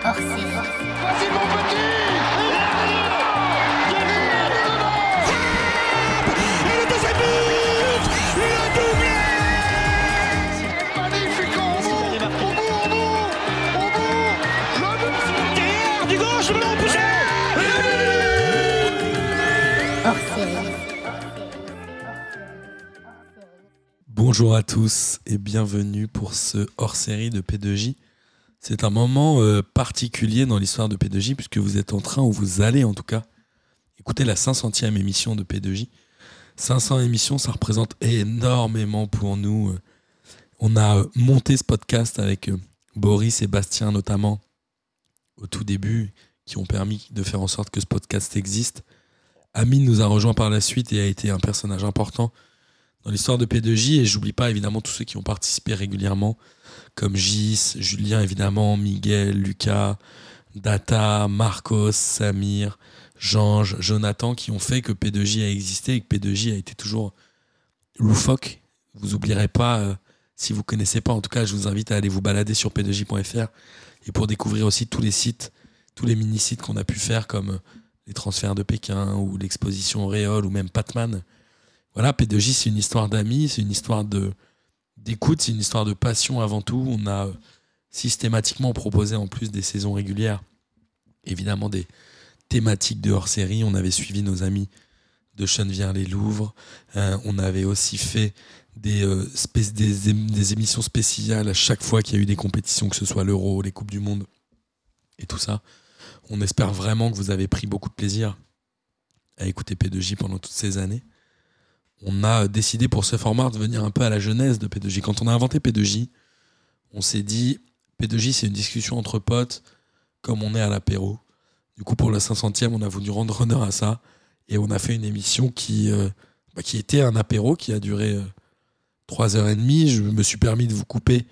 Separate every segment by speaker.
Speaker 1: forcée.
Speaker 2: Vas-y mon petit
Speaker 3: Et le deuxième but Le doublé
Speaker 2: Magnifique au bout Au bout, au bout Au bout Le but
Speaker 3: Derrière, du gauche, le ballon poussé
Speaker 1: Hors série.
Speaker 4: Bonjour à tous et bienvenue pour ce hors-série de P2J. C'est un moment euh, particulier dans l'histoire de P2J puisque vous êtes en train, ou vous allez en tout cas, écouter la 500e émission de P2J. 500 émissions, ça représente énormément pour nous. euh. On a euh, monté ce podcast avec euh, Boris et Bastien notamment au tout début qui ont permis de faire en sorte que ce podcast existe. Amine nous a rejoint par la suite et a été un personnage important dans l'histoire de P2J et j'oublie pas évidemment tous ceux qui ont participé régulièrement comme Gis, Julien évidemment, Miguel, Lucas, Data, Marcos, Samir, Jange, Jonathan qui ont fait que P2J a existé et que P2J a été toujours loufoque. Vous oublierez pas euh, si vous connaissez pas en tout cas, je vous invite à aller vous balader sur p2j.fr et pour découvrir aussi tous les sites, tous les mini-sites qu'on a pu faire comme euh, les transferts de Pékin ou l'exposition Réol ou même Patman voilà, P2J, c'est une histoire d'amis, c'est une histoire de d'écoute, c'est une histoire de passion avant tout. On a euh, systématiquement proposé en plus des saisons régulières, évidemment des thématiques de hors-série. On avait suivi nos amis de Chenevière-les-Louvres. Euh, on avait aussi fait des, euh, spé- des, ém- des émissions spéciales à chaque fois qu'il y a eu des compétitions, que ce soit l'Euro, les Coupes du Monde et tout ça. On espère vraiment que vous avez pris beaucoup de plaisir à écouter P2J pendant toutes ces années on a décidé pour ce format de venir un peu à la genèse de P2J. Quand on a inventé P2J, on s'est dit P2J, c'est une discussion entre potes, comme on est à l'apéro. Du coup, pour la 500e, on a voulu rendre honneur à ça. Et on a fait une émission qui, euh, bah, qui était un apéro qui a duré euh, 3h30. Je me suis permis de vous couper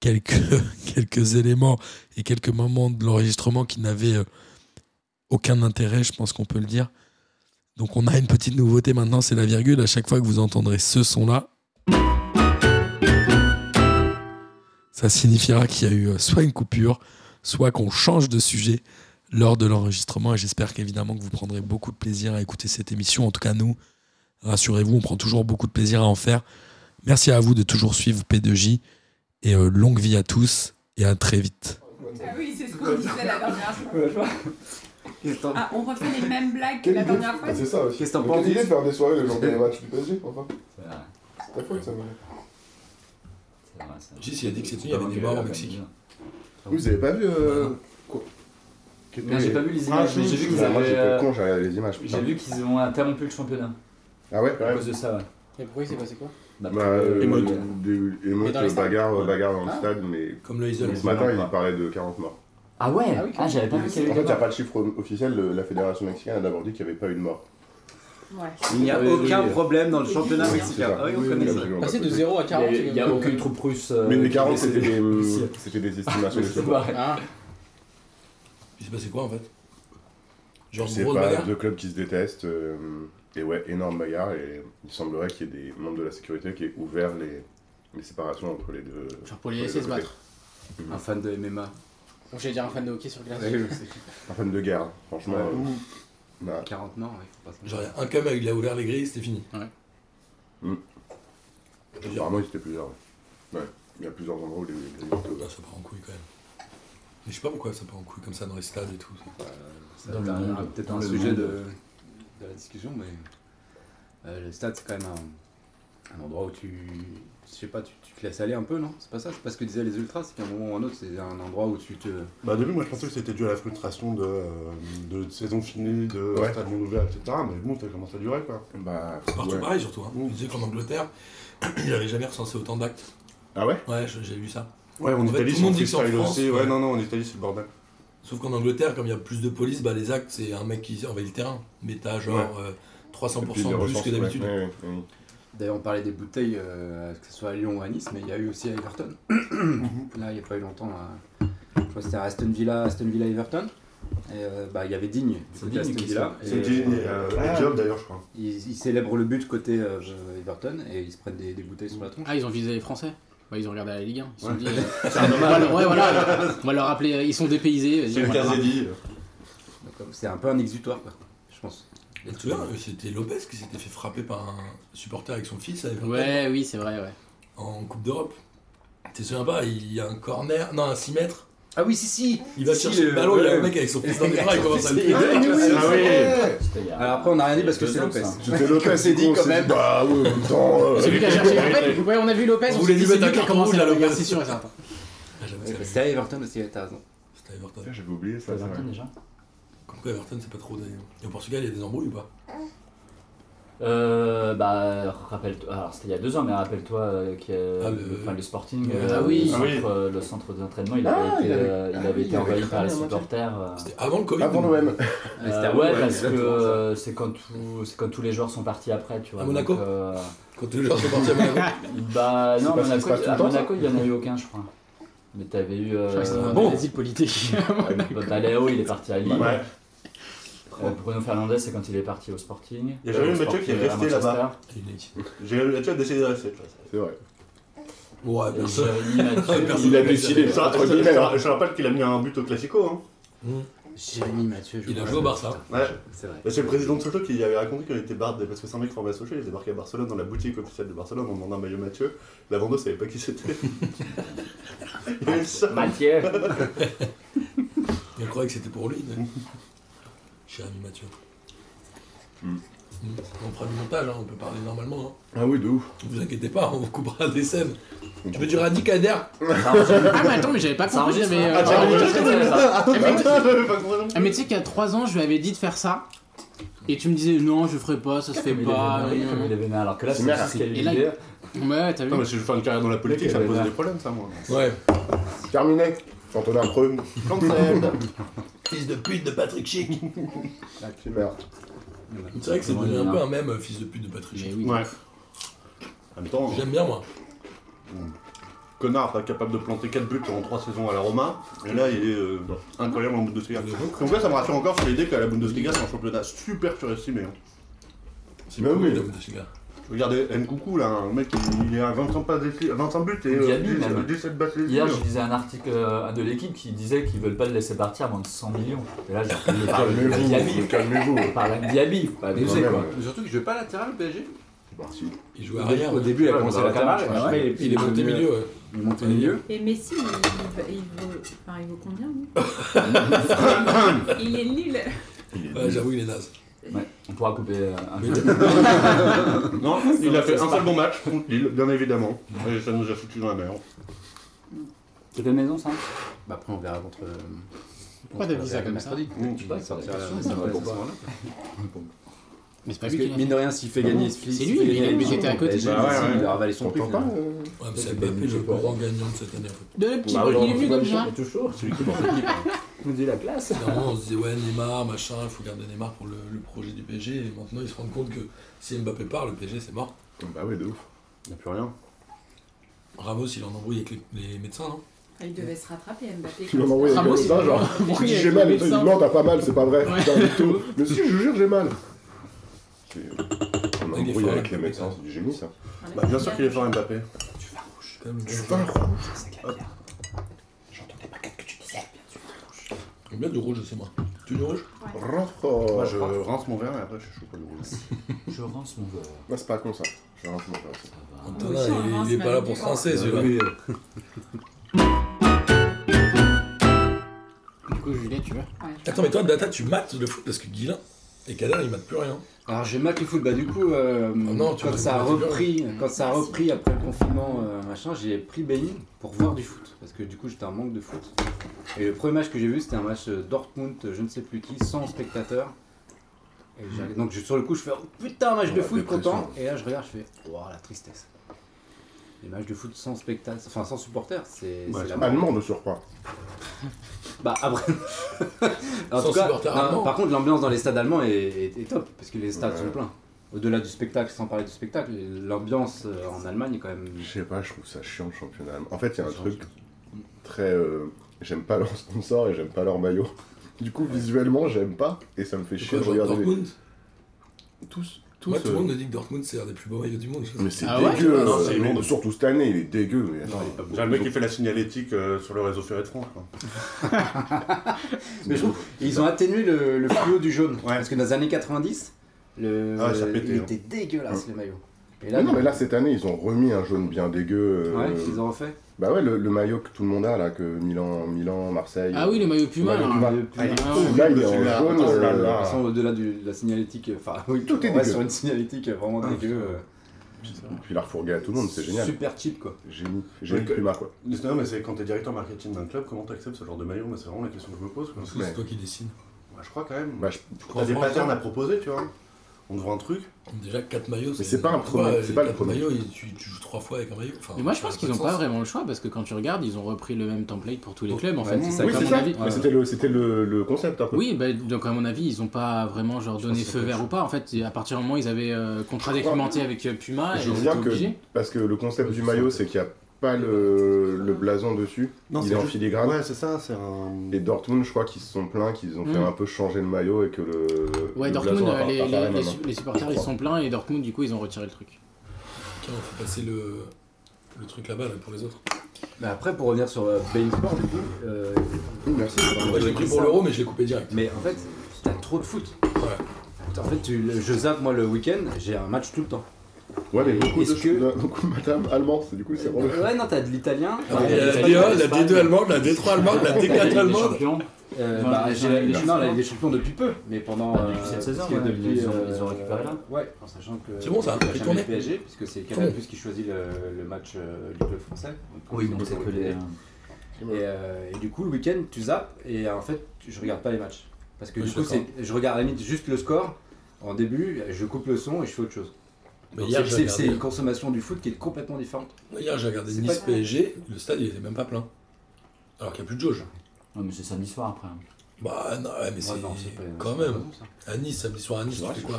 Speaker 4: quelques, quelques éléments et quelques moments de l'enregistrement qui n'avaient euh, aucun intérêt, je pense qu'on peut le dire. Donc on a une petite nouveauté maintenant, c'est la virgule. À chaque fois que vous entendrez ce son-là, ça signifiera qu'il y a eu euh, soit une coupure, soit qu'on change de sujet lors de l'enregistrement. Et j'espère qu'évidemment que vous prendrez beaucoup de plaisir à écouter cette émission. En tout cas, nous, rassurez-vous, on prend toujours beaucoup de plaisir à en faire. Merci à vous de toujours suivre P2J. Et euh, longue vie à tous et à très vite.
Speaker 5: Ah oui, c'est ce qu'on disait la dernière fois.
Speaker 6: Qu'est-ce que t'en-
Speaker 5: Ah, on refait les mêmes blagues que la dernière fois
Speaker 7: Ah, C'est ça aussi.
Speaker 6: Qu'est-ce que t'en
Speaker 7: Mais
Speaker 6: penses
Speaker 7: Quelle idée de faire des soirées le jour des matchs du PSG, enfin
Speaker 6: C'est
Speaker 4: Ah.
Speaker 6: vrai,
Speaker 7: C'est ta faute, ça me
Speaker 6: c'est vrai, c'est vrai.
Speaker 4: Gis, il a dit que cette nuit, il y
Speaker 6: Pendant
Speaker 4: avait des
Speaker 6: que-
Speaker 4: morts au
Speaker 6: euh,
Speaker 4: Mexique.
Speaker 7: Vous avez pas vu. euh, Quoi Quel-
Speaker 6: Non, j'ai pas vu les images, mais j'ai vu qu'ils
Speaker 7: Ah, Moi
Speaker 6: avaient,
Speaker 7: j'étais
Speaker 6: euh,
Speaker 7: con, j'ai regardé les images.
Speaker 6: j'ai
Speaker 7: putain.
Speaker 6: vu qu'ils ont interrompu le championnat
Speaker 7: Ah ouais,
Speaker 6: à
Speaker 7: ouais.
Speaker 6: cause de ça. ouais.
Speaker 8: Et pourquoi il s'est passé quoi
Speaker 6: Bah,
Speaker 7: Bah, euh,
Speaker 4: Émeute.
Speaker 7: des-
Speaker 8: Mais
Speaker 7: Émeute,
Speaker 8: dans les stades.
Speaker 7: bagarre, bagarre dans le
Speaker 6: Ah.
Speaker 7: stade, mais.
Speaker 4: Comme le
Speaker 7: Ce matin, il parlait de 40 morts.
Speaker 6: Ah ouais
Speaker 8: Ah oui,
Speaker 6: Ah, j'avais pas vu qu'il y avait
Speaker 7: En fait, il
Speaker 6: des
Speaker 7: n'y a
Speaker 6: morts.
Speaker 7: pas de chiffre officiel. le- La fédération mexicaine a d'abord dit qu'il n'y avait pas eu de mort.
Speaker 5: Ouais.
Speaker 6: Il n'y a
Speaker 7: Oui, oui,
Speaker 6: aucun
Speaker 7: oui.
Speaker 6: problème dans le championnat
Speaker 7: Oui,
Speaker 6: mexicain.
Speaker 7: c'est ça.
Speaker 6: Ah oui, on
Speaker 7: Oui,
Speaker 6: connaît
Speaker 7: oui,
Speaker 6: ça.
Speaker 7: absolument,
Speaker 8: Passer
Speaker 7: pas
Speaker 8: de
Speaker 7: possible.
Speaker 8: 0 à 40
Speaker 6: Il n'y a, aucune troupe russe. euh,
Speaker 7: Mais les
Speaker 6: qui
Speaker 7: 40,
Speaker 6: est
Speaker 7: c'était
Speaker 6: décédée.
Speaker 7: des, hum,
Speaker 6: Ici.
Speaker 7: c'était des
Speaker 6: Je
Speaker 7: estimations. de
Speaker 6: sais
Speaker 7: secours.
Speaker 6: pas.
Speaker 8: Hein
Speaker 4: Il s'est passé quoi en fait Genre,
Speaker 7: C'est pas deux clubs qui se détestent. euh, et ouais, énorme bagarre. Et il semblerait qu'il y ait des membres de la sécurité qui aient ouvert les, les séparations entre les deux.
Speaker 8: Genre pour les laisser se battre.
Speaker 6: Un fan de MMA.
Speaker 8: Donc j'allais dire un fan de hockey sur glace.
Speaker 7: Un fan de guerre, franchement.
Speaker 6: Ouais.
Speaker 7: euh, bah,
Speaker 6: 40 morts, ouais, faut pas se
Speaker 4: Genre, il y a un cum avec il a ouvert les grilles, c'était fini.
Speaker 8: Ouais.
Speaker 7: Mm.
Speaker 4: Je veux dire,
Speaker 7: apparemment, ils étaient plusieurs. Ouais. Ouais, Il y a plusieurs endroits où les les grilles
Speaker 4: là, ça part en couille quand même. Mais je sais pas pourquoi ça part en couille comme ça dans les stades et tout.
Speaker 6: Ça
Speaker 8: Dans
Speaker 6: va
Speaker 8: le
Speaker 6: être un-
Speaker 8: monde.
Speaker 6: peut-être
Speaker 8: Dans
Speaker 6: un
Speaker 8: le
Speaker 6: sujet
Speaker 8: monde.
Speaker 6: de, de la discussion, mais euh, le stade, c'est quand même un, un endroit où tu. Je sais pas, tu, tu te laisses aller un peu, non C'est pas ça C'est pas ce que disaient les ultras, c'est qu'à un moment ou un autre, c'est un endroit où tu te.
Speaker 9: Bah, au début, moi je pensais que c'était dû à la frustration de, euh, de saison finie, de
Speaker 7: Ouais.
Speaker 9: stade non ouvert, etc. Mais bon, ça commence à durer quoi.
Speaker 7: Bah,
Speaker 4: C'est partout
Speaker 7: ouais.
Speaker 4: pareil surtout. Hein.
Speaker 9: Mm.
Speaker 4: Il disait qu'en Angleterre, il avait jamais recensé autant d'actes.
Speaker 7: Ah ouais
Speaker 4: Ouais, je- j'ai vu ça.
Speaker 9: Ouais, en,
Speaker 4: En fait,
Speaker 9: Italie,
Speaker 4: tout le
Speaker 9: c'est
Speaker 4: monde
Speaker 9: en
Speaker 4: dit que c'est en
Speaker 9: freestyle
Speaker 4: France,
Speaker 9: aussi. Ouais,
Speaker 4: ouais.
Speaker 9: non, non, en Italie, c'est le bordel.
Speaker 4: Sauf qu'en Angleterre, comme il y a plus de police, bah, les actes, c'est un mec qui envahit le terrain. Mais t'as genre euh,
Speaker 7: Et puis, les
Speaker 4: 300% plus
Speaker 7: recenses,
Speaker 4: que d'habitude.
Speaker 7: ouais, ouais, ouais, ouais.
Speaker 6: D'ailleurs, on parlait des bouteilles, euh, que ce soit à Lyon ou à Nice, mais il y a eu aussi à Everton. Là, il n'y a pas eu longtemps. à- Je crois que c'était à Aston Villa, Aston Villa Everton. Et euh, bah, il y avait Digne, du
Speaker 4: C'est
Speaker 6: côté
Speaker 4: Digne
Speaker 6: Aston
Speaker 4: qui
Speaker 6: Villa.
Speaker 9: C'est
Speaker 6: Et,
Speaker 9: Digne et,
Speaker 6: euh,
Speaker 9: euh,
Speaker 6: ah,
Speaker 9: et Job d'ailleurs, je crois.
Speaker 6: ils, ils célèbrent le but côté euh, Everton et ils se prennent des, des bouteilles sur la tronche.
Speaker 8: Ah, ils ont visé les Français Bah, ils ont regardé la Ligue 1. Ils se sont
Speaker 10: Ouais.
Speaker 8: dit. euh,
Speaker 10: C'est un
Speaker 8: on va leur- ouais, voilà. On va leur rappeler. euh, Ils sont dépaysés. vas-y,
Speaker 10: C'est
Speaker 8: on
Speaker 10: le
Speaker 8: va leur rappeler.
Speaker 10: Casédi.
Speaker 6: Donc, comme- C'est un peu un exutoire, quoi, je pense.
Speaker 4: Et tu vois, c'était Lopez qui s'était fait frapper par un supporter avec son fils à Everton
Speaker 8: Ouais, oui, c'est vrai, ouais.
Speaker 4: en Coupe d'Europe. Tu te souviens pas, il y a un corner, non, un 6 mètres.
Speaker 6: Ah oui, si, si
Speaker 4: Il va
Speaker 6: Si,
Speaker 4: chercher
Speaker 7: euh,
Speaker 4: le
Speaker 6: le-
Speaker 4: ballon, il y a
Speaker 6: ouais.
Speaker 4: le mec avec son fils dans les bras, il commence à le
Speaker 6: Ah oui, oui, oui.
Speaker 7: Ah oui
Speaker 6: Alors après, on n'a rien dit parce que c'est Lopez.
Speaker 7: C'était Lopez,
Speaker 6: C'est dit,
Speaker 7: on
Speaker 6: quand
Speaker 7: s'est
Speaker 6: même.
Speaker 7: Bah ouais, en même temps, euh,
Speaker 8: C'est lui qui a cherché. En fait, ouais, on a vu Lopez.
Speaker 4: On
Speaker 8: On
Speaker 4: voulait
Speaker 8: s'est dit,
Speaker 4: lui
Speaker 8: c'est
Speaker 4: mettre
Speaker 8: lui
Speaker 4: un
Speaker 8: qui a
Speaker 4: carton
Speaker 8: commencé
Speaker 4: rouge,
Speaker 8: la
Speaker 4: là,
Speaker 8: Ligue 1,
Speaker 4: Lopez.
Speaker 8: c'est sûr et certain.
Speaker 4: Ah, j'avoue, c'est
Speaker 6: Ouais,
Speaker 4: vrai.
Speaker 6: C'était à Everton aussi, t'as raison.
Speaker 4: C'était Everton.
Speaker 7: Putain, J'avais oublié ça. c'est vrai.
Speaker 11: déjà
Speaker 4: Comme quoi, Everton, c'est pas trop. des- Et au Portugal, il y a des embrouilles ou pas
Speaker 11: euh, bah, rappelle-toi, alors c'était il y a deux ans, mais rappelle-toi euh, que euh,
Speaker 4: Ah,
Speaker 11: le,
Speaker 4: le-
Speaker 11: enfin, le Sporting,
Speaker 4: Ah
Speaker 11: euh,
Speaker 8: oui.
Speaker 11: le centre,
Speaker 10: Ah oui.
Speaker 11: euh, le centre d'entraînement, il,
Speaker 7: Ah,
Speaker 11: avait
Speaker 7: il
Speaker 11: été,
Speaker 7: avait-
Speaker 11: euh, il
Speaker 7: ah
Speaker 11: avait
Speaker 7: oui,
Speaker 11: été
Speaker 7: il avait
Speaker 11: envahi par
Speaker 7: cramé
Speaker 11: les
Speaker 7: la moitié.
Speaker 11: supporters. euh.
Speaker 4: C'était avant le Covid.
Speaker 7: Avant
Speaker 4: donc.
Speaker 7: l'OM.
Speaker 6: Ouais, c'était
Speaker 11: Euh,
Speaker 6: à
Speaker 11: ouais,
Speaker 6: Rouen,
Speaker 11: parce que
Speaker 6: exactement, ça.
Speaker 11: euh, c'est quand, tout- c'est quand tous les joueurs sont partis après, tu vois.
Speaker 4: À Monaco
Speaker 11: donc, euh,
Speaker 4: Quand les joueurs sont partis à Monaco.
Speaker 11: Bah
Speaker 7: C'est
Speaker 11: non,
Speaker 7: pas ce qui se
Speaker 11: Monaco,
Speaker 7: passe tout le
Speaker 11: à
Speaker 7: temps,
Speaker 11: Monaco, il n'y en a eu aucun, je crois. Mais t'avais eu.
Speaker 8: Je crois que c'était
Speaker 11: Euh,
Speaker 8: dans
Speaker 4: bon.
Speaker 8: des asiles politiques.
Speaker 11: bah, Balao, il est parti à Lille.
Speaker 10: Ouais.
Speaker 11: Euh, Bruno Fernandez, c'est quand il est parti au Sporting.
Speaker 10: Il y a jamais
Speaker 11: Euh,
Speaker 10: eu Mathieu
Speaker 11: Sporting
Speaker 10: qui est
Speaker 11: à
Speaker 10: resté
Speaker 11: Manchester.
Speaker 10: là-bas. J'ai là, tu as décidé de rester. tu vois.
Speaker 7: C'est vrai.
Speaker 4: Ouais,
Speaker 11: Et
Speaker 4: personne.
Speaker 11: Jérémy Mathieu,
Speaker 4: Personne.
Speaker 7: Il a décidé.
Speaker 10: Je,
Speaker 7: Entre guillemets, hein.
Speaker 10: je- je rappelle qu'il a mis un but au Classico. Hein.
Speaker 6: Jérémy Mathieu, je
Speaker 4: Il a
Speaker 6: crois.
Speaker 4: joué au Barça.
Speaker 10: Ouais.
Speaker 6: C'est vrai.
Speaker 10: Bah, C'est le président de Sochaux qui avait raconté qu'il était barde parce que c'est un mec formé à Sochaux, il est débarqué à Barcelone dans la boutique officielle de Barcelone en demandant un maillot Mathieu. La vendeuse savait pas qui c'était. Il y avait ça.
Speaker 11: Mathieu.
Speaker 4: Il croyait que c'était pour lui. mais- Cher ami Mathieu.
Speaker 7: Mm.
Speaker 4: Mm. On fera du montage, hein, on peut parler normalement. Hein.
Speaker 7: Ah oui, de ouf.
Speaker 4: Vous inquiétez pas, on vous coupera des scènes. Tu veux du radicader
Speaker 8: Ah, mais attends, mais j'avais pas
Speaker 11: Ça
Speaker 8: compris.
Speaker 11: enregistre,
Speaker 8: Mais
Speaker 11: hein.
Speaker 8: euh,
Speaker 11: Ah,
Speaker 8: j'avais-
Speaker 11: tiens,
Speaker 8: Ah, mais-
Speaker 10: j'avais pas compris non plus.
Speaker 8: Ah, mais tu sais qu'il y a 3 ans, je lui avais dit de faire ça. Et tu me disais non, je ferai pas, ça se fait
Speaker 11: Comme il est
Speaker 8: pas.
Speaker 11: vénère, oui,
Speaker 8: euh,
Speaker 11: comme il est vénère. Alors que là,
Speaker 7: C'est
Speaker 11: c'est
Speaker 7: merde.
Speaker 11: juste qu'il
Speaker 8: Et
Speaker 11: y
Speaker 8: là,
Speaker 11: a eu l'idée.
Speaker 8: Ouais, t'as vu.
Speaker 10: Non, mais si je veux faire une carrière dans la politique, ça me pose des problèmes, ça, moi.
Speaker 4: Ouais.
Speaker 7: hein. Terminé. Quand on a un problème,
Speaker 10: Cancel
Speaker 4: Fils de pute de Patrick Chic.
Speaker 7: c'est merde.
Speaker 4: C'est vrai que c'est
Speaker 11: Vraiment
Speaker 4: devenu un
Speaker 11: bien.
Speaker 4: peu un même euh, fils de pute de Patrick
Speaker 8: Mais
Speaker 4: Chic.
Speaker 8: oui.
Speaker 10: Ouais. En même temps,
Speaker 4: J'aime bien moi.
Speaker 10: connard pas capable de planter 4 buts en 3 saisons à la Roma, et là il est euh, incroyable en Bundesliga. Donc là ça me rassure encore sur l'idée qu'à la Bundesliga c'est un championnat super surestimé. hein.
Speaker 4: C'est
Speaker 7: Bah
Speaker 4: cool,
Speaker 7: oui.
Speaker 4: l'homme de ce gars.
Speaker 10: Regardez Nkoukou là, un mec il, il est à 25, passes décisives- 25 buts et
Speaker 11: Il y a
Speaker 10: euh,
Speaker 11: lui,
Speaker 10: 10
Speaker 11: même.
Speaker 10: 17 passes décisives.
Speaker 11: Hier, je lisais un article euh, de l'équipe qui disait qu'ils veulent pas le laisser partir à moins de 100 millions. Et là, j'ai il parle de
Speaker 7: Calmez-vous,
Speaker 11: Diaby.
Speaker 7: calmez-vous.
Speaker 11: Il parle de Diaby, Bah, pas
Speaker 6: Mais
Speaker 11: de
Speaker 7: Ouais,
Speaker 6: c'est
Speaker 7: ouais,
Speaker 6: quoi
Speaker 7: ouais.
Speaker 6: Mais Surtout que je vais pas latéral, le PSG.
Speaker 7: C'est parti.
Speaker 4: Il joue arrière.
Speaker 6: Au
Speaker 4: ouais.
Speaker 6: début, il a
Speaker 11: Ouais,
Speaker 6: commencé
Speaker 11: bah,
Speaker 6: latéral.
Speaker 11: Kamara,
Speaker 6: je crois.
Speaker 11: ouais.
Speaker 6: est-
Speaker 4: Il est monté milieu. ouais.
Speaker 6: Il est monté milieu.
Speaker 5: Et Messi, il, il, vaut, enfin, il vaut combien lui Il est nul.
Speaker 4: Ouais, J'avoue, il est naze.
Speaker 11: Ouais, on pourra couper euh, un peu.
Speaker 10: Non, il a fait un seul bon match contre Lille, bien évidemment. Et ça nous a foutu dans la merde.
Speaker 11: C'était maison, ça
Speaker 6: Bah après, on verra contre. euh,
Speaker 8: Pourquoi
Speaker 6: contre
Speaker 8: t'as dit ça
Speaker 6: Real
Speaker 8: comme ça
Speaker 6: Madrid.
Speaker 10: Mmh.
Speaker 6: Il va sortir la- la- la- la- la-
Speaker 8: Mais c'est pas
Speaker 6: Parce
Speaker 8: lui qui
Speaker 6: que
Speaker 8: l'a
Speaker 6: mine
Speaker 8: fait.
Speaker 6: de rien, s'il fait gagner, s'il
Speaker 8: C'est
Speaker 6: s'il
Speaker 8: lui,
Speaker 6: fait
Speaker 8: il
Speaker 6: gagner
Speaker 8: a-
Speaker 6: le
Speaker 8: mais
Speaker 6: PSG,
Speaker 8: j'étais à côté.
Speaker 6: PSG,
Speaker 10: Bah ouais, ouais.
Speaker 6: il va avaler son prix.
Speaker 7: T'entends pas
Speaker 6: finalement.
Speaker 7: euh,
Speaker 4: Ouais, mais c'est
Speaker 6: C'est
Speaker 4: Mbappé,
Speaker 6: Mbappé,
Speaker 4: le
Speaker 6: je crois.
Speaker 4: grand gagnant de cette année. En fait.
Speaker 8: De le petit
Speaker 10: Bah
Speaker 8: bout,
Speaker 10: oui,
Speaker 8: il est venu comme ça.
Speaker 11: toujours.
Speaker 10: Celui qui porte l'équipe.
Speaker 11: Vous dit la classe.
Speaker 4: D'un moment, on se disait, ouais, Neymar, machin, il faut garder Neymar pour le, le projet du PSG. Et maintenant, ils se rendent compte que si Mbappé part, le PSG, c'est mort.
Speaker 7: Bah ouais, de ouf.
Speaker 10: Il n'y a plus rien.
Speaker 4: Ramos, il est en embrouille avec les, les médecins, non
Speaker 5: Ah, Il devait se rattraper, Mbappé. Ah,
Speaker 7: Tu m'as envoyé
Speaker 8: Ramos,
Speaker 7: un
Speaker 8: il-
Speaker 7: ça, genre.
Speaker 8: Bon,
Speaker 7: Tu
Speaker 8: il
Speaker 7: dis
Speaker 8: est
Speaker 7: j'ai mal, et toi, il
Speaker 8: médecin.
Speaker 7: dit non, t'as pas mal, c'est pas vrai.
Speaker 8: Ouais.
Speaker 7: Putain, du tout. Mais si, je jure, j'ai mal. C'est- euh, On
Speaker 4: Il est
Speaker 7: embrouille
Speaker 4: fort,
Speaker 7: avec les
Speaker 4: là.
Speaker 7: médecins, c'est du génie ça.
Speaker 10: Bah, bien sûr qu'il est fort Mbappé.
Speaker 4: Je suis quand même. J'aime bien du rouge, je sais moi. Tu du rouge
Speaker 10: Moi
Speaker 7: Rojo.
Speaker 10: je rince mon verre et après je suis chaud pour le rouge.
Speaker 11: Je rance mon verre.
Speaker 7: Ah, c'est pas con ça. Je vais raconter ça.
Speaker 11: Ça va.
Speaker 4: Antonin,
Speaker 5: oui, si, on avance,
Speaker 4: il, il est pas là pour se
Speaker 5: Manu.
Speaker 4: lancer, celui-là.
Speaker 11: Oui, euh,
Speaker 8: Du coup, Juliette, tu veux
Speaker 4: Attends, mais toi, Data, tu mates le foot parce que Guilin et Kader, ils matent plus rien.
Speaker 6: Alors je mate le foot, bah du coup, euh,
Speaker 4: Ah non, tu
Speaker 6: quand,
Speaker 4: vois,
Speaker 6: ça a
Speaker 4: c'est bien.
Speaker 6: repris, quand ça a repris après le confinement, euh, machin, j'ai pris Bein pour voir du foot, parce que du coup j'étais en manque de foot. Et le premier match que j'ai vu, c'était un match euh, Dortmund, euh, je ne sais plus qui, sans spectateurs. Et j'ai- Donc je- sur le coup, je fais oh, putain, match
Speaker 7: Oh,
Speaker 6: de
Speaker 7: la
Speaker 6: foot,
Speaker 7: dépression.
Speaker 6: content. Et là, je regarde, je fais waouh, la tristesse. Les matchs de foot sans spectacle, enfin sans supporters, c'est
Speaker 10: Ouais,
Speaker 6: c'est la mort.
Speaker 7: Allemand de surcroît.
Speaker 6: Bah après. en
Speaker 4: Sans
Speaker 6: tout cas,
Speaker 4: supporters
Speaker 6: non,
Speaker 4: allemands.
Speaker 6: par contre, l'ambiance dans les stades allemands est, est- est top, parce que les stades
Speaker 7: Ouais.
Speaker 6: sont pleins. Au-delà du spectacle, sans parler du spectacle, l'ambiance euh, en Allemagne est quand même.
Speaker 7: Je sais pas, je trouve ça chiant le championnat allemand. En fait, il y a un truc très. euh, J'aime pas leur sponsor et j'aime pas leur maillot. Du coup, visuellement, j'aime pas et ça me fait
Speaker 4: Tu
Speaker 7: chier de
Speaker 4: vois, genre
Speaker 7: regarder
Speaker 4: Dortmund
Speaker 7: les- tous.
Speaker 4: Tout, tout
Speaker 10: euh,
Speaker 4: le monde me dit que Dortmund, c'est un des plus beaux maillots du monde.
Speaker 7: Mais c'est
Speaker 10: Ah ouais
Speaker 7: dégueu,
Speaker 10: Non,
Speaker 7: euh,
Speaker 10: c'est-
Speaker 7: le monde, surtout cette année, il est dégueu. Mais attends, il est pas beau.
Speaker 10: J'ai un mec qui fait la signalétique euh, sur le réseau ferré de France. quoi.
Speaker 6: Mais je trouve, ils ont atténué le, le fluo du jaune. Parce que dans les années 90, le,
Speaker 7: Ah ouais, ça pétait,
Speaker 6: il
Speaker 7: hein.
Speaker 6: était dégueulasse le maillot. Et
Speaker 7: Mais non, mais là, cette année, ils ont remis un jaune bien dégueu. euh,
Speaker 6: Ouais, ils ont refait.
Speaker 7: Bah ouais, le, le maillot que tout le monde a, là, que Milan, Milan Marseille.
Speaker 8: Ah oui, le maillot Puma, là.
Speaker 6: Le Puma.
Speaker 7: Ah, il est horrible, Là, il est en
Speaker 6: celui-là.
Speaker 7: jaune.
Speaker 6: Attends,
Speaker 7: euh,
Speaker 6: Ils sont au-delà du- de la signalétique. euh, Enfin, oui,
Speaker 7: Tout est
Speaker 6: on reste
Speaker 7: dégueu.
Speaker 6: sur une signalétique vraiment dégueu. euh,
Speaker 7: Puis il a refourgué à tout le monde, c'est génial.
Speaker 6: Super cheap, quoi.
Speaker 7: Génie. Génie
Speaker 10: Donc,
Speaker 7: Puma, quoi.
Speaker 10: Non, mais c'est quand t'es directeur marketing d'un club, comment t'acceptes ce genre de maillot Moi, C'est vraiment la question que je me pose. quoi.
Speaker 4: Parce que c'est toi qui dessines.
Speaker 10: Bah, je crois quand même.
Speaker 7: Bah, je-
Speaker 10: T'as des patterns à proposer, tu vois. On te vend un truc.
Speaker 4: Déjà, 4 maillots.
Speaker 10: Mais c'est pas un premier-
Speaker 4: Ouais,
Speaker 10: c'est
Speaker 4: les
Speaker 10: pas le
Speaker 4: quatre
Speaker 10: premier.
Speaker 4: maillots, ils- tu, tu joues 3 fois avec un maillot. Enfin,
Speaker 8: Mais moi, je
Speaker 4: ça
Speaker 8: pense
Speaker 4: n'a
Speaker 8: qu'ils
Speaker 4: de
Speaker 8: n'ont pas
Speaker 4: sens.
Speaker 8: vraiment le choix parce que quand tu regardes, ils ont repris le même template pour tous les clubs en fait.
Speaker 7: Ouais,
Speaker 8: C'est ça,
Speaker 7: oui,
Speaker 8: qu'à
Speaker 7: c'est
Speaker 8: mon
Speaker 7: ça.
Speaker 8: avis. euh,
Speaker 7: Mais c'était le, c'était le, le concept un peu.
Speaker 8: Oui, bah, donc à mon avis, ils n'ont pas vraiment genre donné feu vert ou pas. En fait, à partir du moment où ils avaient euh, contrat documenté avec euh, Puma,
Speaker 7: je
Speaker 8: ils
Speaker 7: veux dire
Speaker 8: étaient
Speaker 7: que.
Speaker 8: obligés.
Speaker 7: Parce que le concept du maillot, c'est qu'il n'y a pas le, le blason dessus.
Speaker 10: Non,
Speaker 7: il
Speaker 10: c'est
Speaker 7: est en
Speaker 10: juste-
Speaker 7: filigrane.
Speaker 10: Ah Ouais, c'est ça, c'est un.
Speaker 7: Et Dortmund, je crois qu'ils se sont plaints qu'ils ont fait
Speaker 8: Mm.
Speaker 7: un peu changer le maillot et que le.
Speaker 8: Ouais,
Speaker 7: le
Speaker 8: Dortmund,
Speaker 7: blason
Speaker 8: euh,
Speaker 7: appara-
Speaker 8: les,
Speaker 7: apparaît même.
Speaker 8: les- les su- les supporters ils se sont pleins et Dortmund, du coup, ils ont retiré le truc.
Speaker 4: Tiens, on fait passer le, le truc là-bas là, pour les autres.
Speaker 6: Mais après, pour revenir sur euh, Bein Sport, du coup, euh,
Speaker 7: merci.
Speaker 4: Ouais, je l'ai pris pour l'euro, mais je l'ai coupé direct.
Speaker 6: Mais en fait, t'as trop de foot. En fait, tu- le- je zappe moi le week-end, j'ai un match tout le temps.
Speaker 7: Ouais, mais beaucoup
Speaker 6: Est-ce
Speaker 7: de, beaucoup de madame allemande, c'est du coup, c'est vraiment le-
Speaker 6: Ouais, non, t'as de l'italien.
Speaker 7: Ah,
Speaker 6: t'as
Speaker 7: il
Speaker 4: euh,
Speaker 7: y a
Speaker 4: E
Speaker 6: l'Espagne, t'as
Speaker 7: la D1, la
Speaker 6: l'Espagne.
Speaker 7: D2 allemande, la D3 allemande, la
Speaker 6: T'as
Speaker 7: D4
Speaker 6: Ligue des
Speaker 7: allemande.
Speaker 6: Champions. Euh,
Speaker 11: Dans
Speaker 6: bah,
Speaker 11: la Ligue
Speaker 6: j'ai
Speaker 11: des
Speaker 6: la Ligue des
Speaker 11: Champions.
Speaker 6: Champions. Non, la Ligue des Champions depuis peu, mais pendant.
Speaker 11: Bah, depuis
Speaker 6: euh,
Speaker 11: cette saison,
Speaker 6: parce que
Speaker 11: ouais,
Speaker 6: depuis,
Speaker 11: ils ont-
Speaker 6: euh,
Speaker 11: ils ont récupéré là.
Speaker 6: Ouais, en sachant que.
Speaker 11: C'est bon, ça,
Speaker 6: il y a
Speaker 11: fait
Speaker 6: jamais
Speaker 11: tourner.
Speaker 6: le PSG, puisque c'est Canal qui choisit le, le match euh, du club français.
Speaker 11: Oui,
Speaker 6: ils ont
Speaker 11: donc c'est que les-
Speaker 6: Et, euh, et du coup, le week-end, tu zappes, et en fait, je regarde pas les matchs. Parce que
Speaker 4: Oui,
Speaker 6: du
Speaker 4: je
Speaker 6: coup,
Speaker 4: suis d'accord.
Speaker 6: c'est- je regarde à la limite juste le score en début, je coupe le son et je fais autre chose.
Speaker 4: Mais
Speaker 6: Donc,
Speaker 4: hier,
Speaker 6: c'est-
Speaker 4: j'ai
Speaker 6: C'est c'est
Speaker 4: regardé-
Speaker 6: une consommation du foot qui est complètement différente.
Speaker 4: Hier, j'ai regardé
Speaker 6: C'est
Speaker 4: Nice
Speaker 6: pas-
Speaker 4: PSG, le stade il était même pas plein. Alors qu'il n'y a plus de jauge.
Speaker 11: Non, mais c'est samedi soir après. hein.
Speaker 4: Bah non, ouais, mais c'est
Speaker 11: non, c'est pas-
Speaker 4: quand
Speaker 11: c'est pas
Speaker 4: même.
Speaker 7: Ah
Speaker 4: à Nice, samedi soir à Nice, tu fais quoi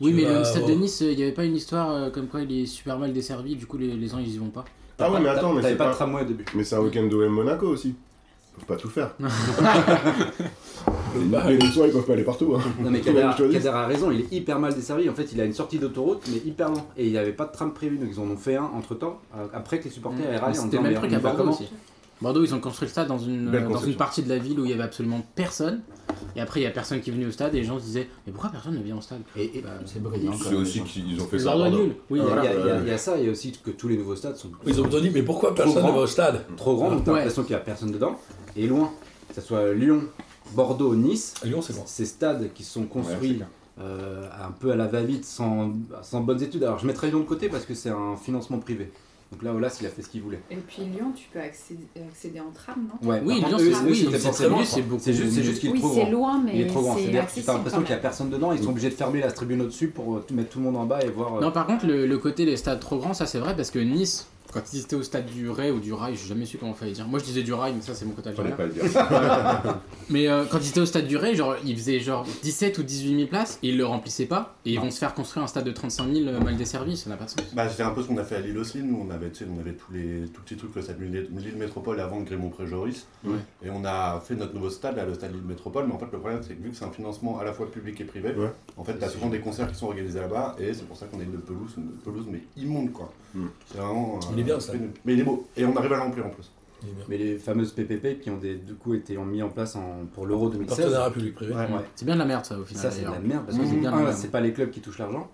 Speaker 8: Oui,
Speaker 4: Tu
Speaker 8: mais
Speaker 4: vas
Speaker 8: le stade
Speaker 4: au-
Speaker 8: de Nice, euh, il n'y avait pas une histoire euh, comme quoi il est super mal desservi, du coup, les, les gens, ils y vont pas.
Speaker 7: Ah ouais, mais attends, mais
Speaker 6: t'avais
Speaker 7: c'est
Speaker 6: pas de tramway au début.
Speaker 7: Mais c'est un week-end d'OM Monaco aussi. Ils peuvent pas tout faire. les
Speaker 4: Bah,
Speaker 7: les deux soirs, ils peuvent pas aller partout. hein.
Speaker 6: Non mais
Speaker 7: Tout le
Speaker 6: Kader,
Speaker 7: monde choisit.
Speaker 6: Kader a raison, il est hyper mal desservi. En fait, il a une sortie d'autoroute, mais hyper lent. Et il n'y avait pas de tram prévu, donc ils en ont fait un entre temps, après que les
Speaker 4: Mmh.
Speaker 6: supporters aient
Speaker 8: Mais
Speaker 6: râlé en
Speaker 8: C'était
Speaker 6: disant
Speaker 8: le même
Speaker 6: mais
Speaker 8: truc
Speaker 6: on
Speaker 8: à
Speaker 6: y va
Speaker 8: Bordeaux
Speaker 6: comment
Speaker 8: aussi. Bordeaux, ils ont construit le stade dans une,
Speaker 6: Belle
Speaker 8: euh, dans une
Speaker 6: conception.
Speaker 8: partie de la ville où il y avait absolument personne. Et après, il y a personne qui est venu au stade et les gens se disaient Mais pourquoi personne ne vient au stade
Speaker 6: Et,
Speaker 4: Bah,
Speaker 8: c'est brillant.
Speaker 7: C'est aussi qu'ils ont fait
Speaker 8: Le
Speaker 7: ça. à
Speaker 8: Bordeaux est
Speaker 7: Bordeaux.
Speaker 8: nul. Oui,
Speaker 6: Il y a- il
Speaker 7: Voilà,
Speaker 6: y a- il y a-
Speaker 7: euh,
Speaker 6: il y a ça, et aussi que tous les nouveaux stades sont.
Speaker 4: Ils ont dit, mais pourquoi
Speaker 6: Trop
Speaker 4: personne ne
Speaker 6: grand.
Speaker 4: va au stade
Speaker 6: Trop grand, donc t'as l'impression qu'il n'y a personne dedans. Et loin, que ce soit Lyon, Bordeaux, Nice, ces stades qui sont
Speaker 7: Ouais, c'est
Speaker 6: construits
Speaker 7: clair.
Speaker 6: euh, un peu à la va-vite, sans, sans bonnes études. Alors je mettrais Lyon de côté parce que c'est un financement privé. Donc là, Olas, il a fait ce qu'il voulait.
Speaker 5: Et puis Lyon, tu peux accéder, accéder en tram, non
Speaker 6: Ouais,
Speaker 8: Oui,
Speaker 6: par
Speaker 8: Lyon,
Speaker 6: contre, eux,
Speaker 8: c'est-
Speaker 6: eux,
Speaker 8: oui,
Speaker 6: c'était
Speaker 8: c'est
Speaker 6: forcément-
Speaker 8: mieux, c'est beaucoup
Speaker 6: C'est juste, c'est juste qu'il est
Speaker 5: Oui,
Speaker 6: trop
Speaker 5: c'est
Speaker 6: grand.
Speaker 5: loin, mais
Speaker 6: il est trop grand.
Speaker 5: c'est
Speaker 6: C'est-à-dire que
Speaker 5: accessible
Speaker 6: t'as l'impression
Speaker 5: quand
Speaker 6: qu'il n'y a
Speaker 5: même.
Speaker 6: personne dedans. Ils sont obligés de fermer la tribune au-dessus pour euh, tout- mettre tout le monde en bas et voir. euh,
Speaker 8: Non, par contre, le, le côté des stades trop grands, ça c'est vrai parce que Nice, quand ils étaient au stade du Ray ou du Rail, j'ai jamais su comment fallait dire. Moi je disais du Rail, mais ça c'est mon côté
Speaker 7: Fallait
Speaker 8: algérien.
Speaker 7: pas le dire.
Speaker 8: mais euh, quand ils étaient au stade du Ray, genre ils faisaient genre 17 ou 18 000 places et ils le remplissaient pas et ils vont se faire construire un stade de 35 000 euh, mal desservi, ça n'a pas de sens.
Speaker 10: Bah, c'était un peu ce qu'on a fait à Lille aussi. Nous, on avait, tu sais, on avait tous les tout petits trucs, le stade Lille Lille Métropole avant le Grémont Préjoris.
Speaker 8: Ouais.
Speaker 10: Et on a fait notre nouveau stade, là, le stade Lille Métropole. Mais en fait, le problème, c'est que vu que c'est un financement à la fois public et privé,
Speaker 7: Ouais.
Speaker 10: en fait, t'as souvent des concerts qui sont organisés là-bas. Et c'est pour ça qu'on a une pelouse, une pelouse, mais immonde, quoi.
Speaker 7: Mm.
Speaker 10: C'est vraiment. euh,
Speaker 4: Il est bien, ça.
Speaker 10: Mais il est beau. Et on arrive à l'emplir en plus.
Speaker 6: Mais les fameuses PPP qui ont des, du coup été mis en place en- pour l'Euro 2016.
Speaker 4: Partenariat public-privé.
Speaker 6: Ouais. Ouais.
Speaker 8: C'est bien de la merde ça au final.
Speaker 6: Ça, c'est de la
Speaker 8: d'ailleurs.
Speaker 6: merde parce que
Speaker 8: Mmh.
Speaker 6: c'est
Speaker 8: bien de la
Speaker 6: un,
Speaker 8: merde.
Speaker 6: c'est pas les clubs qui touchent l'argent,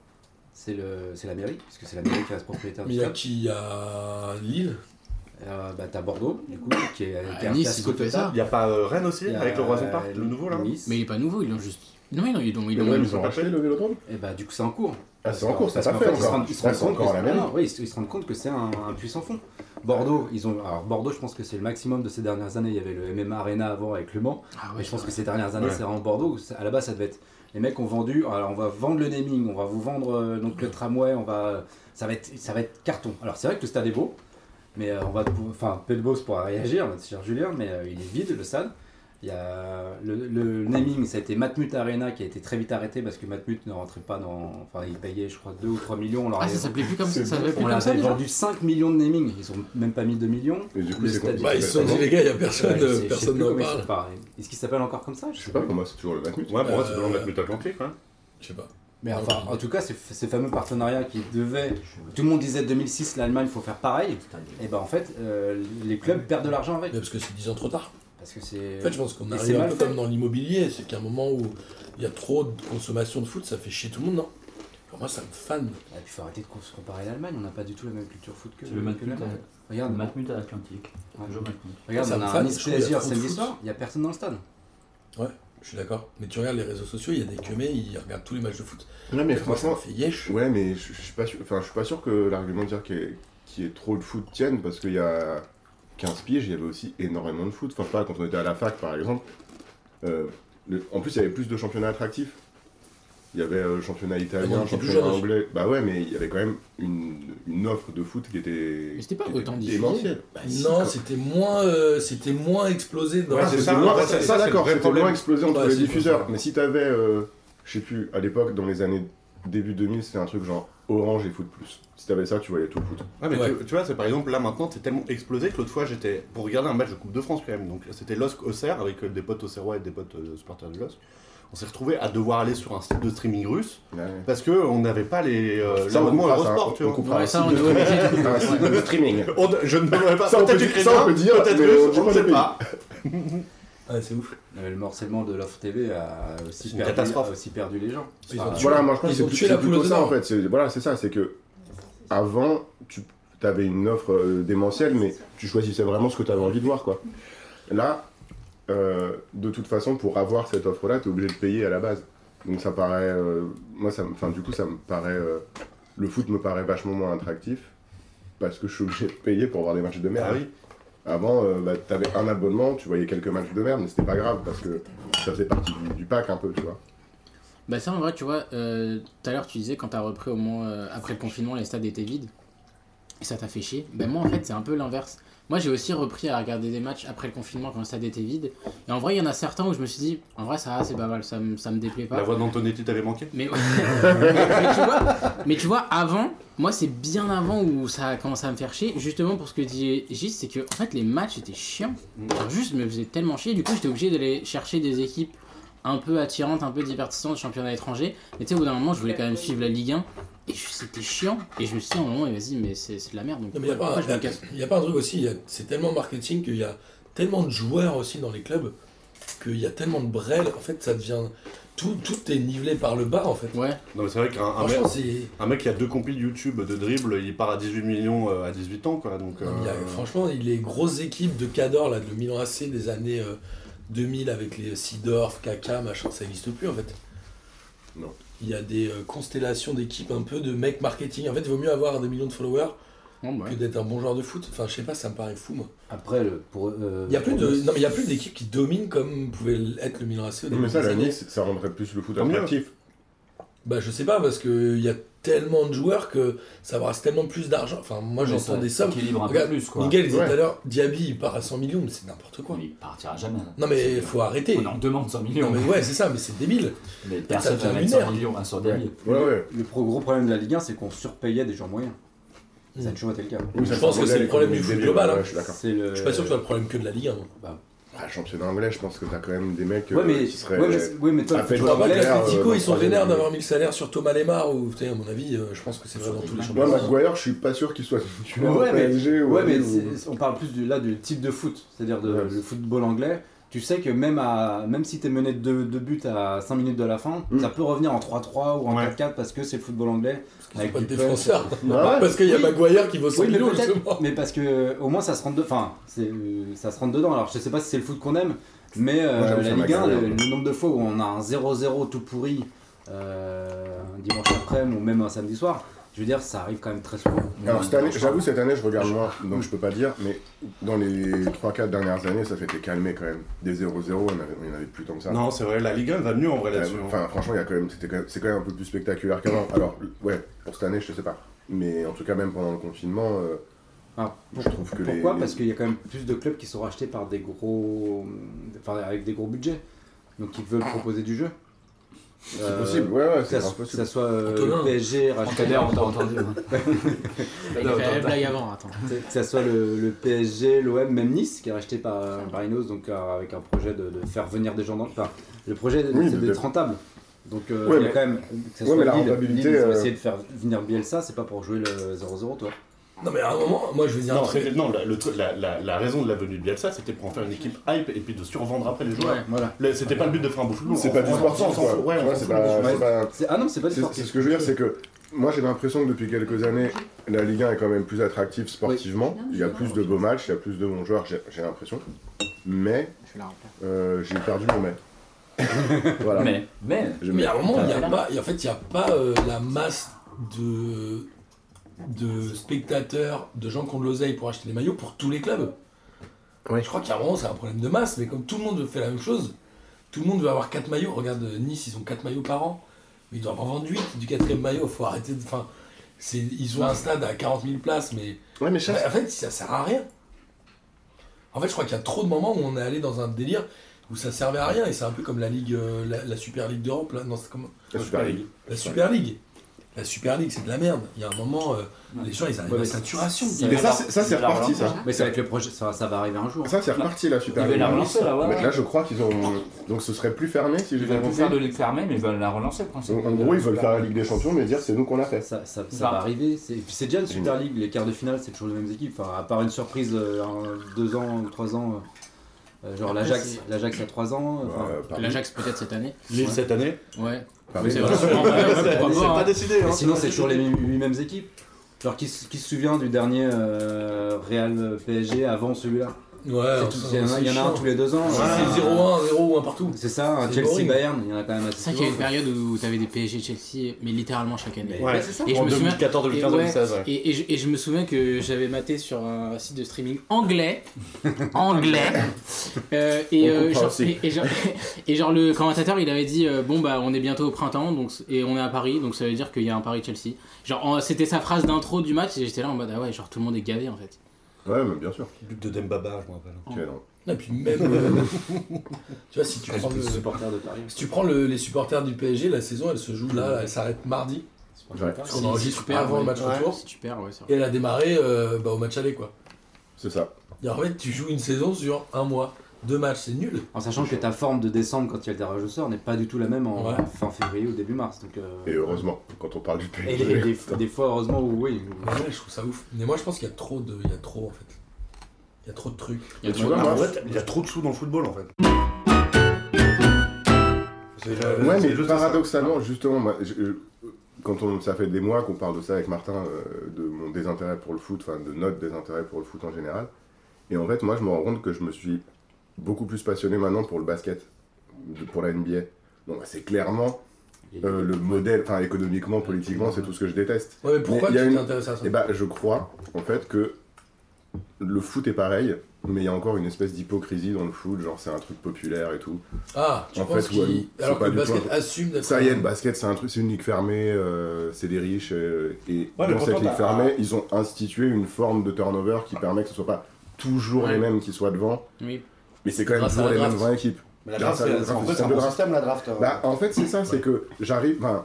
Speaker 6: c'est le, c'est la mairie, parce que c'est la mairie qui reste propriétaire.
Speaker 4: Mais
Speaker 6: du
Speaker 4: il y a
Speaker 6: stade.
Speaker 4: qui Il y a Lille
Speaker 6: Euh, bah, t'as Bordeaux, du coup, qui est, qui est un
Speaker 8: Ah, Nice, ils
Speaker 6: fiasco
Speaker 8: ont fait
Speaker 6: total.
Speaker 8: ça.
Speaker 10: Il y a pas euh, Rennes aussi,
Speaker 6: Il y a,
Speaker 10: avec le Roison
Speaker 6: euh,
Speaker 10: Park, le nouveau, là
Speaker 6: Nice.
Speaker 8: Mais il est pas nouveau, ils l'ont juste. Non, ils l'ont- ils l'ont. Ils
Speaker 7: Le
Speaker 8: l'ont-
Speaker 7: Wem,
Speaker 8: ils
Speaker 7: ils
Speaker 8: l'ont
Speaker 7: ont
Speaker 8: racheté.
Speaker 7: racheté le Vélodrome
Speaker 6: Et bah, du coup, c'est en cours.
Speaker 7: Ah, c'est
Speaker 6: Parce
Speaker 7: en cours,
Speaker 6: que-
Speaker 7: ça
Speaker 6: parce
Speaker 7: n'a
Speaker 6: qu'en
Speaker 7: pas
Speaker 6: fait,
Speaker 7: fait
Speaker 6: Ils se
Speaker 7: encore.
Speaker 6: rendent, ils se rendent
Speaker 7: Ah, c'est
Speaker 6: compte
Speaker 7: encore
Speaker 6: que-
Speaker 7: la même.
Speaker 6: non, non, oui, ils, se- ils se rendent compte que c'est un, un puissant fond. Bordeaux, ils ont. Alors, Bordeaux, je pense que c'est le maximum de ces dernières années. Il y avait le MMA Arena avant avec Le Mans.
Speaker 8: Ah ouais,
Speaker 6: Mais je pense
Speaker 8: c'est
Speaker 6: que
Speaker 8: vrai.
Speaker 6: ces dernières années,
Speaker 8: Ouais.
Speaker 6: c'est vraiment Bordeaux. où c'est- À la base, ça devait être. Les mecs ont vendu. Alors, on va vendre le naming, on va vous vendre euh, donc le tramway, on va. euh, Ça va être, ça va être carton. Alors, c'est vrai que le stade est beau. Mais euh, on va. Enfin, Pedbos pourra réagir, notre cher Julien, mais euh, il est vide le stade. Il y a le, le naming, ça a été Matmut Arena qui a été très vite arrêté parce que Matmut ne rentrait pas dans. Enfin, ils payaient, je crois, 2 ou 3 millions. on leur
Speaker 8: Ah,
Speaker 6: avait-
Speaker 8: ça s'appelait plus comme ça, ça s'appelait plus
Speaker 6: On
Speaker 8: comme
Speaker 6: leur
Speaker 8: ça,
Speaker 6: avait
Speaker 8: déjà
Speaker 6: vendu 5 millions de naming. Ils ont même pas mis 2 millions.
Speaker 7: Et du coup,
Speaker 6: Le
Speaker 7: c'est
Speaker 6: stade-
Speaker 7: con-
Speaker 4: Bah, ils se sont dit, les gars, il y a personne,
Speaker 6: Ouais, je sais- je sais
Speaker 4: personne
Speaker 6: plus
Speaker 4: n'en
Speaker 6: comment ils
Speaker 4: parle.
Speaker 6: sont parés. Est-ce qu'il s'appelle encore comme ça Je
Speaker 7: sais pas, pour moi, c'est toujours le Matmut.
Speaker 10: Ouais, pour moi, c'est
Speaker 4: Euh,
Speaker 10: toujours le Matmut Atlantique, hein.
Speaker 4: Je sais pas.
Speaker 6: Mais enfin, en tout cas, ces, ces fameux partenariats qui devaient. Tout le monde disait 2006, l'Allemagne, il faut faire pareil. Et ben en fait, euh, les clubs perdent de l'argent avec.
Speaker 4: parce que c'est 10 ans trop tard.
Speaker 6: Parce que c'est.
Speaker 4: En fait, je pense qu'on
Speaker 6: Et
Speaker 4: arrive
Speaker 6: c'est
Speaker 4: un
Speaker 6: mal
Speaker 4: peu
Speaker 6: fait.
Speaker 4: comme dans l'immobilier, c'est qu'à un moment où il y a trop de consommation de foot, ça fait chier tout le monde, non Pour moi, ça me fan.
Speaker 6: ah, Il faut arrêter de se comparer à l'Allemagne, on n'a pas du tout la même culture foot que
Speaker 11: C'est le
Speaker 6: que l'Allemagne.
Speaker 11: Matmut
Speaker 6: Regarde.
Speaker 11: à l'Atlantique. Toujours Matmut.
Speaker 6: Regarde,
Speaker 4: Ça
Speaker 6: on
Speaker 4: me
Speaker 6: a un
Speaker 4: fane,
Speaker 6: Nice
Speaker 4: je trouve qu'il y a
Speaker 6: PSG
Speaker 4: trop de
Speaker 6: samedi
Speaker 4: foot.
Speaker 6: soir, il n'y a personne dans le stade.
Speaker 4: Ouais, je suis d'accord. Mais tu regardes les réseaux sociaux, il y a des queumés, ils regardent tous les matchs de foot.
Speaker 7: Ouais, mais
Speaker 4: Moi, ça
Speaker 7: franchement,
Speaker 4: me fait yesh.
Speaker 7: ouais, mais je je suis pas sûr. Enfin, je suis pas sûr que l'argument de dire qu'il y, ait- qu'il y ait trop de foot tienne parce qu'il y a 15 piges, il y avait aussi énormément de foot. Enfin, je sais pas, quand on était à la fac, par exemple, euh, le- en plus, il y avait plus de championnats attractifs. Il y avait euh, le championnat
Speaker 8: Ah,
Speaker 4: Mais
Speaker 7: italien,
Speaker 4: on
Speaker 7: le
Speaker 4: était plus
Speaker 7: championnat
Speaker 8: hein.
Speaker 4: jeunes aussi.
Speaker 7: anglais. Bah ouais, mais il y avait quand même une, une offre de foot qui était.
Speaker 8: Mais c'était pas
Speaker 7: qui était
Speaker 8: autant diffusé.
Speaker 7: démentielle.
Speaker 4: Bah, non, c'était moins, euh, c'était moins explosé dans
Speaker 7: Ouais,
Speaker 4: la
Speaker 7: Ah, c'est
Speaker 4: société.
Speaker 7: ça,
Speaker 10: moi,
Speaker 7: ouais,
Speaker 10: c'est-
Speaker 7: ça,
Speaker 10: ça, c'est
Speaker 7: d'accord,
Speaker 10: le
Speaker 7: c'était
Speaker 10: problème.
Speaker 7: moins explosé entre
Speaker 10: Bah,
Speaker 4: Ouais,
Speaker 7: les
Speaker 4: c'est le
Speaker 7: diffuseurs.
Speaker 4: problème.
Speaker 7: Mais si t'avais, euh, je sais plus, à l'époque, dans les années début 2000, c'était un truc genre Orange et Foot Plus. Si t'avais ça, tu voyais tout le foot.
Speaker 10: Ouais, mais
Speaker 4: Ouais.
Speaker 10: Tu, tu vois, c'est par exemple là maintenant, c'est tellement explosé que l'autre fois j'étais pour regarder un match de Coupe de France quand même. Donc c'était LOSC Auxerre avec euh, des potes auxerrois et des potes euh, supporters du LOSC. On s'est retrouvé à devoir aller sur un site de streaming russe parce que on n'avait pas les euh,
Speaker 7: Ça, Euh, on
Speaker 10: l'abonnement
Speaker 7: coupera ça,
Speaker 10: Eurosport,
Speaker 7: on-
Speaker 10: tu
Speaker 7: on
Speaker 10: vois.
Speaker 7: coupera
Speaker 8: Ouais,
Speaker 7: ça.
Speaker 8: ça, on est obligé de couper.
Speaker 7: Ah, c'est le streaming.
Speaker 10: On- je ne me pas.
Speaker 7: Ça, on peut
Speaker 10: peut-être
Speaker 7: dire-
Speaker 10: ukrainien,
Speaker 7: ça, on peut dire,
Speaker 10: peut-être
Speaker 7: mais euh,
Speaker 10: russe,
Speaker 7: on-
Speaker 10: je
Speaker 7: on
Speaker 10: ne
Speaker 7: l'a
Speaker 10: sais
Speaker 7: payé.
Speaker 10: pas.
Speaker 4: Ouais, c'est ouf.
Speaker 6: Euh, Le morcellement de l'offre TV a aussi
Speaker 10: C'est une
Speaker 6: perdu,
Speaker 10: catastrophe.
Speaker 6: a aussi perdu les gens.
Speaker 4: Ils ont
Speaker 6: Enfin,
Speaker 4: tué-
Speaker 7: Voilà, moi je pense
Speaker 4: Ils
Speaker 7: que c'est
Speaker 4: ont
Speaker 7: plus-
Speaker 4: tué la
Speaker 7: c'est
Speaker 4: poule
Speaker 7: plutôt
Speaker 4: aux
Speaker 7: ça
Speaker 4: œufs
Speaker 7: en fait. C'est- Voilà, c'est ça, c'est que avant, tu avais une offre euh, démentielle, mais tu choisissais vraiment ce que tu avais envie de voir quoi. Là, euh, de toute façon, pour avoir cette offre là, tu es obligé de payer à la base. Donc ça paraît. euh, moi, ça me- enfin, du coup, ça me paraît. euh, le foot me paraît vachement moins attractif parce que je suis obligé de payer pour voir des matchs de merde.
Speaker 10: Ah oui.
Speaker 7: Avant, euh, bah, t'avais un abonnement, tu voyais quelques matchs de merde, mais c'était pas grave parce que ça faisait partie du, du pack un peu, tu vois.
Speaker 8: Bah ça en vrai tu vois, euh, tout à l'heure tu disais quand t'as repris au moins euh, après le confinement les stades étaient vides et ça t'a fait chier. Ben moi en fait c'est un peu l'inverse. Moi j'ai aussi repris à regarder des matchs après le confinement quand le stade était vide. Et en vrai il y en a certains où je me suis dit en vrai ça va, c'est pas mal, ça me, ça me déplaît
Speaker 7: Ah.
Speaker 8: pas.
Speaker 10: La voix d'Antonetti t'avait manqué.
Speaker 8: Mais, mais tu vois, mais tu vois, avant, moi c'est bien avant où ça a commencé à me faire chier, justement pour ce que dit Gis, c'est que en fait les matchs étaient chiants. Genre, juste me faisait tellement chier, du coup j'étais obligé d'aller chercher des équipes un peu attirantes, un peu divertissantes, championnat étranger. Mais tu sais, au bout d'un moment, je voulais quand même suivre la Ligue 1. Et je- c'était chiant. Et je me suis dit à un moment, mais vas-y, mais c'est c'est de la merde. Donc
Speaker 4: Non, mais y a pas
Speaker 8: pourquoi
Speaker 4: un-
Speaker 8: je me casse
Speaker 4: y a pas un truc aussi, y a- c'est tellement marketing qu'il y a tellement de joueurs aussi dans les clubs, qu'il y a tellement de brel, en fait ça devient. Tout, tout est nivelé par le bas en fait.
Speaker 8: Ouais,
Speaker 10: Non Ah, mais c'est vrai qu'un un mec,
Speaker 4: Franchement, c'est.
Speaker 10: un mec qui a deux compil YouTube de dribble, il part à 18 millions euh, à 18 ans quoi. Donc
Speaker 4: Non, mais il y a-
Speaker 10: euh,
Speaker 4: franchement, les grosses équipes de Cador, là, de Milan AC des années euh, 2000 avec les Sidorf, Kaka, machin, ça n'existe plus en fait.
Speaker 7: Non.
Speaker 4: Il y a des euh, constellations d'équipes un peu de mecs marketing. En fait, il vaut mieux avoir des millions de followers
Speaker 8: bon, bah.
Speaker 4: que d'être un bon joueur de foot. Enfin, je sais pas, ça me paraît fou moi.
Speaker 6: Après, le, pour. euh,
Speaker 4: Il y a plus
Speaker 6: pour
Speaker 4: de,
Speaker 6: nous-
Speaker 4: non mais il y a plus d'équipes qui dominent comme pouvait être le Milan AC au
Speaker 7: Non,
Speaker 4: début
Speaker 7: mais ça,
Speaker 4: des
Speaker 7: la
Speaker 4: années.
Speaker 7: Nice, ça rendrait plus le foot
Speaker 10: Tant mieux.
Speaker 7: attractif.
Speaker 4: Bah je sais pas parce que il y a tellement de joueurs que ça brasse tellement plus d'argent. Enfin, moi Ah, j'entends des sommes.
Speaker 11: Équilibre un peu
Speaker 4: Regarde,
Speaker 11: plus quoi.
Speaker 4: Miguel disait
Speaker 7: Ouais.
Speaker 4: tout à l'heure, Diaby il part à 100 millions, mais c'est n'importe quoi.
Speaker 11: Mais il partira jamais. hein.
Speaker 4: Non mais faut arrêter.
Speaker 11: On en demande 100
Speaker 4: Non
Speaker 11: millions.
Speaker 4: mais ouais, c'est ça, mais c'est débile.
Speaker 11: Mais personne
Speaker 4: devient
Speaker 11: va mettre
Speaker 4: lunaire.
Speaker 11: 100 millions à
Speaker 4: hein.
Speaker 11: sur Diaby.
Speaker 7: Ouais, ouais.
Speaker 6: Le pro- gros problème de la Ligue 1, c'est qu'on surpayait des gens moyens.
Speaker 4: Mm.
Speaker 6: Ça a toujours été le cas.
Speaker 7: Oui, ça,
Speaker 4: Je pense que c'est le problème du
Speaker 7: l'économie
Speaker 4: foot
Speaker 7: débile,
Speaker 4: global,
Speaker 7: ouais,
Speaker 4: hein.
Speaker 7: ouais, je suis d'accord.
Speaker 6: C'est le...
Speaker 4: Je suis pas sûr que ce soit le problème que de la Ligue 1.
Speaker 7: Ah, championnat anglais, je pense que t'as quand même des mecs euh,
Speaker 6: Ouais, mais,
Speaker 7: qui seraient.
Speaker 6: ouais, mais, ouais, mais toi,
Speaker 7: à
Speaker 6: le
Speaker 7: peine
Speaker 4: Je
Speaker 6: football
Speaker 4: crois pas que
Speaker 7: Clair,
Speaker 4: les Atlético,
Speaker 7: euh,
Speaker 4: ils sont
Speaker 7: troisième
Speaker 4: vénères
Speaker 7: ligne.
Speaker 4: d'avoir mis le salaire sur Thomas Lemar ou, putain, à mon avis, euh, je pense que c'est vrai dans tous les
Speaker 7: Ouais,
Speaker 4: championnats.
Speaker 7: Maguire, je suis pas sûr qu'il soit tu vois,
Speaker 6: Ouais,
Speaker 7: au
Speaker 6: mais-
Speaker 7: PSG ou.
Speaker 6: Ouais, mais
Speaker 7: ou-
Speaker 6: c'est- on parle plus du, là du type de foot, c'est-à-dire de
Speaker 7: Ouais.
Speaker 6: le football anglais. Tu sais que même, à, même si tu es mené de deux deux buts à 5 minutes de la fin,
Speaker 7: Mm.
Speaker 6: ça peut revenir en 3-3 ou en
Speaker 10: Ouais.
Speaker 6: 4-4 parce que c'est le football anglais.
Speaker 4: Ils ont
Speaker 6: avec
Speaker 4: pas de
Speaker 6: du
Speaker 4: défenseur.
Speaker 7: Ah ouais.
Speaker 4: Parce qu'il y a
Speaker 6: Oui.
Speaker 4: Maguire qui vaut 100
Speaker 6: Oui, mais
Speaker 4: millions,
Speaker 6: peut-être,
Speaker 4: justement.
Speaker 6: mais parce que euh, au moins ça se rentre, de- enfin, c'est, euh, ça se rentre dedans. Alors je sais pas si c'est le foot qu'on aime, mais euh,
Speaker 7: Moi, j'aime
Speaker 6: la
Speaker 7: ça,
Speaker 6: Ligue 1,
Speaker 7: Maguire.
Speaker 6: le, le nombre de fois où on a un 0-0 tout pourri euh, un dimanche après-midi ou même un samedi soir, je veux dire, ça arrive quand même très souvent.
Speaker 7: Alors cette année, j'avoue, cette année, je regarde moins, donc je peux pas dire, mais dans les 3-4 dernières années, ça s'était calmé quand même. Des 0-0, on avait- on en avait plus tant que ça.
Speaker 10: Non c'est vrai, la Ligue 1 va mieux en vrai
Speaker 7: Euh,
Speaker 10: là-dessus. hein.
Speaker 7: Enfin, franchement, il y a quand même, c'était quand même- c'est quand même un peu plus spectaculaire qu'avant. Alors, ouais, pour cette année, je sais pas. Mais en tout cas, même pendant le confinement, euh,
Speaker 6: Alors,
Speaker 7: je trouve que les-
Speaker 6: Pourquoi
Speaker 7: les.
Speaker 6: Parce qu'il y a quand même plus de clubs qui sont rachetés par des gros. Enfin, avec des gros budgets. Donc ils veulent proposer du jeu.
Speaker 7: C'est possible, ouais, ouais, c'est
Speaker 6: Que Euh,
Speaker 7: grave
Speaker 6: ça, que
Speaker 7: possible.
Speaker 6: ça soit euh,
Speaker 4: Antonin.
Speaker 6: le PSG racheté.
Speaker 11: Entraîneur, on t'a entendu. hein.
Speaker 4: Bah,
Speaker 8: Il
Speaker 11: Non,
Speaker 8: fait la
Speaker 11: attends,
Speaker 8: blague avant, attends.
Speaker 6: Que ça soit le, le PSG, l'OM, même Nice, qui est racheté par, euh, par Ineos, donc euh, avec un projet de, de faire venir des gens dans. Enfin, le projet,
Speaker 7: Oui,
Speaker 6: c'est
Speaker 7: mais
Speaker 6: d'être rentable. Donc, euh,
Speaker 7: Ouais,
Speaker 6: il y a
Speaker 7: mais-
Speaker 6: quand même. que ça
Speaker 7: ouais,
Speaker 6: soit
Speaker 7: mais la
Speaker 6: Lille,
Speaker 7: rentabilité,
Speaker 6: Lille, ils ont
Speaker 7: euh,
Speaker 6: essayé de faire venir Bielsa, c'est pas pour jouer le 0-0, toi.
Speaker 4: Non, mais à un moment, moi je veux dire un
Speaker 10: Non,
Speaker 4: truc.
Speaker 10: c'est- non, la, le truc- la- la- la raison de la venue de Bielsa, c'était pour en faire une équipe hype et puis de survendre après les joueurs.
Speaker 6: Ouais, voilà.
Speaker 10: Le- C'était pas le but de faire un beau football.
Speaker 7: C'est
Speaker 10: On-
Speaker 7: pas du
Speaker 10: on- on
Speaker 7: sportif,
Speaker 10: s'en
Speaker 7: quoi.
Speaker 10: fout. Ouais,
Speaker 7: Tu
Speaker 10: on
Speaker 7: vois,
Speaker 10: s'en
Speaker 7: c'est
Speaker 10: fout.
Speaker 7: pas-
Speaker 10: Ouais.
Speaker 7: c'est pas-
Speaker 6: C'est- Ah non, mais c'est pas du
Speaker 7: c'est-
Speaker 6: sportif.
Speaker 7: c'est ce que je veux dire, c'est que moi j'ai l'impression que depuis quelques années, la Ligue 1 est quand même plus attractive sportivement. Il y a plus de beaux matchs, il y a plus de bons joueurs, j'ai j'ai l'impression. Mais
Speaker 8: Je vais la remplir.
Speaker 7: euh, j'ai perdu mon mais. voilà.
Speaker 11: Mais, mais,
Speaker 7: Je
Speaker 4: Mais
Speaker 7: mets.
Speaker 4: à un moment, il n'y a
Speaker 8: Voilà.
Speaker 4: pas, il y a- en fait, il n'y a pas euh, la masse de, de spectateurs, de gens qui ont de l'oseille pour acheter des maillots pour tous les clubs.
Speaker 8: Ouais.
Speaker 4: Je crois qu'à un moment, c'est un problème de masse, mais comme tout le monde fait la même chose, tout le monde veut avoir 4 maillots. Regarde euh, Nice, ils ont 4 maillots par an, mais ils doivent en vendre 8 du quatrième maillot. faut arrêter de. Enfin, c'est- ils ont un stade à 40 000 places, mais
Speaker 7: Ouais, mais ça,
Speaker 4: en fait, ça sert à rien. En fait, je crois qu'il y a trop de moments où on est allé dans un délire où ça servait à rien et c'est un peu comme la ligue, euh, la, la Super Ligue d'Europe là. Non, c'est comme
Speaker 7: c'est la Super League.
Speaker 4: la Super League. La Super League, c'est de la merde. Il y a un moment, euh, les gens, ils arrivent
Speaker 6: Ouais,
Speaker 4: à
Speaker 6: mais
Speaker 4: saturation.
Speaker 11: c'est-
Speaker 7: Mais ça, c'est- ça,
Speaker 11: Il
Speaker 7: c'est
Speaker 11: va la
Speaker 7: reparti, ça.
Speaker 6: Mais ça va être le projet, ça, ça va arriver un jour.
Speaker 7: Ça, c'est reparti, la Super
Speaker 11: Ils veulent
Speaker 7: League.
Speaker 11: la relancer là,
Speaker 7: Mais
Speaker 11: ouais.
Speaker 7: là, je crois qu'ils ont. Donc, ce serait plus fermé si j'ai
Speaker 11: Ils
Speaker 7: bien
Speaker 11: veulent tout
Speaker 7: compris.
Speaker 11: faire de les fermer, mais ils veulent la relancer, le principe.
Speaker 7: Donc, en gros, ils veulent faire la Ligue des Champions, mais dire c'est nous qu'on l'a fait.
Speaker 6: Ça, ça- ça
Speaker 11: Ça.
Speaker 4: Bah.
Speaker 6: va arriver. C'est puis c'est déjà une Super League. Les quarts de finale, c'est toujours les mêmes équipes. Enfin, à part une surprise, euh, en deux ans ou trois ans. euh, euh, genre
Speaker 8: Après,
Speaker 6: l'Ajax,
Speaker 8: c'est-
Speaker 6: l'Ajax il y a trois ans. enfin,
Speaker 7: Euh, par-
Speaker 8: L'Ajax peut-être cette année.
Speaker 10: Lille cette année,
Speaker 8: Ouais.
Speaker 7: par-
Speaker 8: Mais c'est vrai.
Speaker 10: c'est
Speaker 8: Pourquoi pas,
Speaker 10: pas
Speaker 8: hein.
Speaker 10: décidé.
Speaker 6: Mais
Speaker 10: hein.
Speaker 6: sinon, c'est toujours les, mêmes- les mêmes équipes. Genre, qui, se- qui se souvient du dernier euh, Real PSG avant celui-là
Speaker 4: Ouais,
Speaker 6: C'est tout- Il y, en a- il y en a un tous les deux ans.
Speaker 4: C'est
Speaker 6: Voilà.
Speaker 4: 0-1, 0-1 partout.
Speaker 6: C'est ça, un
Speaker 4: C'est
Speaker 6: Chelsea
Speaker 4: boring.
Speaker 6: Bayern, il y en a quand même
Speaker 8: C'est
Speaker 6: assez.
Speaker 8: ça qu'il y
Speaker 6: souvent.
Speaker 8: a une période où t'avais des PSG Chelsea, mais littéralement chaque année.
Speaker 6: Mais-
Speaker 10: Ouais,
Speaker 6: Ouais, c'est ça.
Speaker 8: Et je
Speaker 10: en
Speaker 8: me souviens-
Speaker 10: 2014, 2015,
Speaker 8: et ouais,
Speaker 10: 2016. ouais.
Speaker 8: Et, et je, et je me souviens que j'avais maté sur un site de streaming anglais. anglais. Euh, et,
Speaker 10: On
Speaker 8: euh,
Speaker 10: comprend
Speaker 8: genre,
Speaker 10: aussi.
Speaker 8: et- et genre- et genre, le commentateur il avait dit euh, Bon bah on est bientôt au printemps donc, et on est à Paris donc ça veut dire qu'il y a un Paris-Chelsea. Genre en- c'était sa phrase d'intro du match et j'étais là en mode Ah ouais, genre tout le monde est gavé en fait.
Speaker 7: Ouais, mais bien sûr.
Speaker 10: But de Dembaba, je me rappelle.
Speaker 7: Tu vois, non.
Speaker 4: Et puis même. euh, tu vois, si tu prends, le-
Speaker 6: supporter de Paris.
Speaker 4: si tu prends le- les supporters du PSG, la saison, elle se joue là, elle s'arrête mardi.
Speaker 7: Ouais,
Speaker 4: Parce qu'on enregistre
Speaker 8: super,
Speaker 4: avant le match
Speaker 10: ouais.
Speaker 4: retour.
Speaker 8: Si tu perds, ouais, c'est vrai.
Speaker 4: Et elle a démarré euh, bah, au match aller quoi.
Speaker 7: c'est ça.
Speaker 4: Et en fait, tu joues une saison sur un mois. Deux matchs, c'est nul.
Speaker 6: En sachant que ta forme de décembre quand il y a le tirage au sort n'est pas du tout la même en
Speaker 4: Ouais.
Speaker 6: fin février ou début mars. Donc, euh,
Speaker 7: Et heureusement, quand on parle du
Speaker 6: et des,
Speaker 7: PSG.
Speaker 6: des- des fois, heureusement, où, oui. où-
Speaker 4: Ouais, je trouve ça ouf. Mais moi, je pense qu'il y a trop de. Il y a trop en fait. Il y a trop de trucs.
Speaker 8: Il y a
Speaker 7: tu
Speaker 8: trop-
Speaker 7: vois, moi,
Speaker 10: En fait, il y a trop de sous dans le football en fait. C'est- euh,
Speaker 7: Ouais,
Speaker 10: c'est
Speaker 7: mais
Speaker 10: juste
Speaker 7: paradoxalement, justement, moi, je- je- quand on, ça fait des mois qu'on parle de ça avec Martin, euh, de mon désintérêt pour le foot, enfin de notre désintérêt pour le foot en général. Et en fait, moi, je me rends compte que je me suis beaucoup plus passionné maintenant pour le basket, de- pour la NBA. Bon, bah, c'est clairement euh, le modèle, enfin économiquement, politiquement, c'est tout ce que je déteste.
Speaker 4: Ouais, mais pourquoi
Speaker 7: Mais il y a
Speaker 4: tu
Speaker 7: une-
Speaker 4: t'intéresses à ça
Speaker 7: Et bah, je crois, en fait, que le foot est pareil, mais il y a encore une espèce d'hypocrisie dans le foot, genre c'est un truc populaire et tout.
Speaker 4: Ah, tu
Speaker 7: En
Speaker 4: penses
Speaker 7: fait, ouais,
Speaker 4: qu'il-
Speaker 7: c'est
Speaker 4: Alors que
Speaker 7: pas
Speaker 4: le
Speaker 7: du tout
Speaker 4: basket
Speaker 7: un-
Speaker 4: assume d'être.
Speaker 7: Ça y est, bah. le basket, c'est un truc, c'est une ligue fermée, euh, c'est des riches. euh, et
Speaker 10: Ouais, mais
Speaker 7: dans
Speaker 10: pourtant,
Speaker 7: cette ligue
Speaker 10: t'as-
Speaker 7: fermée, ils ont institué une forme de turnover qui permet que ce soit pas toujours
Speaker 8: Ouais.
Speaker 7: les mêmes qui soient devant,
Speaker 8: Oui.
Speaker 7: mais c'est quand même
Speaker 4: Grâce à
Speaker 7: toujours
Speaker 4: la
Speaker 7: les mêmes
Speaker 4: draft.
Speaker 7: 20 équipes.
Speaker 10: Mais la
Speaker 7: Grâce
Speaker 10: draft,
Speaker 7: à la
Speaker 10: c'est-
Speaker 7: draft,
Speaker 10: en
Speaker 7: c'est
Speaker 10: fait, c'est un
Speaker 7: le
Speaker 10: bon
Speaker 7: draft.
Speaker 10: système la draft. euh.
Speaker 7: Bah, en fait, c'est ça, c'est que j'arrive. Enfin,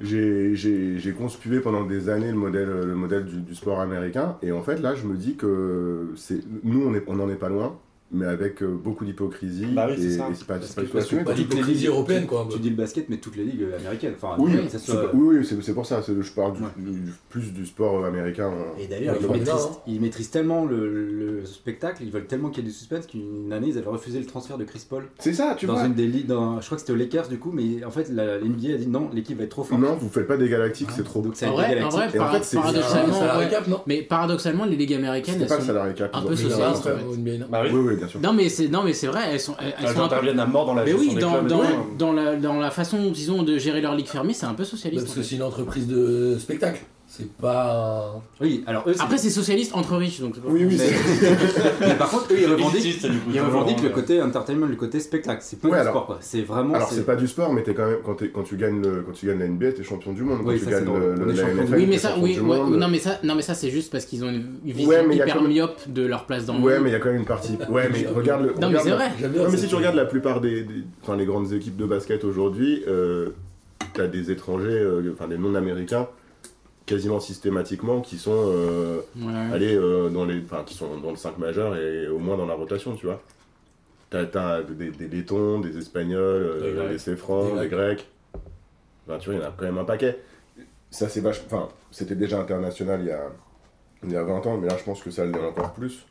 Speaker 7: j'ai- j'ai j'ai conspué pendant des années le modèle, euh, le modèle du, du sport américain, et en fait, là, je me dis que c'est nous, on est- on n'en est pas loin, mais avec euh, beaucoup d'hypocrisie,
Speaker 10: Bah oui,
Speaker 7: et
Speaker 10: c'est ça.
Speaker 7: et c'est pas, c'est pas du tout
Speaker 6: parce que
Speaker 7: assumé.
Speaker 4: Bah,
Speaker 6: toutes les
Speaker 4: l'hypocrisie
Speaker 6: ligues-
Speaker 4: européenne,
Speaker 6: tu-
Speaker 4: quoi,
Speaker 6: Tu
Speaker 4: bah.
Speaker 6: dis le basket, mais toutes les ligues américaines. Enfin,
Speaker 7: Oui,
Speaker 6: Ah, que ça
Speaker 7: c'est
Speaker 6: soit-
Speaker 7: pas- oui, oui, c'est c'est pour ça, c'est- je parle du-
Speaker 6: Ouais.
Speaker 7: du- du- plus du sport euh, américain. hein.
Speaker 6: Et d'ailleurs,
Speaker 4: Ouais,
Speaker 6: ils,
Speaker 4: faut bien,
Speaker 6: maîtrisent,
Speaker 4: hein.
Speaker 6: ils maîtrisent tellement le, le spectacle, ils veulent tellement qu'il y ait du suspense qu'une année, ils avaient refusé le transfert de Chris Paul
Speaker 7: C'est ça, tu
Speaker 6: dans
Speaker 7: vois.
Speaker 6: une des ligues. dans- Je crois que c'était aux Lakers du coup, mais en fait, la, la NBA a dit non, l'équipe va être trop forte.
Speaker 7: Non, vous faites pas des galactiques, c'est trop.
Speaker 6: Donc ça a
Speaker 8: En
Speaker 6: été
Speaker 8: vrai, en
Speaker 6: galactique.
Speaker 8: vrai
Speaker 7: Et en
Speaker 8: par-
Speaker 7: fait, c'est-
Speaker 8: paradoxalement,
Speaker 4: ça
Speaker 8: ouais.
Speaker 4: cap, non
Speaker 8: mais paradoxalement, les ligues américaines,
Speaker 7: C'était
Speaker 8: elles
Speaker 7: pas le
Speaker 8: sont-
Speaker 7: salarié cap.
Speaker 8: un
Speaker 7: ils ont
Speaker 8: peu
Speaker 7: mis
Speaker 8: socialiste,
Speaker 7: la-
Speaker 8: en fait.
Speaker 4: au NBA, non
Speaker 10: Bah
Speaker 7: Oui,
Speaker 10: oui.
Speaker 7: oui, bien sûr.
Speaker 8: Non mais c'est non mais c'est vrai, elles sont elles,
Speaker 7: Ah,
Speaker 8: elles
Speaker 10: Elles
Speaker 8: sont un peu-
Speaker 10: interviennent à mort dans la
Speaker 8: Mais
Speaker 10: gestion
Speaker 8: oui,
Speaker 10: des
Speaker 8: dans,
Speaker 10: clubs et
Speaker 8: dans,
Speaker 10: tout.
Speaker 8: dans la, dans la façon qu'ils ont de gérer leur ligue fermée, c'est un peu
Speaker 4: Bah,
Speaker 8: socialiste.
Speaker 4: Parce
Speaker 8: en
Speaker 4: que
Speaker 8: fait.
Speaker 4: c'est une entreprise de spectacle. C'est pas.
Speaker 6: Oui, alors eux, c'est-
Speaker 8: Après, c'est socialiste entre riches, donc. c'est pas-
Speaker 7: Oui, oui,
Speaker 6: mais...
Speaker 7: c'est-
Speaker 6: mais par contre, eux, ils revendiquent,
Speaker 10: Ils
Speaker 6: ils revendiquent
Speaker 8: euh,
Speaker 6: le côté entertainment, le côté spectacle. C'est pas
Speaker 7: Ouais,
Speaker 6: du
Speaker 7: alors-
Speaker 6: sport, quoi. C'est vraiment.
Speaker 7: Alors, c'est pas du sport, mais t'es quand même, quand, t'es- quand tu gagnes le, quand tu gagnes la NBA, t'es champion du monde. Quand
Speaker 6: Oui,
Speaker 7: tu
Speaker 6: ça,
Speaker 7: gagnes
Speaker 6: c'est drôle.
Speaker 7: le, le-
Speaker 6: On est
Speaker 7: la
Speaker 6: champion du-
Speaker 7: NFL,
Speaker 8: Oui, mais
Speaker 7: t'es
Speaker 8: ça,
Speaker 7: champion
Speaker 8: oui,
Speaker 7: du
Speaker 8: ouais,
Speaker 7: monde.
Speaker 8: non, mais ça, non, mais ça, c'est juste parce qu'ils ont une vision
Speaker 7: Ouais, mais il y a
Speaker 8: hyper
Speaker 7: quand même-
Speaker 8: myope de leur place dans le
Speaker 7: Ouais,
Speaker 8: monde.
Speaker 7: mais il y a quand même une partie. Ouais, mais regarde le.
Speaker 8: Non, mais
Speaker 7: regarde
Speaker 8: c'est
Speaker 7: la-
Speaker 8: vrai.
Speaker 4: J'aime bien
Speaker 7: Non, mais
Speaker 4: ça.
Speaker 7: si tu regardes la plupart des, des- enfin, les grandes équipes de basket aujourd'hui, euh, t'as des étrangers, euh, enfin des non-américains, quasiment systématiquement, qui sont, euh,
Speaker 8: Ouais.
Speaker 7: allez, euh, dans les, enfin, qui sont dans le 5 majeur et au moins dans la rotation, tu vois. T'as, t'as des, des Lettons, des Espagnols, euh,
Speaker 4: Des Grecs.
Speaker 7: des Séfrans,
Speaker 4: Des
Speaker 7: des Grecs. Enfin, Ben, tu vois, il y en a quand même un paquet. Ça, c'est vachement. Enfin, c'était déjà international il y, a... il y a 20 ans, mais là, je pense que ça l'est encore plus.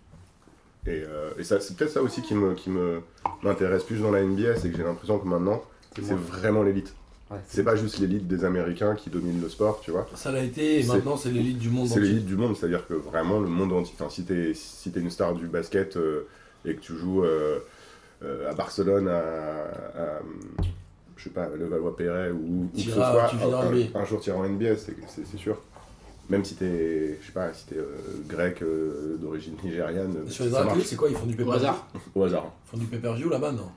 Speaker 7: Et, euh, et ça, c'est peut-être ça aussi qui me qui me- m'intéresse plus dans la NBA, c'est que j'ai l'impression que maintenant, c'est vraiment l'élite. c'est pas juste l'élite des Américains qui domine le sport, tu vois.
Speaker 4: Ça l'a été, et maintenant, c'est l'élite du monde
Speaker 7: C'est
Speaker 4: entier.
Speaker 7: l'élite du monde, c'est-à-dire que vraiment le monde entier. Enfin, si t'es si t'es une star du basket euh, et que tu joues euh, euh, à Barcelone, à, à, je sais pas, Levallois-Perret ou, ou que ce
Speaker 4: T'iras-
Speaker 7: soit,
Speaker 4: tu viendras
Speaker 7: un,
Speaker 4: NBA.
Speaker 7: un jour tu iras en NBA, c'est c'est- c'est sûr. Même si t'es, je sais pas, si t'es euh, grec euh, d'origine nigériane. euh,
Speaker 4: Sur les
Speaker 7: ça
Speaker 4: athlètes,
Speaker 7: marche.
Speaker 4: c'est quoi Ils font du pay-per-view
Speaker 7: Au hasard.
Speaker 4: Ils font du pay-per-view là-bas, non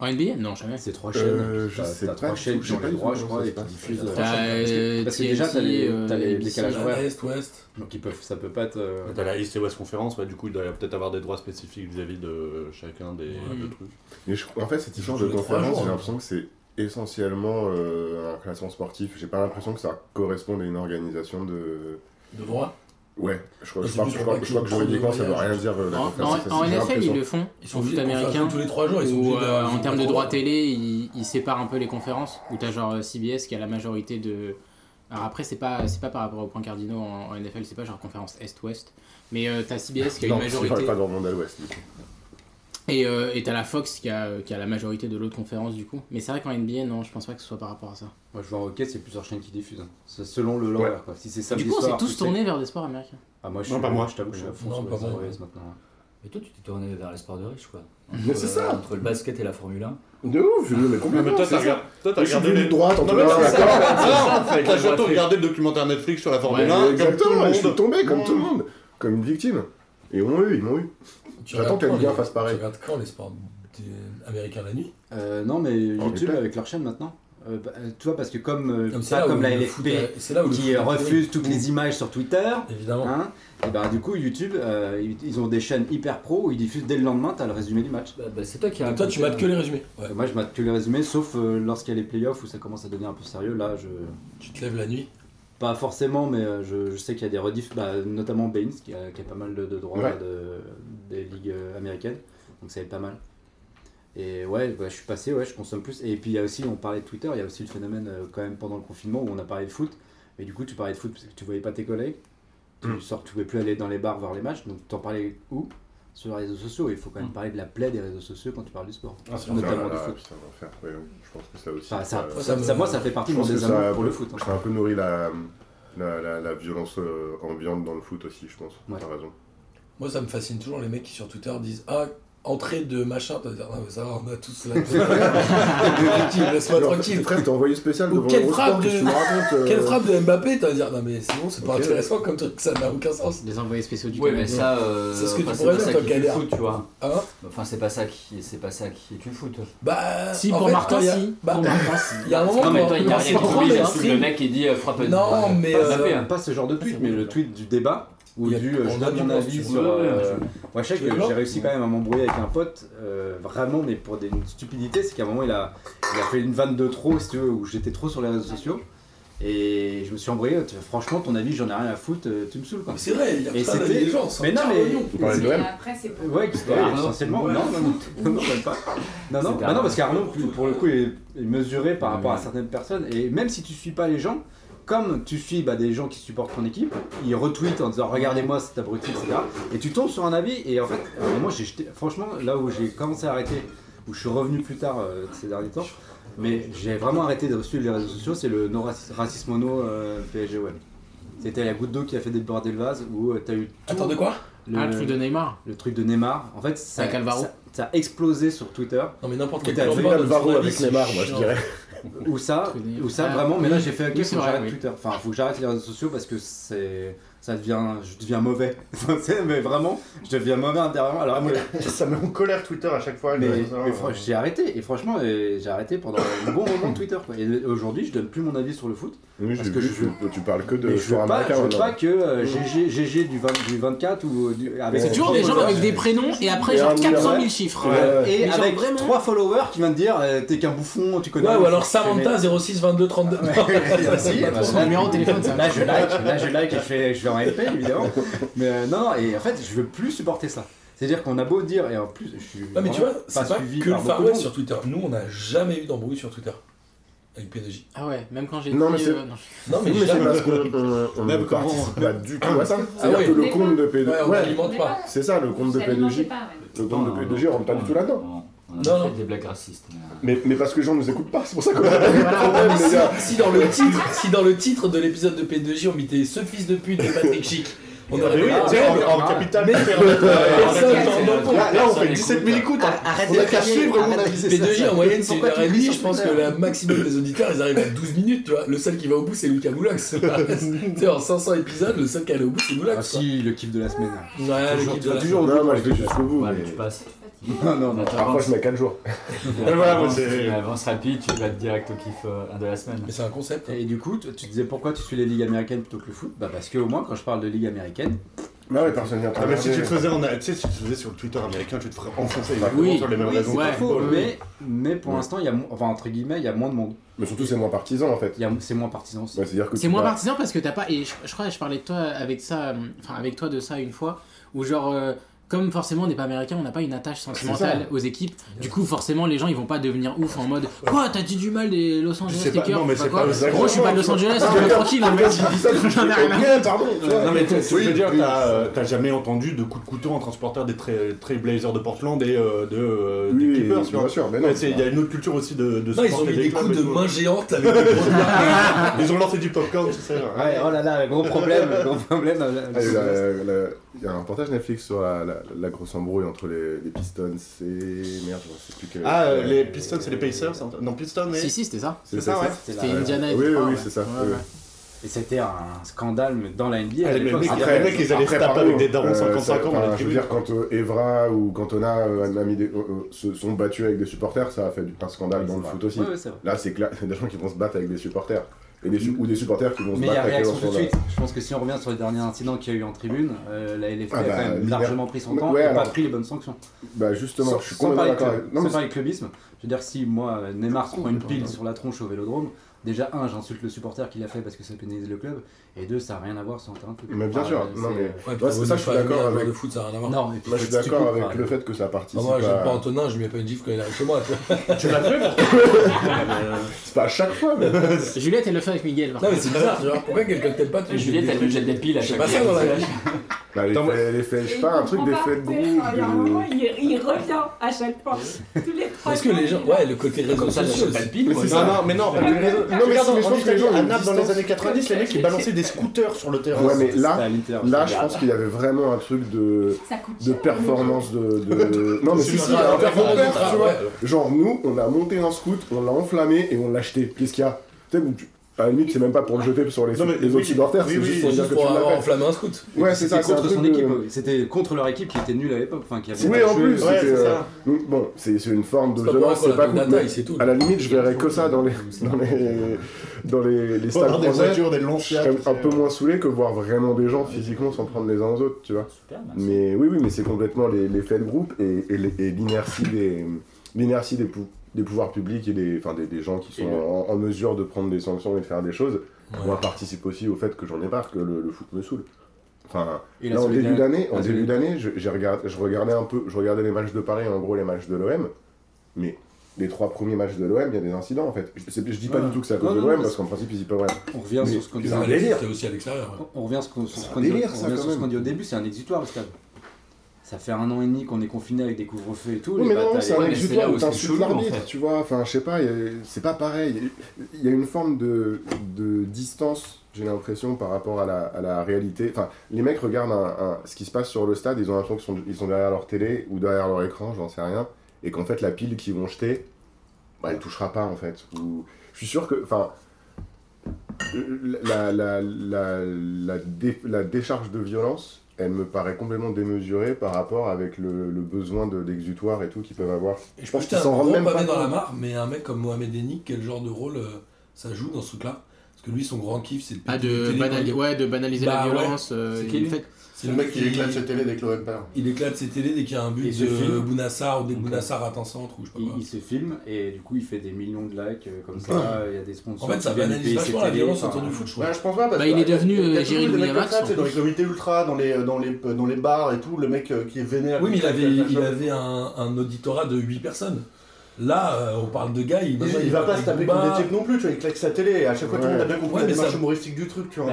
Speaker 8: En NBA Non, jamais.
Speaker 6: C'est trois
Speaker 4: chaînes.
Speaker 7: Euh, je
Speaker 6: T'as-
Speaker 7: sais
Speaker 6: t'as
Speaker 7: pas
Speaker 6: trois
Speaker 7: du
Speaker 6: chaînes
Speaker 7: tout,
Speaker 6: qui
Speaker 7: je
Speaker 6: ont
Speaker 7: sais pas
Speaker 6: les
Speaker 7: du
Speaker 6: droits,
Speaker 7: tout
Speaker 6: je
Speaker 7: comment
Speaker 6: crois,
Speaker 7: ça
Speaker 6: et
Speaker 7: se
Speaker 6: qui
Speaker 7: passe.
Speaker 6: diffusent. euh,
Speaker 7: T'as-
Speaker 6: hein, Parce que- parce que
Speaker 8: TNT,
Speaker 6: déjà, t'as les-
Speaker 8: euh,
Speaker 6: t'as les
Speaker 8: ABC,
Speaker 6: décalages
Speaker 8: ouais.
Speaker 6: horaires.
Speaker 4: Est, ouest.
Speaker 6: Donc ils peuvent, ça peut pas être. euh,
Speaker 10: T'as la East et West Conférence, ouais, du coup, il doit y a peut-être avoir des droits spécifiques vis-à-vis de chacun des,
Speaker 4: Ouais.
Speaker 10: des trucs.
Speaker 7: Mais je- en fait, cette histoire
Speaker 4: joue
Speaker 7: de
Speaker 4: les trois
Speaker 7: conférence,
Speaker 4: jours,
Speaker 7: j'ai
Speaker 4: hein.
Speaker 7: l'impression que c'est essentiellement euh, un classement sportif. J'ai pas l'impression que ça corresponde à une organisation de.
Speaker 4: De droit
Speaker 7: Ouais, je crois,
Speaker 4: Ah,
Speaker 7: je
Speaker 4: c'est
Speaker 7: crois-
Speaker 4: plus
Speaker 7: je
Speaker 4: pour
Speaker 7: crois-
Speaker 4: pas
Speaker 7: je crois que
Speaker 4: qu'ils
Speaker 7: juridiquement
Speaker 4: prennent
Speaker 7: ça
Speaker 4: des
Speaker 7: veut rien
Speaker 4: voyages.
Speaker 7: dire. euh, la
Speaker 8: En, en-
Speaker 7: conférence, ça, c'est-
Speaker 8: en
Speaker 7: j'ai
Speaker 8: NFL,
Speaker 7: l'impression.
Speaker 8: ils le font.
Speaker 4: Ils sont
Speaker 8: au
Speaker 4: obligés
Speaker 8: foot
Speaker 4: de faire
Speaker 8: américain.
Speaker 4: tous les trois jours, ils sont
Speaker 8: Ou euh,
Speaker 4: obligés de-
Speaker 8: en termes de droits télé, ils, ils séparent un peu les conférences. Où t'as genre euh, CBS qui a la majorité de. Alors après, c'est pas, c'est pas par rapport aux points cardinaux en, en NFL, c'est pas genre conférence Est-Ouest. Mais euh, t'as CBS qui a
Speaker 7: Non, parce
Speaker 8: une
Speaker 7: que
Speaker 8: majorité.
Speaker 7: j'aurais pas dans le monde à l'ouest. du coup.
Speaker 8: Et euh, et t'as la Fox qui a, qui a la majorité de l'autre conférence du coup. Mais c'est vrai qu'en NBA, non, je pense pas que ce soit par rapport à ça.
Speaker 6: Moi, je vois en hockey, c'est plusieurs chaînes qui diffusent. C'est selon le
Speaker 7: Ouais.
Speaker 6: l'horaire. quoi. Si c'est samedi
Speaker 8: du coup, on s'est
Speaker 6: soir,
Speaker 8: tous
Speaker 6: tu sais-
Speaker 8: tournés vers des sports américains.
Speaker 6: Ah, moi, je
Speaker 10: Non,
Speaker 6: suis-
Speaker 10: pas moi.
Speaker 6: Je t'avoue, je suis à fond
Speaker 4: Non,
Speaker 6: sur
Speaker 4: pas
Speaker 6: les
Speaker 4: moi.
Speaker 6: Warriors maintenant. ouais.
Speaker 11: Mais toi, tu t'es tourné vers les sports de riches, quoi.
Speaker 7: Mais c'est
Speaker 11: Euh,
Speaker 7: ça.
Speaker 11: Entre le basket et la Formule 1.
Speaker 7: De ouf, je mais
Speaker 10: Non,
Speaker 7: complètement.
Speaker 10: Ah, mais toi,
Speaker 7: c'est
Speaker 10: t'as
Speaker 7: ça.
Speaker 10: regardé, toi, t'as
Speaker 7: Moi, je suis
Speaker 10: regardé
Speaker 7: venu
Speaker 10: les
Speaker 7: de droite, en
Speaker 10: Non,
Speaker 7: tout
Speaker 10: mais c'est
Speaker 7: cas.
Speaker 10: ça. Non,
Speaker 11: Avec la
Speaker 10: T'as surtout
Speaker 11: droite riche.
Speaker 10: regardé le documentaire Netflix sur la Formule
Speaker 8: Ouais,
Speaker 10: 1, comme tout le
Speaker 7: Exactement, et je suis
Speaker 10: monde.
Speaker 7: tombé comme tout le monde, comme une victime. Et ils m'ont eu, ils m'ont eu.
Speaker 4: Tu
Speaker 7: J'attends
Speaker 4: regardes
Speaker 7: que la
Speaker 4: quand
Speaker 7: Ligue un
Speaker 4: les-
Speaker 7: fasse pareil.
Speaker 4: Tu regardes quand les sports des- américains la nuit
Speaker 6: Euh, non, mais
Speaker 7: En
Speaker 6: YouTube
Speaker 7: replay.
Speaker 6: avec leur chaîne maintenant. Euh, bah, euh, tu vois, parce que comme, euh,
Speaker 4: Comme c'est
Speaker 6: pas
Speaker 4: là
Speaker 6: comme
Speaker 4: où
Speaker 6: la
Speaker 4: le foot
Speaker 6: LFP
Speaker 4: a- c'est là où le
Speaker 6: qui
Speaker 4: foot a
Speaker 6: refuse
Speaker 4: fait.
Speaker 6: toutes les images sur Twitter,
Speaker 4: Évidemment.
Speaker 6: hein, et ben du coup, YouTube, euh, ils- ils ont des chaînes hyper pro où ils diffusent dès le lendemain, t'as le résumé du match.
Speaker 11: Bah, bah, c'est toi
Speaker 6: Ah,
Speaker 11: qui as
Speaker 4: Et toi, tu mates que les résumés. Ouais.
Speaker 6: Euh, Moi, je mate que les résumés, sauf euh, lorsqu'il y a les playoffs où ça commence à devenir un peu sérieux. Là, je.
Speaker 4: Tu te lèves la nuit.
Speaker 6: Pas forcément, mais euh, je, je sais qu'il y a des rediffs, bah, notamment Baines, qui a, qui a pas mal de, de droits
Speaker 7: Ouais.
Speaker 6: là, de- des ligues euh, américaines, donc ça va être pas mal. Et ouais, bah, je suis passé, ouais, je consomme plus. Et puis il y a aussi, on parlait de Twitter, il y a aussi le phénomène euh, quand même pendant le confinement où on a parlé de foot, mais du coup tu parlais de foot parce que tu voyais pas tes collègues, tu
Speaker 7: Mm.
Speaker 6: sors, tu pouvais plus aller dans les bars voir les matchs, donc t'en parlais où Sur les réseaux sociaux, il faut quand même parler de la plaie des réseaux sociaux quand tu parles du sport. notamment du
Speaker 7: Mm. Ah là là,
Speaker 6: foot.
Speaker 7: putain, l'enfer. Ouais, ouais, Je pense que ça aussi.
Speaker 6: Enfin, ça,
Speaker 7: euh,
Speaker 4: ça me-
Speaker 6: ça- moi ça fait partie
Speaker 7: Je
Speaker 6: de mon
Speaker 7: pense que ça
Speaker 6: désamour
Speaker 7: a-
Speaker 6: pour le foot. hein.
Speaker 7: ça a un peu nourri la, la, la, la violence euh, ambiante dans le foot aussi, je pense.
Speaker 6: Ouais.
Speaker 7: T'as raison.
Speaker 4: Moi, ça me fascine toujours les mecs qui sur Twitter disent Ah, entrée de machin. T'as dire, non, mais ça va, on a tous la. Tranquille, Laisse-moi
Speaker 7: Alors,
Speaker 4: tranquille.
Speaker 7: Frère, t'es envoyé spécial
Speaker 4: Ou
Speaker 7: devant
Speaker 4: quelle
Speaker 7: Eurosport,
Speaker 4: frappe de-
Speaker 7: qu'est-ce que tu me racontes euh,
Speaker 4: Quelle frappe de Mbappé T'as dire, non, mais sinon, c'est pas
Speaker 7: Ok.
Speaker 4: intéressant comme truc, ça n'a aucun sens.
Speaker 8: Des envoyés spéciaux du
Speaker 11: Oui, hein. mais
Speaker 8: Canada.
Speaker 11: ça. euh,
Speaker 4: hein. C'est ce que tu
Speaker 11: enfin,
Speaker 4: pourrais
Speaker 11: pas
Speaker 4: dire,
Speaker 11: ça
Speaker 4: toi,
Speaker 11: qui
Speaker 4: galère.
Speaker 11: tue le foot, tu vois.
Speaker 4: Hein
Speaker 11: Enfin, c'est pas ça qui, c'est pas ça qui tue le foot.
Speaker 4: Bah.
Speaker 8: Si,
Speaker 4: en
Speaker 8: pour
Speaker 4: fait,
Speaker 8: Martin,
Speaker 4: quand il y a-
Speaker 8: si.
Speaker 4: bah,
Speaker 8: Pour Martin, si.
Speaker 4: Il y a un moment,
Speaker 11: Non, mais
Speaker 4: quand-
Speaker 11: toi, il n'y a
Speaker 4: quand
Speaker 11: rien
Speaker 4: c'est
Speaker 11: qui
Speaker 4: drôle,
Speaker 11: oblige
Speaker 4: un
Speaker 11: à suivre le
Speaker 4: stream.
Speaker 11: mec qui dit euh, frappe.
Speaker 4: Non, mais.
Speaker 6: Pas,
Speaker 4: euh,
Speaker 11: Mbappé,
Speaker 6: ce-
Speaker 11: hein.
Speaker 6: pas ce genre de tweet, mais le tweet du débat ou
Speaker 4: Il y a-
Speaker 6: du euh,
Speaker 4: on
Speaker 6: je
Speaker 4: a
Speaker 6: donne
Speaker 4: du
Speaker 6: mon
Speaker 4: monde,
Speaker 6: avis
Speaker 4: tu
Speaker 6: sur.
Speaker 11: veux,
Speaker 6: euh,
Speaker 11: ouais,
Speaker 6: Moi, je sais
Speaker 4: Tu
Speaker 6: que
Speaker 4: veux
Speaker 6: j'ai réussi quand même à m'embrouiller avec un pote, euh, vraiment, mais pour des une stupidité, c'est qu'à un moment, il a, il a fait une vanne de trop, si tu veux, où j'étais trop sur les réseaux sociaux. Et je me suis embrouillé, tu- franchement, ton avis, j'en ai rien à foutre, euh, tu me saoules quoi.
Speaker 4: mais C'est vrai, il y a
Speaker 6: Et
Speaker 4: pas mal
Speaker 6: c'était-
Speaker 4: de gens. c'est
Speaker 6: Mais
Speaker 4: un
Speaker 6: non, mais-
Speaker 4: carillon.
Speaker 7: On parlait de
Speaker 5: Et
Speaker 7: l'OM
Speaker 5: après, c'est pour.
Speaker 6: Ouais, qui- ouais,
Speaker 11: Arnaud.
Speaker 6: essentiellement,
Speaker 11: Ouais.
Speaker 6: non, non, non, non, même pas. Non, non,
Speaker 11: C'est
Speaker 6: bah non, parce
Speaker 11: Arnaud.
Speaker 6: qu'Arnaud, plus- pour le coup, il est- il est mesuré par
Speaker 11: Ouais,
Speaker 6: rapport à
Speaker 11: ouais.
Speaker 6: certaines personnes. Et même si tu suis pas les gens, comme tu suis bah, des gens qui supportent ton équipe, ils retweetent en disant regardez-moi cet abruti, etc. Et tu tombes sur un avis. Et en fait, euh, moi, j'ai jeté. Franchement, là où j'ai commencé à arrêter, où je suis revenu plus tard euh, ces derniers temps, mais j'ai vraiment arrêté de suivre les réseaux sociaux, c'est le non-racisme mono euh, PSG web. C'était la goutte d'eau qui a fait déborder le vase où tu t'as eu. tout
Speaker 4: Attends, de quoi
Speaker 6: le-
Speaker 8: Ah, le truc de Neymar.
Speaker 6: le truc de Neymar. En fait, ça,
Speaker 8: Avec Alvaro.
Speaker 6: ça, ça a explosé sur Twitter.
Speaker 4: Non, mais n'importe
Speaker 6: Et
Speaker 4: quel
Speaker 6: t'as
Speaker 4: plan
Speaker 6: vu
Speaker 4: de bord,
Speaker 7: Alvaro
Speaker 4: dans son
Speaker 7: avec
Speaker 4: avis,
Speaker 7: Neymar,
Speaker 4: c'est
Speaker 7: moi je
Speaker 4: chiant.
Speaker 7: dirais.
Speaker 6: Ou ça,
Speaker 8: Truc de Neymar.
Speaker 6: ou ça
Speaker 8: Ah,
Speaker 6: vraiment. Mais là,
Speaker 8: oui.
Speaker 6: j'ai fait ok,
Speaker 8: Oui, c'est
Speaker 6: faut que
Speaker 8: vrai,
Speaker 6: j'arrête
Speaker 8: oui.
Speaker 6: Twitter. Enfin, faut que j'arrête les réseaux sociaux parce que c'est ça devient, je deviens mauvais. Enfin, tu sais, mais vraiment, je deviens mauvais intérieurement. Alors moi,
Speaker 10: Ça met en colère Twitter à chaque fois.
Speaker 6: mais, mais fran- j'ai arrêté. Et franchement, euh, j'ai arrêté pendant un bon moment Twitter. quoi. Et aujourd'hui, je donne plus mon avis sur le foot.
Speaker 7: Oui,
Speaker 6: Parce
Speaker 7: j'ai
Speaker 6: que
Speaker 7: vu,
Speaker 6: je-
Speaker 7: tu, tu parles que de
Speaker 6: mais je veux
Speaker 7: sport
Speaker 6: pas, je
Speaker 7: américain
Speaker 6: veux
Speaker 7: maintenant.
Speaker 6: pas que euh, GG, GG du, 20 du 24 ou euh, du, avec
Speaker 7: C'est
Speaker 8: C'est toujours des gens avec des prénoms et après genre
Speaker 7: Ouais.
Speaker 8: 400 000 chiffres.
Speaker 7: Ouais.
Speaker 6: Et
Speaker 8: Mais genre
Speaker 6: avec
Speaker 8: vraiment.
Speaker 6: trois followers qui viennent dire euh, t'es qu'un bouffon, tu connais.
Speaker 4: Ouais,
Speaker 6: rien,
Speaker 4: ou
Speaker 6: faut
Speaker 4: alors
Speaker 6: que tu te
Speaker 4: Samantha 06 22 32.
Speaker 6: Ah, si, bah,
Speaker 8: Son
Speaker 6: là,
Speaker 8: numéro de
Speaker 6: je-
Speaker 8: téléphone, ça.
Speaker 6: Là je like, là je like et je, fais, je vais en LP évidemment. Mais euh, non, non, et en fait je veux plus supporter ça. C'est-à-dire qu'on a beau dire, et en plus je suis.
Speaker 4: Non mais tu
Speaker 6: vraiment
Speaker 4: vois, c'est pas
Speaker 6: suivi
Speaker 4: que le
Speaker 6: par
Speaker 4: Far
Speaker 6: beaucoup de
Speaker 4: West
Speaker 6: monde.
Speaker 4: sur Twitter. Nous, on n'a jamais eu d'embrouille sur Twitter. avec P2J.
Speaker 8: Ah ouais, même quand j'ai
Speaker 7: Non, mais
Speaker 8: dit,
Speaker 7: c'est-
Speaker 8: euh, non.
Speaker 4: Non, mais
Speaker 7: Oui, mais
Speaker 4: j'ai-
Speaker 7: c'est parce qu'on on- on ne
Speaker 10: Même comment-
Speaker 7: participe pas du tout à ça. C'est-à-dire
Speaker 4: oui.
Speaker 7: que le compte de P2J.
Speaker 4: Ouais, on n'alimente pas.
Speaker 7: c'est ça, le compte de
Speaker 1: Ça alimente
Speaker 7: P2J.
Speaker 1: pas, ouais.
Speaker 7: Le
Speaker 11: Ah.
Speaker 7: compte de P2J, on rentre pas du tout là-dedans.
Speaker 11: euh, On
Speaker 4: Non,
Speaker 11: a
Speaker 4: non.
Speaker 11: fait des blagues racistes. mais, euh,
Speaker 7: Mais, mais parce que les gens nous écoutent pas, c'est pour ça qu'on a des problèmes, les gars.
Speaker 4: Si dans le titre, si dans le titre de l'épisode de P2J on mettait ce fils de pute de Patrick Chic, on aurait
Speaker 10: Mais oui,
Speaker 4: Ah,
Speaker 10: tiens, en, en capital,
Speaker 4: personne n'en
Speaker 10: là,
Speaker 4: entend.
Speaker 10: là, on fait
Speaker 11: Personne
Speaker 10: 17 000 écoutes. hein.
Speaker 8: Arrête
Speaker 10: On
Speaker 8: de
Speaker 10: a qu'à
Speaker 8: crier,
Speaker 10: suivre au
Speaker 8: arrête
Speaker 10: moins
Speaker 8: de-
Speaker 10: avisé.
Speaker 4: P2J en moyenne c'est une
Speaker 8: Pourquoi
Speaker 4: heure
Speaker 8: tu
Speaker 4: et
Speaker 8: le
Speaker 4: demie,
Speaker 8: dis sur
Speaker 4: je pense que
Speaker 8: Twitter
Speaker 4: la maximum des auditeurs ils arrivent à 12 minutes, tu vois. Le seul qui va au bout c'est Lucas Moulax. tu sais, en 500 épisodes, le seul qui allait au bout c'est Moulax.
Speaker 6: Ah
Speaker 4: quoi.
Speaker 6: si, le kiff de la semaine.
Speaker 4: Ouais, le
Speaker 10: Toujours,
Speaker 4: kiff de la-
Speaker 10: toujours.
Speaker 7: Non, moi je vais jusqu'au bout.
Speaker 11: ouais,
Speaker 7: mais-
Speaker 11: mais tu passes.
Speaker 6: Non, non, non.
Speaker 7: Parfois je mets 4 jours.
Speaker 10: voilà, moi,
Speaker 11: Avance,
Speaker 10: c'est-
Speaker 11: tu avances rapide, tu vas direct au kiff euh, de la semaine.
Speaker 4: Mais c'est un concept. hein.
Speaker 6: Et du coup, tu tu disais pourquoi tu suis les ligues américaines plutôt que le foot Bah parce que au moins quand je parle de ligue américaine,
Speaker 7: Non, mais personne vient te
Speaker 10: Ah, mais si tu le
Speaker 7: regarder.
Speaker 10: faisais en, tu sais, si tu le faisais sur le Twitter américain, tu te ferais enfoncer exactement
Speaker 8: Oui,
Speaker 10: sur les mêmes
Speaker 8: oui,
Speaker 10: raisons.
Speaker 6: c'est
Speaker 8: ouais.
Speaker 6: pas faux,
Speaker 10: Football.
Speaker 6: mais, mais pour
Speaker 7: Ouais.
Speaker 6: l'instant, il y a mo- enfin entre guillemets, il y a moins de monde.
Speaker 7: Mais surtout, c'est moins partisan en fait.
Speaker 6: Il y a- C'est moins partisan aussi.
Speaker 7: Ouais, C'est-à-dire que
Speaker 8: C'est
Speaker 7: tu
Speaker 8: moins
Speaker 7: vas-
Speaker 8: partisan parce que t'as pas. Et je, je crois que je parlais de toi avec ça, euh, enfin avec toi de ça une fois, où genre. euh, comme forcément on n'est pas américain, on n'a pas une attache sentimentale aux équipes. Du coup, forcément, les gens ils vont pas devenir ouf en mode quoi T'as dit du mal des Los Angeles
Speaker 10: sais pas-
Speaker 8: Lakers
Speaker 10: non, mais
Speaker 8: je sais
Speaker 10: c'est
Speaker 8: quoi.
Speaker 10: pas exactement-
Speaker 8: Gros, je suis pas de Los Angeles,
Speaker 7: Ah,
Speaker 8: hein,
Speaker 7: mais-
Speaker 8: tranquille.
Speaker 7: Le
Speaker 8: hein.
Speaker 7: mec, il dit ça, tu
Speaker 8: J'en ai
Speaker 7: fais
Speaker 8: rien à
Speaker 7: bien, pardon. tu vois.
Speaker 10: Non, mais tu je veux dire,
Speaker 7: oui.
Speaker 10: t'as euh, t'as jamais entendu de coups de couteau entre un supporter des Trail- Trailblazers de Portland et euh, de, euh, des
Speaker 7: Oui,
Speaker 10: Clippers, tu vois.
Speaker 7: bien sûr, mais non.
Speaker 10: Ouais, c'est- Il y a une autre culture aussi de, de
Speaker 4: Non, ils ont
Speaker 10: supporter
Speaker 4: mis des
Speaker 10: clubs
Speaker 4: coups de
Speaker 10: et tout.
Speaker 4: main géante avec des grosses
Speaker 10: Ils ont lancé du popcorn, tu sais. genre.
Speaker 6: Ouais, oh là là, gros problème, gros problème. dans la-
Speaker 7: Ah, Il y a la- la- il y a un reportage Netflix sur la, la- la grosse embrouille entre les, les Pistons et. Merde, je sais plus quel.
Speaker 10: Ah, euh, les Pistons et les Pacers c'est un- Non, Pistons
Speaker 8: Si,
Speaker 10: et.
Speaker 8: si, c'était ça.
Speaker 10: C'est ça, ouais.
Speaker 6: c'était
Speaker 8: C'était
Speaker 6: la-
Speaker 8: Indiana et
Speaker 7: Oui,
Speaker 8: tout,
Speaker 7: oui,
Speaker 8: ouais.
Speaker 7: c'est ça.
Speaker 8: Ouais, ouais.
Speaker 6: Et c'était un scandale mais dans la NBA.
Speaker 10: Ah,
Speaker 6: à
Speaker 10: les
Speaker 6: l'époque,
Speaker 10: mecs,
Speaker 6: c'était-
Speaker 10: les mecs, ils allaient se
Speaker 7: Après,
Speaker 10: taper
Speaker 7: pardon,
Speaker 10: avec des darons
Speaker 7: euh,
Speaker 10: 55
Speaker 7: ça-
Speaker 10: ans dans
Speaker 7: enfin,
Speaker 10: les
Speaker 7: Je veux
Speaker 10: tribunes.
Speaker 7: dire, quand euh, Evra ou Cantona euh, un ami des- euh, euh, se sont battus avec des supporters, ça a fait du- un scandale dans le foot aussi.
Speaker 6: Ouais, ouais, c'est vrai.
Speaker 7: Là, c'est clair, il y a des gens qui vont se battre avec des supporters. Et des
Speaker 10: Mm.
Speaker 7: su- ou des supporters qui vont
Speaker 6: Mais
Speaker 7: se
Speaker 6: il y a
Speaker 7: battre avec
Speaker 6: réaction
Speaker 7: leurs
Speaker 6: tout de
Speaker 7: supporters.
Speaker 6: suite. Je pense que si on revient sur les derniers incidents qu'il y a eu en tribune, euh, la LFP
Speaker 7: Ah
Speaker 6: a
Speaker 7: bah,
Speaker 6: quand même
Speaker 7: l'hiver-
Speaker 6: largement pris son
Speaker 7: Ouais,
Speaker 6: temps et
Speaker 7: alors-
Speaker 6: pas pris les bonnes sanctions.
Speaker 7: Bah, justement,
Speaker 6: sans,
Speaker 7: je suis
Speaker 6: sans
Speaker 7: complètement
Speaker 6: parler
Speaker 7: d'accord
Speaker 6: de-
Speaker 7: avec. Non,
Speaker 6: sans
Speaker 7: mais
Speaker 6: parler de clubisme, je veux dire, si moi, euh, Neymar se prend une pile sur la tronche au vélodrome, déjà, un, j'insulte le supporter qui l'a fait parce que ça pénalise le club, et deux, ça n'a rien à voir sur un terrain de foot.
Speaker 7: Mais bien
Speaker 6: Enfin,
Speaker 7: sûr,
Speaker 6: euh,
Speaker 7: non,
Speaker 6: c'est-
Speaker 7: mais-
Speaker 4: Ouais,
Speaker 7: Ouais, c'est ça que je suis d'accord
Speaker 4: avec.
Speaker 7: avec-
Speaker 4: de foot, ça n'a rien à voir.
Speaker 6: Non, et puis
Speaker 7: Moi, je suis
Speaker 6: faut que tu
Speaker 7: d'accord
Speaker 6: coupes,
Speaker 7: avec
Speaker 6: enfin,
Speaker 7: le fait que ça participe.
Speaker 4: Ah, moi, j'aime
Speaker 7: à-
Speaker 4: pas Antonin, je lui mets pas une gifle quand il arrive chez moi. tu vois.
Speaker 10: Tu l'as fait pour
Speaker 7: C'est pas à chaque fois, mais.
Speaker 8: Juliette, elle le fait avec Miguel. par
Speaker 4: Non, mais
Speaker 8: contre.
Speaker 4: c'est bizarre, tu vois. Pourquoi quelqu'un que t'aimes pas, tu lui
Speaker 11: Juliette,
Speaker 4: mets
Speaker 11: elle
Speaker 4: des-
Speaker 11: me jette des piles à
Speaker 4: C'est
Speaker 11: chaque
Speaker 4: pas ça dans la vie.
Speaker 7: Bah, les,
Speaker 10: Attends, moi-
Speaker 7: faits- les faits, je sais pas, un truc des faits de groupe. de-
Speaker 2: il, il revient à chaque fois. Tous les trois.
Speaker 4: Est-ce que
Speaker 2: jours,
Speaker 4: les gens.
Speaker 2: il-
Speaker 4: Ouais, le côté réseau
Speaker 11: Comme ça,
Speaker 4: social.
Speaker 11: j'achète pas de
Speaker 4: c'est-
Speaker 11: pile.
Speaker 7: Mais
Speaker 11: quoi.
Speaker 7: c'est
Speaker 10: Non,
Speaker 7: ça.
Speaker 10: non, mais non, pas
Speaker 7: Mais-
Speaker 10: les réseaux-
Speaker 7: non, mais
Speaker 10: Regarde,
Speaker 7: ça,
Speaker 10: en
Speaker 7: mais je pense que les
Speaker 10: Italie,
Speaker 7: gens ont
Speaker 10: à
Speaker 7: une
Speaker 10: Naples, dans les
Speaker 7: distance.
Speaker 10: années 90, les mecs, ils balançaient des scooters sur le terrain.
Speaker 7: Ouais, mais
Speaker 6: c'était à
Speaker 7: là,
Speaker 6: l'Inter,
Speaker 7: là, je pense qu'il y avait vraiment un truc de,
Speaker 2: Ça coûte
Speaker 7: de
Speaker 2: cher.
Speaker 7: performance de, de- Non, mais si, si, il y a un
Speaker 4: Ouais,
Speaker 7: performance,
Speaker 4: ouais,
Speaker 7: tu
Speaker 4: ouais.
Speaker 7: vois. Genre, nous, on a monté un scout, on l'a enflammé et on l'a acheté. Qu'est-ce qu'il y a Tu sais, tu- à la limite, c'est même pas pour le jeter sur les,
Speaker 10: Non, mais
Speaker 7: les
Speaker 10: oui,
Speaker 7: autres supporters,
Speaker 10: oui,
Speaker 7: c'est
Speaker 10: oui,
Speaker 7: juste
Speaker 4: C'est
Speaker 7: pour dire
Speaker 4: juste
Speaker 7: que tu
Speaker 4: pour avoir
Speaker 7: l'as fait.
Speaker 4: enflammé un scout.
Speaker 7: Ouais, c'est ça,
Speaker 6: C'était
Speaker 7: c'est un
Speaker 6: contre
Speaker 7: truc
Speaker 6: son
Speaker 7: de-
Speaker 6: équipe, euh, c'était contre leur équipe qui était nulle à l'époque, enfin, qui avait
Speaker 7: Oui,
Speaker 6: pas
Speaker 7: en
Speaker 6: joué,
Speaker 7: plus,
Speaker 6: euh,
Speaker 10: ouais,
Speaker 7: c'était,
Speaker 10: c'est
Speaker 7: euh,
Speaker 10: ça.
Speaker 7: donc, bon, c'est c'est une forme de
Speaker 4: C'est pas pour rien
Speaker 7: violence,
Speaker 4: qu'on a
Speaker 7: c'est pas
Speaker 4: donné
Speaker 7: cool.
Speaker 4: la taille, c'est tout.
Speaker 7: mais À la limite, je verrais que ça dans les, dans les, dans les, les stades
Speaker 10: Regarde des
Speaker 7: français.
Speaker 10: voitures, des
Speaker 7: Je
Speaker 10: lancières.
Speaker 7: serais un peu moins saoulé que voir vraiment des gens physiquement s'en prendre les uns aux autres, tu vois.
Speaker 11: Super, merci.
Speaker 7: Mais oui, oui, mais c'est complètement les- l'effet de groupe et, et les- et l'inertie des, l'inertie des, pou- des pouvoirs publics et des, enfin, des, des gens qui sont en, en mesure de prendre des sanctions et de faire des choses. Moi, participe aussi au fait que j'en ai marre, que le, le foot me saoule. Enfin,
Speaker 6: et la
Speaker 7: là, en
Speaker 6: solidarité-
Speaker 7: début d'année, en
Speaker 6: la
Speaker 7: début d'année, je, j'ai regard- je regardais un peu, je regardais les matchs de Paris, en gros les matchs de l'OM, mais les trois premiers matchs de l'OM, il y a des incidents en fait. Je, c'est- je dis pas
Speaker 6: Ouais.
Speaker 7: du tout que c'est à
Speaker 6: Ah. Non,
Speaker 7: cause de
Speaker 6: non,
Speaker 7: l'OM
Speaker 6: mais
Speaker 7: parce
Speaker 6: c'est-
Speaker 7: qu'en principe ils y peuvent rien.
Speaker 6: on revient sur ce qu'on
Speaker 7: Mais-
Speaker 6: disait.
Speaker 7: un délire.
Speaker 4: C'est aussi à l'extérieur. ouais.
Speaker 6: On revient sur ce qu'on- sur ce
Speaker 7: un
Speaker 6: qu'on dit-
Speaker 7: délire,
Speaker 6: on
Speaker 7: ça,
Speaker 6: revient sur
Speaker 7: quand
Speaker 6: ce qu'on
Speaker 7: même.
Speaker 6: dit au début, c'est un exutoire le stade. Ça fait un an et demi qu'on est confiné avec des couvre-feux et tout.
Speaker 7: Oui,
Speaker 6: les
Speaker 7: mais non,
Speaker 6: batailles-
Speaker 7: c'est un
Speaker 11: mais c'est là
Speaker 7: exutoire
Speaker 11: où
Speaker 7: où
Speaker 11: c'est
Speaker 7: t'insultes
Speaker 11: chelou,
Speaker 7: l'arbitre,
Speaker 11: en fait.
Speaker 7: tu vois. Enfin, je sais pas, il y a- c'est pas pareil. Il y a une forme de, de distance, j'ai l'impression, par rapport à la, à la réalité. Enfin, les mecs regardent un- un- ce qui se passe sur le stade, ils ont l'impression qu'ils sont, ils sont derrière leur télé ou derrière leur écran, j'en sais rien. Et qu'en fait, la pile qu'ils vont jeter, bah, elle touchera pas, en fait. Ou- Je suis sûr que. Enfin. La, la, la, la, dé- la décharge de violence, elle me paraît complètement démesurée par rapport avec le, le besoin de l'exutoire et tout qu'ils peuvent avoir.
Speaker 4: Et je
Speaker 7: pense
Speaker 4: pense que
Speaker 7: qu'ils
Speaker 4: t'es un
Speaker 7: s'en rendent
Speaker 4: gros
Speaker 7: même pas
Speaker 4: pavé dans la
Speaker 7: compte.
Speaker 4: mare, mais un mec comme Mohamed Eni, quel genre de rôle euh, ça joue dans ce truc-là Parce que lui, son grand kiff, c'est de
Speaker 8: Ah,
Speaker 4: péter des
Speaker 8: de,
Speaker 4: télés,
Speaker 8: banali-
Speaker 4: quoi.
Speaker 8: ouais, de banaliser
Speaker 4: Bah
Speaker 8: la
Speaker 4: ouais.
Speaker 8: violence. euh,
Speaker 11: C'est
Speaker 8: il
Speaker 11: qui,
Speaker 8: le
Speaker 11: lui
Speaker 8: fait-
Speaker 4: C'est
Speaker 10: C'est le mec qui éclate sa
Speaker 4: ses
Speaker 10: télé dès que l'OM perd.
Speaker 4: Il éclate ses télés dès qu'il y a un but
Speaker 6: Il se
Speaker 4: de
Speaker 6: filme.
Speaker 4: Bounassar ou dès que
Speaker 6: Ok.
Speaker 4: Bounassar atteint centre ou je sais pas
Speaker 6: Il,
Speaker 4: quoi.
Speaker 6: il se filme et du coup il fait des millions de likes euh, comme ça, il y a des sponsors.
Speaker 4: En fait, ça
Speaker 6: qui viennent
Speaker 4: banalise
Speaker 6: payer
Speaker 4: vachement
Speaker 6: ses
Speaker 4: la
Speaker 6: télés,
Speaker 4: violence
Speaker 6: enfin,
Speaker 4: autour du foot, je trouve.
Speaker 10: Ouais, je pense pas. Parce
Speaker 8: Bah, il est
Speaker 10: que-
Speaker 8: devenu,
Speaker 10: y a
Speaker 8: euh,
Speaker 10: toujours
Speaker 8: Jérémy
Speaker 10: des mecs comme
Speaker 8: Yamax,
Speaker 10: ça, tu sais,
Speaker 8: en
Speaker 10: Dans les
Speaker 8: plus.
Speaker 10: comités ultra, dans les, dans, les, dans les bars et tout, le mec euh, qui est vénère.
Speaker 4: Oui, mais il
Speaker 10: qui
Speaker 4: avait,
Speaker 10: claque la
Speaker 4: il
Speaker 10: jambe.
Speaker 4: avait un, un auditorat de 8 personnes. Là, euh, on parle de gars, il,
Speaker 10: Il,
Speaker 4: maintenant,
Speaker 10: il va pas se taper comme
Speaker 4: combats.
Speaker 10: des types non plus, tu vois, il claque sa télé et à chaque fois tout le
Speaker 4: Ouais.
Speaker 10: monde a bien compris
Speaker 4: Ouais,
Speaker 10: la
Speaker 4: mais
Speaker 10: démarche
Speaker 4: ça- Bah.
Speaker 10: humoristique du truc, tu vois.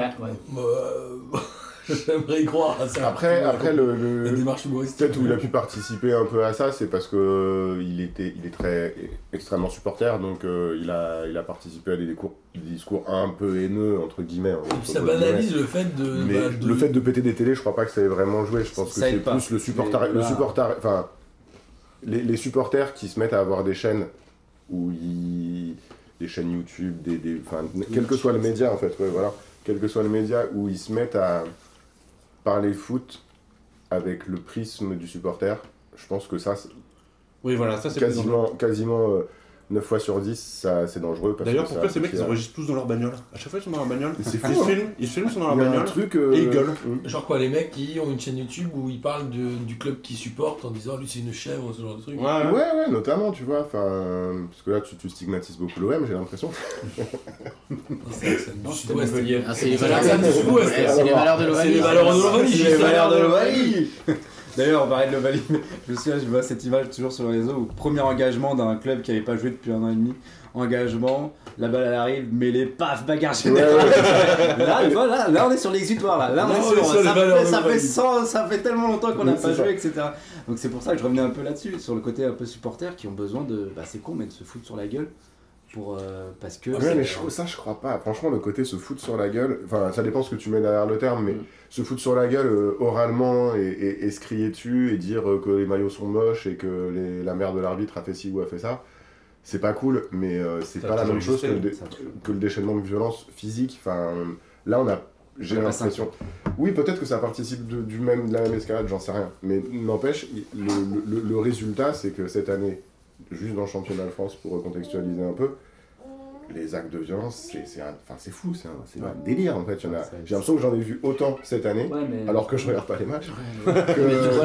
Speaker 4: Euh, J'aimerais y croire à ça.
Speaker 7: Après, après le, le-
Speaker 4: peut-être
Speaker 7: où il a pu participer un peu à ça, c'est parce que euh, il était, il est très extrêmement supporter, donc euh, il a, il a participé à des discours, des discours un peu haineux entre guillemets. hein, entre
Speaker 4: Ça
Speaker 7: gros guillemets.
Speaker 4: banalise le fait de.
Speaker 7: Mais
Speaker 4: bah, de-
Speaker 7: le fait de péter des télés, je crois pas que ça ait vraiment joué. Je pense que
Speaker 4: Ça aide
Speaker 7: c'est
Speaker 4: pas.
Speaker 7: plus le supporter,
Speaker 4: Mais
Speaker 7: le
Speaker 4: là-
Speaker 7: supporter, enfin, les, les supporters qui se mettent à avoir des chaînes où ils, des chaînes YouTube, des, des- enfin, quel que soit le média en fait, ouais, voilà, quel que soit le média où ils se mettent à parler foot avec le prisme du supporter. Je pense que ça, c'est-
Speaker 10: Oui, voilà, ça, c'est plus
Speaker 7: quasiment, quasiment 9 fois sur 10, ça, c'est dangereux. parce
Speaker 10: D'ailleurs,
Speaker 7: que ça
Speaker 10: pourquoi ces mecs ils
Speaker 7: attire-
Speaker 10: enregistrent tous dans leur bagnole À chaque fois ils sont dans leur bagnole,
Speaker 7: C'est fou,
Speaker 10: ils
Speaker 7: hein.
Speaker 10: filment, ils filment, ils sont dans leur
Speaker 7: Il y a un
Speaker 10: bagnole
Speaker 7: truc, euh,
Speaker 10: et ils gueulent.
Speaker 4: Genre quoi, les mecs qui ont une chaîne YouTube où ils parlent de- du club qu'ils supportent en disant lui c'est une chèvre, ce genre de truc.
Speaker 7: Ouais, ouais, notamment, tu vois. Enfin, parce que là, tu, tu stigmatises beaucoup l'OM, j'ai l'impression.
Speaker 4: Du sud-ouest.
Speaker 8: Ah, c'est les valeurs- c'est les valeurs de
Speaker 4: C'est
Speaker 8: l'Ovalie.
Speaker 4: les valeurs de l'Ovalie,
Speaker 6: C'est
Speaker 4: juste
Speaker 6: les valeurs de
Speaker 4: là.
Speaker 6: l'Ovalie D'ailleurs, on parlait de l'Ovalie. mais Je me souviens, je vois cette image toujours sur les réseaux. où Premier engagement d'un club qui n'avait pas joué depuis un an et demi. Engagement, la balle elle arrive, mêlée, paf, bagarre générale.
Speaker 12: Ouais, ouais.
Speaker 6: là, tu vois, là, là, on est sur l'exutoire. Là, là, on
Speaker 12: Là,
Speaker 6: est
Speaker 12: on
Speaker 6: sur,
Speaker 12: est sur les
Speaker 6: ça,
Speaker 12: valeurs
Speaker 6: fait,
Speaker 12: de
Speaker 6: ça, fait
Speaker 12: l'Ovalie.
Speaker 6: 100 ça fait tellement longtemps qu'on n'a
Speaker 12: Oui,
Speaker 6: pas
Speaker 12: c'est ça.
Speaker 6: joué, etc. Donc c'est pour ça que je revenais un peu là-dessus, sur le côté un peu supporter qui ont besoin de. Bah, c'est con, mais de se foutre sur la gueule. Pour, euh, parce que.
Speaker 7: Ouais, mais je, trouve- ça, je crois pas. Franchement, le côté se foutre sur la gueule, enfin, ça dépend ce que tu mets derrière le terme, mais se foutre sur la gueule euh, oralement et, et, et se crier dessus et dire euh, que les maillots sont moches et que les- la mère de l'arbitre a fait ci ou a fait ça, c'est pas cool, mais euh, c'est
Speaker 6: Ça
Speaker 7: pas
Speaker 6: a
Speaker 7: la
Speaker 6: toujours
Speaker 7: même chose que le,
Speaker 6: existé,
Speaker 7: dé-
Speaker 6: ça.
Speaker 7: que le déchaînement de violence physique. Enfin, là, on a. J'ai
Speaker 6: On a pas
Speaker 7: l'impression. Oui, peut-être que ça participe de, du même, de la même escalade, j'en sais rien. Mais n'empêche, il- le, le- le- le résultat, c'est que cette année, juste dans le championnat de France, pour recontextualiser un peu, les actes de violence, c'est- c'est un- enfin, c'est fou, c'est un, c'est un délire en fait. Il y en a- J'ai l'impression que j'en ai vu autant cette année, alors que je regarde pas les matchs, que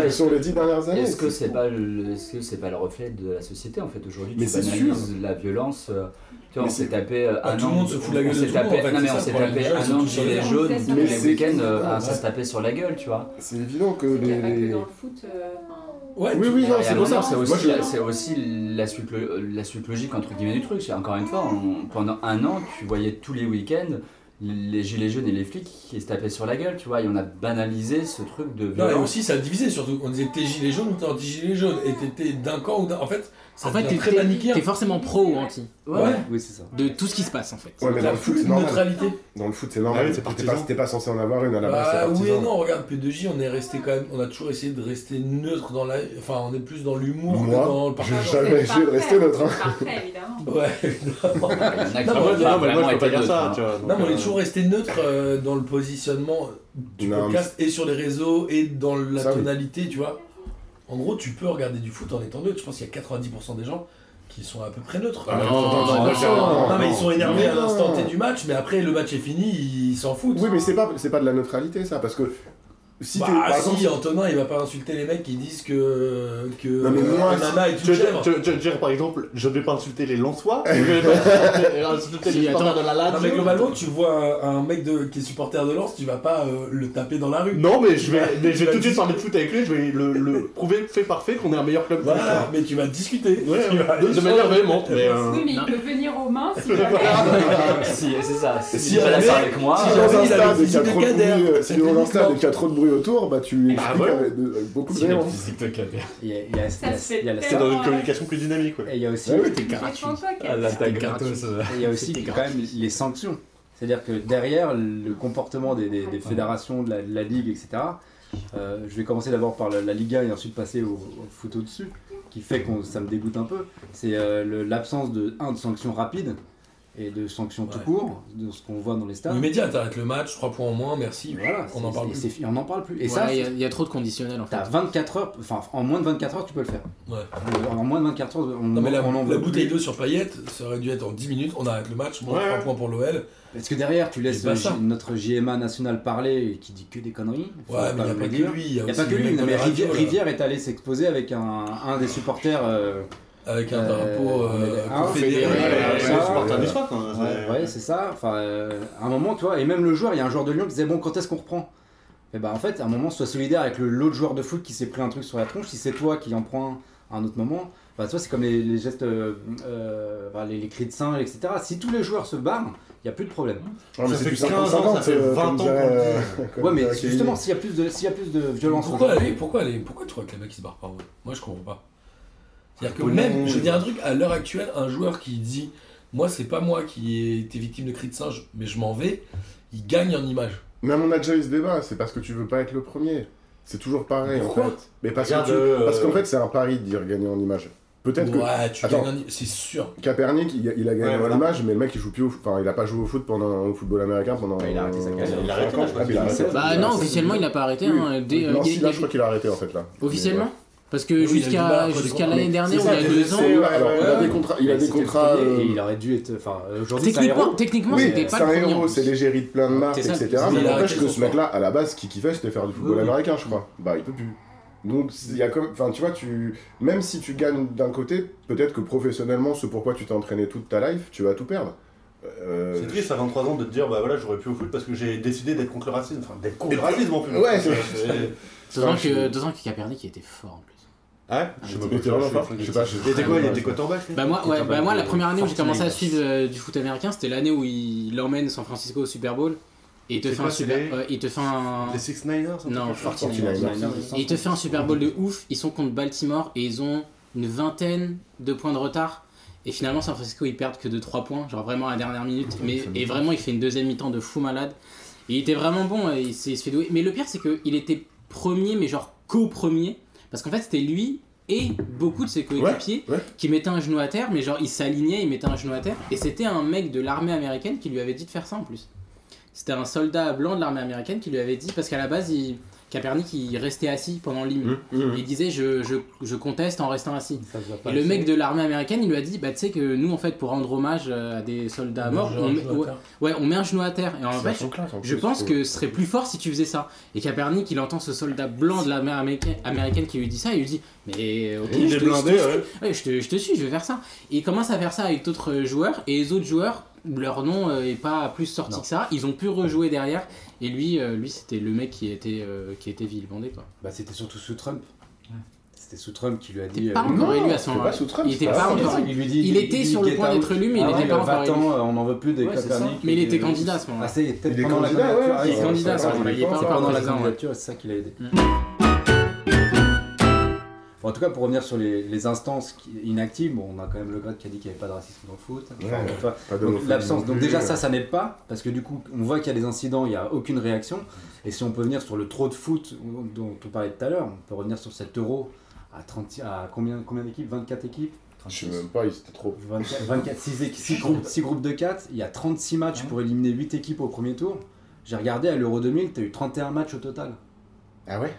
Speaker 7: que sur les dix dernières années.
Speaker 11: Est-ce que
Speaker 7: c'est
Speaker 11: c'est pas le, est-ce que c'est pas le reflet de la société en fait aujourd'hui
Speaker 7: Mais
Speaker 11: tu
Speaker 7: c'est
Speaker 11: banalises
Speaker 7: sûr.
Speaker 11: la violence. euh, Tu vois,
Speaker 7: Mais
Speaker 11: on s'est
Speaker 7: c'est-
Speaker 11: tapé euh,
Speaker 4: Bah,
Speaker 11: un
Speaker 4: tout
Speaker 11: an.
Speaker 4: le monde se fout la
Speaker 11: on
Speaker 4: gueule de
Speaker 11: s'est
Speaker 4: tout le monde,
Speaker 11: tapé-
Speaker 4: en fait,
Speaker 11: non, mais
Speaker 4: c'est
Speaker 11: on
Speaker 4: ça,
Speaker 11: s'est
Speaker 4: pour les
Speaker 11: tapé
Speaker 4: gens, ils
Speaker 11: un
Speaker 4: sont
Speaker 11: an de
Speaker 4: tous
Speaker 11: gilets
Speaker 4: gilets
Speaker 11: jaunes
Speaker 4: jaunes,
Speaker 11: tous
Speaker 4: mais
Speaker 11: les
Speaker 4: c'est
Speaker 11: week-ends,
Speaker 4: évident,
Speaker 11: euh,
Speaker 4: ouais.
Speaker 11: ça se tapait sur la gueule, tu vois.
Speaker 7: C'est évident que
Speaker 2: Il n'y a pas que
Speaker 7: les.
Speaker 2: dans le foot. euh,
Speaker 7: Ouais, oui, oui, non, c'est pour ça.
Speaker 11: C'est
Speaker 7: Moi,
Speaker 11: aussi,
Speaker 7: je-
Speaker 11: la- c'est aussi la, suite, lo- la suite logique entre guillemets du truc. C'est encore une fois, on- pendant un an, tu voyais tous les week-ends les gilets jaunes et les flics qui se tapaient sur la gueule, tu vois. Et on a banalisé ce truc de
Speaker 4: Non, et
Speaker 11: violence.
Speaker 4: aussi ça divisait surtout. On disait t'es gilet jaune ou t'es anti-gilet jaune. Et t'étais d'un camp ou d'un. En fait, ça
Speaker 8: En fait,
Speaker 4: devient
Speaker 8: t'es
Speaker 4: très
Speaker 8: t'es-
Speaker 4: manichéen.
Speaker 8: t'es forcément pro ou anti.
Speaker 4: Ouais. Ouais.
Speaker 6: Oui, c'est ça.
Speaker 8: De tout ce qui se passe en fait.
Speaker 7: Ouais, mais dans le foot, c'est normal. Dans le foot, c'est normal.
Speaker 4: Ah oui, c'est
Speaker 7: T'es pas-
Speaker 4: partisan.
Speaker 7: T'es pas, censé en avoir une à la base, c'est
Speaker 4: Bah oui
Speaker 7: partisan.
Speaker 4: et non, regarde, P2J, on est resté quand même, on a toujours essayé de rester neutre dans la. Enfin, on est plus dans l'humour que
Speaker 7: Moi,
Speaker 4: dans le partage.
Speaker 7: j'ai jamais essayé de rester neutre, hein.
Speaker 2: Parfait, évidemment.
Speaker 4: Ouais, évidemment.
Speaker 11: a qui
Speaker 4: Non,
Speaker 11: peuvent
Speaker 10: Ah,
Speaker 4: mais-
Speaker 11: pas
Speaker 4: non, mais
Speaker 11: vraiment
Speaker 4: moi, je peux
Speaker 11: être
Speaker 4: pas dire
Speaker 11: neutre,
Speaker 4: ça,
Speaker 11: hein.
Speaker 4: tu vois,
Speaker 11: Donc,
Speaker 4: Non, mais on
Speaker 11: euh,
Speaker 4: est toujours resté neutre euh, dans le positionnement du
Speaker 7: Non, mais-
Speaker 4: podcast et sur les réseaux et dans la
Speaker 7: Ça, oui.
Speaker 4: tonalité, tu vois. En gros, tu peux regarder du foot en étant neutre. Je pense qu'il y a 90% des gens qui sont à peu près neutres.
Speaker 7: Ah, non,
Speaker 4: non,
Speaker 7: non, non, non,
Speaker 4: mais
Speaker 7: non.
Speaker 4: ils sont énervés à
Speaker 7: Non.
Speaker 4: l'instant T du match, mais après le match est fini, ils s'en foutent.
Speaker 7: Oui, mais c'est pas, c'est pas de la neutralité, ça, parce que si
Speaker 4: bah,
Speaker 7: t'es. par
Speaker 4: si,
Speaker 7: exemple,
Speaker 4: Antonin, il va pas insulter les mecs qui disent que, que
Speaker 7: Non, mais
Speaker 4: euh,
Speaker 7: moi,
Speaker 4: Nana est
Speaker 10: Tu
Speaker 4: une
Speaker 10: veux dire-
Speaker 4: chèvre.
Speaker 10: tu veux- tu veux dire par exemple, je ne vais pas insulter les Lensois, je vais pas insulter les supporters de la
Speaker 4: Non,
Speaker 10: Lazio.
Speaker 4: mais globalement, tu vois un, un mec de- qui est supporter de Lens, tu vas pas euh, le taper dans la rue.
Speaker 10: Non, mais je vais,
Speaker 4: Tu vas-
Speaker 10: mais je
Speaker 4: tu
Speaker 10: vais
Speaker 4: vas
Speaker 10: tout de suite parler de foot avec lui, je vais le, le prouver fait par fait qu'on est un meilleur club.
Speaker 4: Voilà, mais tu vas discuter. Tu vas-
Speaker 10: de, de manière véhémente. Mais, euh,
Speaker 2: Oui, mais il peut venir aux mains si
Speaker 7: Ah,
Speaker 11: Ah, si, c'est ça. Si,
Speaker 7: Si
Speaker 11: il
Speaker 7: jamais-
Speaker 11: balance avec moi.
Speaker 7: si
Speaker 11: euh,
Speaker 7: dans un
Speaker 11: il a
Speaker 7: stade
Speaker 11: le
Speaker 7: et qu'il y a
Speaker 11: physique
Speaker 7: trop
Speaker 11: de
Speaker 7: de
Speaker 11: Kader.
Speaker 7: bruit, euh, si dans un stade et qu'il y a trop de bruit autour, bah tu expliques
Speaker 10: voilà.
Speaker 7: avec de- avec beaucoup de
Speaker 10: Si, mais
Speaker 7: violence.
Speaker 6: Il y a, il y a-
Speaker 2: Ça
Speaker 6: il y a-
Speaker 2: se fait
Speaker 6: il y a la-
Speaker 10: C'est dans une communication plus dynamique. Ouais.
Speaker 6: Et il y a aussi.
Speaker 10: Ah oui,
Speaker 2: Défends-toi,
Speaker 6: Ah,
Speaker 7: Ah,
Speaker 2: Kat.
Speaker 6: Et Il y a aussi quand même les sanctions. C'est-à-dire que derrière le comportement des, des- des fédérations, de la, de la ligue, etc., euh, je vais commencer d'abord par la, la Liga et ensuite passer au, au foot au-dessus, qui fait que ça me dégoûte un peu. C'est euh, le- l'absence de, un, de sanctions rapides et de sanctions tout
Speaker 4: Ouais.
Speaker 6: court, de ce qu'on voit dans les stades.
Speaker 4: Immédiat, t'arrêtes le match, 3 points en moins, merci.
Speaker 6: Voilà,
Speaker 4: on en
Speaker 6: c'est-
Speaker 4: parle
Speaker 6: c'est-
Speaker 4: plus.
Speaker 6: c'est- on en parle plus. Et
Speaker 4: Ouais,
Speaker 6: ça,
Speaker 4: il y a-
Speaker 8: Il y a trop de conditionnels en fait.
Speaker 6: T'as 24 heures, enfin en moins de 24 heures tu peux le faire.
Speaker 4: Ouais.
Speaker 6: En moins de 24 heures, on,
Speaker 4: Non, mais la,
Speaker 6: on en
Speaker 4: la
Speaker 6: veut plus.
Speaker 4: bouteille d'eau sur paillette, ça aurait dû être en 10 minutes, on arrête le match, moins
Speaker 6: Ouais.
Speaker 4: 3 points pour l'OL.
Speaker 6: Parce que derrière, tu laisses
Speaker 4: Et
Speaker 6: le-
Speaker 4: basta.
Speaker 6: notre JMA national parler et qui dit que des conneries. Faut
Speaker 4: Ouais, mais
Speaker 6: pas
Speaker 4: y a
Speaker 6: le
Speaker 4: pas que
Speaker 6: dire.
Speaker 4: lui, y a
Speaker 6: Y a
Speaker 4: aussi
Speaker 6: pas que
Speaker 4: les
Speaker 6: lui.
Speaker 4: mecs
Speaker 6: non,
Speaker 4: dans
Speaker 6: mais
Speaker 4: les radios,
Speaker 6: Rivière,
Speaker 4: là.
Speaker 6: Rivière est allé s'exposer avec un, un des supporters. euh,
Speaker 4: Avec un
Speaker 6: euh,
Speaker 4: drapeau, euh,
Speaker 6: un
Speaker 4: confédéré,
Speaker 6: fédéré,
Speaker 4: ouais,
Speaker 6: ça.
Speaker 4: ouais, supporter du
Speaker 10: SWAT, hein,
Speaker 6: Ouais, ouais, c'est ça. Enfin, euh, à un moment, tu vois, et même le joueur, il y a un joueur de Lyon qui disait bon, quand est-ce qu'on reprend Eh ben, Et bah en fait, à un moment, sois solidaire avec le- l'autre joueur de foot qui s'est pris un truc sur la tronche. Si c'est toi qui en prends un à un autre moment. Enfin, tu vois, c'est comme les, les gestes, euh, euh, enfin, les, les cris de singe, etc. Si tous les joueurs se barrent, il n'y a plus de problème.
Speaker 7: Ah, mais Ça c'est fait du 15 ans, ça 50, fait euh, 20 comme ans qu'on dirait, le dit. euh, comme
Speaker 6: Ouais, mais
Speaker 7: dirait Kevin.
Speaker 6: justement, s'il y a plus de, s'il y a plus de violence
Speaker 4: Pourquoi,
Speaker 6: aujourd'hui-
Speaker 4: les- pourquoi, les- pourquoi tu crois que les mecs ils se barrent par où Moi je comprends pas. C'est-à-dire que
Speaker 6: Pour
Speaker 4: même,
Speaker 6: nous,
Speaker 4: je
Speaker 6: oui.
Speaker 4: dis un truc, à l'heure actuelle, un joueur qui dit Moi c'est pas moi qui ai été victime de cris de singe, mais je m'en vais, il gagne en image.
Speaker 7: Même on a déjà eu ce débat, c'est parce que tu veux pas être le premier. C'est toujours pareil
Speaker 4: Pourquoi
Speaker 7: en fait. Mais parce que
Speaker 4: Regarde,
Speaker 7: tu-
Speaker 4: euh,
Speaker 7: parce qu'en fait, c'est un pari de dire gagner en image. Peut-être que.
Speaker 4: Ouais, tu
Speaker 7: Attends,
Speaker 4: gagnes en i- c'est sûr.
Speaker 7: Kaepernick, il, il a gagné
Speaker 4: Ouais,
Speaker 7: en
Speaker 4: voilà.
Speaker 7: image, mais le mec il joue plus au foot. Enfin, il a pas joué au foot pendant au football américain pendant. Ah, il a arrêté sa
Speaker 6: carrière. Ah, Il a arrêté, là, je crois qu'il a arrêté.
Speaker 8: Bah non, officiellement, il n'a pas arrêté, hein, dès- euh,
Speaker 7: non,
Speaker 8: il y a-
Speaker 7: si,
Speaker 8: il y
Speaker 7: là,
Speaker 8: a-
Speaker 7: je crois qu'il a arrêté en fait là.
Speaker 8: Officiellement
Speaker 7: Mais, ouais.
Speaker 8: Parce que jusqu'à jusqu'à l'année dernière, ou il y a deux ans.
Speaker 7: il
Speaker 6: euh,
Speaker 7: a des contrats. Il a
Speaker 6: Mais
Speaker 7: des
Speaker 6: c'était le
Speaker 7: contrats.
Speaker 6: premier et
Speaker 7: euh,
Speaker 6: il aurait dû être. Enfin, aujourd'hui, c'est un
Speaker 8: Techniquement,
Speaker 6: héros.
Speaker 8: techniquement,
Speaker 7: Oui,
Speaker 8: c'était
Speaker 7: c'est
Speaker 8: pas le
Speaker 7: un
Speaker 8: premier. en
Speaker 7: héros,
Speaker 8: plus.
Speaker 7: c'est l'égérie de plein de marques,
Speaker 8: C'est ça,
Speaker 7: etc.
Speaker 8: c'est-
Speaker 7: Mais
Speaker 8: il a
Speaker 7: n'empêche
Speaker 8: arrêté
Speaker 7: que
Speaker 8: son
Speaker 7: ce mec-là, à la base, qui kiffait, c'était faire du football américain, je crois. Bah, il peut plus. Donc, il y a comme, enfin, tu vois, tu, même si tu gagnes d'un côté, peut-être que professionnellement, ce pourquoi tu t'es entraîné toute ta life, tu vas tout perdre. Euh,
Speaker 10: C'est triste à 23 ans de te dire bah voilà j'aurais pu au foot parce que j'ai décidé d'être contre le racisme, enfin d'être contre le racisme en plus.
Speaker 7: Ouais,
Speaker 10: C'est-
Speaker 7: c'est-
Speaker 10: c'est-
Speaker 8: D'autant que, d'autant que Kaepernick il était fort en plus.
Speaker 10: Ouais,
Speaker 8: Ah,
Speaker 10: je sais
Speaker 8: il
Speaker 10: pas,
Speaker 8: était-
Speaker 10: je- je- je- je sais pas, je- Il était quoi, il était quarterback, lui
Speaker 8: Bah moi, ouais, bah
Speaker 10: Quarterback,
Speaker 8: moi la
Speaker 10: euh,
Speaker 8: première année où j'ai commencé à
Speaker 10: 49ers.
Speaker 8: suivre euh, du foot américain, c'était l'année où il emmène San Francisco au Super Bowl. Et il te
Speaker 10: C'est
Speaker 8: fait un
Speaker 10: quoi, c'est
Speaker 8: super,
Speaker 10: les-
Speaker 8: ouais, il te fait un.
Speaker 10: Les Six Niners un
Speaker 8: Non,
Speaker 10: truc comme ça
Speaker 8: 49ers. Et il te fait un Super Bowl de ouf. Ils sont contre Baltimore et ils ont une vingtaine de points de retard. Et finalement, San Francisco, ils perdent que de 3 points, genre vraiment à la dernière minute. Mais, et vraiment, il fait une deuxième mi-temps de fou malade. Et il était vraiment bon, et il s'est il se fait douer. Mais le pire, c'est qu'il était premier, mais genre co-premier. Parce qu'en fait, c'était lui et beaucoup de ses coéquipiers qui mettaient un genou à terre, mais genre, ils s'alignaient, ils mettaient un genou à terre. Et c'était un mec de l'armée américaine qui lui avait dit de faire ça en plus. C'était un soldat blanc de l'armée américaine qui lui avait dit, parce qu'à la base, il... Kaepernick, il restait assis pendant
Speaker 4: Mmh,
Speaker 8: l'hymne. Il disait je, je, je conteste en restant assis.
Speaker 6: pas
Speaker 8: Et le
Speaker 6: assez.
Speaker 8: mec de l'armée américaine, il lui a dit bah tu sais que nous en fait pour rendre hommage euh, à des soldats
Speaker 4: On
Speaker 8: morts,
Speaker 4: met un
Speaker 8: on, met-
Speaker 4: genou à
Speaker 8: ouais,
Speaker 4: terre.
Speaker 8: ouais, on met un genou à terre. Et en
Speaker 4: C'est
Speaker 8: fait,
Speaker 4: vachement classe, en
Speaker 8: Ah, je
Speaker 4: plus,
Speaker 8: pense
Speaker 4: je trouve.
Speaker 8: que ce serait plus fort si tu faisais ça. Et Kaepernick, il entend ce soldat blanc de l'armée américaine, américaine qui lui dit ça, et il lui dit mais euh, ok,
Speaker 10: Il
Speaker 8: je
Speaker 10: est
Speaker 8: te,
Speaker 10: blindé,
Speaker 8: je te
Speaker 10: ouais.
Speaker 8: suis. Ouais, je, te, je te suis, je vais faire ça. Et il commence à faire ça avec d'autres joueurs, et les autres joueurs, leur nom euh, est pas plus sorti que ça. Ils ont pu rejouer derrière, et lui, euh, lui c'était le mec qui était, euh, qui était vilebandé. Quoi.
Speaker 6: Bah, c'était surtout sous Trump. C'était sous Trump qui lui a dit.
Speaker 8: pas
Speaker 6: euh,
Speaker 8: encore
Speaker 6: non,
Speaker 8: élu à ce
Speaker 6: c'était
Speaker 8: moment-là.
Speaker 6: pas sous Trump,
Speaker 8: Il était
Speaker 6: c'était
Speaker 8: pas
Speaker 6: avant.
Speaker 8: encore-
Speaker 6: Ah, Il lui dit.
Speaker 8: Ah, il était
Speaker 6: dit
Speaker 8: sur le
Speaker 6: get
Speaker 8: point
Speaker 6: out.
Speaker 8: d'être élu, mais il
Speaker 6: Ah
Speaker 8: était
Speaker 6: ouais,
Speaker 8: pas encore
Speaker 6: va-t'en,
Speaker 8: élu.
Speaker 6: euh, On n'en veut plus des
Speaker 8: Ouais, c'est ça.
Speaker 6: Kaepernick.
Speaker 8: Mais il était
Speaker 6: Et-
Speaker 8: candidat à ce moment-là.
Speaker 6: Ah, c'est peut-être
Speaker 8: Il est
Speaker 6: pendant la
Speaker 8: candidat, ouais,
Speaker 6: candidature.
Speaker 8: ouais,
Speaker 6: Ah,
Speaker 8: il est
Speaker 6: c'est
Speaker 8: candidat,
Speaker 6: ça,
Speaker 8: ça,
Speaker 6: il est
Speaker 8: il est pas
Speaker 6: pas
Speaker 8: encore
Speaker 6: pendant la
Speaker 8: candidat, ouais. Mm.
Speaker 6: candidature, c'est ça qui l'a aidé. Bon, en tout cas, pour revenir sur les, les instances qui- inactives, bon, on a quand même le GOAT qui a dit qu'il n'y avait pas de racisme dans le foot. Enfin,
Speaker 7: Ouais,
Speaker 6: tu vois,
Speaker 7: pas
Speaker 6: donc,
Speaker 7: d'homophobie
Speaker 6: L'absence. Donc
Speaker 7: non plus. euh,
Speaker 6: déjà, ça, ça n'aide pas, parce que du coup, on voit qu'il y a des incidents, il n'y a aucune réaction. Et si on peut venir sur le trop de foot dont on parlait tout à l'heure, on peut revenir sur cet euro à, 30, à combien, combien d'équipes 24 équipes
Speaker 7: Je sais même pas, c'était trop.
Speaker 6: 24, 6, groupes, six groupes de 4, il y a 36 matchs pour éliminer 8 équipes au premier tour. J'ai regardé à l'Euro 2000, tu as eu 31 matchs au total.
Speaker 7: Ah ouais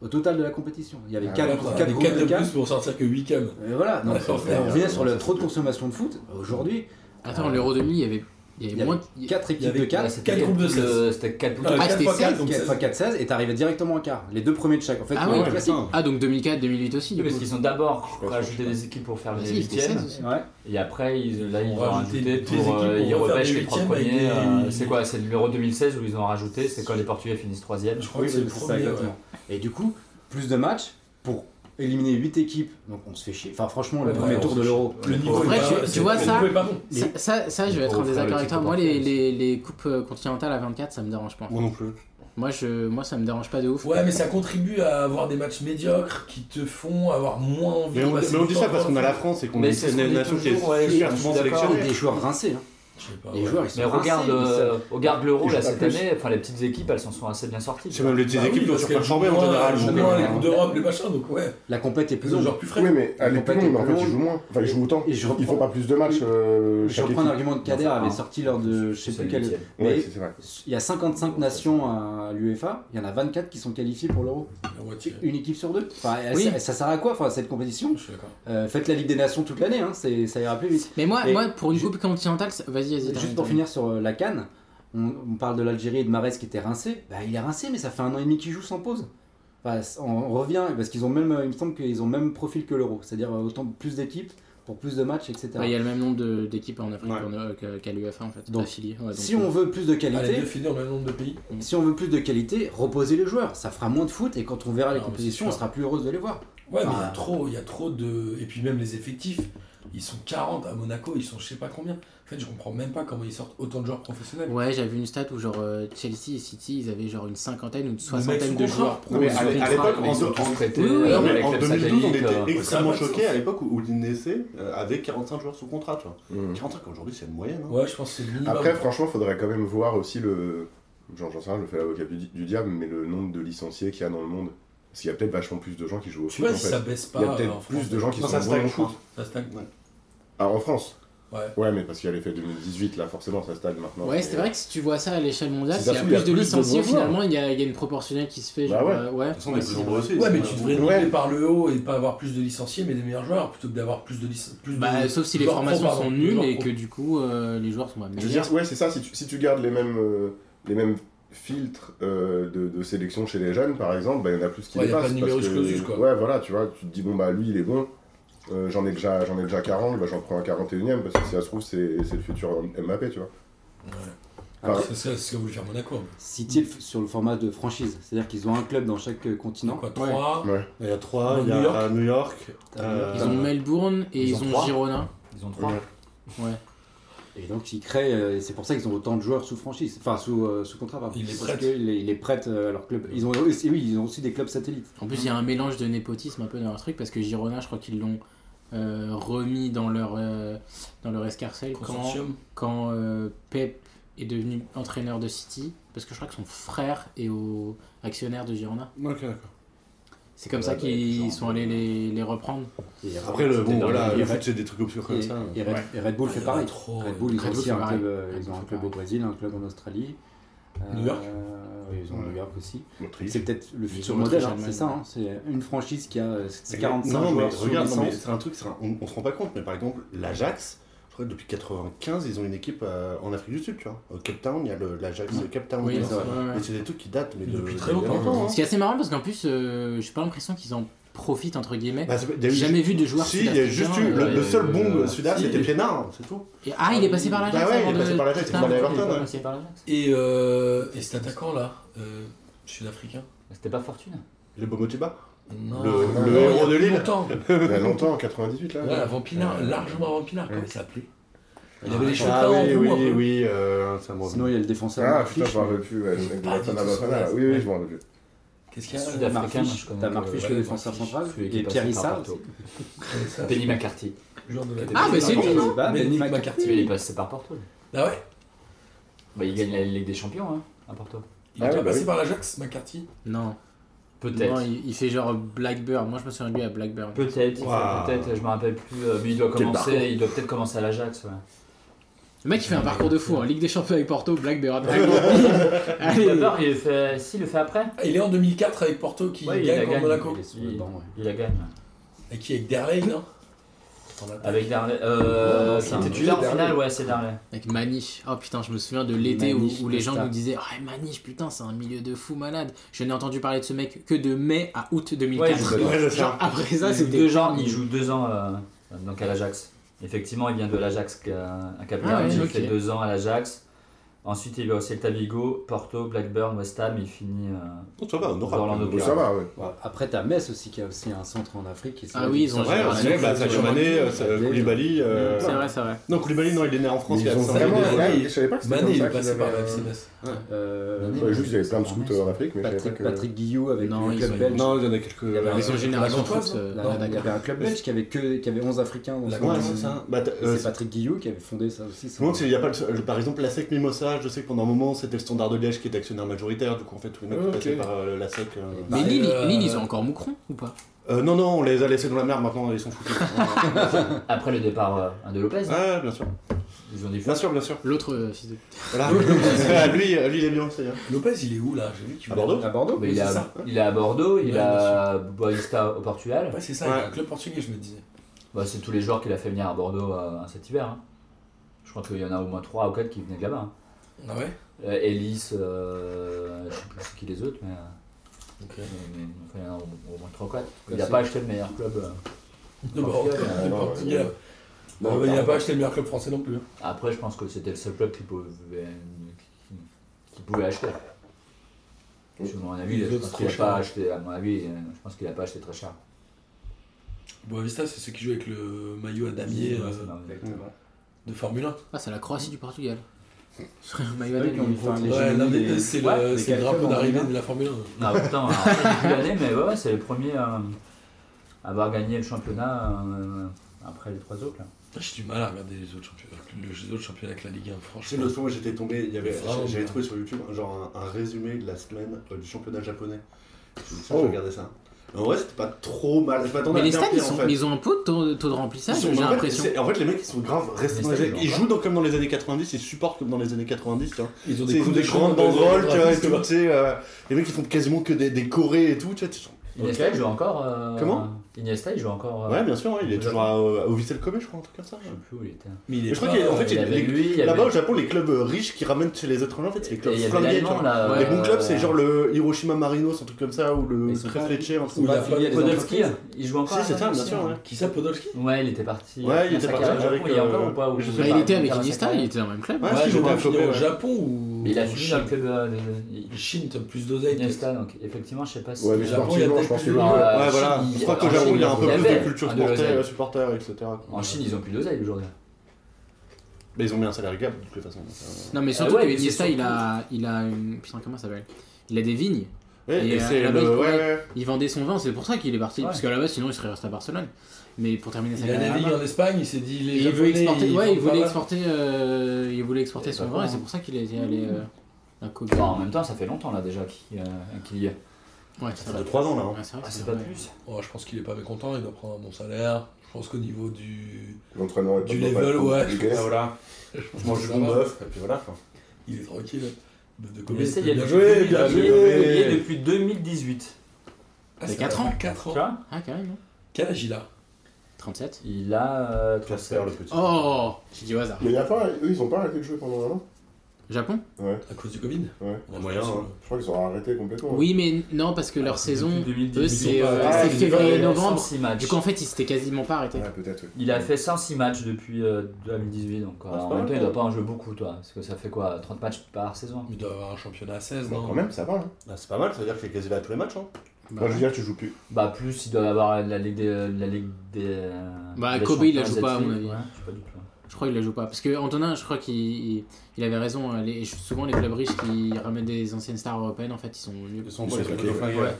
Speaker 6: Au total de la compétition. Il y avait
Speaker 4: Ah
Speaker 6: 4,
Speaker 4: ouais, t'en avais quatre de plus pour sortir que 8
Speaker 10: Ah,
Speaker 4: cams.
Speaker 6: Et voilà, donc,
Speaker 8: Ah,
Speaker 4: Ouais,
Speaker 6: on
Speaker 4: ouais,
Speaker 6: revient
Speaker 4: ouais,
Speaker 6: sur le trop de consommation de foot. Aujourd'hui.
Speaker 8: Attends, l'Euro 2000, il y avait. Il y avait moins de-
Speaker 6: 4
Speaker 8: il y
Speaker 6: équipes
Speaker 8: avait-
Speaker 6: de 4,
Speaker 8: ouais, c'était quatre groupes de seize.
Speaker 11: C'était 4
Speaker 8: Ah, Ah, c'était quatre fois seize, quatre, donc
Speaker 6: 4
Speaker 8: seize.
Speaker 6: x 4, 16, et t'arrivais directement en quart. Les deux premiers de chaque. En fait,
Speaker 8: Ah
Speaker 6: ils
Speaker 8: oui,
Speaker 6: ont classé.
Speaker 8: ah donc 2004, 2008 aussi.
Speaker 11: Oui, parce qu'ils ont d'abord rajouté des équipes pour faire
Speaker 8: Ah,
Speaker 11: les
Speaker 8: si, c'était
Speaker 11: huitièmes.
Speaker 8: 16 aussi.
Speaker 6: Ouais.
Speaker 11: Et après, ils, là, ils
Speaker 4: ont
Speaker 11: ont
Speaker 4: rajouté
Speaker 11: rajouté
Speaker 4: des équipes
Speaker 11: pour.
Speaker 4: pour
Speaker 11: euh, ils
Speaker 4: refaire
Speaker 11: repêchent
Speaker 4: des
Speaker 11: les trois
Speaker 4: huitièmes avec
Speaker 11: premiers.
Speaker 4: des-
Speaker 11: euh, C'est quoi C'est l'Euro 2016 où ils ont rajouté. C'est quand les Portugais finissent 3 Je
Speaker 6: Oui, c'est ça, exactement. Et du coup, plus de matchs pour éliminer 8 équipes. Donc on se fait chier. Enfin, franchement, le
Speaker 11: Ouais,
Speaker 6: premier
Speaker 11: on
Speaker 6: tour
Speaker 11: se
Speaker 6: de
Speaker 11: fait
Speaker 6: l'Euro.
Speaker 11: chier. Le niveau
Speaker 8: En vrai, tu, tu vois ça, ça,
Speaker 6: Les-
Speaker 8: ça, ça, je vais être en désaccord avec toi. Moi, les, les, les coupes euh, continentales à 24, ça me dérange pas.
Speaker 10: Moi non plus.
Speaker 8: Moi, je, moi, ça me dérange pas de ouf.
Speaker 4: Ouais, mais ça contribue à avoir des matchs médiocres qui te font avoir moins envie
Speaker 10: Mais
Speaker 4: de
Speaker 10: on,
Speaker 4: passer
Speaker 10: mais on
Speaker 4: du
Speaker 10: dit
Speaker 4: temps
Speaker 10: ça
Speaker 4: à
Speaker 10: parce qu'on a
Speaker 4: voir.
Speaker 10: la France et qu'on
Speaker 11: Mais
Speaker 10: est
Speaker 11: c'est ce
Speaker 10: une
Speaker 11: qu'on dit
Speaker 10: nation qui est
Speaker 11: toujours, ouais,
Speaker 10: super
Speaker 11: je suis
Speaker 10: souvent
Speaker 11: d'accord.
Speaker 10: sélectionnée.
Speaker 11: Des joueurs rincés, hein.
Speaker 6: Les joueurs, ils sont
Speaker 11: Mais
Speaker 6: rincés,
Speaker 11: regarde,
Speaker 6: ils savent.
Speaker 11: euh, regarde l'Euro
Speaker 6: Ils
Speaker 11: là
Speaker 6: jouent
Speaker 11: cette
Speaker 6: pas plus.
Speaker 11: année. Enfin, les petites équipes, elles s'en sont assez bien sorties.
Speaker 10: C'est même les petites
Speaker 4: Ah oui,
Speaker 10: équipes qui ont
Speaker 4: parce qu'elles
Speaker 10: surperformé en
Speaker 4: jouent
Speaker 10: général.
Speaker 4: moins,
Speaker 10: donc,
Speaker 4: moins
Speaker 10: euh,
Speaker 4: les Coupes d'Europe, les machins, donc ouais.
Speaker 6: La compète est plus
Speaker 4: Ils ont
Speaker 6: longue.
Speaker 4: genre plus frais.
Speaker 7: Oui, mais
Speaker 6: Ils
Speaker 7: elle est
Speaker 6: font
Speaker 7: plus
Speaker 6: pas
Speaker 7: longue, mais en
Speaker 6: des
Speaker 7: fait, ils
Speaker 6: longues.
Speaker 7: jouent moins. Enfin, ils jouent autant.
Speaker 6: Et je reprends-
Speaker 7: Ils font pas plus de matchs. euh,
Speaker 6: Je
Speaker 7: chaque
Speaker 6: reprends
Speaker 7: équipe.
Speaker 6: l'argument de Kader avait sorti lors de je sais plus quel.
Speaker 7: huitième.
Speaker 6: Mais
Speaker 7: Ouais, c'est vrai.
Speaker 6: il y a 55 nations à l'UEFA, il y en a 24 qui sont qualifiées pour l'Euro. Une équipe sur deux. Enfin, elle-
Speaker 8: Oui.
Speaker 6: ça, ça sert à quoi enfin, cette compétition
Speaker 4: d'accord.
Speaker 6: Euh, Faites la Ligue des Nations toute l'année, hein, c'est- ça ira plus vite.
Speaker 8: Mais moi,
Speaker 6: Et-
Speaker 8: moi, pour une coupe continentale, ça- vas-y, vas-y.
Speaker 6: Juste
Speaker 8: termine,
Speaker 6: pour
Speaker 8: termine.
Speaker 6: finir sur euh, la Cannes, on, on parle de l'Algérie et de Marès qui était rincé. Bah, il est rincé, mais ça fait un an et demi qu'il joue sans pause. Enfin, c- on revient, parce qu'ils ont même, euh, il me semble qu'ils ont le même profil que l'Euro, c'est-à-dire euh, autant plus d'équipes pour plus de matchs, etc.
Speaker 8: Bah, Il y a le même nombre de- d'équipes en Afrique qu'en- euh, que- qu'à l'UFA en fait,
Speaker 6: Donc,
Speaker 8: d'affiliés. Ouais, donc,
Speaker 6: si on veut plus de
Speaker 4: Ah, les
Speaker 6: qualité,
Speaker 4: deux finissent dans le même nombre de pays.
Speaker 6: si on veut plus de qualité, reposez les joueurs. Ça fera moins de foot et quand on verra les
Speaker 4: Non, mais
Speaker 6: compétitions,
Speaker 4: c'est
Speaker 6: on
Speaker 4: sûr.
Speaker 6: sera plus heureuse de les voir.
Speaker 4: Ouais, mais il y, a
Speaker 8: Ah.
Speaker 11: Enfin,
Speaker 4: trop, il y a trop de. Et puis même les effectifs, ils sont 40 à Monaco, ils sont je sais pas combien. En fait, je comprends même pas comment ils sortent autant de joueurs professionnels.
Speaker 8: euh, Ouais, j'avais vu une stat où genre euh, Chelsea et City, ils avaient genre une cinquantaine ou une
Speaker 4: sous
Speaker 8: soixantaine de
Speaker 4: contrat.
Speaker 8: joueurs
Speaker 4: Non, mais
Speaker 8: sous
Speaker 4: à l'é- à
Speaker 8: contrat,
Speaker 10: l'époque,
Speaker 8: mais
Speaker 10: en
Speaker 8: ils sont
Speaker 10: deux-
Speaker 8: tous
Speaker 10: en-
Speaker 8: traités,
Speaker 10: Oui, oui,
Speaker 8: euh,
Speaker 10: non, mais
Speaker 8: avec
Speaker 10: en
Speaker 8: la
Speaker 10: 2012, on
Speaker 8: satellite, euh,
Speaker 10: était extrêmement
Speaker 4: ça a pas de
Speaker 10: choqués
Speaker 4: sens.
Speaker 10: à l'époque où l'INEC avait 45 joueurs sous contrat, tu
Speaker 7: Mm.
Speaker 10: vois.
Speaker 7: Hum.
Speaker 10: 45 aujourd'hui, c'est une moyenne. hein.
Speaker 4: Ouais, je pense que c'est le minimum.
Speaker 7: Après, franchement, faudrait quand même voir aussi le. Genre, j'en sais rien, je me fais l'avocat du, du diable, mais le nombre de licenciés qu'il y a dans le monde. Parce qu'il y a peut-être vachement plus de gens qui jouent au
Speaker 4: Tu
Speaker 7: foot.
Speaker 4: vois,
Speaker 7: en
Speaker 4: si
Speaker 7: fait.
Speaker 4: ça baisse pas,
Speaker 7: Il y a
Speaker 4: euh, en
Speaker 7: peut-être plus
Speaker 4: France,
Speaker 7: de gens qui
Speaker 4: non,
Speaker 7: sont
Speaker 4: ça
Speaker 7: bons
Speaker 4: stagne,
Speaker 7: au
Speaker 4: je pense.
Speaker 7: foot.
Speaker 4: Ça stagne.
Speaker 7: Ah, en France
Speaker 4: Ouais.
Speaker 7: mais parce qu'il y a l'effet 2018, là, forcément, ça stagne maintenant.
Speaker 8: Ouais, c'est vrai que si tu vois ça à l'échelle mondiale,
Speaker 7: C'est
Speaker 8: s'il y a
Speaker 7: surtout, il y a
Speaker 8: plus
Speaker 7: plus
Speaker 8: de
Speaker 7: de
Speaker 8: licenciés,
Speaker 7: bons joueurs.
Speaker 8: finalement, il y, a il y a une proportionnelle qui se fait.
Speaker 7: Bah
Speaker 8: Genre,
Speaker 7: ouais.
Speaker 8: euh, ouais.
Speaker 10: De toute façon, on est plus nombreux aussi.
Speaker 4: Ouais,
Speaker 10: c'est
Speaker 4: mais
Speaker 10: pas
Speaker 4: tu
Speaker 10: bon.
Speaker 4: devrais niveler par le haut et pas avoir plus de licenciés, mais des meilleurs joueurs, plutôt que d'avoir plus de licenciés.
Speaker 8: Bah, sauf si les formations sont nulles et que du coup euh, les joueurs sont pas
Speaker 7: Je veux
Speaker 8: meilleurs.
Speaker 7: dire, ouais, c'est ça, si tu, si tu gardes les mêmes, euh, les mêmes filtres euh, de, de sélection chez les jeunes, par exemple, bah, il y en a plus qui
Speaker 4: Ouais, y a
Speaker 7: dépassent.
Speaker 4: pas de
Speaker 7: parce
Speaker 4: numerus
Speaker 7: que-
Speaker 4: clausus, quoi.
Speaker 7: Ouais, voilà, tu vois, tu te dis, bon, bah lui, il est bon, euh, j'en ai, déjà- j'en ai déjà 40, bah, j'en prends un 41ème, parce que si ça se trouve, c'est c'est le futur Mbappé, tu vois. Enfin,
Speaker 4: C'est ça, c'est ce qu'a voulu faire Monaco. hein.
Speaker 6: City f- sur le format de franchise, c'est-à-dire qu'ils ont un club dans chaque euh, continent.
Speaker 4: Quoi, 3
Speaker 7: ouais.
Speaker 10: Il y a 3,
Speaker 4: New
Speaker 10: il y a
Speaker 4: York.
Speaker 10: à New York. euh,
Speaker 8: Ils ont Melbourne et ils,
Speaker 10: ils ont
Speaker 8: ont
Speaker 10: trois.
Speaker 8: Girona.
Speaker 10: hein.
Speaker 11: Ils ont trois.
Speaker 8: Ouais.
Speaker 6: Et donc ils créent, euh, et c'est pour ça qu'ils ont autant de joueurs sous franchise, enfin sous, euh, sous contrat. Pardon.
Speaker 4: Ils les
Speaker 6: Parce
Speaker 4: prêtent.
Speaker 6: que les- Ils les prêtent euh, à leur club. Ils ont aussi, oui, ils ont aussi des clubs satellites.
Speaker 8: En plus, il y a un mélange de népotisme un peu dans leur truc parce que Girona, je crois qu'ils l'ont euh, remis dans leur, euh, dans leur escarcelle quand,
Speaker 4: Consortium.
Speaker 8: quand euh, Pep est devenu entraîneur de City parce que je crois que son frère est au actionnaire de Girona.
Speaker 10: Ok, d'accord.
Speaker 8: C'est comme
Speaker 10: Ouais,
Speaker 8: ça
Speaker 10: bah,
Speaker 8: qu'ils
Speaker 10: genre,
Speaker 8: sont allés les, les reprendre.
Speaker 6: Et
Speaker 10: Après, le, bon,
Speaker 6: et-
Speaker 10: voilà,
Speaker 6: et
Speaker 10: le
Speaker 6: Red-
Speaker 10: foot, c'est des trucs obscurs comme
Speaker 6: et-
Speaker 10: ça.
Speaker 6: et Red, et Red Bull
Speaker 4: Ah,
Speaker 6: fait
Speaker 4: il y en a
Speaker 6: pareil.
Speaker 4: trop,
Speaker 6: Red
Speaker 4: ouais.
Speaker 6: Bull, ils
Speaker 8: Red
Speaker 6: ont
Speaker 8: Bull
Speaker 6: aussi
Speaker 8: fait
Speaker 6: un
Speaker 8: pareil.
Speaker 6: club, euh,
Speaker 8: Red
Speaker 6: ils ont
Speaker 8: Bull
Speaker 6: un
Speaker 8: fait
Speaker 6: club au
Speaker 8: pareil.
Speaker 6: Brésil, un club en Australie.
Speaker 4: New York.
Speaker 6: Euh, oui, ils ont New York aussi.
Speaker 7: L'Autriche.
Speaker 6: C'est peut-être le futur
Speaker 8: ont
Speaker 6: modèle,
Speaker 8: l'Autriche,
Speaker 6: hein, c'est
Speaker 8: l'Allemagne.
Speaker 6: ça. hein, C'est une franchise qui a euh, c'est 45
Speaker 10: non, mais
Speaker 6: joueurs sous
Speaker 10: regarde, non, mais
Speaker 6: licence.
Speaker 10: c'est un truc, c'est un- on, on se rend pas compte, mais par exemple, l'Ajax, je crois que depuis 95, ils ont une équipe euh, en Afrique du Sud, tu vois. Au Cape Town, il y a le- l'Ajax de Cape Town.
Speaker 8: Oui,
Speaker 10: tu
Speaker 8: c'est
Speaker 10: vois.
Speaker 8: vrai, ouais.
Speaker 10: Mais c'est des trucs qui datent mais de-
Speaker 4: Depuis
Speaker 10: de-
Speaker 4: très
Speaker 10: il y a
Speaker 4: longtemps,
Speaker 10: longtemps, hein.
Speaker 8: Ce qui est assez marrant parce qu'en plus, euh, j'ai pas l'impression qu'ils en profitent entre guillemets.
Speaker 10: Bah, c'est- il y a
Speaker 8: J'ai
Speaker 10: eu-
Speaker 8: jamais vu de joueur
Speaker 10: Si, il y a juste eu.
Speaker 8: sud-africain,
Speaker 10: Le, le
Speaker 8: euh,
Speaker 10: seul bon
Speaker 8: euh,
Speaker 10: sud
Speaker 4: si,
Speaker 10: c'était
Speaker 4: mais-
Speaker 10: Plénard, c'est tout.
Speaker 8: et- Ah, il est passé par la
Speaker 10: Bah ouais, il est passé par l'Ajax, il est
Speaker 8: Putain,
Speaker 10: par
Speaker 8: il est
Speaker 10: l'Everton, hein.
Speaker 8: pas
Speaker 10: ouais.
Speaker 8: passé par l'Ajax.
Speaker 4: Et, euh, et cet attaquant là, euh, sud-africain
Speaker 11: C'était pas Fortune.
Speaker 10: Le Bomotiba.
Speaker 4: Non,
Speaker 10: Le-
Speaker 4: non,
Speaker 10: le
Speaker 4: non,
Speaker 10: héros
Speaker 4: il y a
Speaker 10: de Lille.
Speaker 4: longtemps.
Speaker 7: Il y a longtemps, en 98, là.
Speaker 4: Ouais, avant Pinard, largement avant Pinard, comment
Speaker 7: Ouais.
Speaker 4: il s'appelait Il avait les cheveux
Speaker 10: Ah
Speaker 4: en
Speaker 10: oui,
Speaker 4: roux,
Speaker 10: oui,
Speaker 4: un peu.
Speaker 10: oui, euh, ça me revient.
Speaker 6: Sinon, il y a le défenseur.
Speaker 7: Ah,
Speaker 6: Marfish,
Speaker 7: putain, je m'en rappelle plus, ouais, le mec de
Speaker 4: Pas du
Speaker 7: Bafana
Speaker 4: tout son
Speaker 7: Bafana, là.
Speaker 4: nom.
Speaker 7: Oui, oui, je m'en rappelle plus.
Speaker 4: Qu'est-ce qu'il y a
Speaker 11: Sud-africain,
Speaker 6: Marfish,
Speaker 11: je connais.
Speaker 6: T'as
Speaker 11: que-
Speaker 6: Marfish,
Speaker 11: ouais,
Speaker 6: le défenseur central.
Speaker 11: Celui qui
Speaker 6: Et
Speaker 11: est passé
Speaker 6: Pierre
Speaker 11: par
Speaker 6: Issa.
Speaker 11: Porto. Penny McCarthy.
Speaker 4: Joueur de la-
Speaker 8: Ah, mais
Speaker 11: mais
Speaker 8: c'est lui, non
Speaker 10: hein.
Speaker 6: Bah,
Speaker 4: Mais
Speaker 6: Benny
Speaker 4: Nick
Speaker 6: Mac-
Speaker 4: McCarthy.
Speaker 11: Il est passé par Porto. lui.
Speaker 4: Ah ouais
Speaker 11: Bah, il gagne la Ligue des Champions, hein, à Porto.
Speaker 4: Il est
Speaker 7: Ah ouais,
Speaker 4: déjà
Speaker 7: bah
Speaker 4: passé
Speaker 7: oui.
Speaker 4: par l'Ajax, McCarthy
Speaker 8: Non. Non,
Speaker 11: Peut-être.
Speaker 8: il, il fait genre Blackburn. Moi, je me souviens de lui à Blackburn.
Speaker 11: Peut-être,
Speaker 10: Waouh.
Speaker 11: peut-être, je me rappelle plus. euh, Mais il doit
Speaker 7: Quel parcours.
Speaker 11: commencer, il doit peut-être commencer à l'Ajax. ouais.
Speaker 8: Le mec, il fait un parcours de fou. hein. Ligue des Champions avec Porto, Blackburn. Allez.
Speaker 11: D'abord, il fait. S'il le fait après
Speaker 4: Ah, Il est en 2004 avec Porto qui
Speaker 11: Ouais, il
Speaker 4: gagne
Speaker 11: la
Speaker 4: contre
Speaker 11: gagne.
Speaker 4: Monaco.
Speaker 6: Il est sur le banc, ouais.
Speaker 11: Il la gagne.
Speaker 4: Et qui avec Derley, non Attends, on a-
Speaker 11: Avec Darley. Euh,
Speaker 7: c'est
Speaker 11: qui
Speaker 7: un
Speaker 11: était
Speaker 7: autre
Speaker 11: titulaire en
Speaker 7: Darley.
Speaker 11: finale, ouais, c'est Darley.
Speaker 8: Avec Maniche. Oh putain, je me souviens de l'été où,
Speaker 11: Maniche,
Speaker 8: où les gens
Speaker 11: Costa.
Speaker 8: nous disaient Ah, Maniche, putain, c'est un milieu de fou malade. Je n'ai entendu parler de ce mec que de mai à août 2004.
Speaker 11: Ouais,
Speaker 10: Ouais, c'est ça.
Speaker 8: Après ça,
Speaker 11: il joue
Speaker 8: c'était.
Speaker 11: deux ans, il joue deux ans euh, donc à l'Ajax. Effectivement, il vient de l'Ajax qu'à- à Cap Verde.
Speaker 8: Ah ouais,
Speaker 11: il
Speaker 8: ok.
Speaker 11: fait deux ans à l'Ajax. Ensuite, il va au Celta Vigo, Porto, Blackburn, West Ham. Il finit euh,
Speaker 10: Ça va, on
Speaker 11: aux
Speaker 10: aura.
Speaker 11: Orlando
Speaker 7: Bon,
Speaker 11: Pirates.
Speaker 7: ça va, ouais.
Speaker 6: Ouais, Après, t'as Metz aussi qui a aussi un centre en Afrique. qui s'est-
Speaker 8: Ah oui, ils ont
Speaker 10: Ouais,
Speaker 8: Ouais,
Speaker 10: sinon, bah, Sadio Mané, euh, ça- Koulibaly. euh,
Speaker 8: C'est vrai, c'est vrai.
Speaker 10: Non, Koulibaly, non, il est né en France.
Speaker 7: Mais
Speaker 10: il
Speaker 7: Ils
Speaker 10: a
Speaker 7: ont
Speaker 10: cinq
Speaker 7: vraiment.
Speaker 10: ans.
Speaker 7: là, Je savais pas que c'était
Speaker 4: Mané,
Speaker 7: comme
Speaker 4: il
Speaker 7: ça
Speaker 4: est
Speaker 7: qu'il
Speaker 4: passé
Speaker 7: avait,
Speaker 4: par
Speaker 7: euh,
Speaker 4: la FCMS.
Speaker 6: Euh,
Speaker 7: Ouais, juste, il y avait plein de scouts euh, en Afrique, mais je savais
Speaker 6: Patrick,
Speaker 7: pas que.
Speaker 6: Patrick Guillou avec
Speaker 8: Non,
Speaker 6: le
Speaker 8: ils
Speaker 6: club
Speaker 8: ont-
Speaker 6: belge.
Speaker 10: Non, il y en a quelques.
Speaker 4: Il y avait
Speaker 8: Ils sont
Speaker 4: Euh,
Speaker 8: génération
Speaker 4: Gantoise,
Speaker 8: foot. euh,
Speaker 4: non
Speaker 8: là,
Speaker 6: Là, Il y
Speaker 8: d'accord.
Speaker 6: avait un club belge qui avait, que, qui avait 11 Africains dans
Speaker 4: La
Speaker 6: son
Speaker 10: Ouais,
Speaker 6: club.
Speaker 10: c'est ça. Bah, t'as-
Speaker 6: Et
Speaker 10: euh,
Speaker 6: c'est Patrick Guillou qui avait fondé ça aussi.
Speaker 10: Je me demande s'il n'y a pas, le- le- par exemple, la SEC Mimosa, je sais que pendant un moment c'était le standard de Liège qui était actionnaire majoritaire, du coup en fait tous les mecs
Speaker 7: Ok.
Speaker 10: passaient par euh, la SEC. euh,
Speaker 8: Mais
Speaker 4: Bah,
Speaker 8: Lille,
Speaker 4: euh,
Speaker 8: Lille, ils ont encore Moucron ou pas
Speaker 10: euh, non, non, on les a laissés dans la merde maintenant, ils sont foutus. ouais,
Speaker 11: Après le départ euh, de Lopez,
Speaker 10: ouais, bien sûr.
Speaker 11: ils ont des
Speaker 10: Bien sûr, bien sûr.
Speaker 8: L'autre, euh, fils de.
Speaker 10: Voilà. Ah, lui, euh, lui, il est bien, c'est bien.
Speaker 4: Lopez, il est où là J'ai vu qu'il
Speaker 10: À Bordeaux
Speaker 6: À Bordeaux
Speaker 11: Mais il, est
Speaker 4: c'est
Speaker 11: à,
Speaker 4: ça.
Speaker 11: il est à Bordeaux, il est
Speaker 4: Ouais,
Speaker 11: à Boa Vista au Portugal.
Speaker 4: Ouais, c'est ça,
Speaker 10: Ouais.
Speaker 4: il est un club portugais, je me disais.
Speaker 11: Bah, c'est tous les joueurs qu'il a fait venir à Bordeaux euh, cet hiver. hein. Je crois qu'il y en a au moins 3 ou 4 qui venaient de là-bas. hein.
Speaker 4: Ah ouais
Speaker 11: Euh, Ellis, euh, je sais plus c'est qui les autres, mais. euh,
Speaker 4: Ok.
Speaker 11: mais- mais- enfin, il y en a au, au moins 3 ou 4. Il
Speaker 6: Ouais,
Speaker 11: n'a
Speaker 6: c'est-
Speaker 11: pas acheté le meilleur club. euh.
Speaker 4: Non, bah,
Speaker 11: Portugal,
Speaker 4: le
Speaker 7: non,
Speaker 4: Portugal.
Speaker 7: ouais.
Speaker 4: Bah,
Speaker 7: Non,
Speaker 4: il n'a
Speaker 7: pardon.
Speaker 4: pas acheté le meilleur club français non plus. hein.
Speaker 11: Après, je pense que c'était le seul club qui pouvait, qui, qui pouvait acheter. Parce que, À mon avis,
Speaker 4: Les
Speaker 11: je
Speaker 4: autres,
Speaker 11: pense qu'il a
Speaker 4: trop cher.
Speaker 11: pas acheté. À mon avis, euh, je pense qu'il n'a pas acheté très cher.
Speaker 4: Boavista, c'est ceux qui jouent avec le maillot à damier
Speaker 8: Ouais,
Speaker 4: euh,
Speaker 8: c'est marrant. Exactement.
Speaker 4: de Formule 1.
Speaker 8: Ah, c'est la Croatie du Portugal. Sur un maillot
Speaker 4: C'est
Speaker 8: à
Speaker 4: eux
Speaker 8: damier,
Speaker 4: qui ont mis
Speaker 8: ils
Speaker 4: fin à
Speaker 8: font-
Speaker 4: les Ouais, Génies, non, mais les- c'est le- Ouais, c'est les le drapeau calculs en d'arrivée de la Formule 1.
Speaker 11: Ah, putain, alors, j'ai plus l'année, mais ouais, ouais, c'est le premier euh, à avoir gagné le championnat euh, après les trois autres. Là.
Speaker 4: Ah,
Speaker 13: J'ai du mal à regarder les autres championnats, les autres championnats avec la Ligue 1,
Speaker 10: C'est
Speaker 13: franchement.
Speaker 10: le soir où j'étais tombé, il y avait,
Speaker 13: Vraiment,
Speaker 10: j'avais
Speaker 13: ouais.
Speaker 10: trouvé sur YouTube hein, genre un, un résumé de la semaine euh, du championnat japonais. Je me suis
Speaker 11: Oh.
Speaker 10: regardé ça. En vrai, c'était pas trop mal. Je m'attendais
Speaker 8: Mais
Speaker 10: à
Speaker 8: les
Speaker 10: bien
Speaker 8: stades, ils,
Speaker 10: pire,
Speaker 8: sont-
Speaker 10: en fait.
Speaker 8: ils ont un peu de taux, taux de
Speaker 10: Ils
Speaker 8: remplissage,
Speaker 10: sont-
Speaker 8: j'ai
Speaker 10: mais en fait,
Speaker 8: l'impression.
Speaker 10: c'est- En fait, les mecs, ils sont grave restreints.
Speaker 8: Les stades,
Speaker 10: Ils
Speaker 8: ils ont
Speaker 10: jouent dans- comme dans les années 90, ils supportent comme dans les années 90. hein. Tu sais, Ils
Speaker 4: ont
Speaker 10: ont
Speaker 4: des
Speaker 10: des,
Speaker 4: coups de
Speaker 10: grandes
Speaker 4: cheveux,
Speaker 10: banderoles,
Speaker 4: des
Speaker 10: tu vois, et
Speaker 4: graphismes.
Speaker 10: tout, tu sais, euh, les mecs, ils font quasiment que des, des chorés et tout. Tu sais, tu
Speaker 11: Et Iniesta, il joue encore. euh,
Speaker 10: Comment
Speaker 11: Iniesta, il joue encore. euh,
Speaker 10: Ouais, bien sûr, ouais, il est
Speaker 11: au
Speaker 10: toujours
Speaker 11: Japon.
Speaker 10: à- euh, au Vissel Kobe, je crois, un truc comme ça.
Speaker 11: Je sais plus où il était.
Speaker 10: Mais je crois qu'en fait,
Speaker 11: il y
Speaker 10: les-
Speaker 11: avait
Speaker 10: les-
Speaker 11: lui, il y
Speaker 10: là-bas
Speaker 11: avait-
Speaker 10: au Japon, les clubs euh, riches qui ramènent chez les étrangers, en fait, c'est les clubs
Speaker 11: Et il y avait
Speaker 10: flingués. tu
Speaker 11: l'Allemand,
Speaker 10: vois.
Speaker 11: là,
Speaker 10: les
Speaker 11: euh,
Speaker 10: bons clubs, c'est genre le Hiroshima Marinos, un truc comme ça, ou le Tref Lecce, un truc
Speaker 11: Ou
Speaker 10: comme
Speaker 11: la
Speaker 10: ça.
Speaker 11: Podolski, Podolski, il joue encore.
Speaker 10: Si, c'est ça, bien sûr. ouais.
Speaker 4: Qui ça, Podolski
Speaker 11: Ouais, il était parti.
Speaker 10: Ouais, il
Speaker 11: à
Speaker 10: était
Speaker 11: Osaka,
Speaker 10: parti
Speaker 11: au Japon,
Speaker 10: avec,
Speaker 11: Il y a encore
Speaker 10: euh,
Speaker 11: ou pas ou-
Speaker 8: Bah,
Speaker 10: je sais Il pas. était avec
Speaker 11: Osaka.
Speaker 10: Iniesta, il était dans le même club. Ouais, si,
Speaker 4: il
Speaker 10: il
Speaker 4: joue
Speaker 10: était à
Speaker 4: fini
Speaker 10: Kobe,
Speaker 4: au
Speaker 10: ouais.
Speaker 4: Japon ou.
Speaker 11: Mais il a
Speaker 4: en
Speaker 11: fini
Speaker 4: Chine.
Speaker 11: dans le club. euh, de-
Speaker 4: Chine, t'as plus d'oseille.
Speaker 11: Iniesta, donc effectivement, je sais pas si.
Speaker 7: Ouais, mais
Speaker 11: Japon,
Speaker 7: sportivement,
Speaker 11: il y a
Speaker 7: je pense
Speaker 11: peut-être
Speaker 7: que oui.
Speaker 11: plus de-
Speaker 10: Ouais,
Speaker 11: Euh,
Speaker 10: voilà.
Speaker 11: Chine,
Speaker 10: Je crois
Speaker 11: en
Speaker 10: qu'au Japon,
Speaker 11: Chine,
Speaker 10: il y a un peu plus
Speaker 11: avait
Speaker 10: de culture
Speaker 11: un de
Speaker 10: supporter,
Speaker 11: l'oseille.
Speaker 10: supporter, etc.
Speaker 11: En Chine, ils ont plus d'oseille aujourd'hui.
Speaker 10: Mais ils ont mis un salaire gap, de toute façon.
Speaker 8: Non, mais surtout que Iniesta, il a, il a une. Putain, comment ça s'appelle Il a des vignes.
Speaker 10: Ouais, et
Speaker 8: euh,
Speaker 10: c'est
Speaker 8: à la base,
Speaker 10: le-
Speaker 8: il-
Speaker 10: ouais, ouais.
Speaker 8: Il vendait son vin, c'est pour ça qu'il est parti.
Speaker 4: Ouais.
Speaker 8: Parce qu'à la base, sinon, il serait resté à Barcelone. Mais pour terminer sa
Speaker 4: Il a des
Speaker 8: carrière.
Speaker 4: ligues
Speaker 8: là-bas.
Speaker 4: en Espagne, il s'est dit les
Speaker 8: Et il
Speaker 4: Japonais,
Speaker 8: veut exporter.
Speaker 4: ils
Speaker 8: Ouais,
Speaker 4: font
Speaker 8: il
Speaker 4: pas
Speaker 8: voulait
Speaker 4: mal.
Speaker 8: exporter. euh, Il voulait exporter son
Speaker 11: pas
Speaker 8: vin,
Speaker 11: con,
Speaker 8: et c'est pour ça qu'il est allé. euh, à Kobe.
Speaker 11: Bon, en même temps, ça fait longtemps là déjà qu'il euh, qu'il y est.
Speaker 8: Ouais,
Speaker 11: Ça fait
Speaker 8: vrai.
Speaker 10: trois ans, là, hein.
Speaker 8: Ouais, c'est vrai
Speaker 11: Ah,
Speaker 8: que
Speaker 11: c'est
Speaker 8: ça
Speaker 11: pas
Speaker 8: fait-
Speaker 11: plus.
Speaker 4: Oh, je pense qu'il est pas mécontent, il doit prendre un bon salaire. Je pense qu'au niveau du.
Speaker 7: L'entraîneur est
Speaker 4: Du
Speaker 7: pas- pas
Speaker 4: level,
Speaker 7: trop
Speaker 4: ouais.
Speaker 7: compliqué.
Speaker 4: je pense-
Speaker 10: voilà.
Speaker 4: je pense
Speaker 10: Je mange
Speaker 4: que
Speaker 10: du
Speaker 4: ça
Speaker 10: bon
Speaker 4: va.
Speaker 10: bœuf, et puis voilà. quoi.
Speaker 4: Il est tranquille. Bœuf de
Speaker 11: Il essaie, il y
Speaker 4: Kobe. Bien
Speaker 11: a depuis
Speaker 4: joué, bien
Speaker 11: 2000,
Speaker 4: joué.
Speaker 11: il est depuis 2018.
Speaker 4: Ah,
Speaker 8: C'est
Speaker 4: ça
Speaker 8: 4
Speaker 4: va,
Speaker 8: ans.
Speaker 4: 4
Speaker 11: Tu
Speaker 4: ans.
Speaker 11: vois
Speaker 8: Ah, quand même. hein.
Speaker 4: Quel âge il a
Speaker 8: 37.
Speaker 11: Il a. euh,
Speaker 10: Casper, le petit.
Speaker 8: Oh J'ai dit au hasard.
Speaker 7: Mais y a pas, eux, ils ont pas arrêté de jouer pendant un an
Speaker 8: Japon
Speaker 7: Ouais,
Speaker 4: À cause du Covid
Speaker 7: ouais.
Speaker 10: Il y a moyen, hein.
Speaker 7: Je crois qu'ils ont arrêté complètement.
Speaker 8: Oui, mais non, parce que leur
Speaker 11: Ah, depuis
Speaker 8: saison,
Speaker 11: 2018,
Speaker 8: eux,
Speaker 11: ils
Speaker 8: c'est
Speaker 11: ont
Speaker 8: euh,
Speaker 7: pas-
Speaker 8: c'est
Speaker 7: Ah, ils ont
Speaker 11: pas-
Speaker 8: février-novembre.
Speaker 11: 106 matchs.
Speaker 8: Du coup, en fait, ils s'étaient quasiment pas arrêtés.
Speaker 7: Ouais, peut-être, oui.
Speaker 11: Il a fait 106 matchs depuis euh, 2018, donc euh,
Speaker 10: Ah, c'est
Speaker 11: en
Speaker 10: pas
Speaker 11: même
Speaker 10: mal,
Speaker 11: temps, il
Speaker 10: ouais.
Speaker 11: doit pas en jouer beaucoup, toi. Parce que ça fait quoi 30 matchs par saison
Speaker 4: Il doit avoir un championnat à 16,
Speaker 7: Bon,
Speaker 4: non
Speaker 7: quand même, ça va. Hein.
Speaker 10: Ah, C'est pas mal, ça veut dire qu'il est quasi là à tous les matchs. Hein.
Speaker 8: Bah,
Speaker 7: Moi, je veux dire, tu joues plus.
Speaker 11: Bah, plus, il doit avoir la Ligue des. La ligue des euh,
Speaker 8: Bah,
Speaker 11: des
Speaker 8: Kobe, il la
Speaker 11: champions
Speaker 8: joue pas, à mon
Speaker 11: asiatiques,
Speaker 8: avis.
Speaker 11: ouais, je sais pas du tout. hein.
Speaker 8: Je crois qu'il la joue pas. Parce que Antonin, je crois qu'il il- il avait raison. euh, les- souvent, les clubs riches qui ramènent des anciennes stars européennes, en fait, ils sont nuls.
Speaker 10: Ils sont
Speaker 7: Ils
Speaker 10: ils
Speaker 7: sont
Speaker 10: sont
Speaker 7: claqués,
Speaker 10: plutôt flingués.
Speaker 8: ouais.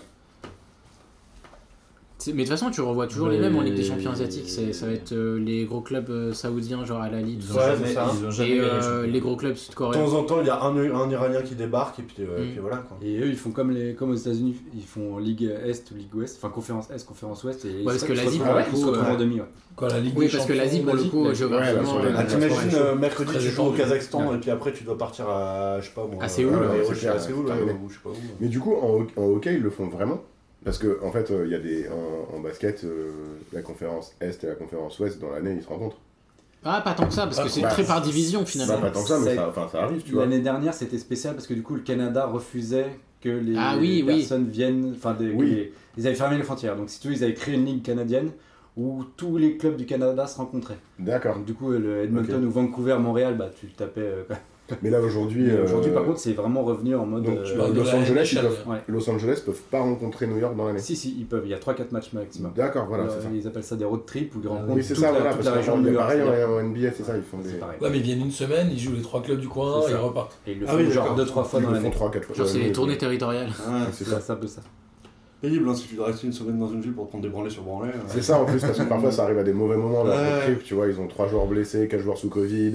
Speaker 8: C'est- Mais de toute façon, tu revois toujours les mêmes en Ligue des Champions asiatiques. C'est- Ça va être euh, les gros clubs euh, saoudiens, genre Al Ahly, tout
Speaker 11: Ils
Speaker 8: ça.
Speaker 11: ont
Speaker 10: Ouais,
Speaker 11: jamais,
Speaker 10: c'est ça.
Speaker 11: ils ont jamais
Speaker 8: Et
Speaker 11: gagné le
Speaker 8: euh,
Speaker 11: championnat.
Speaker 8: les gros clubs
Speaker 10: De
Speaker 8: sud-coréens.
Speaker 10: temps en temps, il y a un, un Iranien qui débarque, et puis, euh,
Speaker 8: Mm.
Speaker 10: puis voilà. Quoi.
Speaker 6: Et eux, ils font comme, les, comme aux États-Unis, ils font Ligue Est ou Ligue Ouest, enfin Conférence Est, Conférence Ouest. Et ils
Speaker 8: parce
Speaker 6: se-
Speaker 8: que
Speaker 6: ils se
Speaker 8: l'Asie,
Speaker 6: retrouvent-
Speaker 8: pour le
Speaker 6: ils se
Speaker 8: coup,
Speaker 6: retrouvent
Speaker 8: euh,
Speaker 6: en demi. ouais.
Speaker 4: Quoi, la Ligue
Speaker 8: Oui,
Speaker 4: des
Speaker 8: parce que l'Asie, pour le
Speaker 4: Champions,
Speaker 8: coup,
Speaker 4: la Ligue-
Speaker 6: bah,
Speaker 8: géographiquement,
Speaker 7: Ouais, là, sur les-
Speaker 8: euh,
Speaker 10: Ah, T'imagines, euh, mercredi,
Speaker 4: Très
Speaker 10: tu joues au
Speaker 4: étendu.
Speaker 10: Kazakhstan, et puis après, tu dois partir à. Je sais pas moi.
Speaker 8: À Séoul,
Speaker 10: euh,
Speaker 7: ouais,
Speaker 10: ouais,
Speaker 7: c'est
Speaker 10: ouais,
Speaker 7: clair,
Speaker 10: à Séoul,
Speaker 7: c'est
Speaker 10: ouais,
Speaker 7: terminé.
Speaker 10: ou je sais pas où.
Speaker 7: Mais du coup, en, ho- en hockey, ils le font vraiment Parce que, en fait, euh, il y a des. En, en basket, euh, la conférence Est et la conférence Ouest, dans l'année, ils se rencontrent.
Speaker 8: Ah, pas tant que ça, parce que c'est
Speaker 7: Bah,
Speaker 8: très par division
Speaker 7: Bah,
Speaker 8: finalement.
Speaker 7: pas tant que ça, mais
Speaker 6: C'est-
Speaker 7: ça, enfin, ça arrive, tu vois.
Speaker 6: L'année dernière, c'était spécial parce que du coup, le Canada refusait que les
Speaker 8: Ah oui, oui.
Speaker 6: personnes viennent. Enfin, des-
Speaker 7: Oui.
Speaker 6: que les- ils avaient fermé les frontières. Donc, si tu veux, ils avaient créé une ligue canadienne où tous les clubs du Canada se rencontraient.
Speaker 7: D'accord.
Speaker 6: Donc, du coup, le Edmonton ou Vancouver, Montréal, bah, tu tapais. euh, quoi.
Speaker 7: Mais là, aujourd'hui.
Speaker 6: Mais Aujourd'hui,
Speaker 7: euh,
Speaker 6: par contre, c'est vraiment revenu en mode.
Speaker 7: Donc,
Speaker 6: euh,
Speaker 7: tu vois,
Speaker 4: de
Speaker 7: Los
Speaker 4: la
Speaker 7: Angeles, ils
Speaker 4: NHL,
Speaker 7: peuvent-
Speaker 6: ouais.
Speaker 7: Los Angeles peuvent pas rencontrer New York dans l'année.
Speaker 6: Si, si, ils peuvent. Il y a 3-4 matchs maximum.
Speaker 7: D'accord, voilà,
Speaker 6: Alors,
Speaker 7: c'est ça.
Speaker 6: Ils appellent ça des road trips ou ils rencontrent
Speaker 7: Ah Oui, c'est
Speaker 6: toute
Speaker 7: ça,
Speaker 6: la-
Speaker 7: voilà,
Speaker 6: toute
Speaker 7: parce
Speaker 6: la
Speaker 7: que
Speaker 6: région de
Speaker 7: c'est
Speaker 6: New York.
Speaker 7: pareil
Speaker 6: c'est-à-dire-
Speaker 7: en en NBA, c'est ça, ils font
Speaker 6: C'est
Speaker 7: des.
Speaker 6: pareil.
Speaker 4: Ouais, mais ils viennent une semaine, ils jouent les trois clubs du coin
Speaker 6: C'est
Speaker 4: et ils
Speaker 6: ça.
Speaker 4: repartent.
Speaker 6: Et ils le
Speaker 10: Ah
Speaker 6: font
Speaker 10: oui,
Speaker 6: genre
Speaker 10: d'accord.
Speaker 6: 2-3 fois
Speaker 7: Ils
Speaker 6: dans
Speaker 7: le font
Speaker 6: l'année.
Speaker 7: 3-4 fois.
Speaker 8: Genre, c'est
Speaker 7: dans
Speaker 8: les
Speaker 7: l'année.
Speaker 8: tournées territoriales.
Speaker 10: Ah,
Speaker 7: C'est
Speaker 6: C'est
Speaker 7: ça.
Speaker 6: ça, un peu ça.
Speaker 10: Pénible, hein, si tu dois rester une semaine dans une ville pour prendre des branlés sur branlés. euh.
Speaker 7: C'est ça en plus, parce que parfois ça arrive à des mauvais moments, là,
Speaker 10: Ouais.
Speaker 7: pour le trip, tu vois, ils ont 3 joueurs blessés, 4 joueurs sous Covid.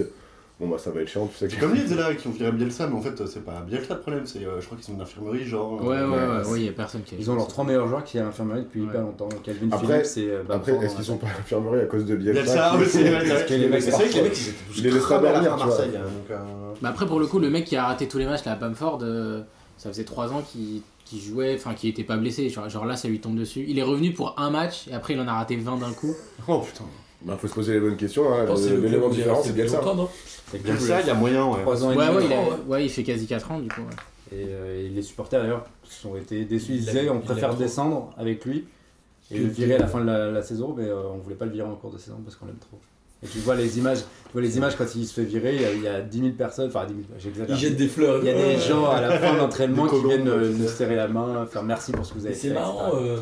Speaker 7: Bon bah ça va être chiant, tu sais
Speaker 10: C'est
Speaker 7: que.
Speaker 10: comme les là qui ont viré Bielsa, mais en fait, euh, c'est pas Bielsa le problème, c'est euh, je crois qu'ils sont une infirmerie, genre.
Speaker 8: Ouais, ouais,
Speaker 10: euh,
Speaker 8: ouais, ouais, il y a personne qui a
Speaker 6: Ils ont leurs 3 meilleurs joueurs qui est à l'infirmerie depuis
Speaker 8: Ouais.
Speaker 6: hyper longtemps. Calvin
Speaker 7: Après-
Speaker 6: Phillips et euh, Bam
Speaker 7: Après,
Speaker 6: Ford,
Speaker 7: est-ce
Speaker 6: on
Speaker 7: qu'ils
Speaker 6: a-
Speaker 7: sont pas infirmeries à cause de Bielsa
Speaker 10: Bielsa, ouais,
Speaker 7: qui-
Speaker 10: c'est vrai,
Speaker 7: parce
Speaker 10: c'est
Speaker 7: que
Speaker 10: vrai.
Speaker 7: les mecs,
Speaker 10: Mais c'est vrai que les
Speaker 7: parfois,
Speaker 10: mecs, ils étaient tous
Speaker 7: ils les laissent pas
Speaker 10: cramés à la
Speaker 7: dormir,
Speaker 10: fin
Speaker 7: tu vois.
Speaker 10: Marseille. hein, donc, euh,
Speaker 8: Bah après, pour le coup, le mec qui a raté tous les matchs là, à Bamford, euh, ça faisait 3 ans qu'il qu'il jouait, enfin qu'il était pas blessé. Genre, genre là, ça lui tombe dessus. Il est revenu pour un match et après, il en a raté 20 d'un coup.
Speaker 10: Oh putain.
Speaker 7: Bah faut se poser les bonnes questions, hein.
Speaker 4: Je pense que
Speaker 7: le-
Speaker 4: club
Speaker 7: L'élément
Speaker 4: où il est
Speaker 7: différent,
Speaker 4: resté
Speaker 7: c'est
Speaker 4: le plus
Speaker 7: Bielsa.
Speaker 4: longtemps, non
Speaker 6: C'est cool,
Speaker 10: Bielsa, il y a moyen, ouais.
Speaker 6: trois ans et
Speaker 8: Ouais,
Speaker 6: demi.
Speaker 8: ouais, il, a-
Speaker 4: ans, ouais.
Speaker 8: ouais, il fait quasi 4 ans du coup. ouais.
Speaker 6: Et, euh, et les supporters d'ailleurs ont été déçus. Ils
Speaker 4: Il l'a-
Speaker 6: disaient on
Speaker 4: il l'a
Speaker 6: préfère
Speaker 4: trop.
Speaker 6: descendre avec lui et
Speaker 4: Que
Speaker 6: le virer à la
Speaker 4: de-
Speaker 6: fin de la, la saison, mais euh, on voulait pas le virer en cours de saison parce qu'on l'aime trop. Et tu vois les images, tu vois les images quand il se fait virer, il y a, il y a 10 000 personnes, enfin 10 000, j'exagère.
Speaker 4: Ils jettent des fleurs. euh,
Speaker 6: Il y a des
Speaker 4: Ouais.
Speaker 6: gens à la fin de
Speaker 10: Des
Speaker 6: l'entraînement qui
Speaker 10: colons,
Speaker 6: viennent euh,
Speaker 10: ouais.
Speaker 6: nous serrer la main, faire merci pour ce que vous
Speaker 4: Et
Speaker 6: avez fait.
Speaker 4: C'est marrant.
Speaker 6: etc.
Speaker 4: euh,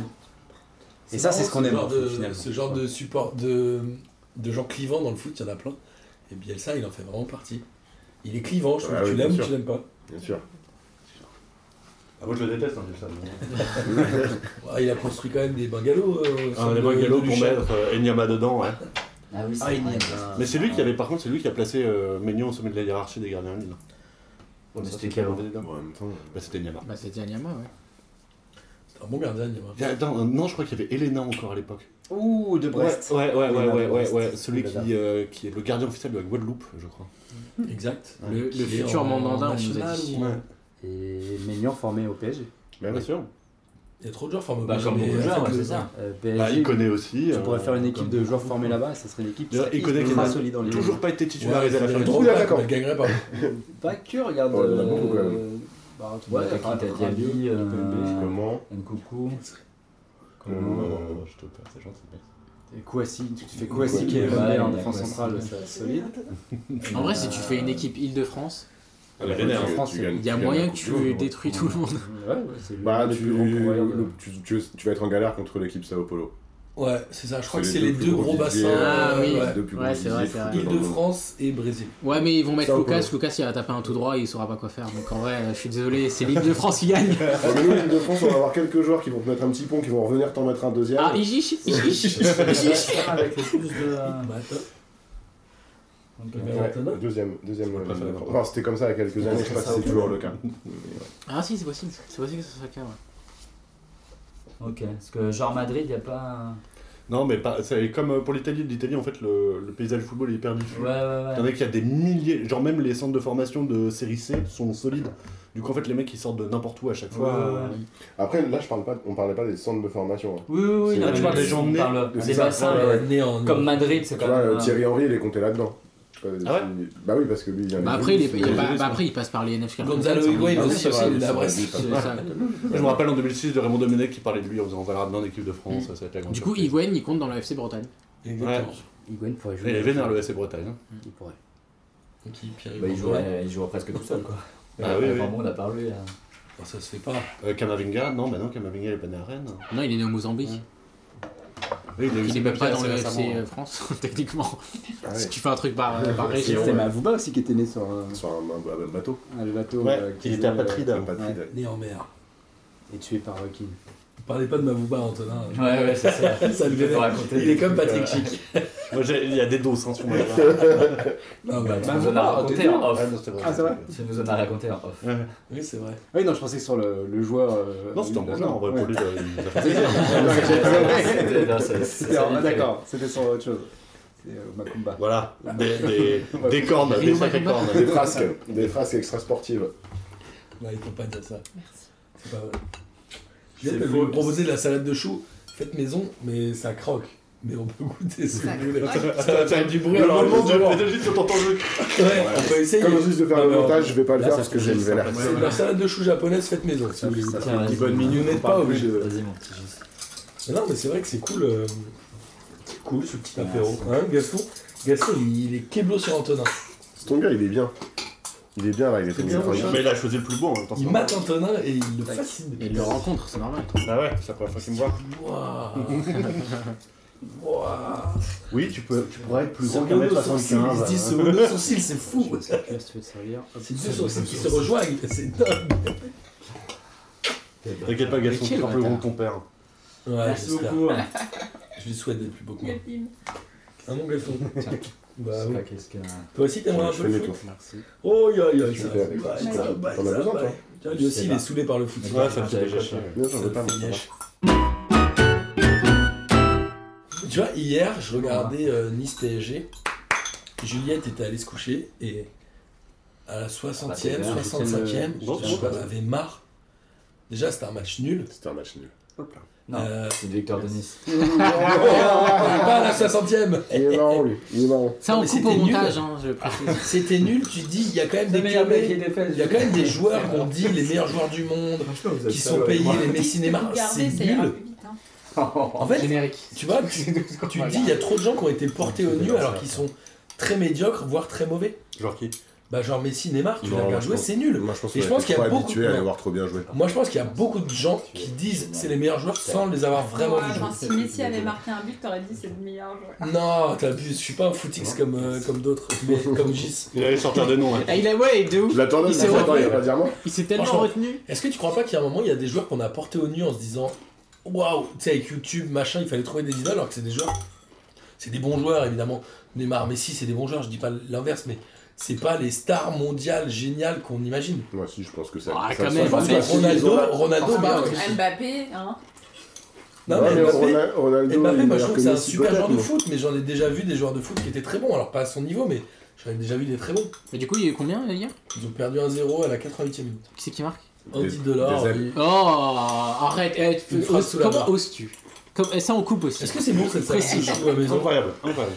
Speaker 11: Et ça, c'est ce qu'on aime.
Speaker 4: Genre
Speaker 11: dans le
Speaker 4: de,
Speaker 11: foot, finalement.
Speaker 4: ce genre de support de, de gens clivants dans le foot, il y en a plein. Et Bielsa, il en fait vraiment partie. Il est clivant, je trouve.
Speaker 7: Ah
Speaker 4: tu
Speaker 7: oui, bien
Speaker 4: l'aimes ou
Speaker 7: sûr.
Speaker 4: tu l'aimes pas
Speaker 7: Bien sûr.
Speaker 10: Ah, moi je le déteste, hein, Bielsa.
Speaker 4: Ah, il a construit quand même des bungalows. euh, au
Speaker 10: Ah,
Speaker 4: centre
Speaker 10: les
Speaker 4: de-
Speaker 10: bungalows
Speaker 4: de
Speaker 10: pour
Speaker 4: Luchet.
Speaker 10: mettre euh, Enyama dedans, ouais.
Speaker 11: Ah oui, c'est
Speaker 4: Ah, il
Speaker 11: vrai.
Speaker 4: est-
Speaker 10: Mais c'est lui qui avait, par contre, c'est lui qui a placé euh, Maignan au sommet de la hiérarchie des gardiens de Lille.
Speaker 11: Mais
Speaker 10: Ça,
Speaker 11: c'était
Speaker 10: c'est
Speaker 11: quel,
Speaker 10: pas
Speaker 11: hein
Speaker 10: mauvais dedans.
Speaker 7: en même temps.
Speaker 10: Bah, c'était Enyama.
Speaker 8: Bah, c'était Anyama, ouais.
Speaker 4: C'est un bon gardien, il y a-
Speaker 10: Il y a- attends, euh, non, je crois qu'il y avait Elena encore à l'époque.
Speaker 6: Ouh, de Brest.
Speaker 10: Ouais, ouais, ouais, ouais,
Speaker 6: Elena de
Speaker 10: ouais, ouais,
Speaker 6: Brest.
Speaker 10: ouais. Celui
Speaker 6: Elena.
Speaker 10: qui, euh, qui est le gardien officiel de la Guadeloupe, je crois.
Speaker 4: Exact.
Speaker 10: Ouais.
Speaker 8: Le, le
Speaker 4: Qui est
Speaker 8: futur
Speaker 4: en
Speaker 8: mandanda, on nous a
Speaker 4: national
Speaker 8: dit.
Speaker 4: ou en-
Speaker 10: Ouais.
Speaker 11: Et Maignan formé au PSG.
Speaker 7: Mais
Speaker 10: Bah, Bien
Speaker 7: oui.
Speaker 10: sûr.
Speaker 4: Il y a trop de joueurs formés.
Speaker 11: Bah, comme
Speaker 4: Mais
Speaker 11: beaucoup de
Speaker 4: en
Speaker 11: joueurs,
Speaker 4: fait,
Speaker 11: ouais,
Speaker 4: le-
Speaker 11: c'est ça. Euh,
Speaker 10: Bah, il
Speaker 11: PSG,
Speaker 10: connaît aussi.
Speaker 7: hein,
Speaker 10: euh,
Speaker 11: tu pourrais faire une
Speaker 10: comme-
Speaker 11: équipe de joueurs formés là-bas, ça serait une équipe qui
Speaker 10: D'ailleurs,
Speaker 11: serait
Speaker 10: il connaît
Speaker 11: ultra
Speaker 10: qu'il a
Speaker 11: solide en Ligue.
Speaker 10: Toujours pas été
Speaker 4: Ouais,
Speaker 10: titularisé à la fin
Speaker 4: il y
Speaker 10: du
Speaker 4: a
Speaker 10: tour.
Speaker 4: trop
Speaker 7: Beaucoup
Speaker 4: de
Speaker 7: d'accord.
Speaker 4: joueurs, mais il gagnerait pas.
Speaker 11: Pas que, regarde.
Speaker 7: Oh, il y en a beaucoup, quand même.
Speaker 11: euh, Bah, tu vois, Ouais, t'as Rabi, Diaby, euh,
Speaker 7: Comment
Speaker 11: Nkoukou,
Speaker 7: Comment
Speaker 10: Je te perds, c'est gentil.
Speaker 11: Kouassi, tu fais Kouassi qui est
Speaker 7: Ouais,
Speaker 11: Vandel en
Speaker 7: ouais,
Speaker 11: défense
Speaker 7: ouais.
Speaker 11: centrale, c'est solide.
Speaker 8: En vrai, si tu fais une équipe Île-de-France,
Speaker 10: Ah, mais
Speaker 7: Ouais,
Speaker 10: vénère,
Speaker 7: tu-
Speaker 10: hein.
Speaker 11: France,
Speaker 7: tu
Speaker 11: il y
Speaker 7: gagnes-
Speaker 8: il y a
Speaker 7: gagnes
Speaker 8: moyen
Speaker 7: la
Speaker 8: que
Speaker 7: Coupe
Speaker 8: tu
Speaker 7: du Monde.
Speaker 8: détruis tout le monde.
Speaker 11: Ouais, ouais, c'est le-
Speaker 7: Bah,
Speaker 11: le
Speaker 7: tu,
Speaker 11: plus grand pourvoyeur de-
Speaker 7: le- tu, tu, tu vas être en galère contre l'équipe Sao Paulo.
Speaker 4: Ouais, c'est ça. Je crois que
Speaker 7: C'est
Speaker 4: c'est
Speaker 7: les
Speaker 4: les
Speaker 7: deux
Speaker 4: deux
Speaker 7: plus
Speaker 4: gros
Speaker 7: gros euh,
Speaker 4: bassins. euh,
Speaker 7: viviers,
Speaker 8: Ah, oui.
Speaker 4: ouais.
Speaker 7: Deux plus
Speaker 8: Ouais,
Speaker 7: gros
Speaker 8: c'est vrai,
Speaker 7: viviers
Speaker 8: c'est vrai.
Speaker 7: de foot dans le monde.
Speaker 4: Île-de-France et Brésil.
Speaker 8: Ouais, mais ils vont mettre
Speaker 7: Ça, on
Speaker 8: Lucas.
Speaker 7: peut-
Speaker 8: Lucas, il va taper un tout droit, il saura pas quoi faire. Donc en vrai, je suis désolé, c'est l'île de France qui gagne.
Speaker 7: Ouais, Ah, mais nous, l'équipe de France, on va avoir quelques joueurs qui vont te mettre un petit pont, qui vont revenir t'en mettre un deuxième.
Speaker 8: Ah, Ijish Ijish
Speaker 11: avec le plus de.
Speaker 4: Bah, attends.
Speaker 7: Ouais, deuxième, deuxième.
Speaker 10: pas faire
Speaker 7: euh,
Speaker 10: n'importe
Speaker 7: Enfin, c'était comme ça il y a quelques années, je sais pas si c'est toujours le cas.
Speaker 8: Ah, si, c'est possible. C'est possible que ce soit le cas, ouais.
Speaker 11: Ok, parce que genre Madrid, y a pas. un-
Speaker 10: Non, mais pas- c'est comme euh, pour l'Italie, l'Italie, en fait, le, le paysage football est hyper diffus.
Speaker 11: Ouais, ouais,
Speaker 10: T'en
Speaker 11: ouais.
Speaker 10: as qu'il y a des milliers, genre même les centres de formation de série C sont solides. Du coup, en fait, les mecs ils sortent de n'importe où à chaque fois.
Speaker 11: Ouais, ouais, ouais.
Speaker 7: Après, là, je parle pas, on parlait pas des centres de formation. hein.
Speaker 11: Oui, oui, oui.
Speaker 7: C'est-
Speaker 11: non,
Speaker 7: Là, tu
Speaker 11: mais
Speaker 10: parles des
Speaker 11: on
Speaker 10: gens nés-
Speaker 11: parle
Speaker 7: c'est
Speaker 11: des
Speaker 7: ça,
Speaker 11: bassins,
Speaker 7: ouais,
Speaker 11: mais
Speaker 4: Né en-
Speaker 11: Comme Madrid, c'est
Speaker 7: Tu
Speaker 11: quand
Speaker 7: vois,
Speaker 11: même.
Speaker 7: euh,
Speaker 11: un-
Speaker 7: Thierry Henry, il est compté là-dedans. Je sais pas
Speaker 10: Ah ouais
Speaker 7: si- Bah oui, parce que lui, il y en a
Speaker 8: Bah,
Speaker 7: des-
Speaker 8: après, il est-
Speaker 7: c'est-
Speaker 8: il est pas-
Speaker 7: c'est-
Speaker 8: bah, après, il passe par les NF
Speaker 4: Gonzalo Higuaín
Speaker 7: Ah oui,
Speaker 4: aussi,
Speaker 7: c'est
Speaker 4: aussi,
Speaker 7: vrai,
Speaker 4: il est de la
Speaker 7: c'est vrai,
Speaker 4: Brest.
Speaker 7: oui, pardon.
Speaker 8: C'est ça.
Speaker 10: Je me rappelle en 2006 de Raymond Domenech qui parlait de lui en faisant On va le ramener en équipe de France. Ça, ça a été la grande
Speaker 8: Du coup,
Speaker 10: surprise.
Speaker 8: Higuain, il compte dans le FC Bretagne.
Speaker 4: Exactement.
Speaker 11: Higuain pourrait
Speaker 10: Et
Speaker 11: jouer.
Speaker 10: il est vénère le FC Bretagne. hein.
Speaker 11: Il pourrait.
Speaker 4: Qui, Pierre
Speaker 11: Bah, il
Speaker 4: Higuaín.
Speaker 11: jouerait, Bah il jouerait presque tout seul, quoi.
Speaker 10: Ah oui, oui.
Speaker 11: Vraiment, on a parlé. hein. là.
Speaker 4: Enfin, Oh, Ça se fait pas.
Speaker 10: Euh, Kamavinga, non, bah non, Kamavinga il est pas né à Rennes.
Speaker 8: Non, il est né au Mozambique.
Speaker 10: Oui, il a eu
Speaker 8: Il
Speaker 10: ses
Speaker 8: est même pas
Speaker 10: papiers
Speaker 8: dans le euh,
Speaker 10: assez récemment,
Speaker 8: FC
Speaker 10: hein.
Speaker 8: France, techniquement.
Speaker 7: Ah ouais.
Speaker 8: Si tu fais un truc par, euh, par
Speaker 7: C'est-
Speaker 8: région.
Speaker 7: c'est
Speaker 11: C'était Mavuba aussi qui était né sur euh,
Speaker 7: Sur un, un- un bateau.
Speaker 11: un bateau.
Speaker 10: Ouais,
Speaker 11: euh,
Speaker 10: il était apatride.
Speaker 7: un
Speaker 6: euh,
Speaker 7: patride.
Speaker 4: Né en mer.
Speaker 11: Et tué par Rocky.
Speaker 4: Parlez pas de Mavouba, Antonin.
Speaker 11: Ouais, ouais, c'est ça.
Speaker 4: Ça le
Speaker 11: Faut
Speaker 4: vénère.
Speaker 11: raconter
Speaker 4: Il
Speaker 11: des
Speaker 4: est comme
Speaker 11: trucs,
Speaker 4: Patrick
Speaker 11: euh,
Speaker 4: Chic.
Speaker 10: Moi, j'ai- il y a des doses hein, sur moi.
Speaker 4: Ah ouais.
Speaker 11: Bah, tu nous en as raconté en off.
Speaker 10: Ah, c'est vrai.
Speaker 11: Tu nous en as raconté en off.
Speaker 4: Oui, c'est vrai.
Speaker 6: Ah
Speaker 11: Oui, non, je pensais que sur le, le joueur. euh,
Speaker 10: Non, c'était en
Speaker 11: euh,
Speaker 10: Bretagne, en vrai, pour lui, euh, il nous a fait-
Speaker 11: C'était non, c'est-
Speaker 10: C'était
Speaker 11: c'est
Speaker 10: en-
Speaker 11: ça,
Speaker 10: d'accord.
Speaker 11: c'était sur autre chose. C'était euh, Macumba.
Speaker 10: Voilà, des, des, des cornes, des
Speaker 8: Rio
Speaker 10: sacrées cornes.
Speaker 7: Des frasques, des frasques extra-sportives.
Speaker 4: Ouais, il faut pas dire ça.
Speaker 5: Merci.
Speaker 4: C'est pas vrai. Juliette, elle voulait me proposer de la salade de choux faite maison, mais ça croque. Mais on peut goûter si
Speaker 5: Ça
Speaker 4: vous voulez.
Speaker 5: croque.
Speaker 4: Ça va faire du bruit
Speaker 7: Le
Speaker 4: alors
Speaker 7: moment
Speaker 4: juste
Speaker 7: du-
Speaker 4: voir.
Speaker 10: Déjà, juste t'entends le
Speaker 4: Ouais, on peut essayer.
Speaker 7: Comme juste de faire
Speaker 4: Non,
Speaker 7: le
Speaker 4: mais on-
Speaker 7: montage, je vais pas le
Speaker 11: Là,
Speaker 7: faire
Speaker 11: ça
Speaker 7: parce que
Speaker 11: fait
Speaker 7: j'ai une
Speaker 11: juste
Speaker 7: vénère.
Speaker 11: sympa.
Speaker 4: C'est de la salade de choux japonaise faite maison, si vous voulez.
Speaker 11: Ça fait une petite
Speaker 4: bonne minute, n'êtes pas obligé.
Speaker 11: Vas-y, mon petit Gis.
Speaker 4: Mais non, mais c'est vrai que c'est cool. euh, C'est cool ce petit apéro. Hein, Gaston Gaston, il est keblo sur Antonin.
Speaker 7: Ce ton gars, il est bien. Il est bien là, il est
Speaker 4: C'est
Speaker 7: très
Speaker 4: bien,
Speaker 7: bien.
Speaker 4: mon chat.
Speaker 10: Mais il a choisi le plus beau en même temps.
Speaker 4: Il mate Antonin et il le fascine.
Speaker 8: Et il le rencontre, c'est normal.
Speaker 10: Ah ouais, c'est la première fois qu'il me voit.
Speaker 4: Waouh Waouh
Speaker 10: Oui, tu, peux, tu pourrais être plus
Speaker 4: Son
Speaker 10: grand
Speaker 4: mono
Speaker 10: qu'un mètre
Speaker 4: sourcil, il se dit,
Speaker 10: soixante-quinze.
Speaker 4: ce mono sourcil, c'est fou
Speaker 11: Tu vas se faire servir.
Speaker 4: C'est deux sourcils qui se rejoignent, c'est dingue
Speaker 10: T'inquiète pas, Gaston,
Speaker 8: Mais
Speaker 10: tu
Speaker 8: quel
Speaker 10: es plus grand
Speaker 8: bâtard.
Speaker 10: que ton père.
Speaker 4: Ouais,
Speaker 11: Eh ben, Merci
Speaker 4: j'espère.
Speaker 11: beaucoup. hein.
Speaker 4: Je lui souhaite d'être plus beau que moi.
Speaker 2: Delphine.
Speaker 4: Hein, mon Gaston
Speaker 11: Tiens.
Speaker 4: Bah,
Speaker 11: Je sais
Speaker 4: oui.
Speaker 11: pas qu'est-ce que.
Speaker 4: Toi aussi, t'aimerais un
Speaker 7: Je
Speaker 4: peu le
Speaker 7: fais
Speaker 4: foot
Speaker 11: Merci.
Speaker 4: Oh, yo, yo,
Speaker 7: Je
Speaker 4: ça
Speaker 7: fais avec
Speaker 4: va,
Speaker 7: toi.
Speaker 4: ça va,
Speaker 7: T'en as
Speaker 4: ça
Speaker 7: besoin,
Speaker 4: va.
Speaker 7: toi
Speaker 4: Tiens, Lui
Speaker 11: Je
Speaker 4: aussi,
Speaker 11: sais
Speaker 4: il est
Speaker 11: pas.
Speaker 4: saoulé par le foot.
Speaker 10: Ouais, ça me fait
Speaker 11: Ouais,
Speaker 10: déjà
Speaker 11: ouais.
Speaker 10: chier.
Speaker 7: Bien sûr, je vais pas
Speaker 4: Ça fait
Speaker 7: me faire.
Speaker 4: nièche. Tu vois, hier, je regardais euh, Nice PSG. Juliette était allée se coucher et à la 60e,
Speaker 11: Ah bah, c'est bien,
Speaker 4: 65e,
Speaker 11: j'étais
Speaker 10: le-
Speaker 4: je- j'en avais marre. Déjà, c'était un match nul.
Speaker 7: C'était un match nul.
Speaker 11: Non,
Speaker 4: Euh,
Speaker 11: c'est une victoire de Nice.
Speaker 4: pas à la 60e.
Speaker 7: Il est marrant, lui. Il est marrant.
Speaker 8: Ça,
Speaker 4: Non,
Speaker 8: on
Speaker 4: mais
Speaker 8: coupe au
Speaker 4: c'était nul.
Speaker 8: montage, hein, je précise.
Speaker 4: C'était nul, tu te dis, il y a quand même des curés, il y a quand même des joueurs qu'on dit les meilleurs joueurs du monde, qui sont payés les meilleurs cinémas. C'est nul.
Speaker 2: hein.
Speaker 11: Oh,
Speaker 4: En fait,
Speaker 8: Générique.
Speaker 4: Tu vois, tu, tu te dis, il y a trop de gens qui ont été portés au nu alors qu'ils sont très médiocres, voire très mauvais.
Speaker 10: Genre qui
Speaker 4: bah genre Messi, Neymar, tu
Speaker 7: Non,
Speaker 4: les
Speaker 7: moi,
Speaker 4: regardes
Speaker 7: je
Speaker 4: jouer,
Speaker 7: pense-
Speaker 4: c'est nul.
Speaker 7: moi, je pense
Speaker 4: Et
Speaker 7: qu'on
Speaker 4: je
Speaker 7: a
Speaker 4: pense
Speaker 7: été
Speaker 4: qu'il y a
Speaker 7: trop
Speaker 4: beaucoup.
Speaker 7: habitués à les
Speaker 4: non.
Speaker 7: voir trop bien jouer.
Speaker 4: Moi, je pense qu'il y a beaucoup de gens qui disent c'est les meilleurs joueurs sans les avoir vraiment vus
Speaker 2: euh, Enfin, si Messi
Speaker 4: jouer.
Speaker 2: avait marqué un but, t'aurais dit c'est le meilleur joueur.
Speaker 4: Non, t'abuses, je suis pas un footix comme, euh, comme d'autres, mais comme Gis.
Speaker 10: Il allait sortir hein. de nom.
Speaker 8: Ah, il a ouais, de ouf.
Speaker 7: La tendance,
Speaker 4: Il s'est
Speaker 7: attends,
Speaker 4: retenu.
Speaker 7: il va pas dire moi.
Speaker 8: Il s'est tellement
Speaker 4: Franchement,
Speaker 8: retenu.
Speaker 4: Est-ce que tu crois pas qu'il y a un moment, il y a des joueurs qu'on a portés au nu en se disant Waouh, tu sais, avec YouTube, machin, il fallait trouver des idoles alors que c'est des joueurs. C'est des bons joueurs, évidemment. Neymar, Messi, c'est des bons joueurs, je dis pas l'inverse, mais c'est pas les stars mondiales géniales qu'on imagine.
Speaker 7: Moi aussi, je pense que ça.
Speaker 4: Ah,
Speaker 7: ça-
Speaker 4: quand
Speaker 7: ça-
Speaker 4: même,
Speaker 7: ça-
Speaker 4: Messi, Ronaldo,
Speaker 7: ils ont la-
Speaker 4: Ronaldo,
Speaker 2: Ah,
Speaker 7: forcément,
Speaker 4: Marc.
Speaker 7: ouais.
Speaker 5: Mbappé, hein.
Speaker 4: Non,
Speaker 7: Ouais,
Speaker 4: mais
Speaker 7: mais
Speaker 4: Mbappé,
Speaker 7: Rona-
Speaker 4: Mbappé,
Speaker 7: Ronaldo, il est
Speaker 4: moi je
Speaker 7: meilleur
Speaker 4: trouve
Speaker 7: que
Speaker 4: que c'est un
Speaker 7: Messi,
Speaker 4: super joueur de
Speaker 7: peut-être,
Speaker 4: foot, mais j'en ai déjà vu des joueurs de foot qui étaient très bons, alors pas à son niveau, mais j'en ai déjà vu des très bons.
Speaker 8: Mais du coup, il y a eu combien hier
Speaker 4: Ils ont perdu 1-0 à la 88e minute.
Speaker 8: Qui c'est qui marque
Speaker 4: Andy Delors.
Speaker 8: des
Speaker 4: oui.
Speaker 8: Oh, arrête. eh, tu-
Speaker 4: Une
Speaker 8: oses-
Speaker 4: phrase sous la
Speaker 8: comment
Speaker 4: barre.
Speaker 8: oses-tu Comme- eh, Ça, on coupe aussi.
Speaker 4: Est-ce que c'est bon cette salle
Speaker 8: Précis.
Speaker 4: qui joue à la maison
Speaker 10: Incroyable, incroyable.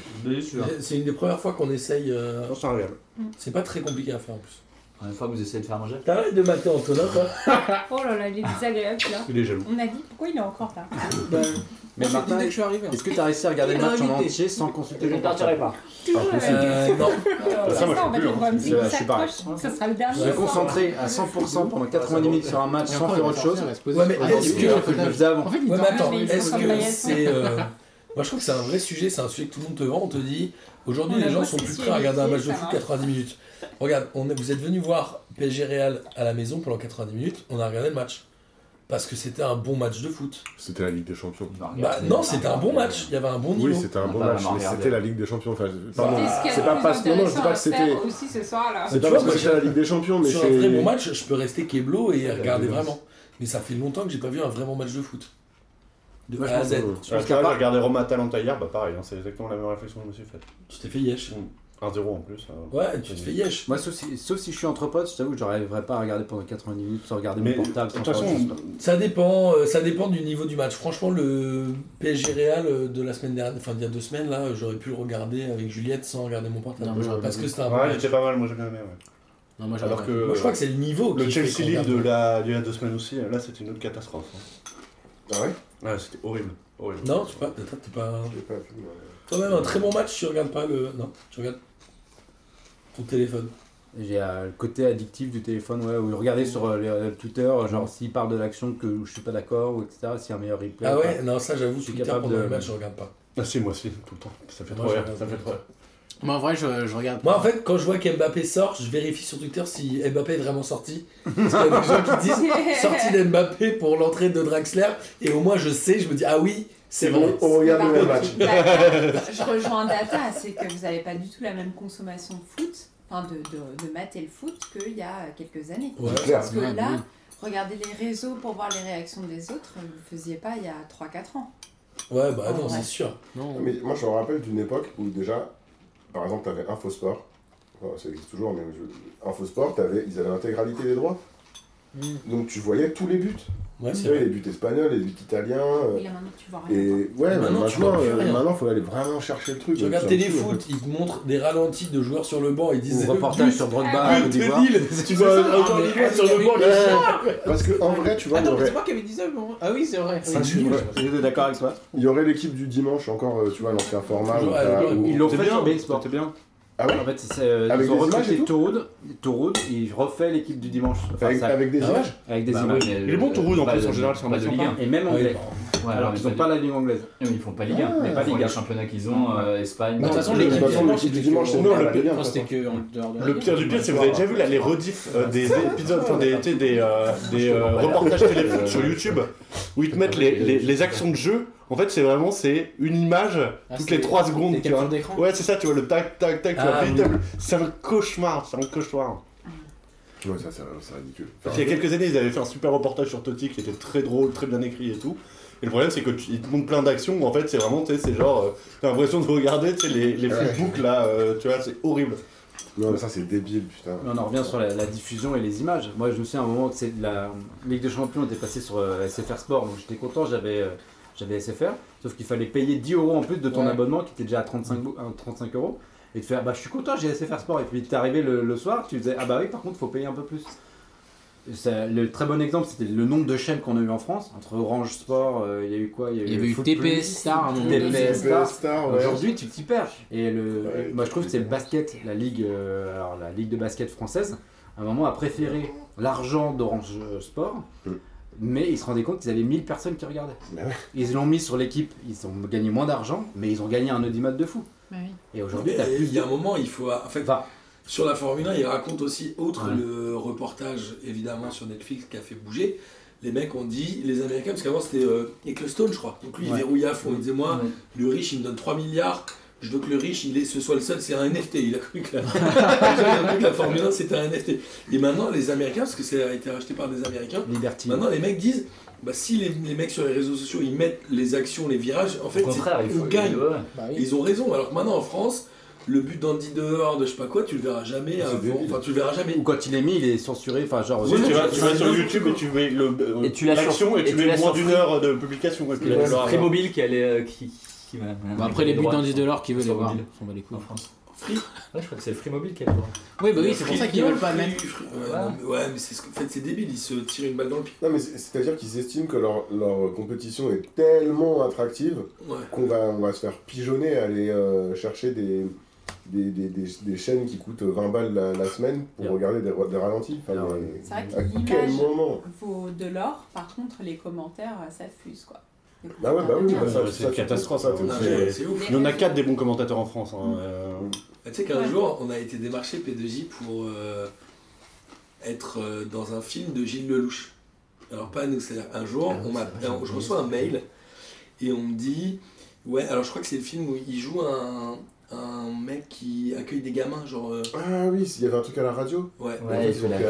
Speaker 4: C'est une des premières fois qu'on essaye. euh,
Speaker 10: C'est incroyable.
Speaker 4: C'est pas très compliqué à faire en plus.
Speaker 11: Une fois que vous essayez de faire manger.
Speaker 4: T'arrêtes de mater Antonin, toi
Speaker 2: Oh là là, il est désagréable là.
Speaker 10: Il est jaloux.
Speaker 2: On a dit pourquoi il est encore là.
Speaker 6: Mais
Speaker 8: Martin,
Speaker 6: Martin,
Speaker 8: dès que je suis arrivé. hein
Speaker 6: est-ce que t'as réussi à regarder
Speaker 8: Il
Speaker 6: le
Speaker 8: m'a
Speaker 6: match en
Speaker 8: invité.
Speaker 6: entier sans consulter
Speaker 11: Je
Speaker 6: ton
Speaker 11: ne partirai pas.
Speaker 2: Toujours la même.
Speaker 4: Euh, non.
Speaker 2: Euh,
Speaker 6: ça, moi, je
Speaker 2: Ça, on va
Speaker 6: fais plus,
Speaker 2: dire
Speaker 6: hein.
Speaker 2: comme si
Speaker 6: Je-
Speaker 2: on
Speaker 6: je suis pareil.
Speaker 2: s'accroche, ce sera le
Speaker 6: Je
Speaker 2: dernier.
Speaker 6: suis
Speaker 2: soir.
Speaker 6: concentré à 100% pendant 90 minutes sur un match sans faire autre chose.
Speaker 4: Ouais, mais est-ce que.
Speaker 6: Alors que je le faisais avant.
Speaker 8: En fait, il
Speaker 4: Ouais, mais attends,
Speaker 2: mais il
Speaker 4: est-ce
Speaker 2: faut
Speaker 4: que
Speaker 2: travailler.
Speaker 4: c'est. euh, Moi, je trouve que c'est un vrai sujet, c'est un sujet que tout le monde te vend. On te dit, aujourd'hui,
Speaker 2: On
Speaker 4: les
Speaker 2: a
Speaker 4: gens
Speaker 2: beau
Speaker 4: sont plus
Speaker 2: s'essuyer
Speaker 4: prêts
Speaker 2: les
Speaker 4: à regarder un
Speaker 2: pieds,
Speaker 4: match de
Speaker 2: ça
Speaker 4: foot
Speaker 2: marche.
Speaker 4: 90 minutes. Regarde, on est- vous êtes venus voir PSG Real à la maison pendant 90 minutes, on a regardé le match. Parce que c'était un bon match de foot.
Speaker 7: C'était la Ligue des Champions.
Speaker 4: Bah non, c'était un bon match, il y avait un bon niveau.
Speaker 7: Oui, c'était un
Speaker 11: On
Speaker 7: bon
Speaker 11: va pas
Speaker 7: match,
Speaker 11: vraiment
Speaker 7: mais
Speaker 11: regarder.
Speaker 7: c'était la Ligue des Champions. Enfin, je-
Speaker 4: Bah,
Speaker 7: pardon,
Speaker 2: C'est ce qu'il y a
Speaker 7: c'est
Speaker 2: de
Speaker 7: pas
Speaker 2: plus
Speaker 7: parce que non, je dis
Speaker 2: intéressant
Speaker 7: pas
Speaker 2: à
Speaker 7: que c'était.
Speaker 2: faire aussi ce soir là.
Speaker 7: C'est
Speaker 4: Tu
Speaker 7: pas
Speaker 4: vois,
Speaker 7: parce
Speaker 4: moi,
Speaker 7: que c'était la Ligue des Champions, mais
Speaker 4: Sur un vrai
Speaker 7: c'est.
Speaker 4: bon match, je peux rester kéblo et regarder vraiment. Mais ça fait longtemps que j'ai pas vu un vrai bon match de foot. De
Speaker 6: Moi, je
Speaker 4: A à
Speaker 6: pense
Speaker 4: Z.
Speaker 7: que-
Speaker 10: Je pense qu'à part regarder Roma Atalanta hier, bah pareil, hein, c'est exactement la même réflexion que je me suis faite.
Speaker 4: Tu t'es fait yesh.
Speaker 10: 1-0 en plus. hein.
Speaker 4: Ouais, tu te fais yesh.
Speaker 6: Moi, sauf si, sauf si je suis entre potes, je t'avoue que j'arriverais pas à regarder pendant 90 minutes sans regarder
Speaker 10: Mais
Speaker 6: mon portable.
Speaker 10: de
Speaker 6: sans
Speaker 10: toute
Speaker 6: faire autre
Speaker 10: façon,
Speaker 6: chose.
Speaker 4: Ça dépend, euh, ça dépend du niveau du match. Franchement, le PSG Real euh, de la semaine dernière, enfin d'il y a deux semaines là, j'aurais pu le regarder avec Juliette sans regarder mon portable.
Speaker 8: Non, moi, j'aurais
Speaker 4: parce
Speaker 8: pas
Speaker 4: que c'était un bon
Speaker 10: ouais, il
Speaker 4: match.
Speaker 10: était pas mal, moi j'ai bien aimé. Ouais.
Speaker 8: Non, moi, j'aurais
Speaker 10: Alors
Speaker 8: pas.
Speaker 10: que
Speaker 4: Moi, je crois que c'est le niveau.
Speaker 10: le
Speaker 4: qui fait
Speaker 10: Chelsea
Speaker 4: qu'on
Speaker 10: Lille
Speaker 4: regarde.
Speaker 10: de la, il y a deux semaines aussi, là c'était une autre catastrophe. hein.
Speaker 7: Ah ouais
Speaker 10: Ouais, c'était horrible. horrible.
Speaker 4: Non, tu pas, t'es pas- t'es pas.
Speaker 7: Je l'ai pas vu, moi.
Speaker 4: Toi-même, un très bon match, tu regardes pas le. Non, tu regardes ton téléphone.
Speaker 6: J'ai euh, le côté addictif du téléphone, ouais, où regarder sur euh, les- euh, Twitter, euh, genre s'il parle de l'action que je suis pas d'accord, ou etc., s'il y a un meilleur replay.
Speaker 4: Ah
Speaker 6: ou
Speaker 4: ouais, non, ça j'avoue,
Speaker 6: Je suis
Speaker 4: Twitter
Speaker 6: capable
Speaker 4: pendant
Speaker 6: de-
Speaker 4: le match, je regarde pas.
Speaker 10: Ah si, moi aussi, tout le temps. Ça fait
Speaker 4: Moi,
Speaker 10: trop
Speaker 4: je
Speaker 10: rire,
Speaker 4: regarde
Speaker 10: ça fait trop rire.
Speaker 8: Moi, en vrai, je, je regarde.
Speaker 4: Moi en fait quand je vois qu'Mbappé sort, je vérifie sur Twitter si Mbappé est vraiment sorti. Parce qu'il y a des gens qui disent sortie d'Mbappé pour l'entrée de Draxler et au moins je sais, je me dis ah oui, c'est vrai.
Speaker 7: On on regarde le même
Speaker 5: Par
Speaker 7: match.
Speaker 5: contre, Data, Bah, je rejoins Data, c'est que vous n'avez pas du tout la même consommation de foot, enfin de, de, de mater le foot qu'il y a quelques années.
Speaker 4: Ouais.
Speaker 7: C'est clair.
Speaker 5: Parce que
Speaker 8: Ouais, oui.
Speaker 5: là, regardez les réseaux pour voir les réactions des autres, vous ne le faisiez pas il y a 3-4 ans.
Speaker 4: Ouais bah non,
Speaker 5: Ouais.
Speaker 4: c'est sûr.
Speaker 8: Non.
Speaker 7: Ah, Mais moi, je me rappelle d'une époque où déjà, par exemple, t'avais Infosport. Enfin, ça existe toujours, mais je... Infosport, t'avais- ils avaient l'intégralité des droits. Donc tu voyais tous les buts.
Speaker 4: Hmm. Ouais,
Speaker 7: Tu
Speaker 4: c'est
Speaker 7: voyais
Speaker 4: vrai.
Speaker 7: les buts espagnols, les buts italiens. euh,
Speaker 5: Et là maintenant, tu vois rien.
Speaker 7: Et ouais,
Speaker 4: Maintenant,
Speaker 7: maintenant,
Speaker 4: tu vois
Speaker 7: maintenant,
Speaker 4: plus
Speaker 7: euh,
Speaker 4: rien.
Speaker 7: maintenant, faut aller vraiment chercher le truc.
Speaker 4: Tu regardes
Speaker 7: C'est un petit
Speaker 6: hein.
Speaker 4: téléfoot, ils te montrent des ralentis de joueurs sur le banc, ils disent
Speaker 6: Ou reportage sur
Speaker 7: Ah,
Speaker 6: Drogba, Côte
Speaker 4: but de
Speaker 6: d'Ivoire.
Speaker 4: Lille. Tu vois encore des joueurs sur le banc.
Speaker 7: peu. Ouais, Parce que en vrai, tu vois, il y
Speaker 8: Attends, mais
Speaker 7: aurait-
Speaker 8: c'est moi qui avais dit ça, bon. Ah oui, c'est vrai.
Speaker 4: Ça,
Speaker 8: Oui.
Speaker 4: tu-
Speaker 7: Ouais.
Speaker 6: J'étais d'accord avec toi.
Speaker 7: il y aurait l'équipe du dimanche encore, euh, tu vois, l'ancien format.
Speaker 4: Toujours,
Speaker 7: où
Speaker 4: ouais,
Speaker 7: t'as-
Speaker 4: toujours,
Speaker 7: où-
Speaker 6: Ils l'ont
Speaker 10: C'était
Speaker 6: fait
Speaker 10: bien,
Speaker 6: sur BeIN
Speaker 10: C'était bien.
Speaker 7: Ah ouais
Speaker 6: En fait, c'est, euh,
Speaker 7: Avec
Speaker 6: ils ont
Speaker 7: des images et
Speaker 6: recruté
Speaker 7: tout
Speaker 6: Tauroud, Tauroud, et il refait l'équipe du dimanche. Enfin,
Speaker 7: Avec
Speaker 6: ça-
Speaker 7: avec des
Speaker 4: Ah ouais
Speaker 7: images
Speaker 6: avec des
Speaker 11: Bah,
Speaker 6: images.
Speaker 11: mais
Speaker 10: Il est bon,
Speaker 11: le-
Speaker 10: ton Rude, en
Speaker 11: pas
Speaker 10: plus,
Speaker 11: de-
Speaker 10: en général, sur un
Speaker 11: pas
Speaker 10: match
Speaker 11: de
Speaker 10: sympa.
Speaker 11: Ligue un.
Speaker 6: Et même
Speaker 4: Ouais,
Speaker 6: anglais.
Speaker 11: Ouais,
Speaker 6: Alors
Speaker 11: mais
Speaker 6: qu'ils ont
Speaker 11: de-
Speaker 6: pas la ligue anglaise.
Speaker 11: Non, mais ils font pas Ligue 1,
Speaker 7: Ah,
Speaker 11: mais pas
Speaker 7: ils
Speaker 11: Ligue
Speaker 7: font
Speaker 11: 1. championnat qu'ils ont, euh, Espagne.
Speaker 4: Bah,
Speaker 8: Mais de toute façon,
Speaker 7: Non,
Speaker 8: l'équipe
Speaker 7: de toute façon,
Speaker 8: dimanche,
Speaker 7: l'équipe du
Speaker 8: c'était
Speaker 7: dimanche,
Speaker 8: que-
Speaker 7: c'est
Speaker 10: Non,
Speaker 7: pas
Speaker 10: le
Speaker 7: la
Speaker 10: pire,
Speaker 7: Ligue un,
Speaker 8: Non,
Speaker 7: de toute
Speaker 8: c'était
Speaker 7: façon.
Speaker 8: que en dehors de la
Speaker 10: Le
Speaker 8: Ligue.
Speaker 10: pire du pire, c'est que vous avez déjà vu là, les rediffs euh, des épisodes, enfin des, tu sais, des,
Speaker 7: Ah,
Speaker 10: euh, des euh, reportages téléphoniques
Speaker 7: Euh,
Speaker 10: sur YouTube où ils te mettent les, les, les actions de jeu. En fait, c'est vraiment c'est une image
Speaker 8: Ah,
Speaker 10: toutes
Speaker 8: c'est-
Speaker 10: les 3
Speaker 8: c'est
Speaker 10: secondes. Tu vois.
Speaker 8: capture d'écran.
Speaker 10: Ouais, c'est ça, tu vois, le tac, tac, tac, tu vois,
Speaker 4: Ah,
Speaker 10: véritable. C'est un cauchemar, c'est un cauchemar.
Speaker 7: Ouais, ça, c'est c'est ridicule. Enfin,
Speaker 10: Parce qu'il y a quelques années, ils avaient fait un super reportage sur Totti qui était très drôle, très bien écrit et tout. Et le problème, c'est qu'ils te montrent plein d'actions où en fait, c'est vraiment, tu sais, c'est genre, euh, t'as l'impression de regarder, tu sais, les, les
Speaker 7: Ouais.
Speaker 10: flipbooks là, euh, tu vois, c'est horrible.
Speaker 7: Non, mais ça, c'est débile, putain.
Speaker 6: Mais on en revient sur la, la diffusion et les images. Moi, je me souviens à un moment que c'est de la Ligue des Champions était passée sur euh, SFR Sport, donc j'étais content, j'avais euh, j'avais SFR, sauf qu'il fallait payer 10 euros en plus de ton
Speaker 4: Ouais.
Speaker 6: abonnement qui était déjà à 35, bou- euh, 35 euros. Et de faire, bah je suis content, j'ai SFR Sport. Et puis t'es arrivé le, le soir, tu disais, ah bah oui, par contre, faut payer un peu plus. ça- le très bon exemple, c'était le nombre de chaînes qu'on a eu en France. Entre Orange Sport, euh, il y a eu quoi
Speaker 8: Il y avait eu TPS Star à un moment donné.
Speaker 6: TPS Star.
Speaker 8: TPS Star, ouais.
Speaker 6: Aujourd'hui, tu t'y perds. Et le, moi, je trouve que c'est le basket, la ligue, euh, alors, la ligue de basket française, à un moment a préféré l'argent d'Orange Sport. Mais ils se rendaient compte qu'ils avaient 1000 personnes qui regardaient. Ils l'ont mis sur l'équipe, ils ont gagné moins d'argent, mais ils ont gagné un audimat de fou. Et aujourd'hui,
Speaker 4: Mais
Speaker 6: t'as plus
Speaker 4: il y a un moment, il faut. En fait, sur la Formule 1, il raconte aussi, autre
Speaker 6: Ouais.
Speaker 4: le reportage évidemment sur Netflix qui a fait bouger, les mecs ont dit, les Américains, parce qu'avant c'était euh, Ecclestone, je crois. Donc lui, il
Speaker 6: Ouais.
Speaker 4: verrouillait à fond. Il disait, moi, le riche, il me donne 3 milliards. Je veux que le riche, il est, ce soit le seul, c'est un NFT. Il a cru que la, il a cru que la Formule 1, c'était un NFT. Et maintenant, les Américains, parce que ça a été racheté par des Américains, maintenant les mecs disent, bah, si les, les mecs sur les réseaux sociaux, ils mettent les actions, les virages, en fait,
Speaker 11: contraire,
Speaker 4: c'est-
Speaker 11: il faut-
Speaker 4: on gagne.
Speaker 11: ouais. Bah oui.
Speaker 4: Ils ont raison, alors que maintenant en France, le but d'Andy Dehors, de je sais pas quoi, tu le verras jamais
Speaker 6: C'est
Speaker 4: avant.
Speaker 6: débile.
Speaker 4: Enfin, tu le verras jamais.
Speaker 6: Ou quand il est mis, il est censuré. Enfin, genre.
Speaker 4: Oui, tu vas- tu vas sur
Speaker 10: YouTube et tu mets le, euh,
Speaker 11: Et tu l'as sur-
Speaker 10: l'action et,
Speaker 11: et
Speaker 10: tu
Speaker 11: tu
Speaker 10: mets
Speaker 11: l'as
Speaker 10: moins
Speaker 11: sur
Speaker 10: d'une
Speaker 11: Free.
Speaker 10: heure de publication. et puis
Speaker 11: C'est
Speaker 10: là, tu l'auras.
Speaker 11: très mobile qui allait. euh, qui, qui va-
Speaker 8: Bah après, les buts
Speaker 11: droits
Speaker 8: d'Andy
Speaker 11: sont-
Speaker 8: Delors qui veulent
Speaker 11: sont
Speaker 8: les voir,
Speaker 11: mobiles.
Speaker 8: on va les couilles.
Speaker 11: En France.
Speaker 4: Free
Speaker 11: Ouais, je crois que c'est le Free Mobile qui a le droit.
Speaker 8: Oui, bah oui, c'est pour ça qu'ils veulent pas
Speaker 4: Free,
Speaker 8: mettre.
Speaker 4: free, Ouais, non, mais, ouais, mais c'est ce que- en fait, c'est débile, ils se tirent une balle dans le pied.
Speaker 7: Non, mais c'est- c'est-à-dire qu'ils estiment que leur, leur compétition est tellement attractive
Speaker 4: Ouais.
Speaker 7: qu'on va, on va se faire pigeonner à aller euh, chercher des, des, des, des, des chaînes qui coûtent 20 balles la, la semaine pour regarder des, des ralentis. Enfin, mais-
Speaker 5: C'est vrai
Speaker 7: à
Speaker 5: que
Speaker 7: quel
Speaker 5: l'image
Speaker 7: moment
Speaker 5: vaut de l'or, par contre les commentaires euh, ça fuse quoi. Les
Speaker 7: Bah ouais, bah
Speaker 5: commentaires
Speaker 7: oui,
Speaker 5: de
Speaker 7: bah ça,
Speaker 10: Ouais,
Speaker 7: ça,
Speaker 10: C'est une
Speaker 7: ça,
Speaker 10: catastrophe.
Speaker 7: ça,
Speaker 10: hein.
Speaker 7: ça,
Speaker 10: C'est-
Speaker 4: c'est ouf.
Speaker 10: Il y en a quatre des bons commentateurs en France. hein, euh,
Speaker 4: Ah, Tu sais qu'un
Speaker 5: Ouais.
Speaker 4: jour, on a été démarché P2J pour euh, être euh, dans un film de Gilles Lelouch. Alors pas nous, c'est-à-dire un jour, on m'a- un- je reçois un mail et on me dit, ouais, alors je crois que c'est le film où il joue un, un mec qui accueille des gamins, genre... euh,
Speaker 7: Ah oui, il y avait un truc à la radio
Speaker 4: Ouais.
Speaker 7: En fait, ils ont fait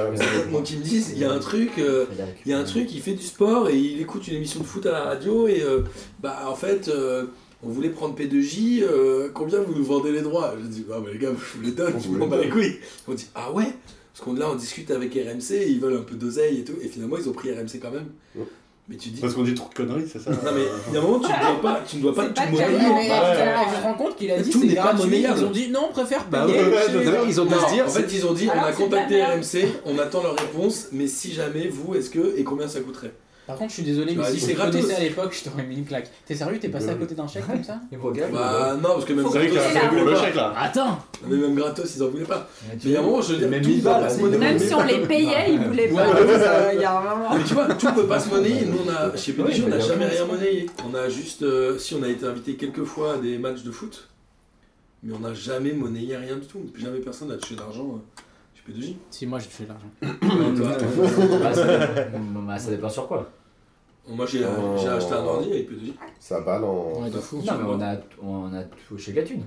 Speaker 7: un-
Speaker 4: Donc ils me disent, il y a un truc, euh, il y a un truc, il fait du sport et il écoute une émission de foot à la radio et euh, bah en fait, euh, on voulait prendre P2J, euh, combien vous nous vendez les droits Je dis, bah mais les gars, je vous les donne, je
Speaker 7: vous
Speaker 4: m'en
Speaker 7: les
Speaker 4: bats les
Speaker 7: donne.
Speaker 4: couilles. On dit, ah ouais Parce qu'on là, on discute avec RMC, et ils veulent un peu d'oseille et tout, et finalement, ils ont pris RMC quand même. Mais tu dis.
Speaker 10: Parce qu'on dit trop de conneries, c'est ça
Speaker 4: Non mais il y a un moment, tu ne dois pas, tu ne dois pas
Speaker 8: C'est
Speaker 4: tout
Speaker 8: pas
Speaker 4: monnayer.
Speaker 8: terrible, mais
Speaker 4: Ouais.
Speaker 8: je me rends compte qu'il a dit
Speaker 4: Tout
Speaker 8: c'est
Speaker 4: n'est pas
Speaker 8: gratuit.
Speaker 4: monnayable.
Speaker 8: Ils ont dit non, on préfère
Speaker 4: Bah
Speaker 8: payer.
Speaker 4: ouais, ouais,
Speaker 8: chez-
Speaker 4: ouais, ouais.
Speaker 8: Non,
Speaker 4: Non, En fait, ils ont dit on
Speaker 8: Alors,
Speaker 4: a
Speaker 8: c'est de la
Speaker 4: contacté
Speaker 8: merde.
Speaker 4: RMC, on attend leur réponse, mais si jamais vous, est-ce que et combien ça coûterait
Speaker 8: Par contre, je suis désolé,
Speaker 4: Bah,
Speaker 8: mais si
Speaker 4: c'est
Speaker 8: je te
Speaker 4: gratos.
Speaker 8: connaissais à l'époque, je t'aurais mis une claque. T'es sérieux, t'es passé à côté d'un chèque comme ça
Speaker 4: Bah non, parce que même
Speaker 8: Faut
Speaker 4: gratos,
Speaker 8: compter,
Speaker 4: ils en
Speaker 8: là.
Speaker 4: voulaient
Speaker 8: Le
Speaker 4: pas.
Speaker 8: chèque, là. Attends.
Speaker 4: Mais même gratos, ils en voulaient pas. Mais il y a un moment, je veux dire,
Speaker 6: Même
Speaker 4: tout
Speaker 6: mille
Speaker 4: ne va
Speaker 6: balles,
Speaker 4: pas se
Speaker 6: oui.
Speaker 4: monnayer.
Speaker 6: Même si on les
Speaker 5: payait, ils voulaient
Speaker 4: Ouais,
Speaker 5: pas.
Speaker 4: ouais,
Speaker 5: Donc,
Speaker 4: ouais.
Speaker 5: euh, Il y a un moment.
Speaker 4: Mais tu vois, tout ne peut pas se monnayer. Nous, on a, chez PDG,
Speaker 5: Oui,
Speaker 4: on
Speaker 5: mais
Speaker 4: n'a
Speaker 5: il y a
Speaker 4: jamais
Speaker 5: aucun
Speaker 4: rien
Speaker 5: sens.
Speaker 4: monnayé. On a juste, euh, si on a été invité quelques fois à des matchs de foot, mais on n'a jamais monnayé rien du tout. Jamais personne n'a touché d'argent euh, chez P2J.
Speaker 8: Si, moi j'ai touché l'argent.
Speaker 4: euh,
Speaker 11: Bah, ça- bah, ça dépend sur quoi.
Speaker 4: Moi, j'ai euh,
Speaker 11: Oh.
Speaker 4: j'ai acheté un ordi avec P2J.
Speaker 7: Ça balle en.
Speaker 8: Ouais, de fou.
Speaker 11: Non, mais on a, on a touché de la thune.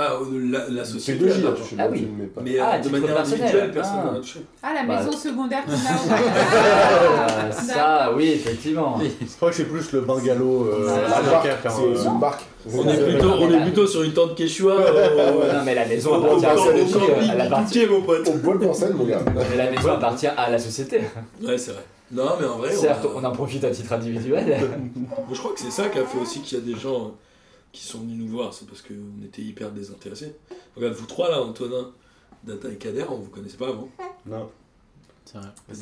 Speaker 4: Ah, euh, la, la société.
Speaker 7: P2J,
Speaker 4: là,
Speaker 7: là, tu sais,
Speaker 11: Ah oui.
Speaker 7: mais pas.
Speaker 4: Mais euh,
Speaker 11: Ah,
Speaker 4: de
Speaker 11: titre
Speaker 4: manière
Speaker 11: personnel.
Speaker 4: individuelle, personne
Speaker 11: Ah.
Speaker 4: n'en a touché.
Speaker 5: Ah la
Speaker 11: Bah,
Speaker 5: maison secondaire qu'on
Speaker 11: Ah,
Speaker 5: a.
Speaker 11: ça, oui, effectivement.
Speaker 10: Je crois que c'est plus le bungalow. euh,
Speaker 11: C'est
Speaker 10: à
Speaker 11: ça.
Speaker 10: Dunkerque, hein,
Speaker 7: Ah, C'est
Speaker 10: euh.
Speaker 7: une barque.
Speaker 4: On est plutôt, on est plutôt sur une tente quechua. euh,
Speaker 11: Non, mais la maison
Speaker 4: Au
Speaker 11: appartient à la
Speaker 4: camping,
Speaker 11: société. euh, Elle appartient-
Speaker 4: piqué, mon pote.
Speaker 7: On boit le pensel, mon gars.
Speaker 11: mais La maison appartient à la société.
Speaker 4: Ouais, c'est vrai. Non, mais en vrai, on
Speaker 11: Certes,
Speaker 4: a-
Speaker 11: on en profite à titre individuel.
Speaker 4: Moi, Bah, je crois que c'est ça qui a fait aussi qu'il y a des gens euh, qui sont venus nous voir, c'est parce qu'on était hyper désintéressés. Regarde, vous trois là, Antonin, Data et Kader, on vous connaissait pas
Speaker 11: Ah,
Speaker 4: avant.
Speaker 10: euh, Non.
Speaker 8: C'est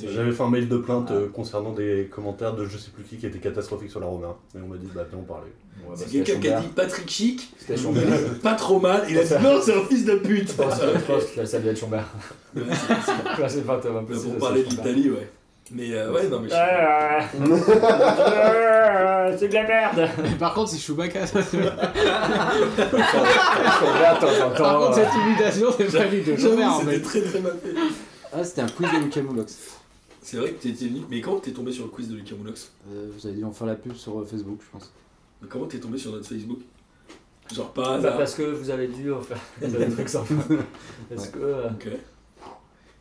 Speaker 8: vrai.
Speaker 10: J'avais fait un mail de plainte euh, concernant des commentaires de je sais plus qui qui étaient catastrophiques sur la Romain. Et on m'a dit, bah viens en parler.
Speaker 4: c'est
Speaker 11: bah,
Speaker 4: quelqu'un qui a dit Patrick Chic,
Speaker 11: C'était Chombert.
Speaker 4: pas trop mal, il a dit non, c'est un fils de pute.
Speaker 11: Je pense que- je pense que ça doit être Chombert.
Speaker 4: Ouais, c'est-
Speaker 11: Je sais pas, Thomas,
Speaker 4: c'est Bah,
Speaker 11: possible,
Speaker 4: pour
Speaker 11: c'est
Speaker 4: parler de
Speaker 11: Chombert.
Speaker 4: l'Italie, ouais. Mais euh, ouais, non, mais je-
Speaker 11: C'est de la merde
Speaker 8: Par contre, c'est Chewbacca. ça, c'est-
Speaker 11: Chombert, t'entends,
Speaker 8: Par contre,
Speaker 11: t'entends.
Speaker 8: cette imitation, c'est pas du tout.
Speaker 4: J'avoue,
Speaker 8: Chewbacca,
Speaker 4: c'était
Speaker 8: mais.
Speaker 4: très très mal fait.
Speaker 6: Ah, c'était un quiz de Lucas Moulox.
Speaker 4: C'est vrai que t'étais venu, mais comment t'es tombé sur le quiz de Lucas Moulox
Speaker 6: Euh, vous avez dû en faire la pub sur euh, Facebook, je pense.
Speaker 4: Mais Comment t'es tombé sur notre Facebook Genre pas
Speaker 11: Bah,
Speaker 4: hasard.
Speaker 11: parce que vous avez dû en faire des trucs sans fin. Parce que. euh,
Speaker 4: Ok.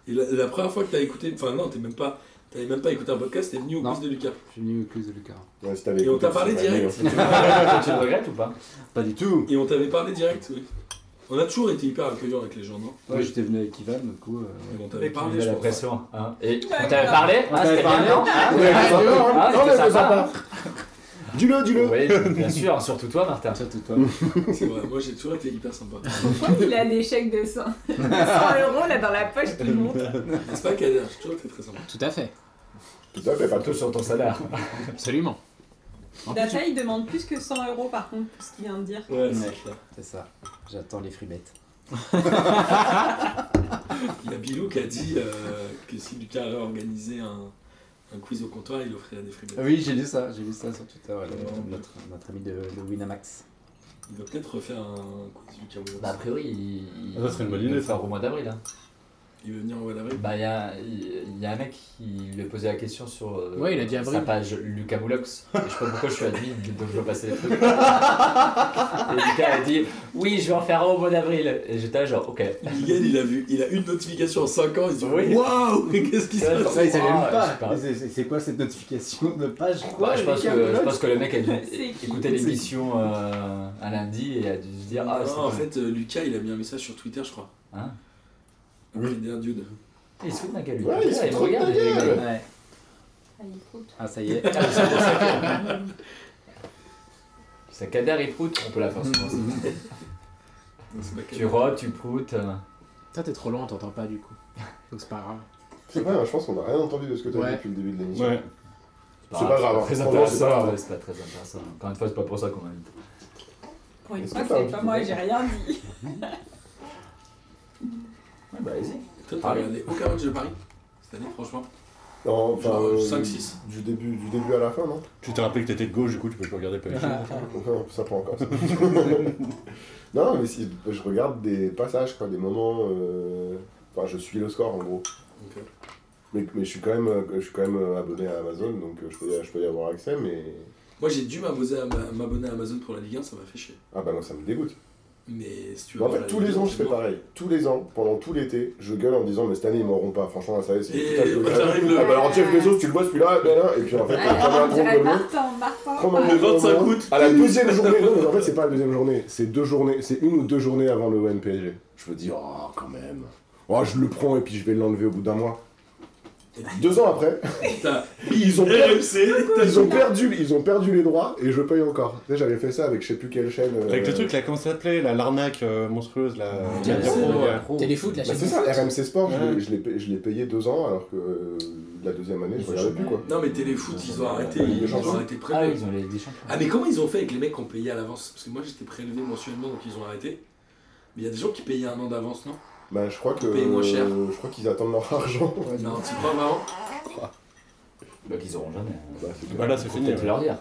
Speaker 4: Et la, la première fois que t'as écouté, enfin non, t'es même pas, t'avais même pas écouté un podcast, t'es venu au
Speaker 6: Non.
Speaker 4: quiz de Lucas.
Speaker 6: Je suis venu au quiz de Lucas.
Speaker 7: Ouais, si t'avais
Speaker 4: Et on
Speaker 7: écouté,
Speaker 4: t'a parlé
Speaker 7: c'est pas
Speaker 4: direct.
Speaker 7: mieux, hein.
Speaker 11: tu le regrettes ou pas
Speaker 6: Pas du tout
Speaker 4: Et on t'avait parlé direct, oui. On a toujours été hyper accueillants avec les gens, non
Speaker 6: Moi j'étais venu avec Ivan, du coup. euh,
Speaker 4: Et on
Speaker 11: Tu
Speaker 4: t'avait
Speaker 11: me
Speaker 4: parlé,
Speaker 11: mets
Speaker 4: je
Speaker 11: la
Speaker 4: pense.
Speaker 11: pression. Hein. Et on t'avait parlé
Speaker 6: On t'avait parlé,
Speaker 11: non
Speaker 6: Ouais,
Speaker 11: Ah,
Speaker 6: sympa.
Speaker 11: c'était
Speaker 6: Ouais,
Speaker 11: sympa.
Speaker 6: sympa.
Speaker 7: Dis-le, dis-le
Speaker 11: Oui, bien sûr, surtout toi, Martin.
Speaker 6: Ah, Surtout toi.
Speaker 4: C'est vrai, moi j'ai toujours été hyper sympa.
Speaker 2: Je crois qu'il a des chèques de 100, 100 euros là dans la poche qui monte.
Speaker 4: N'est-ce pas, Kader J'ai toujours été très sympa.
Speaker 8: Tout à fait.
Speaker 7: Tout à fait, pas tout sur ton salaire.
Speaker 8: Absolument.
Speaker 5: Data, il demande plus que 100 euros par contre, pour ce qu'il vient de dire.
Speaker 4: Ouais,
Speaker 6: Ouais,
Speaker 4: c'est clair.
Speaker 6: c'est ça. J'attends les fribettes.
Speaker 4: Il y a Bilou qui a dit euh, que si Lucas avait organisé un, un quiz au comptoir, il offrirait des
Speaker 11: Ah
Speaker 4: frites.
Speaker 6: Ah Oui, j'ai lu ça, j'ai lu ça sur Twitter. euh, notre, notre ami de, de Winamax.
Speaker 4: Il doit peut-être refaire un quiz Lucas Williams.
Speaker 11: Bah, a priori, il.
Speaker 10: Ça serait une bonne
Speaker 11: il va
Speaker 10: idée,
Speaker 11: le faire
Speaker 10: ça.
Speaker 11: au mois d'avril. hein.
Speaker 4: Il veut venir en voie d'avril.
Speaker 11: Bah, il y a, il y a un mec qui lui a posé la question sur euh,
Speaker 8: Ouais, il a dit avril.
Speaker 11: sa page Lucas Moulox. Et je sais pas pourquoi je suis admin, donc je dois passer les trucs. Et Lucas a dit Oui, je vais en faire un au mois d'avril. Et j'étais là, genre, ok.
Speaker 4: Miguel, il a vu, il a une notification en 5 ans, il se dit
Speaker 11: Oui.
Speaker 4: Waouh Qu'est-ce qui se
Speaker 11: Ouais,
Speaker 4: passe
Speaker 11: Ça, il savait même pas.
Speaker 6: C'est- C'est c'est quoi cette notification de page quoi,
Speaker 11: Bah, je,
Speaker 6: les
Speaker 11: pense que,
Speaker 6: gars,
Speaker 11: je
Speaker 6: voilà
Speaker 11: pense que le mec a dû
Speaker 2: qui
Speaker 11: écouter l'émission euh, un lundi et a dû se dire Ah, c'est
Speaker 4: Non, en
Speaker 11: cool.
Speaker 4: fait, euh, Lucas, il a mis un message sur Twitter, je crois.
Speaker 11: Hein
Speaker 4: Après, il dit, Ah, dude.
Speaker 11: Il se fout de ma gueule.
Speaker 7: Ouais, il se
Speaker 11: Ouais,
Speaker 7: fout de
Speaker 11: regarde,
Speaker 7: ta
Speaker 11: il rigole.
Speaker 7: gueule.
Speaker 6: Ouais.
Speaker 5: Ah, il écoute.
Speaker 6: Ah, ça y est.
Speaker 11: Ça cadère et proute, on peut la faire souvent. ça.
Speaker 4: Non, c'est pas que-
Speaker 11: tu rôtes, tu proutes. euh.
Speaker 8: Toi, t'es trop lent, on t'entend pas du coup. Donc c'est pas grave.
Speaker 7: C'est vrai, je pense qu'on n'a rien entendu de ce que tu as
Speaker 8: Ouais.
Speaker 7: dit depuis le début de l'émission.
Speaker 10: Ouais.
Speaker 7: C'est pas grave.
Speaker 11: Très
Speaker 7: Non, non, c'est pas
Speaker 11: intéressant.
Speaker 7: grave.
Speaker 11: ouais, C'est pas très intéressant. Encore une fois, c'est pas pour ça qu'on invite.
Speaker 5: Pour une
Speaker 7: Est-ce
Speaker 5: fois,
Speaker 7: que t'as
Speaker 5: c'est
Speaker 7: un
Speaker 5: pas
Speaker 7: petit
Speaker 5: moi,
Speaker 7: peu
Speaker 5: j'ai rien dit.
Speaker 11: Ouais, bah, vas-y.
Speaker 4: Toi, t'as
Speaker 11: Paris.
Speaker 4: regardé aucun match de Paris cette année, franchement
Speaker 7: Non, enfin,
Speaker 4: Genre,
Speaker 7: euh,
Speaker 4: 5-6.
Speaker 7: Du début, du début à la fin, non
Speaker 10: Tu t'es rappelé que t'étais de gauche, du coup, tu peux plus regarder PSG.
Speaker 7: Non, Ça prend encore. ça. non, mais si, je regarde des passages, quoi, des moments. euh, Enfin, je suis le score en gros.
Speaker 4: Ok.
Speaker 7: Mais, mais je suis quand même, euh, je suis quand même euh, abonné à Amazon, donc euh, je peux, y- je peux y avoir accès, mais.
Speaker 4: Moi, j'ai dû m'abonner à, ma- m'abonner à Amazon pour la Ligue 1, ça m'a fait chier.
Speaker 7: Ah bah moi ça me dégoûte.
Speaker 4: Mais si tu veux.
Speaker 7: Moi, en
Speaker 4: voir
Speaker 7: fait
Speaker 4: la
Speaker 7: tous
Speaker 4: Ligue
Speaker 7: les
Speaker 4: 1,
Speaker 7: ans je fais
Speaker 4: moi-
Speaker 7: pareil. Tous les ans, pendant tout l'été, je gueule en me disant mais cette année ils m'auront pas. Franchement ça y est, c'est
Speaker 4: Et
Speaker 7: une putain de
Speaker 4: moi,
Speaker 7: gueule.
Speaker 4: j'arrive le-
Speaker 7: Ah bah alors Jeff Bezos tu le vois celui-là, ben, là, là, et puis en fait
Speaker 5: Ah,
Speaker 7: comme un
Speaker 5: on dirait
Speaker 7: drôle de mot.
Speaker 5: Martin, Martin.
Speaker 7: Prends un
Speaker 4: Le
Speaker 7: mot comme
Speaker 4: 25
Speaker 7: un mot.
Speaker 4: août.
Speaker 7: À la deuxième journée, non, mais en fait c'est pas la deuxième journée, c'est deux journées, c'est une ou deux journées avant le OMPG. Je me dis oh quand même. Oh je le prends et puis je vais l'enlever au bout d'un mois. Deux ans après,
Speaker 4: T'as
Speaker 7: ils ont perdu,
Speaker 4: RMC, t'as
Speaker 7: ils ont perdu, ils ont perdu les droits et je paye encore. Tu sais, J'avais fait ça avec je sais plus quelle chaîne. euh,
Speaker 10: Avec le truc là, comment ça s'appelait la- L'arnaque euh, monstrueuse là.
Speaker 8: Tiens,
Speaker 10: Media
Speaker 8: c'est
Speaker 10: Pro,
Speaker 8: le
Speaker 10: ouais.
Speaker 8: Téléfoot, la
Speaker 7: Bah,
Speaker 8: chaîne.
Speaker 7: c'est ça, RMC Sport, je
Speaker 10: Ouais.
Speaker 7: l'ai- je l'ai pay- je l'ai payé deux ans alors que euh, la deuxième année je regardais plus quoi.
Speaker 4: Non, mais Téléfoot, ils ont arrêté.
Speaker 7: Ouais, les
Speaker 4: Ils
Speaker 7: gens
Speaker 4: ont
Speaker 7: sont-
Speaker 4: arrêté
Speaker 11: Ah,
Speaker 4: prélevé.
Speaker 11: ils ont les des champions.
Speaker 4: Ah, mais comment ils ont fait avec les mecs qui ont payé à l'avance Parce que moi, j'étais prélevé mensuellement, donc ils ont arrêté. Mais il y a des gens qui payaient un an d'avance, non
Speaker 7: Bah je crois que
Speaker 4: Payer moins cher.
Speaker 7: euh, je crois qu'ils attendent leur argent.
Speaker 4: Non, tu crois vraiment
Speaker 11: Bah, qu'ils auront jamais.
Speaker 7: Bah, c'est clair.
Speaker 10: Bah là, c'est
Speaker 11: Faut
Speaker 10: fini.
Speaker 11: peut-être
Speaker 10: ouais.
Speaker 11: leur dire.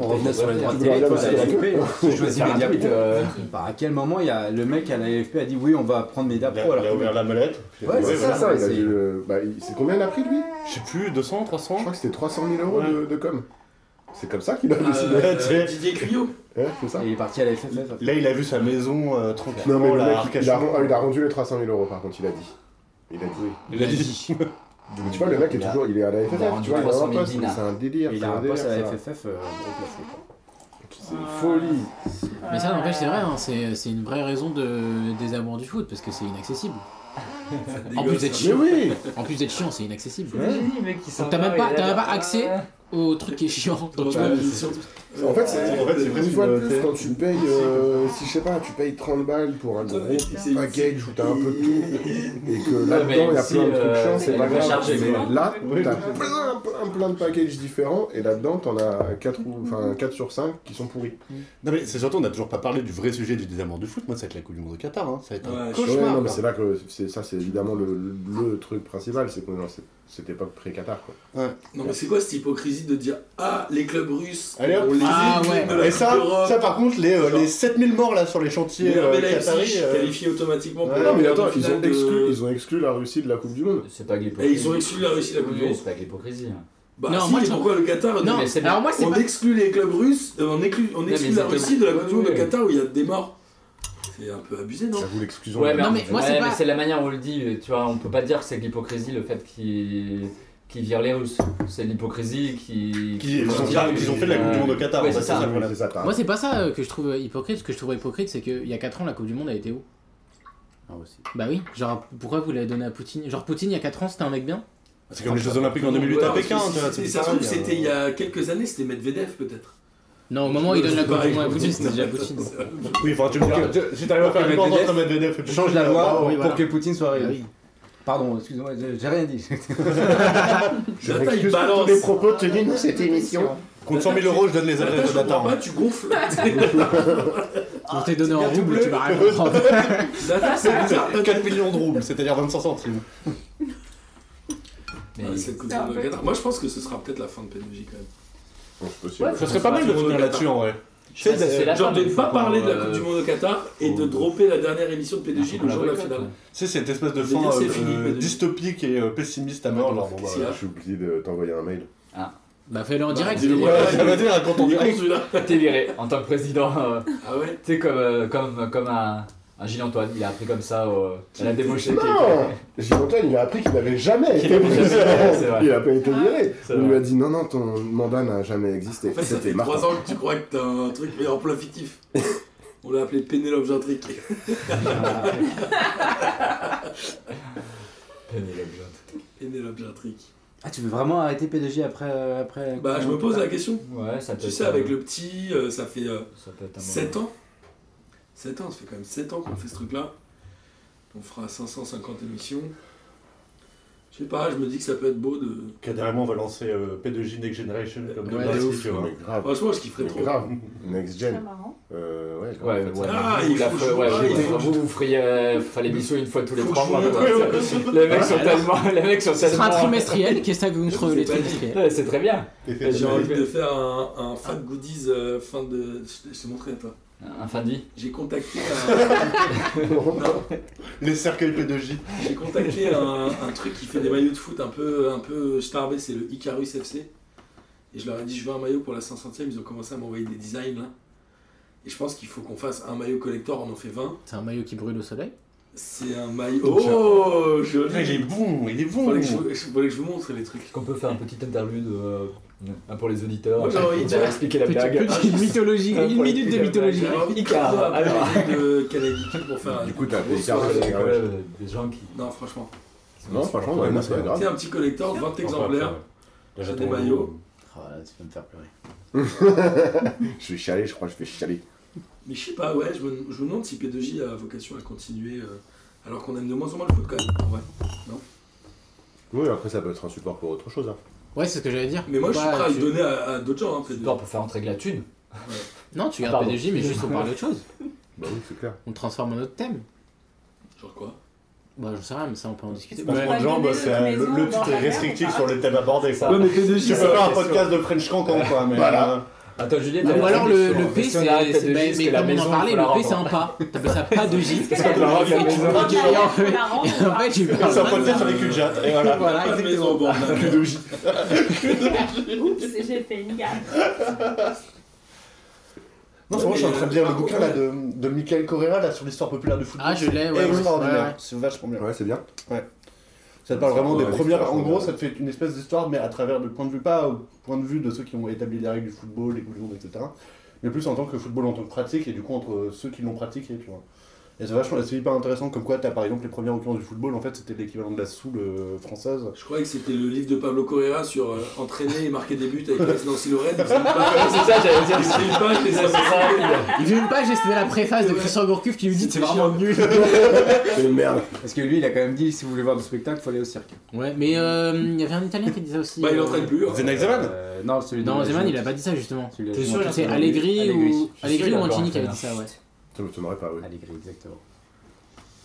Speaker 6: On revient sur la
Speaker 11: Tu
Speaker 6: droite
Speaker 7: voulais
Speaker 6: télé,
Speaker 7: dire,
Speaker 6: toi,
Speaker 7: mais c'est
Speaker 6: elle est
Speaker 7: la
Speaker 6: occupée. Je choisis
Speaker 11: Faire un
Speaker 6: Media
Speaker 11: tweet,
Speaker 6: Pro.
Speaker 11: euh,
Speaker 6: Bah, à quel moment il y a le mec à la LFP a dit oui, on va prendre Media
Speaker 10: Il a,
Speaker 6: Pro alors
Speaker 10: il a ouvert
Speaker 6: que.
Speaker 10: la molette. puis il a
Speaker 7: Ouais,
Speaker 10: dit,
Speaker 7: c'est ça,
Speaker 10: voilà.
Speaker 7: ça. il a
Speaker 6: c'est-
Speaker 7: dû, euh, bah, il- c'est combien il a pris lui
Speaker 10: Je sais plus, 200,
Speaker 7: Je
Speaker 10: 300
Speaker 7: crois que c'était 300 000 euros de, de com. C'est comme ça qu'il a décidé.
Speaker 4: Euh,
Speaker 10: tu sais.
Speaker 4: Didier Clio
Speaker 7: Ouais, c'est ça.
Speaker 6: Il est parti à la FFF.
Speaker 10: Là, il a vu sa maison euh, tranquillement.
Speaker 7: Non mais le
Speaker 10: là,
Speaker 7: mec,
Speaker 10: à
Speaker 7: il, il a,
Speaker 10: Arcachon.
Speaker 7: ah, il a rendu les 300 000 euros par contre, il a dit. Il a dit oui.
Speaker 10: Il a dit.
Speaker 7: Mais tu vois, le mec est
Speaker 11: Il a-
Speaker 7: toujours, il est à la
Speaker 11: il a
Speaker 7: FFF,
Speaker 11: rendu
Speaker 7: tu vois, il a
Speaker 11: 300
Speaker 7: un
Speaker 11: 000
Speaker 7: poste, mais
Speaker 11: dinars.
Speaker 7: c'est un délire.
Speaker 6: Il
Speaker 7: c'est
Speaker 6: a un poste à
Speaker 7: délire,
Speaker 6: la
Speaker 7: ça.
Speaker 6: FFF euh, gros placé. quoi.
Speaker 7: C'est une folie.
Speaker 8: Mais ça, n'empêche, c'est vrai, hein, c'est c'est une vraie raison de désamour du foot parce que c'est inaccessible. En plus d'être
Speaker 7: Mais
Speaker 8: chiant,
Speaker 7: oui
Speaker 8: en plus d'être chiant, c'est inaccessible.
Speaker 11: C'est génie, mec, qui
Speaker 8: Donc t'as même pas, t'as même pas accès au truc qui est chiant.
Speaker 4: Ouais,
Speaker 8: Donc,
Speaker 4: c'est sûr.
Speaker 7: En fait, c'est
Speaker 10: En fait, c'est
Speaker 7: une
Speaker 10: presque
Speaker 7: fois de
Speaker 10: une-
Speaker 7: plus quand tu payes, euh, si je sais pas, tu payes 30 balles pour un gros package où t'as un peu de tout et que
Speaker 11: Ouais, mais
Speaker 7: là-dedans il y a
Speaker 11: si,
Speaker 7: plein de trucs
Speaker 11: euh,
Speaker 7: chiants, c'est
Speaker 11: elle
Speaker 7: pas
Speaker 11: est
Speaker 7: grave.
Speaker 11: chargée,
Speaker 7: Mais
Speaker 11: mais-
Speaker 7: là,
Speaker 10: Oui.
Speaker 7: t'as plein, plein, plein de packages différents et là-dedans t'en as 4, ou, enfin, 4 sur 5 qui sont pourris.
Speaker 10: Non, mais c'est surtout, on n'a toujours pas parlé du vrai sujet du désamour du foot. Moi, ça va être la Coupe du Monde au Qatar. Hein. Ça va être un
Speaker 4: Ouais,
Speaker 7: Ouais,
Speaker 10: cauchemar.
Speaker 7: non, mais
Speaker 10: quoi.
Speaker 7: c'est là que c'est- ça, c'est évidemment le, le- le truc principal, c'est qu'on est dans cette, cette époque pré-Qatar quoi.
Speaker 4: Non, mais c'est quoi cette hypocrisie de dire Ah, les clubs russes,
Speaker 10: Allez, hop.
Speaker 4: on les
Speaker 8: Ah,
Speaker 4: élimine
Speaker 8: ouais.
Speaker 4: de la
Speaker 10: Et
Speaker 4: Coupe
Speaker 10: ça,
Speaker 4: d'Europe.
Speaker 10: ça, par contre, les, euh,
Speaker 4: Genre.
Speaker 10: les 7000 morts là sur les chantiers
Speaker 4: Le
Speaker 10: euh,
Speaker 4: RB
Speaker 10: qataris.
Speaker 4: Leipzig
Speaker 10: euh,
Speaker 4: qualifié automatiquement pour
Speaker 10: Ouais,
Speaker 4: la
Speaker 7: Non, mais
Speaker 4: finale
Speaker 7: attends, ils ont,
Speaker 4: de-
Speaker 7: exclu, ils ont exclu la Russie de la Coupe du Monde.
Speaker 11: C'est pas que
Speaker 4: Et
Speaker 11: l'hypocrisie.
Speaker 4: ils ont exclu la Russie de la Coupe du
Speaker 11: Oui,
Speaker 4: Monde.
Speaker 11: c'est pas que l'hypocrisie.
Speaker 4: Bah,
Speaker 8: Non,
Speaker 4: si,
Speaker 8: moi,
Speaker 4: mais
Speaker 8: je-
Speaker 4: pourquoi le Qatar
Speaker 8: Non,
Speaker 11: mais c'est bien.
Speaker 8: alors moi c'est
Speaker 4: On
Speaker 8: pas.
Speaker 4: exclut les clubs russes, euh, on exclut, on
Speaker 11: mais
Speaker 4: exclut la
Speaker 11: c'est-
Speaker 4: Russie de la
Speaker 11: ouais,
Speaker 4: Coupe du Monde au
Speaker 11: ouais.
Speaker 4: Qatar où il y a des morts. C'est un peu abusé, non
Speaker 7: Ça vous l'exclusion.
Speaker 11: Ouais,
Speaker 7: de-
Speaker 11: mais,
Speaker 8: Non, mais moi,
Speaker 11: ouais,
Speaker 8: c'est
Speaker 11: mais
Speaker 8: pas-
Speaker 11: c'est la manière où on le dit, euh, tu vois, on peut pas dire que c'est de l'hypocrisie le fait qu'ils qu'ils virent les Russes. C'est de l'hypocrisie qui...
Speaker 10: Qui, ils, ont,
Speaker 11: qui-
Speaker 10: ils ont fait de la Coupe du Monde au Qatar.
Speaker 11: Ouais,
Speaker 10: en fait,
Speaker 11: c'est ça.
Speaker 10: le problème.
Speaker 7: C'est ça, t'as-
Speaker 8: Moi c'est pas ça euh, que je trouve hypocrite. Ce que je trouve hypocrite, c'est qu'il y a 4 ans la Coupe du Monde a été où
Speaker 6: Ah, aussi.
Speaker 8: Bah oui. Genre pourquoi vous l'avez donné à Poutine Genre Poutine il y a 4 ans c'était un mec bien
Speaker 10: C'est comme les Jeux Olympiques en 2008
Speaker 4: Ouais,
Speaker 10: à
Speaker 4: parce que
Speaker 10: Pékin.
Speaker 4: si-
Speaker 10: tu vois,
Speaker 4: si-
Speaker 10: c'est
Speaker 4: Ça se trouve,
Speaker 10: pareil,
Speaker 4: c'était il y
Speaker 10: euh.
Speaker 4: a quelques années, c'était Medvedev peut-être.
Speaker 8: Non, au moment où il donne la Coupe du Monde à Poutine, c'était déjà Poutine.
Speaker 10: Oui, enfin, tu me
Speaker 6: euh,
Speaker 10: diras, je- si t'arrives à faire une
Speaker 6: Medvedev,
Speaker 10: tendance à Medvedev et Poutine,
Speaker 6: change la loi
Speaker 10: bravo,
Speaker 6: pour,
Speaker 10: oui, voilà.
Speaker 6: que Poutine soit
Speaker 10: Ah
Speaker 6: réélu.
Speaker 10: oui.
Speaker 6: Pardon, excuse-moi, j'ai j'ai rien dit.
Speaker 4: Je
Speaker 6: m'excuse
Speaker 4: m'excuse
Speaker 6: pour
Speaker 4: balance.
Speaker 6: tous les propos tenus dans cette émission.
Speaker 10: Compte 100 000 euros, je donne les adresses de Nathan.
Speaker 4: pas, tu gonfles.
Speaker 8: Pour t'es donné en
Speaker 10: double,
Speaker 8: tu vas rien comprendre.
Speaker 10: C'est bizarre, 4 millions de roubles, c'est-à-dire 25 centimes.
Speaker 4: Ouais, c'est le Coupe du Monde au Qatar. Moi, je pense que ce sera peut-être la fin de PNJ quand même.
Speaker 10: Ouais, ça serait pas mal de finir là-dessus en vrai.
Speaker 4: Tu sais,
Speaker 10: Ça, c'est la
Speaker 4: genre
Speaker 10: fin
Speaker 4: de
Speaker 10: du
Speaker 4: ne pas
Speaker 10: foot,
Speaker 4: parler
Speaker 10: hein,
Speaker 4: de la
Speaker 10: euh,
Speaker 4: Coupe du Monde au Qatar et de dropper la dernière émission de PDG le jour de la finale.
Speaker 10: Tu sais, cette espèce
Speaker 4: Je
Speaker 10: de
Speaker 4: veux
Speaker 10: fin
Speaker 4: dire, c'est
Speaker 10: euh,
Speaker 4: fini,
Speaker 10: euh,
Speaker 4: Medvedev.
Speaker 10: dystopique et euh, pessimiste à mort. Genre, bon, bah,
Speaker 4: Qu'est-ce qu'il y a
Speaker 10: voilà.
Speaker 7: J'ai oublié de t'envoyer un mail.
Speaker 11: Ah.
Speaker 8: Bah fais-le en
Speaker 11: Bah,
Speaker 8: direct.
Speaker 11: dis-le,
Speaker 8: c'est-
Speaker 11: voilà,
Speaker 8: Ouais,
Speaker 11: ça veut
Speaker 10: dire un compte en
Speaker 8: Il est
Speaker 11: direct.
Speaker 8: con, celui-là.
Speaker 11: T'es viré en tant que président. euh,
Speaker 4: Ah ouais
Speaker 11: Tu sais, comme, euh, comme, comme un, un Gilles Antoine, il a appris comme ça au- à la débauchée.
Speaker 7: Non Gilles Antoine, il a appris qu'il n'avait jamais
Speaker 11: Qu'il
Speaker 7: été
Speaker 11: n'avait jamais été, c'est
Speaker 7: président.
Speaker 11: vrai.
Speaker 7: Il a pas été viré.
Speaker 11: C'est
Speaker 7: On lui
Speaker 11: vrai.
Speaker 7: a dit non, non, ton mandat n'a jamais existé.
Speaker 4: En fait, ça fait 3 ans que tu crois que t'as un truc, mais en plein fictif. On l'a appelé Pénélope Gintric.
Speaker 11: Pénélope
Speaker 4: Pénélope Gintric.
Speaker 6: Ah, tu veux vraiment arrêter PDG après. euh, après
Speaker 4: Bah, je me pose la question.
Speaker 11: Ouais, ça peut
Speaker 4: Tu
Speaker 11: être
Speaker 4: sais,
Speaker 11: un-
Speaker 4: avec le petit, euh, ça fait euh,
Speaker 11: Ça peut être un
Speaker 4: 7 ans. 7 ans, ça fait quand même 7 ans qu'on fait ce truc-là. On fera 550 émissions. Je sais pas, je me dis que ça peut être beau de.
Speaker 10: Carrément, on va lancer euh, P2J Next Generation comme
Speaker 7: Ouais,
Speaker 10: demain,
Speaker 7: de
Speaker 10: si
Speaker 7: ouf.
Speaker 10: tu vois.
Speaker 7: Mais grave.
Speaker 4: Franchement, je kifferais trop.
Speaker 7: Grave. Next Gen.
Speaker 2: C'est marrant.
Speaker 7: Euh, ouais, grave,
Speaker 11: Ouais,
Speaker 7: en fait,
Speaker 11: ouais,
Speaker 7: ça-
Speaker 4: Ah,
Speaker 11: vous,
Speaker 4: il
Speaker 11: la
Speaker 4: faut
Speaker 11: fe-
Speaker 4: jouer,
Speaker 11: ouais,
Speaker 4: ah, il
Speaker 11: vous,
Speaker 4: faut
Speaker 11: vous, vous feriez, euh, fallait bisous une fois tous les
Speaker 4: Faut
Speaker 11: trois
Speaker 4: que
Speaker 11: mois.
Speaker 4: je
Speaker 11: quoi.
Speaker 4: joue.
Speaker 11: Les mecs sont tellement, les mecs sont
Speaker 8: Ce sera un
Speaker 11: tellement-
Speaker 8: trimestriel, qu'est-ce que t'as contre
Speaker 4: Je
Speaker 8: les
Speaker 4: sais pas.
Speaker 8: trimestriels
Speaker 11: Ouais, c'est très bien.
Speaker 4: J'ai envie de faire un, un fan goodies euh, fin de. Je je t'ai montré à toi.
Speaker 11: Un fin de vie.
Speaker 4: J'ai contacté un. Non,
Speaker 10: Les cercueils P2J.
Speaker 4: J'ai contacté un, un truc qui fait des maillots de foot un peu, un peu starbé, c'est le Icarus FC. Et je leur ai dit, je veux un maillot pour la 500ème. Ils ont commencé à m'envoyer des designs là. Et je pense qu'il faut qu'on fasse un maillot collector, on en fait 20.
Speaker 8: C'est un maillot qui brûle au soleil.
Speaker 4: C'est un maillot. Oh,
Speaker 10: Putain, Il est
Speaker 4: joli
Speaker 10: bon, il est bon.
Speaker 4: Faudrait que je vous- je- faudrait que je vous montre les trucs.
Speaker 11: Est-ce qu'on peut faire un petit interlude euh, un pour les auditeurs
Speaker 4: Moi, j'ai envie de
Speaker 11: pour
Speaker 4: dire-
Speaker 11: expliquer la blague
Speaker 8: Petite mythologie,
Speaker 11: Ah,
Speaker 8: une
Speaker 11: ouais,
Speaker 8: minute de
Speaker 11: putain,
Speaker 8: mythologie.
Speaker 4: J'avais envie de
Speaker 11: Icar,
Speaker 4: faire
Speaker 11: alors.
Speaker 4: de Kennedy pour faire un.
Speaker 7: Du coup,
Speaker 11: Ah,
Speaker 7: t'as
Speaker 4: gros
Speaker 7: fait Icar,
Speaker 4: soir.
Speaker 11: Parce que, ouais, Des gens qui.
Speaker 4: Non, franchement.
Speaker 7: Non, franchement, ouais, moi, c'est pas
Speaker 4: C'est
Speaker 7: grave.
Speaker 4: un petit collector, 20 exemplaires.
Speaker 10: J'ai
Speaker 4: des maillots.
Speaker 8: Oh là, tu vas me faire pleurer.
Speaker 7: Je vais chialer, je crois, que je vais chialer.
Speaker 4: Mais je sais pas, ouais, je me, je me demande si P2J a vocation à continuer euh, alors qu'on aime de moins en moins le foot quand même. en vrai.
Speaker 7: Oui, après, ça peut être un support pour autre chose. hein.
Speaker 8: Ouais, c'est ce que j'allais dire.
Speaker 4: Mais moi je suis
Speaker 8: Bah,
Speaker 4: prêt à le
Speaker 8: tu-
Speaker 4: donner à, à d'autres gens, hein,
Speaker 11: Histoire
Speaker 4: P2J.
Speaker 11: pour faire entrer de la thune.
Speaker 8: Non,
Speaker 11: Ah,
Speaker 8: tu gardes
Speaker 11: pardon.
Speaker 8: PDG, mais juste on parle d'autre chose.
Speaker 7: Bah oui, c'est clair.
Speaker 8: On transforme en autre thème.
Speaker 4: Genre quoi
Speaker 8: Bah, j'en sais rien, mais ça on peut en discuter.
Speaker 10: Franchement,
Speaker 2: Ouais.
Speaker 10: Jean, bah, c'est, euh, le,
Speaker 2: Maison
Speaker 10: le
Speaker 2: dans
Speaker 10: titre
Speaker 2: la
Speaker 10: est
Speaker 2: mer,
Speaker 10: restrictif
Speaker 2: ou pas
Speaker 10: sur les thèmes abordés. Ça.
Speaker 4: mais P2J,
Speaker 10: Tu peux faire un podcast de French Cancan, quoi. Mais,
Speaker 7: Voilà.
Speaker 10: euh,
Speaker 11: Attends, Julien,
Speaker 8: Ou alors le, le P, c'est.
Speaker 11: la
Speaker 8: c'est- bah, Mais comme on en parlait, le P, c'est un pas. T'appelles ça pas de J.
Speaker 11: Parce qu'on la
Speaker 2: Tu prends
Speaker 11: maison.
Speaker 2: de la mer, tu la rends,
Speaker 8: Et en fait, tu
Speaker 10: faire un
Speaker 8: parles.
Speaker 10: podcast sur les cul Et voilà.
Speaker 8: Voilà,
Speaker 4: Pas de
Speaker 8: exactement.
Speaker 4: maison au bord de la mer.
Speaker 2: Oups, j'ai fait une gaffe.
Speaker 10: Non, c'est moi, je suis en train de lire le bouquin là, de, de euh, Michael Correa là, sur l'histoire populaire du football.
Speaker 8: Ah, je l'ai, ouais.
Speaker 10: Extraordinaire.
Speaker 8: ouais, ouais.
Speaker 10: C'est vachement bien.
Speaker 7: Ouais, c'est bien.
Speaker 10: Ça te parle vraiment des
Speaker 7: Ouais,
Speaker 10: premières. En
Speaker 7: l'exploration,
Speaker 10: gros,
Speaker 7: ouais.
Speaker 10: ça te fait une espèce d'histoire, mais à travers le point de vue, pas au point de vue de ceux qui ont établi les règles du football, les coupes du monde, etc. Mais plus en tant que football en tant que pratique, et du coup, entre ceux qui l'ont pratiqué, tu vois. Et c'est vachement, c'est hyper intéressant, comme quoi t'as par exemple les premières occurrences du football, en fait, c'était l'équivalent de la soule euh, française.
Speaker 4: Je croyais que c'était le livre de Pablo Correa sur euh, entraîner et marquer des buts avec la Nancy Lorraine. C'est pas
Speaker 11: C'est ça, j'allais dire.
Speaker 4: c'est une page, mais ça c'est ça.
Speaker 8: Il vient une page et c'était la préface de Christian Gourcuff qui lui dit c'est vraiment nul.
Speaker 7: C'est merde.
Speaker 6: Parce que lui, il a quand même dit si vous voulez voir du spectacle, faut aller au cirque.
Speaker 8: Ouais, mais euh, il y avait un Italien qui disait aussi.
Speaker 4: Bah il
Speaker 8: euh,
Speaker 4: entraîne plus. hein.
Speaker 10: Zeman
Speaker 6: Euh, Non, celui de
Speaker 8: Non,
Speaker 6: la
Speaker 8: Zeman,
Speaker 6: Juventus.
Speaker 8: il a pas dit ça justement.
Speaker 6: Celui de la
Speaker 11: T'es
Speaker 6: Juventus.
Speaker 11: sûr,
Speaker 8: C'est
Speaker 11: j'ai-
Speaker 8: Allegri ou
Speaker 11: Je suis sûr, il
Speaker 8: Allegri
Speaker 11: a
Speaker 8: ou
Speaker 11: encore
Speaker 8: Mancini
Speaker 11: un
Speaker 8: qui avait
Speaker 11: frère.
Speaker 8: dit ça, ouais.
Speaker 7: Ça m'étonnerait pas, oui.
Speaker 6: Allegri, exactement.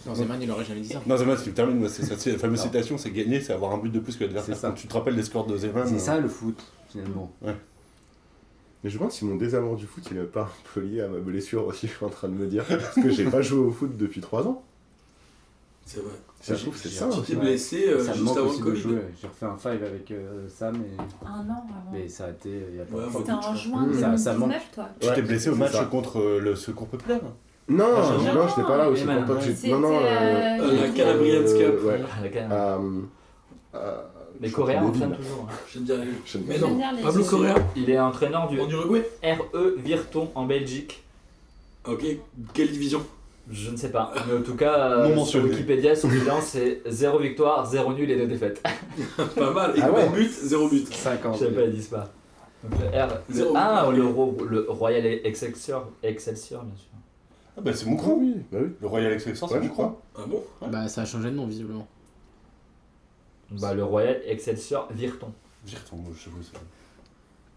Speaker 8: Non, Zeman, il aurait jamais dit ça.
Speaker 10: Non, Zeman, ce qui me termine, moi, c'est c'est la fameuse citation c'est gagner, c'est avoir un but de plus que l'adversaire.
Speaker 6: C'est ça.
Speaker 10: Quand Tu te rappelles les scores de Zeman
Speaker 6: C'est
Speaker 10: euh,
Speaker 6: ça le foot, finalement.
Speaker 7: Mais je me demande si mon désamour du foot, il est pas un peu lié à ma blessure aussi, je suis en train de me dire. Parce que j'ai pas joué au foot depuis 3 ans.
Speaker 4: C'est vrai.
Speaker 7: Ça se trouve, c'est ça.
Speaker 4: Tu t'es
Speaker 6: Ouais.
Speaker 4: blessé euh,
Speaker 6: Ah, ça me
Speaker 4: juste
Speaker 6: manque
Speaker 4: avant le
Speaker 6: aussi de
Speaker 4: Covid.
Speaker 6: jouer. J'ai refait un five avec euh, Sam, et...
Speaker 2: Un an avant.
Speaker 6: mais ça a été euh, il y a pas
Speaker 4: Ouais,
Speaker 6: longtemps.
Speaker 4: moi,
Speaker 2: C'était en juin
Speaker 7: Mmh.
Speaker 5: Ah,
Speaker 6: Ça- ça manque.
Speaker 2: 2019, toi.
Speaker 10: Tu
Speaker 7: Ouais,
Speaker 10: t'es blessé au
Speaker 7: c'est
Speaker 10: match
Speaker 7: ça.
Speaker 10: contre euh, le secours populaire
Speaker 7: Non,
Speaker 10: Ah,
Speaker 7: non,
Speaker 2: non,
Speaker 7: j'étais pas là aussi.
Speaker 11: mais
Speaker 7: pour pas que j'ai-
Speaker 2: C'était,
Speaker 7: Non, non. euh,
Speaker 2: euh,
Speaker 4: euh, la Calabrian's
Speaker 7: euh,
Speaker 4: Cup.
Speaker 7: Ouais.
Speaker 11: Ah, la canne.
Speaker 7: Euh, euh,
Speaker 11: Les
Speaker 7: je
Speaker 11: Coréens
Speaker 7: suis débile,
Speaker 11: entraînent
Speaker 7: là.
Speaker 11: toujours. hein.
Speaker 4: J'aime bien les-
Speaker 7: Je ne-
Speaker 4: Mais
Speaker 2: J'aime
Speaker 4: non,
Speaker 2: bien les-
Speaker 4: Pablo Correa
Speaker 11: Il est entraîneur du
Speaker 4: en Uruguay.
Speaker 11: RE E Virton en Belgique.
Speaker 4: Ok, quelle division
Speaker 11: Je ne sais pas. Mais en tout cas, euh,
Speaker 10: Non
Speaker 11: sur
Speaker 10: mentionné.
Speaker 11: Wikipédia, son bilan, c'est 0 victoire, 0 nul et 2 défaites.
Speaker 4: Pas mal. Et
Speaker 6: Ah
Speaker 4: combien
Speaker 6: ouais.
Speaker 4: de buts Zéro but.
Speaker 6: 50.
Speaker 11: Je savais pas, ils disent pas. Le R, le
Speaker 10: Zéro.
Speaker 11: A, le, ro- le Royal Excelsior, Excelsior, bien sûr.
Speaker 10: Ah bah c'est mon croix. Le Royal Excelsior, c'est
Speaker 11: Ouais,
Speaker 10: mon
Speaker 11: je
Speaker 10: croix.
Speaker 4: Ah bon
Speaker 8: Bah ça a changé de nom visiblement.
Speaker 11: Bah le Royal Excelsior Virton.
Speaker 10: Virton, je sais pas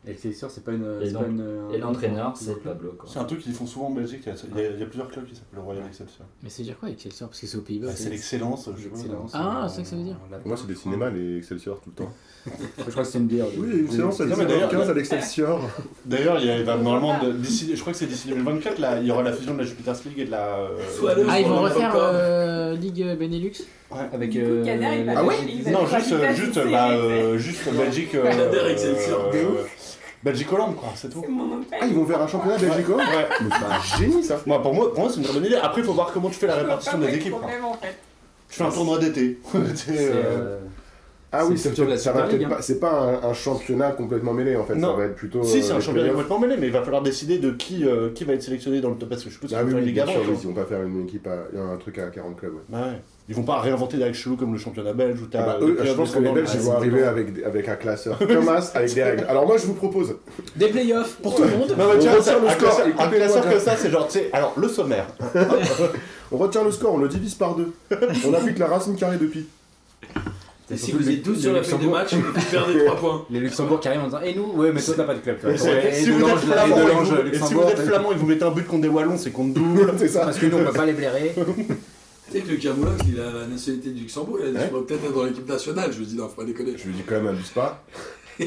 Speaker 6: Excelsior, c'est pas une.
Speaker 11: Et
Speaker 6: c'est pas
Speaker 11: donc-
Speaker 6: une-
Speaker 11: et
Speaker 4: Ah,
Speaker 11: l'entraîneur, c'est Pablo. Quoi.
Speaker 10: C'est un truc qu'ils font souvent en Belgique. Il y a, il y a- il y a plusieurs clubs qui s'appellent le Royal Excelsior.
Speaker 8: Mais c'est dire quoi Excelsior Parce que c'est aux Pays-Bas.
Speaker 10: Ah, c'est l'excellence, je sais pas.
Speaker 8: L'excellence, Ah, euh, c'est ça que ça veut dire.
Speaker 7: Pour moi, c'est des cinémas, les Excelsior, tout le temps.
Speaker 6: je crois que c'est une bière.
Speaker 10: Oui, une séance à 19h15 à l'Excelsior. D'ailleurs, il y a- il va normalement, de- d'ici- je crois que c'est d'ici 2024, là, il y aura la fusion de la Jupiter's League et de la. euh,
Speaker 8: Ah ils vont
Speaker 10: Europa
Speaker 8: refaire
Speaker 10: Cup.
Speaker 8: euh, Ligue Benelux
Speaker 6: Avec
Speaker 10: euh,
Speaker 2: Kader, il va
Speaker 10: Ah
Speaker 2: faire
Speaker 10: ouais
Speaker 2: une ligue,
Speaker 10: Non,
Speaker 2: il va
Speaker 10: juste,
Speaker 2: faire une
Speaker 10: euh,
Speaker 2: ligue
Speaker 10: juste,
Speaker 2: série.
Speaker 10: bah, euh, juste Belgique. euh,
Speaker 4: Kader, Excelsior, de
Speaker 10: euh, Belgique-Hollande, quoi, c'est tout.
Speaker 7: Ah, ils vont faire un championnat oh Belgico
Speaker 10: Ouais.
Speaker 7: génie ça.
Speaker 10: Moi, pour moi, pour moi, c'est une très bonne idée. Après, il faut voir comment tu fais la répartition des
Speaker 5: hein.
Speaker 10: équipes. quoi.
Speaker 2: Problème, en fait.
Speaker 10: Tu fais un tournoi d'été. C'est, euh,
Speaker 7: Ah oui,
Speaker 10: c'est
Speaker 7: ça,
Speaker 10: le futur de la
Speaker 7: ça va
Speaker 10: Super League,
Speaker 7: peut-être
Speaker 10: hein.
Speaker 7: pas. C'est pas un, un championnat complètement mêlé en fait. Ça
Speaker 10: Non.
Speaker 7: va être plutôt.
Speaker 10: Si,
Speaker 7: euh,
Speaker 10: c'est un
Speaker 7: les
Speaker 10: championnat
Speaker 7: playoffs.
Speaker 10: complètement mêlé, mais il va falloir décider de qui, euh, qui va être sélectionné dans le top. Parce que je suppose qu'ils
Speaker 7: Ah
Speaker 10: vont
Speaker 7: oui,
Speaker 10: faire une
Speaker 7: oui,
Speaker 10: ligue
Speaker 7: bien
Speaker 10: avant.
Speaker 7: sûr,
Speaker 10: tu
Speaker 7: oui,
Speaker 10: vois.
Speaker 7: ils vont pas faire une équipe, à, un truc à 40 clubs. Ouais.
Speaker 10: Bah ouais. Ils vont pas réinventer des règles cheloues comme le championnat belge où t'as.
Speaker 7: Bah,
Speaker 10: le
Speaker 7: eux,
Speaker 10: club Ah,
Speaker 7: je pense que les
Speaker 10: descendant,
Speaker 7: Belges ils
Speaker 10: le-
Speaker 7: vont arriver avec, des- avec un classeur Thomas avec des règles. Alors moi je vous propose.
Speaker 8: Des playoffs pour tout le monde.
Speaker 10: Non, mais
Speaker 7: On
Speaker 10: tiens,
Speaker 7: retire le
Speaker 10: un
Speaker 7: score,
Speaker 10: classeur- un
Speaker 7: écoutez-moi
Speaker 10: classeur
Speaker 7: bien.
Speaker 10: comme ça, c'est genre, tu sais, alors le sommaire.
Speaker 7: On retient le score, on le divise par deux. On applique la racine carrée de pi.
Speaker 4: Et si vous êtes tous sur la feuille de match, vous perdez 3 points.
Speaker 6: Les Luxembourg qui arrivent en disant Et nous Ouais, mais toi, t'as pas de club. toi.
Speaker 10: Et c'est-
Speaker 6: Et
Speaker 10: Si
Speaker 6: de
Speaker 10: vous êtes
Speaker 6: l'ange, là, et de
Speaker 10: flamand,
Speaker 6: l'ange,
Speaker 10: ils vous- et si vous
Speaker 6: Luxembourg,
Speaker 10: êtes
Speaker 6: t'as-
Speaker 10: flamand et vous mettez un but contre des wallons, c'est contre double.
Speaker 7: C'est ça.
Speaker 6: Parce que nous, on peut pas les blairer.
Speaker 4: Tu sais que le Camoulox, il a la nationalité du Luxembourg, il a dit je pourrais peut-être être dans l'équipe nationale. Je lui dis non, faut pas déconner.
Speaker 7: Je lui dis quand même abuse pas.
Speaker 4: Bah,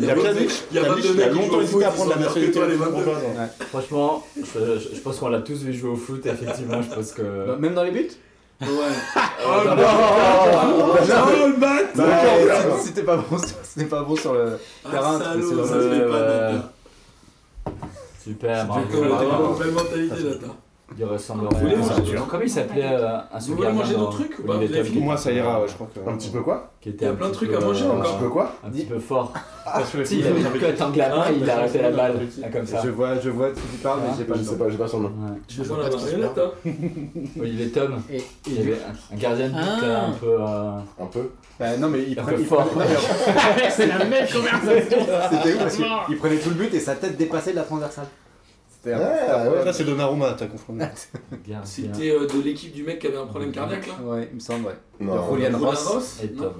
Speaker 4: Il y a
Speaker 10: plein
Speaker 4: pas
Speaker 10: de
Speaker 4: de
Speaker 10: mecs-
Speaker 4: il y a
Speaker 10: plein de
Speaker 4: pas de mecs
Speaker 10: mecs qui ont
Speaker 4: qui
Speaker 10: longtemps
Speaker 4: jouent au
Speaker 10: hésité
Speaker 4: foot,
Speaker 10: à
Speaker 4: ils
Speaker 10: prendre la
Speaker 4: sont meilleurs que
Speaker 10: nationalité
Speaker 4: toi, les
Speaker 10: luxembourgeoise.
Speaker 4: 22.
Speaker 11: Franchement, je, je- je pense qu'on l'a tous vu jouer au foot, effectivement. Je pense que.
Speaker 6: Euh, Même dans les buts
Speaker 4: Ouais. Oh non Oh le bat
Speaker 6: Non,
Speaker 7: ouais,
Speaker 10: Ah
Speaker 6: mais
Speaker 7: ouais.
Speaker 6: si- C'était pas bon sur- c'était pas bon sur le terrain.
Speaker 4: Ah,
Speaker 6: parce que c'est
Speaker 4: salaud,
Speaker 6: dans
Speaker 4: ça
Speaker 6: le-
Speaker 4: se fait pas,
Speaker 11: Ouais,
Speaker 4: Nata.
Speaker 11: Super,
Speaker 4: C'est
Speaker 11: bravo.
Speaker 4: comme la
Speaker 11: bravo.
Speaker 4: nouvelle mentalité, Nata.
Speaker 11: Il ressemble
Speaker 4: Vous voulez
Speaker 11: à-
Speaker 4: manger
Speaker 11: à- Comment il s'appelait euh, un
Speaker 4: Vous voulez
Speaker 11: super hein.
Speaker 4: manger d'autres trucs ou pas Vous avez fini
Speaker 10: Moi, ça ira, ouais, je crois que.
Speaker 7: Un petit peu quoi
Speaker 11: qui était
Speaker 4: Il y a
Speaker 11: un
Speaker 4: plein de
Speaker 11: petit
Speaker 4: trucs à
Speaker 11: peu,
Speaker 4: manger
Speaker 11: euh,
Speaker 7: Un petit peu
Speaker 4: encore.
Speaker 7: quoi
Speaker 11: Un petit peu fort.
Speaker 10: Tu
Speaker 11: Si, il avait une cote angle à main, il a arrêté la balle. là, Comme ça.
Speaker 6: Je vois, je vois de qui tu parles, mais j'ai pas
Speaker 7: Je
Speaker 6: le
Speaker 7: sais
Speaker 6: nom.
Speaker 7: pas, j'ai pas son nom.
Speaker 11: Ouais.
Speaker 4: Je vois la marionnette, hein.
Speaker 11: Olivier Tom,
Speaker 6: Et-
Speaker 11: il y avait un- un gardien de but
Speaker 8: Ah.
Speaker 11: euh, un peu. euh,
Speaker 7: Un peu.
Speaker 6: Bah, non, mais il
Speaker 11: Un peu
Speaker 6: prenait. il
Speaker 11: fort.
Speaker 6: prenait- non,
Speaker 8: C'est la même conversation.
Speaker 6: mais C'était ouf parce qu'il prenait tout le but et sa tête dépassait de la transversale. C'était un- c'était
Speaker 7: Ah,
Speaker 6: un
Speaker 10: Ça, c'est Donnarumma, t'as confondu.
Speaker 11: gardien.
Speaker 4: C'était euh, de l'équipe du mec qui avait un problème cardiaque là.
Speaker 6: Ouais, il me semble, ouais.
Speaker 7: Non.
Speaker 6: Julian
Speaker 4: Roland
Speaker 6: Ross.
Speaker 4: Ross
Speaker 11: Et
Speaker 4: Non.
Speaker 11: Tom.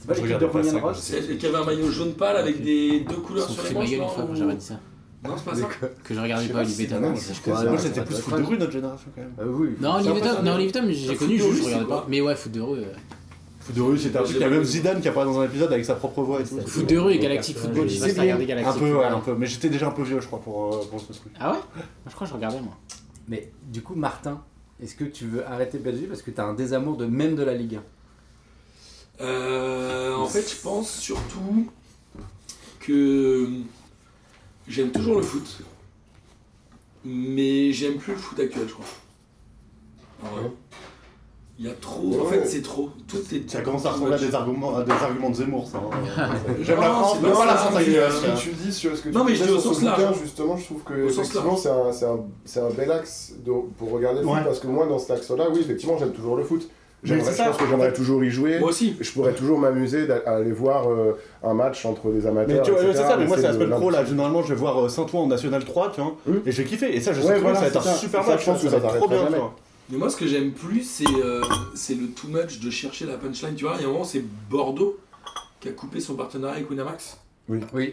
Speaker 6: C'est pas l'équipe de
Speaker 10: Je regardais pas ça
Speaker 6: Julian
Speaker 10: quand
Speaker 6: Ross
Speaker 4: C'est celui qui avait un maillot jaune pâle avec des deux couleurs
Speaker 8: Ils
Speaker 4: sur les
Speaker 8: sont fait ma
Speaker 4: manches.
Speaker 8: gueule une
Speaker 4: Non,
Speaker 8: fois quand
Speaker 4: ou-
Speaker 8: j'avais dit ça.
Speaker 4: Non, c'est pas ça.
Speaker 8: Que je regardais
Speaker 10: Je sais
Speaker 8: pas
Speaker 10: pas si
Speaker 8: Olivier
Speaker 10: c'est
Speaker 8: Tom.
Speaker 10: la même,
Speaker 8: Je
Speaker 10: je crois.
Speaker 8: crois.
Speaker 10: Moi,
Speaker 8: Ouais,
Speaker 10: c'était
Speaker 8: ouais,
Speaker 10: plus
Speaker 8: ouais.
Speaker 10: foot de rue, notre génération, quand même.
Speaker 14: Euh,
Speaker 6: Ah oui,
Speaker 8: Non, Olivier Tom, non, Olivier Tom, j'ai
Speaker 4: Foot
Speaker 8: connu,
Speaker 4: de
Speaker 8: je
Speaker 4: rue,
Speaker 8: je
Speaker 4: c'est
Speaker 8: regardais
Speaker 4: quoi
Speaker 8: pas. Mais ouais, foot de rue. euh.
Speaker 10: Foot de rue, c'était un truc. Il y a même Zidane qui apparaît dans un épisode avec sa propre voix et tout.
Speaker 8: Foot de rue et Galactic Football, je sais pas si t'as regardé Galactic
Speaker 10: Un peu, ouais,
Speaker 8: Football.
Speaker 10: un peu. Mais j'étais déjà un peu vieux, je crois, pour, euh, pour ce truc.
Speaker 8: Ah ouais Je crois que je regardais moi.
Speaker 6: Mais du coup, Martin, est-ce que tu veux arrêter PSG parce que t'as un désamour de même de la Ligue 1
Speaker 4: Euh, en fait, je pense surtout que j'aime toujours le foot, mais j'aime plus le foot actuel, je crois. En vrai. Il y a trop. En fait, c'est trop. Tout est.
Speaker 10: Ça commence à ressembler à des arguments, à des arguments de Zemmour, ça. hein. J'aime
Speaker 4: Non,
Speaker 7: Ah,
Speaker 10: la France,
Speaker 4: c'est
Speaker 10: mais
Speaker 4: pas
Speaker 10: pas la
Speaker 4: ça.
Speaker 10: France avec
Speaker 7: Ce
Speaker 10: les
Speaker 7: que tu dis sur ce que
Speaker 4: Non,
Speaker 7: tu
Speaker 4: mais je
Speaker 7: disais
Speaker 4: dis au
Speaker 7: sur
Speaker 4: sens
Speaker 7: ce bouquin,
Speaker 4: large.
Speaker 7: justement, je trouve que
Speaker 4: Au sens
Speaker 7: effectivement c'est un, c'est un, c'est un bel axe de- pour regarder le
Speaker 10: Ouais.
Speaker 7: foot parce que moi dans cet axe-là, oui effectivement j'aime toujours le foot. J'aimerais-
Speaker 10: c'est
Speaker 7: Je
Speaker 10: ça.
Speaker 7: pense que j'aimerais toujours y jouer.
Speaker 4: Moi aussi.
Speaker 7: Je pourrais toujours m'amuser d'aller voir euh, un match entre des amateurs.
Speaker 10: Mais tu vois,
Speaker 7: etc.,
Speaker 10: ouais, c'est ça, mais moi c'est la
Speaker 7: de-
Speaker 10: semaine pro là, généralement je vais voir euh, Saint-Ouen en National 3, tu vois,
Speaker 7: Hum.
Speaker 10: et je vais kiffer, et ça je sais
Speaker 7: Ouais,
Speaker 10: que
Speaker 7: voilà,
Speaker 10: ça va être un
Speaker 7: c'est ça,
Speaker 10: super
Speaker 7: c'est ça,
Speaker 10: match,
Speaker 7: je pense
Speaker 10: tu vois,
Speaker 7: que
Speaker 10: ça va
Speaker 7: ça
Speaker 10: être trop bien,
Speaker 7: s'arrêtera
Speaker 10: tu
Speaker 7: jamais.
Speaker 10: vois.
Speaker 4: Mais moi, ce que j'aime plus, c'est euh, c'est le too much de chercher la punchline. Tu vois, il y a un moment, c'est Bordeaux qui a coupé son partenariat avec Winamax.
Speaker 6: Oui. Ouais.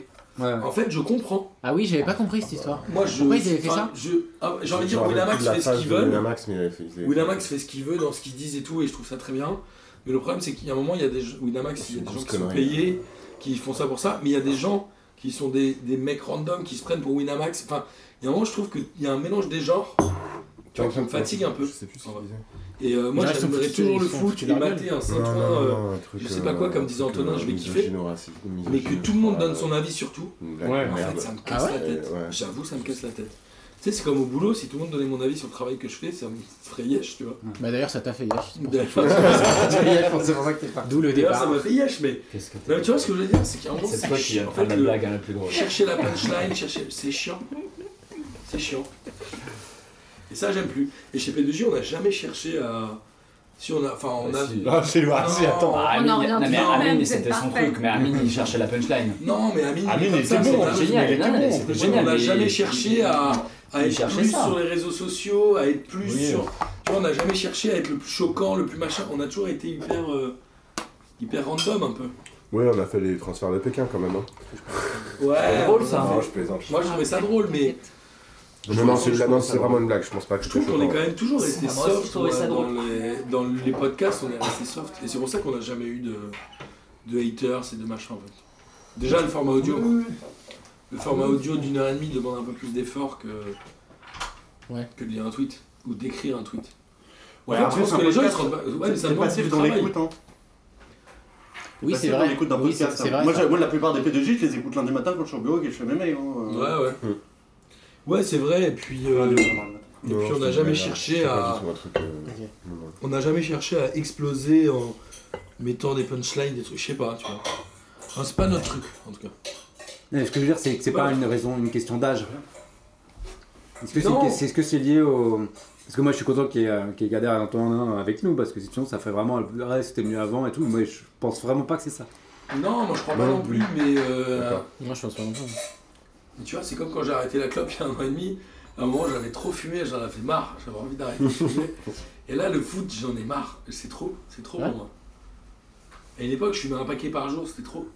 Speaker 4: En fait, je comprends.
Speaker 8: Ah oui, j'avais pas compris cette histoire.
Speaker 4: Moi, je.
Speaker 8: Pourquoi ils avaient fait
Speaker 4: enfin, je- ah, J'ai envie de dire, Winamax
Speaker 7: la
Speaker 4: fait ce
Speaker 7: phase
Speaker 4: qu'ils
Speaker 7: de
Speaker 4: veulent.
Speaker 7: Winamax, mais il avait fait- il avait-
Speaker 4: Winamax fait ce qu'il veut dans ce qu'ils disent et tout, et je trouve ça très bien. Mais le problème, c'est qu'il y a un moment, il y a des gens, Winamax, il y a des gens
Speaker 7: grosse
Speaker 4: qui sont
Speaker 7: connerie.
Speaker 4: payés, qui font ça pour ça, mais il y a des gens qui sont des, des mecs random qui se prennent pour Winamax. Enfin, il y a un moment, je trouve qu'il y a un mélange des genres
Speaker 7: Tu vois,
Speaker 4: qui me fatigue un peu.
Speaker 7: euh, Je sais plus ce
Speaker 4: En
Speaker 7: qu'il
Speaker 4: vrai.
Speaker 7: disait.
Speaker 4: Et euh, moi,
Speaker 8: Ils restent
Speaker 4: j'aimerais
Speaker 8: foutus,
Speaker 4: toujours le
Speaker 8: ils sont
Speaker 4: foot
Speaker 8: foutus
Speaker 4: et
Speaker 8: de la gueule.
Speaker 4: mater un
Speaker 7: Non, non,
Speaker 4: Saint-Ouen, euh,
Speaker 7: non, un truc,
Speaker 4: je sais pas
Speaker 7: euh,
Speaker 4: quoi, comme
Speaker 7: un
Speaker 4: disait
Speaker 7: truc,
Speaker 4: Antonin,
Speaker 7: euh,
Speaker 4: je vais kiffer.
Speaker 7: misogyno- raci-
Speaker 4: mais que
Speaker 7: misogyno-
Speaker 4: tout le monde donne
Speaker 7: euh,
Speaker 4: son avis sur tout.
Speaker 7: une blague
Speaker 10: Ouais,
Speaker 7: de
Speaker 4: En
Speaker 7: merde.
Speaker 4: fait, ça me casse
Speaker 8: Ah
Speaker 4: la tête.
Speaker 7: Ouais, ouais.
Speaker 4: J'avoue, ça me casse la tête. Tu sais, c'est comme au boulot, si tout le monde donnait mon avis sur le travail que je fais, ça me ferait yesh, tu vois.
Speaker 8: Bah d'ailleurs, ça t'a fait hier. c'est pour ça.
Speaker 14: Ah,
Speaker 6: c'est pour ça que t'es parti.
Speaker 8: D'où le
Speaker 4: D'ailleurs, ça
Speaker 8: départ.
Speaker 4: m'a fait yesh, mais
Speaker 11: Qu'est-ce que
Speaker 4: Non, mais tu vois ce que je veux dire, c'est qu'à un moment,
Speaker 11: C'est toi qui
Speaker 4: chiant.
Speaker 11: as
Speaker 4: En fait,
Speaker 11: fait la
Speaker 4: le-
Speaker 11: blague hein, la plus grosse.
Speaker 4: chercher la punchline, chercher, c'est chiant. C'est chiant. Et ça, j'aime plus. Et chez P2J, on n'a jamais cherché à, Si on a. Enfin, on
Speaker 11: Bah,
Speaker 4: a.
Speaker 11: si. Ah, c'est- ah, si, attends. Ah, Armin, il- non, mais Armin,
Speaker 4: même,
Speaker 11: mais
Speaker 4: vous êtes
Speaker 11: c'était son
Speaker 4: parfait.
Speaker 11: truc, mais Armin, il cherchait la punchline.
Speaker 4: Non, mais Amine,
Speaker 11: Amine,
Speaker 4: comme
Speaker 11: il
Speaker 4: ça,
Speaker 11: était
Speaker 4: c'est
Speaker 11: bon,
Speaker 4: un
Speaker 11: c'était
Speaker 4: truc,
Speaker 11: génial,
Speaker 4: mais il
Speaker 11: non,
Speaker 4: était
Speaker 11: mais
Speaker 4: bon,
Speaker 11: c'était
Speaker 4: on
Speaker 11: génial,
Speaker 4: n'a
Speaker 11: mais-
Speaker 4: jamais cherché à, à
Speaker 11: Il
Speaker 4: être
Speaker 11: cherchait
Speaker 4: plus
Speaker 11: ça.
Speaker 4: sur les réseaux sociaux, à être plus
Speaker 11: Oui.
Speaker 4: sur. Tu vois, on n'a jamais cherché à être le plus choquant, le plus machin. On a toujours été hyper. euh, hyper random un peu.
Speaker 7: Oui, on a fait les transferts de Pékin quand même. hein.
Speaker 4: Ouais.
Speaker 11: hein.
Speaker 4: hein.
Speaker 7: Non, je plaisante.
Speaker 4: Moi, je trouvais ça drôle, mais.
Speaker 7: Non, non, c'est non, c'est vraiment une blague, je pense pas que
Speaker 4: Je trouve qu'on est quand même toujours resté
Speaker 7: resté
Speaker 4: soft ouais, dans, les, dans les podcasts, on est resté soft. Et c'est pour ça qu'on n'a jamais eu de, de haters et de machin en fait. Déjà le format audio. Le format audio d'une heure et demie demande un peu plus d'effort que, que de lire un tweet ou d'écrire un tweet. Ouais,
Speaker 10: Ouais,
Speaker 4: je
Speaker 10: après,
Speaker 4: pense
Speaker 10: c'est
Speaker 4: que
Speaker 10: un
Speaker 4: les gens ils se
Speaker 10: podcast,
Speaker 4: rendent pas- Ouais,
Speaker 10: c'est-
Speaker 4: mais ça
Speaker 10: c'est
Speaker 4: demande
Speaker 10: passif
Speaker 4: du
Speaker 10: dans
Speaker 4: travail.
Speaker 10: l'écoute, hein.
Speaker 8: Oui,
Speaker 10: Bah,
Speaker 8: c'est
Speaker 10: pas
Speaker 8: vrai.
Speaker 10: l'écoute d'un
Speaker 8: Oui, c'est-
Speaker 10: podcast,
Speaker 8: c'est
Speaker 10: hein.
Speaker 8: vrai,
Speaker 10: Moi,
Speaker 8: ça.
Speaker 10: j'ai- moi, la plupart des PDG, je les écoute lundi matin quand je suis au bureau et je fais mes mails. hein.
Speaker 4: Ouais, ouais. Ouais, c'est vrai, et puis. euh, et puis on n'a jamais cherché à.
Speaker 7: euh,
Speaker 4: On n'a jamais cherché à exploser en mettant des punchlines, des trucs, je sais pas, tu vois. Enfin, c'est pas notre truc, en tout cas.
Speaker 14: Non, mais ce que je veux dire, c'est que c'est pas une raison, une question d'âge. Est-ce que c'est
Speaker 4: Non.
Speaker 14: est-ce que c'est lié au. Parce que moi, je suis content qu'il y ait, euh, qu'il y ait Kader et Antonin avec nous, parce que sinon, ça fait vraiment. Ouais, c'était mieux avant et tout. Moi, je pense vraiment pas que c'est ça.
Speaker 4: Non, moi je crois pas
Speaker 14: Moi non
Speaker 4: non plus, mais. euh,
Speaker 8: Moi je pense pas non plus.
Speaker 4: mais tu vois, c'est comme quand j'ai arrêté la clope il y a un an et demi. À un moment, j'avais trop fumé, j'en avais marre, j'avais envie d'arrêter de fumer. Et là, le foot, j'en ai marre. C'est trop, c'est trop
Speaker 8: Ouais.
Speaker 4: pour moi. À une époque, je fumais un paquet par jour, c'était trop.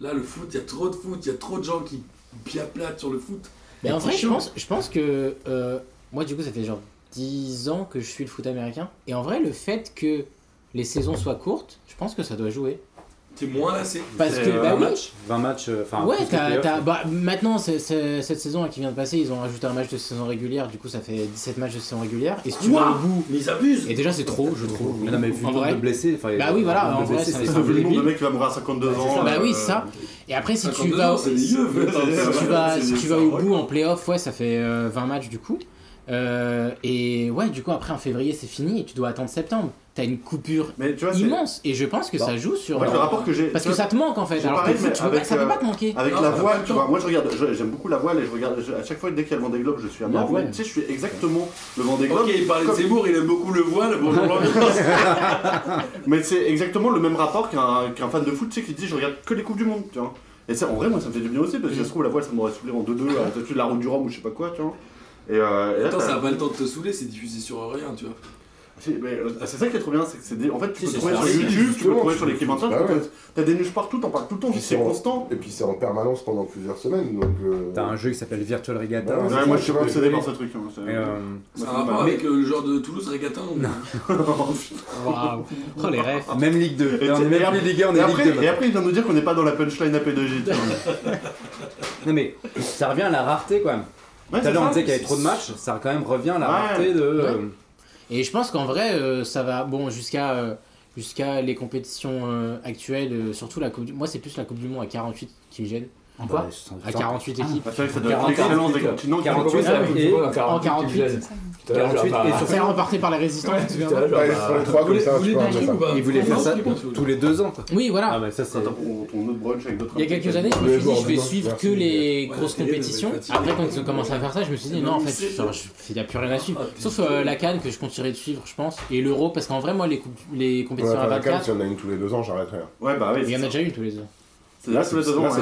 Speaker 4: Là, le foot, il y a trop de foot, il y a trop de gens qui platent sur le foot.
Speaker 8: Mais en
Speaker 4: C'est
Speaker 8: vrai, je
Speaker 4: chiant.
Speaker 8: pense, je pense que euh, moi, du coup, ça fait genre 10 ans que je suis le foot américain. Et en vrai, le fait que les saisons soient courtes, je pense que ça doit jouer.
Speaker 4: T'es moins lassé.
Speaker 8: Parce que, bah oui.
Speaker 14: 20 matchs, euh, enfin.
Speaker 8: ouais,
Speaker 14: plus les
Speaker 8: t'as-
Speaker 14: playoffs.
Speaker 8: t'as- bah, maintenant, c'est- c'est- cette saison qui vient de passer, ils ont rajouté un match de saison régulière, du coup, ça fait 17 matchs de saison régulière. Et si tu vas au bout.
Speaker 4: Mais ils abusent
Speaker 8: Et déjà, c'est trop, Oh, je trouve.
Speaker 14: Mais non, mais vu le
Speaker 8: En
Speaker 14: nombre
Speaker 8: vrai.
Speaker 14: de blessés, enfin.
Speaker 8: Bah oui, voilà,
Speaker 14: le
Speaker 8: en
Speaker 14: nombre de
Speaker 8: vrai,
Speaker 14: blessés,
Speaker 8: ça
Speaker 14: c'est
Speaker 8: fait
Speaker 14: un
Speaker 8: peu
Speaker 14: peu
Speaker 10: Le
Speaker 14: débile.
Speaker 10: nombre de mecs qui va mourir à 52
Speaker 8: C'est ça,
Speaker 10: ans.
Speaker 8: bah
Speaker 10: euh,
Speaker 8: oui, c'est ça. Et après, si tu
Speaker 10: 52
Speaker 8: vas,
Speaker 10: ans, c'est des yeux, mais attends,
Speaker 8: si tu
Speaker 10: c'est-
Speaker 8: vas,
Speaker 10: Euh, c'est-
Speaker 8: si
Speaker 10: c'est-
Speaker 8: tu vas
Speaker 10: c'est
Speaker 8: au
Speaker 10: un
Speaker 8: bout en playoff, ouais, ça fait euh, 20 matchs du coup. Euh, et ouais, du coup, après en février, c'est fini et tu dois attendre septembre. T'as une coupure
Speaker 10: vois, c'est- Bah,
Speaker 8: immense et je pense que ça joue sur.
Speaker 10: Moi, le rapport que j'ai-
Speaker 8: Parce
Speaker 10: tu
Speaker 8: que
Speaker 10: vois,
Speaker 8: ça te manque en fait.
Speaker 10: j'ai
Speaker 8: Alors que
Speaker 10: pareil,
Speaker 8: le foot,
Speaker 10: mais
Speaker 8: tu peux pas-
Speaker 10: avec,
Speaker 8: ça
Speaker 10: euh,
Speaker 8: peut pas te manquer.
Speaker 10: Avec
Speaker 4: Ah,
Speaker 10: la voile, tu vois, moi je regarde, je- j'aime beaucoup la voile et je regarde, je- à chaque fois dès qu'il y a le Vendée Globe, je suis à
Speaker 4: La
Speaker 10: mort. mais
Speaker 4: voile.
Speaker 10: Tu sais, je suis exactement le Vendée Globe.
Speaker 4: Ok, il parlait de
Speaker 10: comme-
Speaker 4: Zemmour, il aime beaucoup le voile, bonjour l'ambiance.
Speaker 10: Mais c'est exactement le même rapport qu'un qu'un fan de foot, tu sais, qui dit je regarde que les Coupes du Monde, tu vois. Et ça, en vrai, moi ça me fait du bien aussi, parce que ça se trouve, la voile ça m'aurait saoulé en 2-2, à la de la route du Rhum ou je sais pas quoi, tu vois. Et, euh, et là,
Speaker 4: Attends,
Speaker 10: t'as-
Speaker 4: ça a pas le temps de te saouler, c'est diffusé sur rien, tu vois.
Speaker 10: Si, mais, euh, C'est ça qui est trop bien, c'est que c'est des... en fait tu
Speaker 4: Si,
Speaker 10: peux
Speaker 4: c'est
Speaker 10: trouver
Speaker 4: ça,
Speaker 10: sur
Speaker 4: c'est
Speaker 10: YouTube, tu peux
Speaker 4: justement,
Speaker 10: trouver
Speaker 4: tu-
Speaker 10: sur l'équipe interne,
Speaker 7: bah
Speaker 10: tu peux-
Speaker 7: ouais.
Speaker 10: t'as des news partout, t'en parles tout le temps,
Speaker 7: Puis
Speaker 10: c'est
Speaker 7: en-
Speaker 10: constant.
Speaker 7: Et puis c'est en permanence pendant plusieurs semaines. donc... euh,
Speaker 14: T'as un jeu qui s'appelle Virtual Regatta.
Speaker 7: Ouais, ouais,
Speaker 10: moi,
Speaker 7: c'est
Speaker 10: je suis
Speaker 7: vrai,
Speaker 10: obsédé
Speaker 7: oui.
Speaker 10: par ce truc, hein, c'est-
Speaker 14: Et, euh,
Speaker 4: Ça a un rapport
Speaker 14: Mais-
Speaker 4: avec euh, le genre de Toulouse, Régatin ou...
Speaker 10: Ah,
Speaker 8: Waouh. Oh les rêves.
Speaker 14: Même Ligue 2.
Speaker 10: Et
Speaker 14: Là, on est
Speaker 10: tu- et
Speaker 14: même plus
Speaker 10: après-
Speaker 14: Ligue 1, on
Speaker 10: et
Speaker 14: est
Speaker 10: après-
Speaker 14: Ligue 2.
Speaker 10: Et après, il vient nous dire qu'on n'est pas dans la punchline à P2J. tu vois.
Speaker 14: Non mais ça revient à la rareté quand même.
Speaker 10: Ouais,
Speaker 7: Ah,
Speaker 14: Tout à
Speaker 10: c'est
Speaker 14: l'heure on
Speaker 10: ça.
Speaker 14: disait qu'il y avait trop de matchs, ça quand même revient à la
Speaker 10: Ouais.
Speaker 14: rareté de. euh,
Speaker 8: Et je pense qu'en vrai, euh, ça va. Bon, jusqu'à euh, jusqu'à les compétitions euh, actuelles, euh, surtout la Coupe du Moi, c'est plus la Coupe du Monde à 48 qui me gêne.
Speaker 11: En
Speaker 14: quoi
Speaker 8: À 48
Speaker 14: Ah.
Speaker 8: équipes.
Speaker 14: Ah, c'est vrai que ça doit être l'excellence des continents
Speaker 4: Ah,
Speaker 14: qui 48, ont commencé la Coupe du
Speaker 8: et-
Speaker 14: Monde en
Speaker 8: en
Speaker 14: 48
Speaker 8: 48.
Speaker 14: qui me gêne. Putain, là, genre, bah,
Speaker 8: et surtout remporté par la résistance. tu te souviens
Speaker 14: Ouais, genre, bah,
Speaker 7: trois comme ça, tu vois,
Speaker 8: des
Speaker 7: mais
Speaker 8: trucs
Speaker 7: ça-
Speaker 8: ou pas
Speaker 14: Ils voulaient faire ça
Speaker 8: Non,
Speaker 14: tous les deux ans quoi.
Speaker 8: Oui, voilà.
Speaker 14: Ah, mais ça, c'est-
Speaker 10: Attends, on- on autre brunch avec d'autres
Speaker 8: Il y a quelques années, je me
Speaker 14: Mais
Speaker 8: suis
Speaker 14: bon,
Speaker 8: dit, je vais
Speaker 14: maintenant,
Speaker 8: suivre
Speaker 14: merci,
Speaker 8: que
Speaker 14: mais-
Speaker 8: les
Speaker 14: Ouais,
Speaker 8: grosses
Speaker 14: désolé,
Speaker 8: compétitions.
Speaker 14: mais fatigué.
Speaker 8: Après, quand ils ont commencé à faire ça, je me suis dit, non, en fait, enfin, je- il n'y a plus rien à suivre. Sauf euh, la Cannes que je continuerai de suivre, je pense, et l'Euro, parce qu'en vrai, moi, les, coupes- les
Speaker 7: Ouais,
Speaker 8: compétitions à
Speaker 7: enfin, la carte,
Speaker 8: 24,
Speaker 7: si on a une tous les deux ans, j'arrêterai. hein.
Speaker 10: Ouais, bah
Speaker 8: il y en a déjà eu tous les deux.
Speaker 10: C'est là, c'est le
Speaker 7: Là, c'est tous les tous les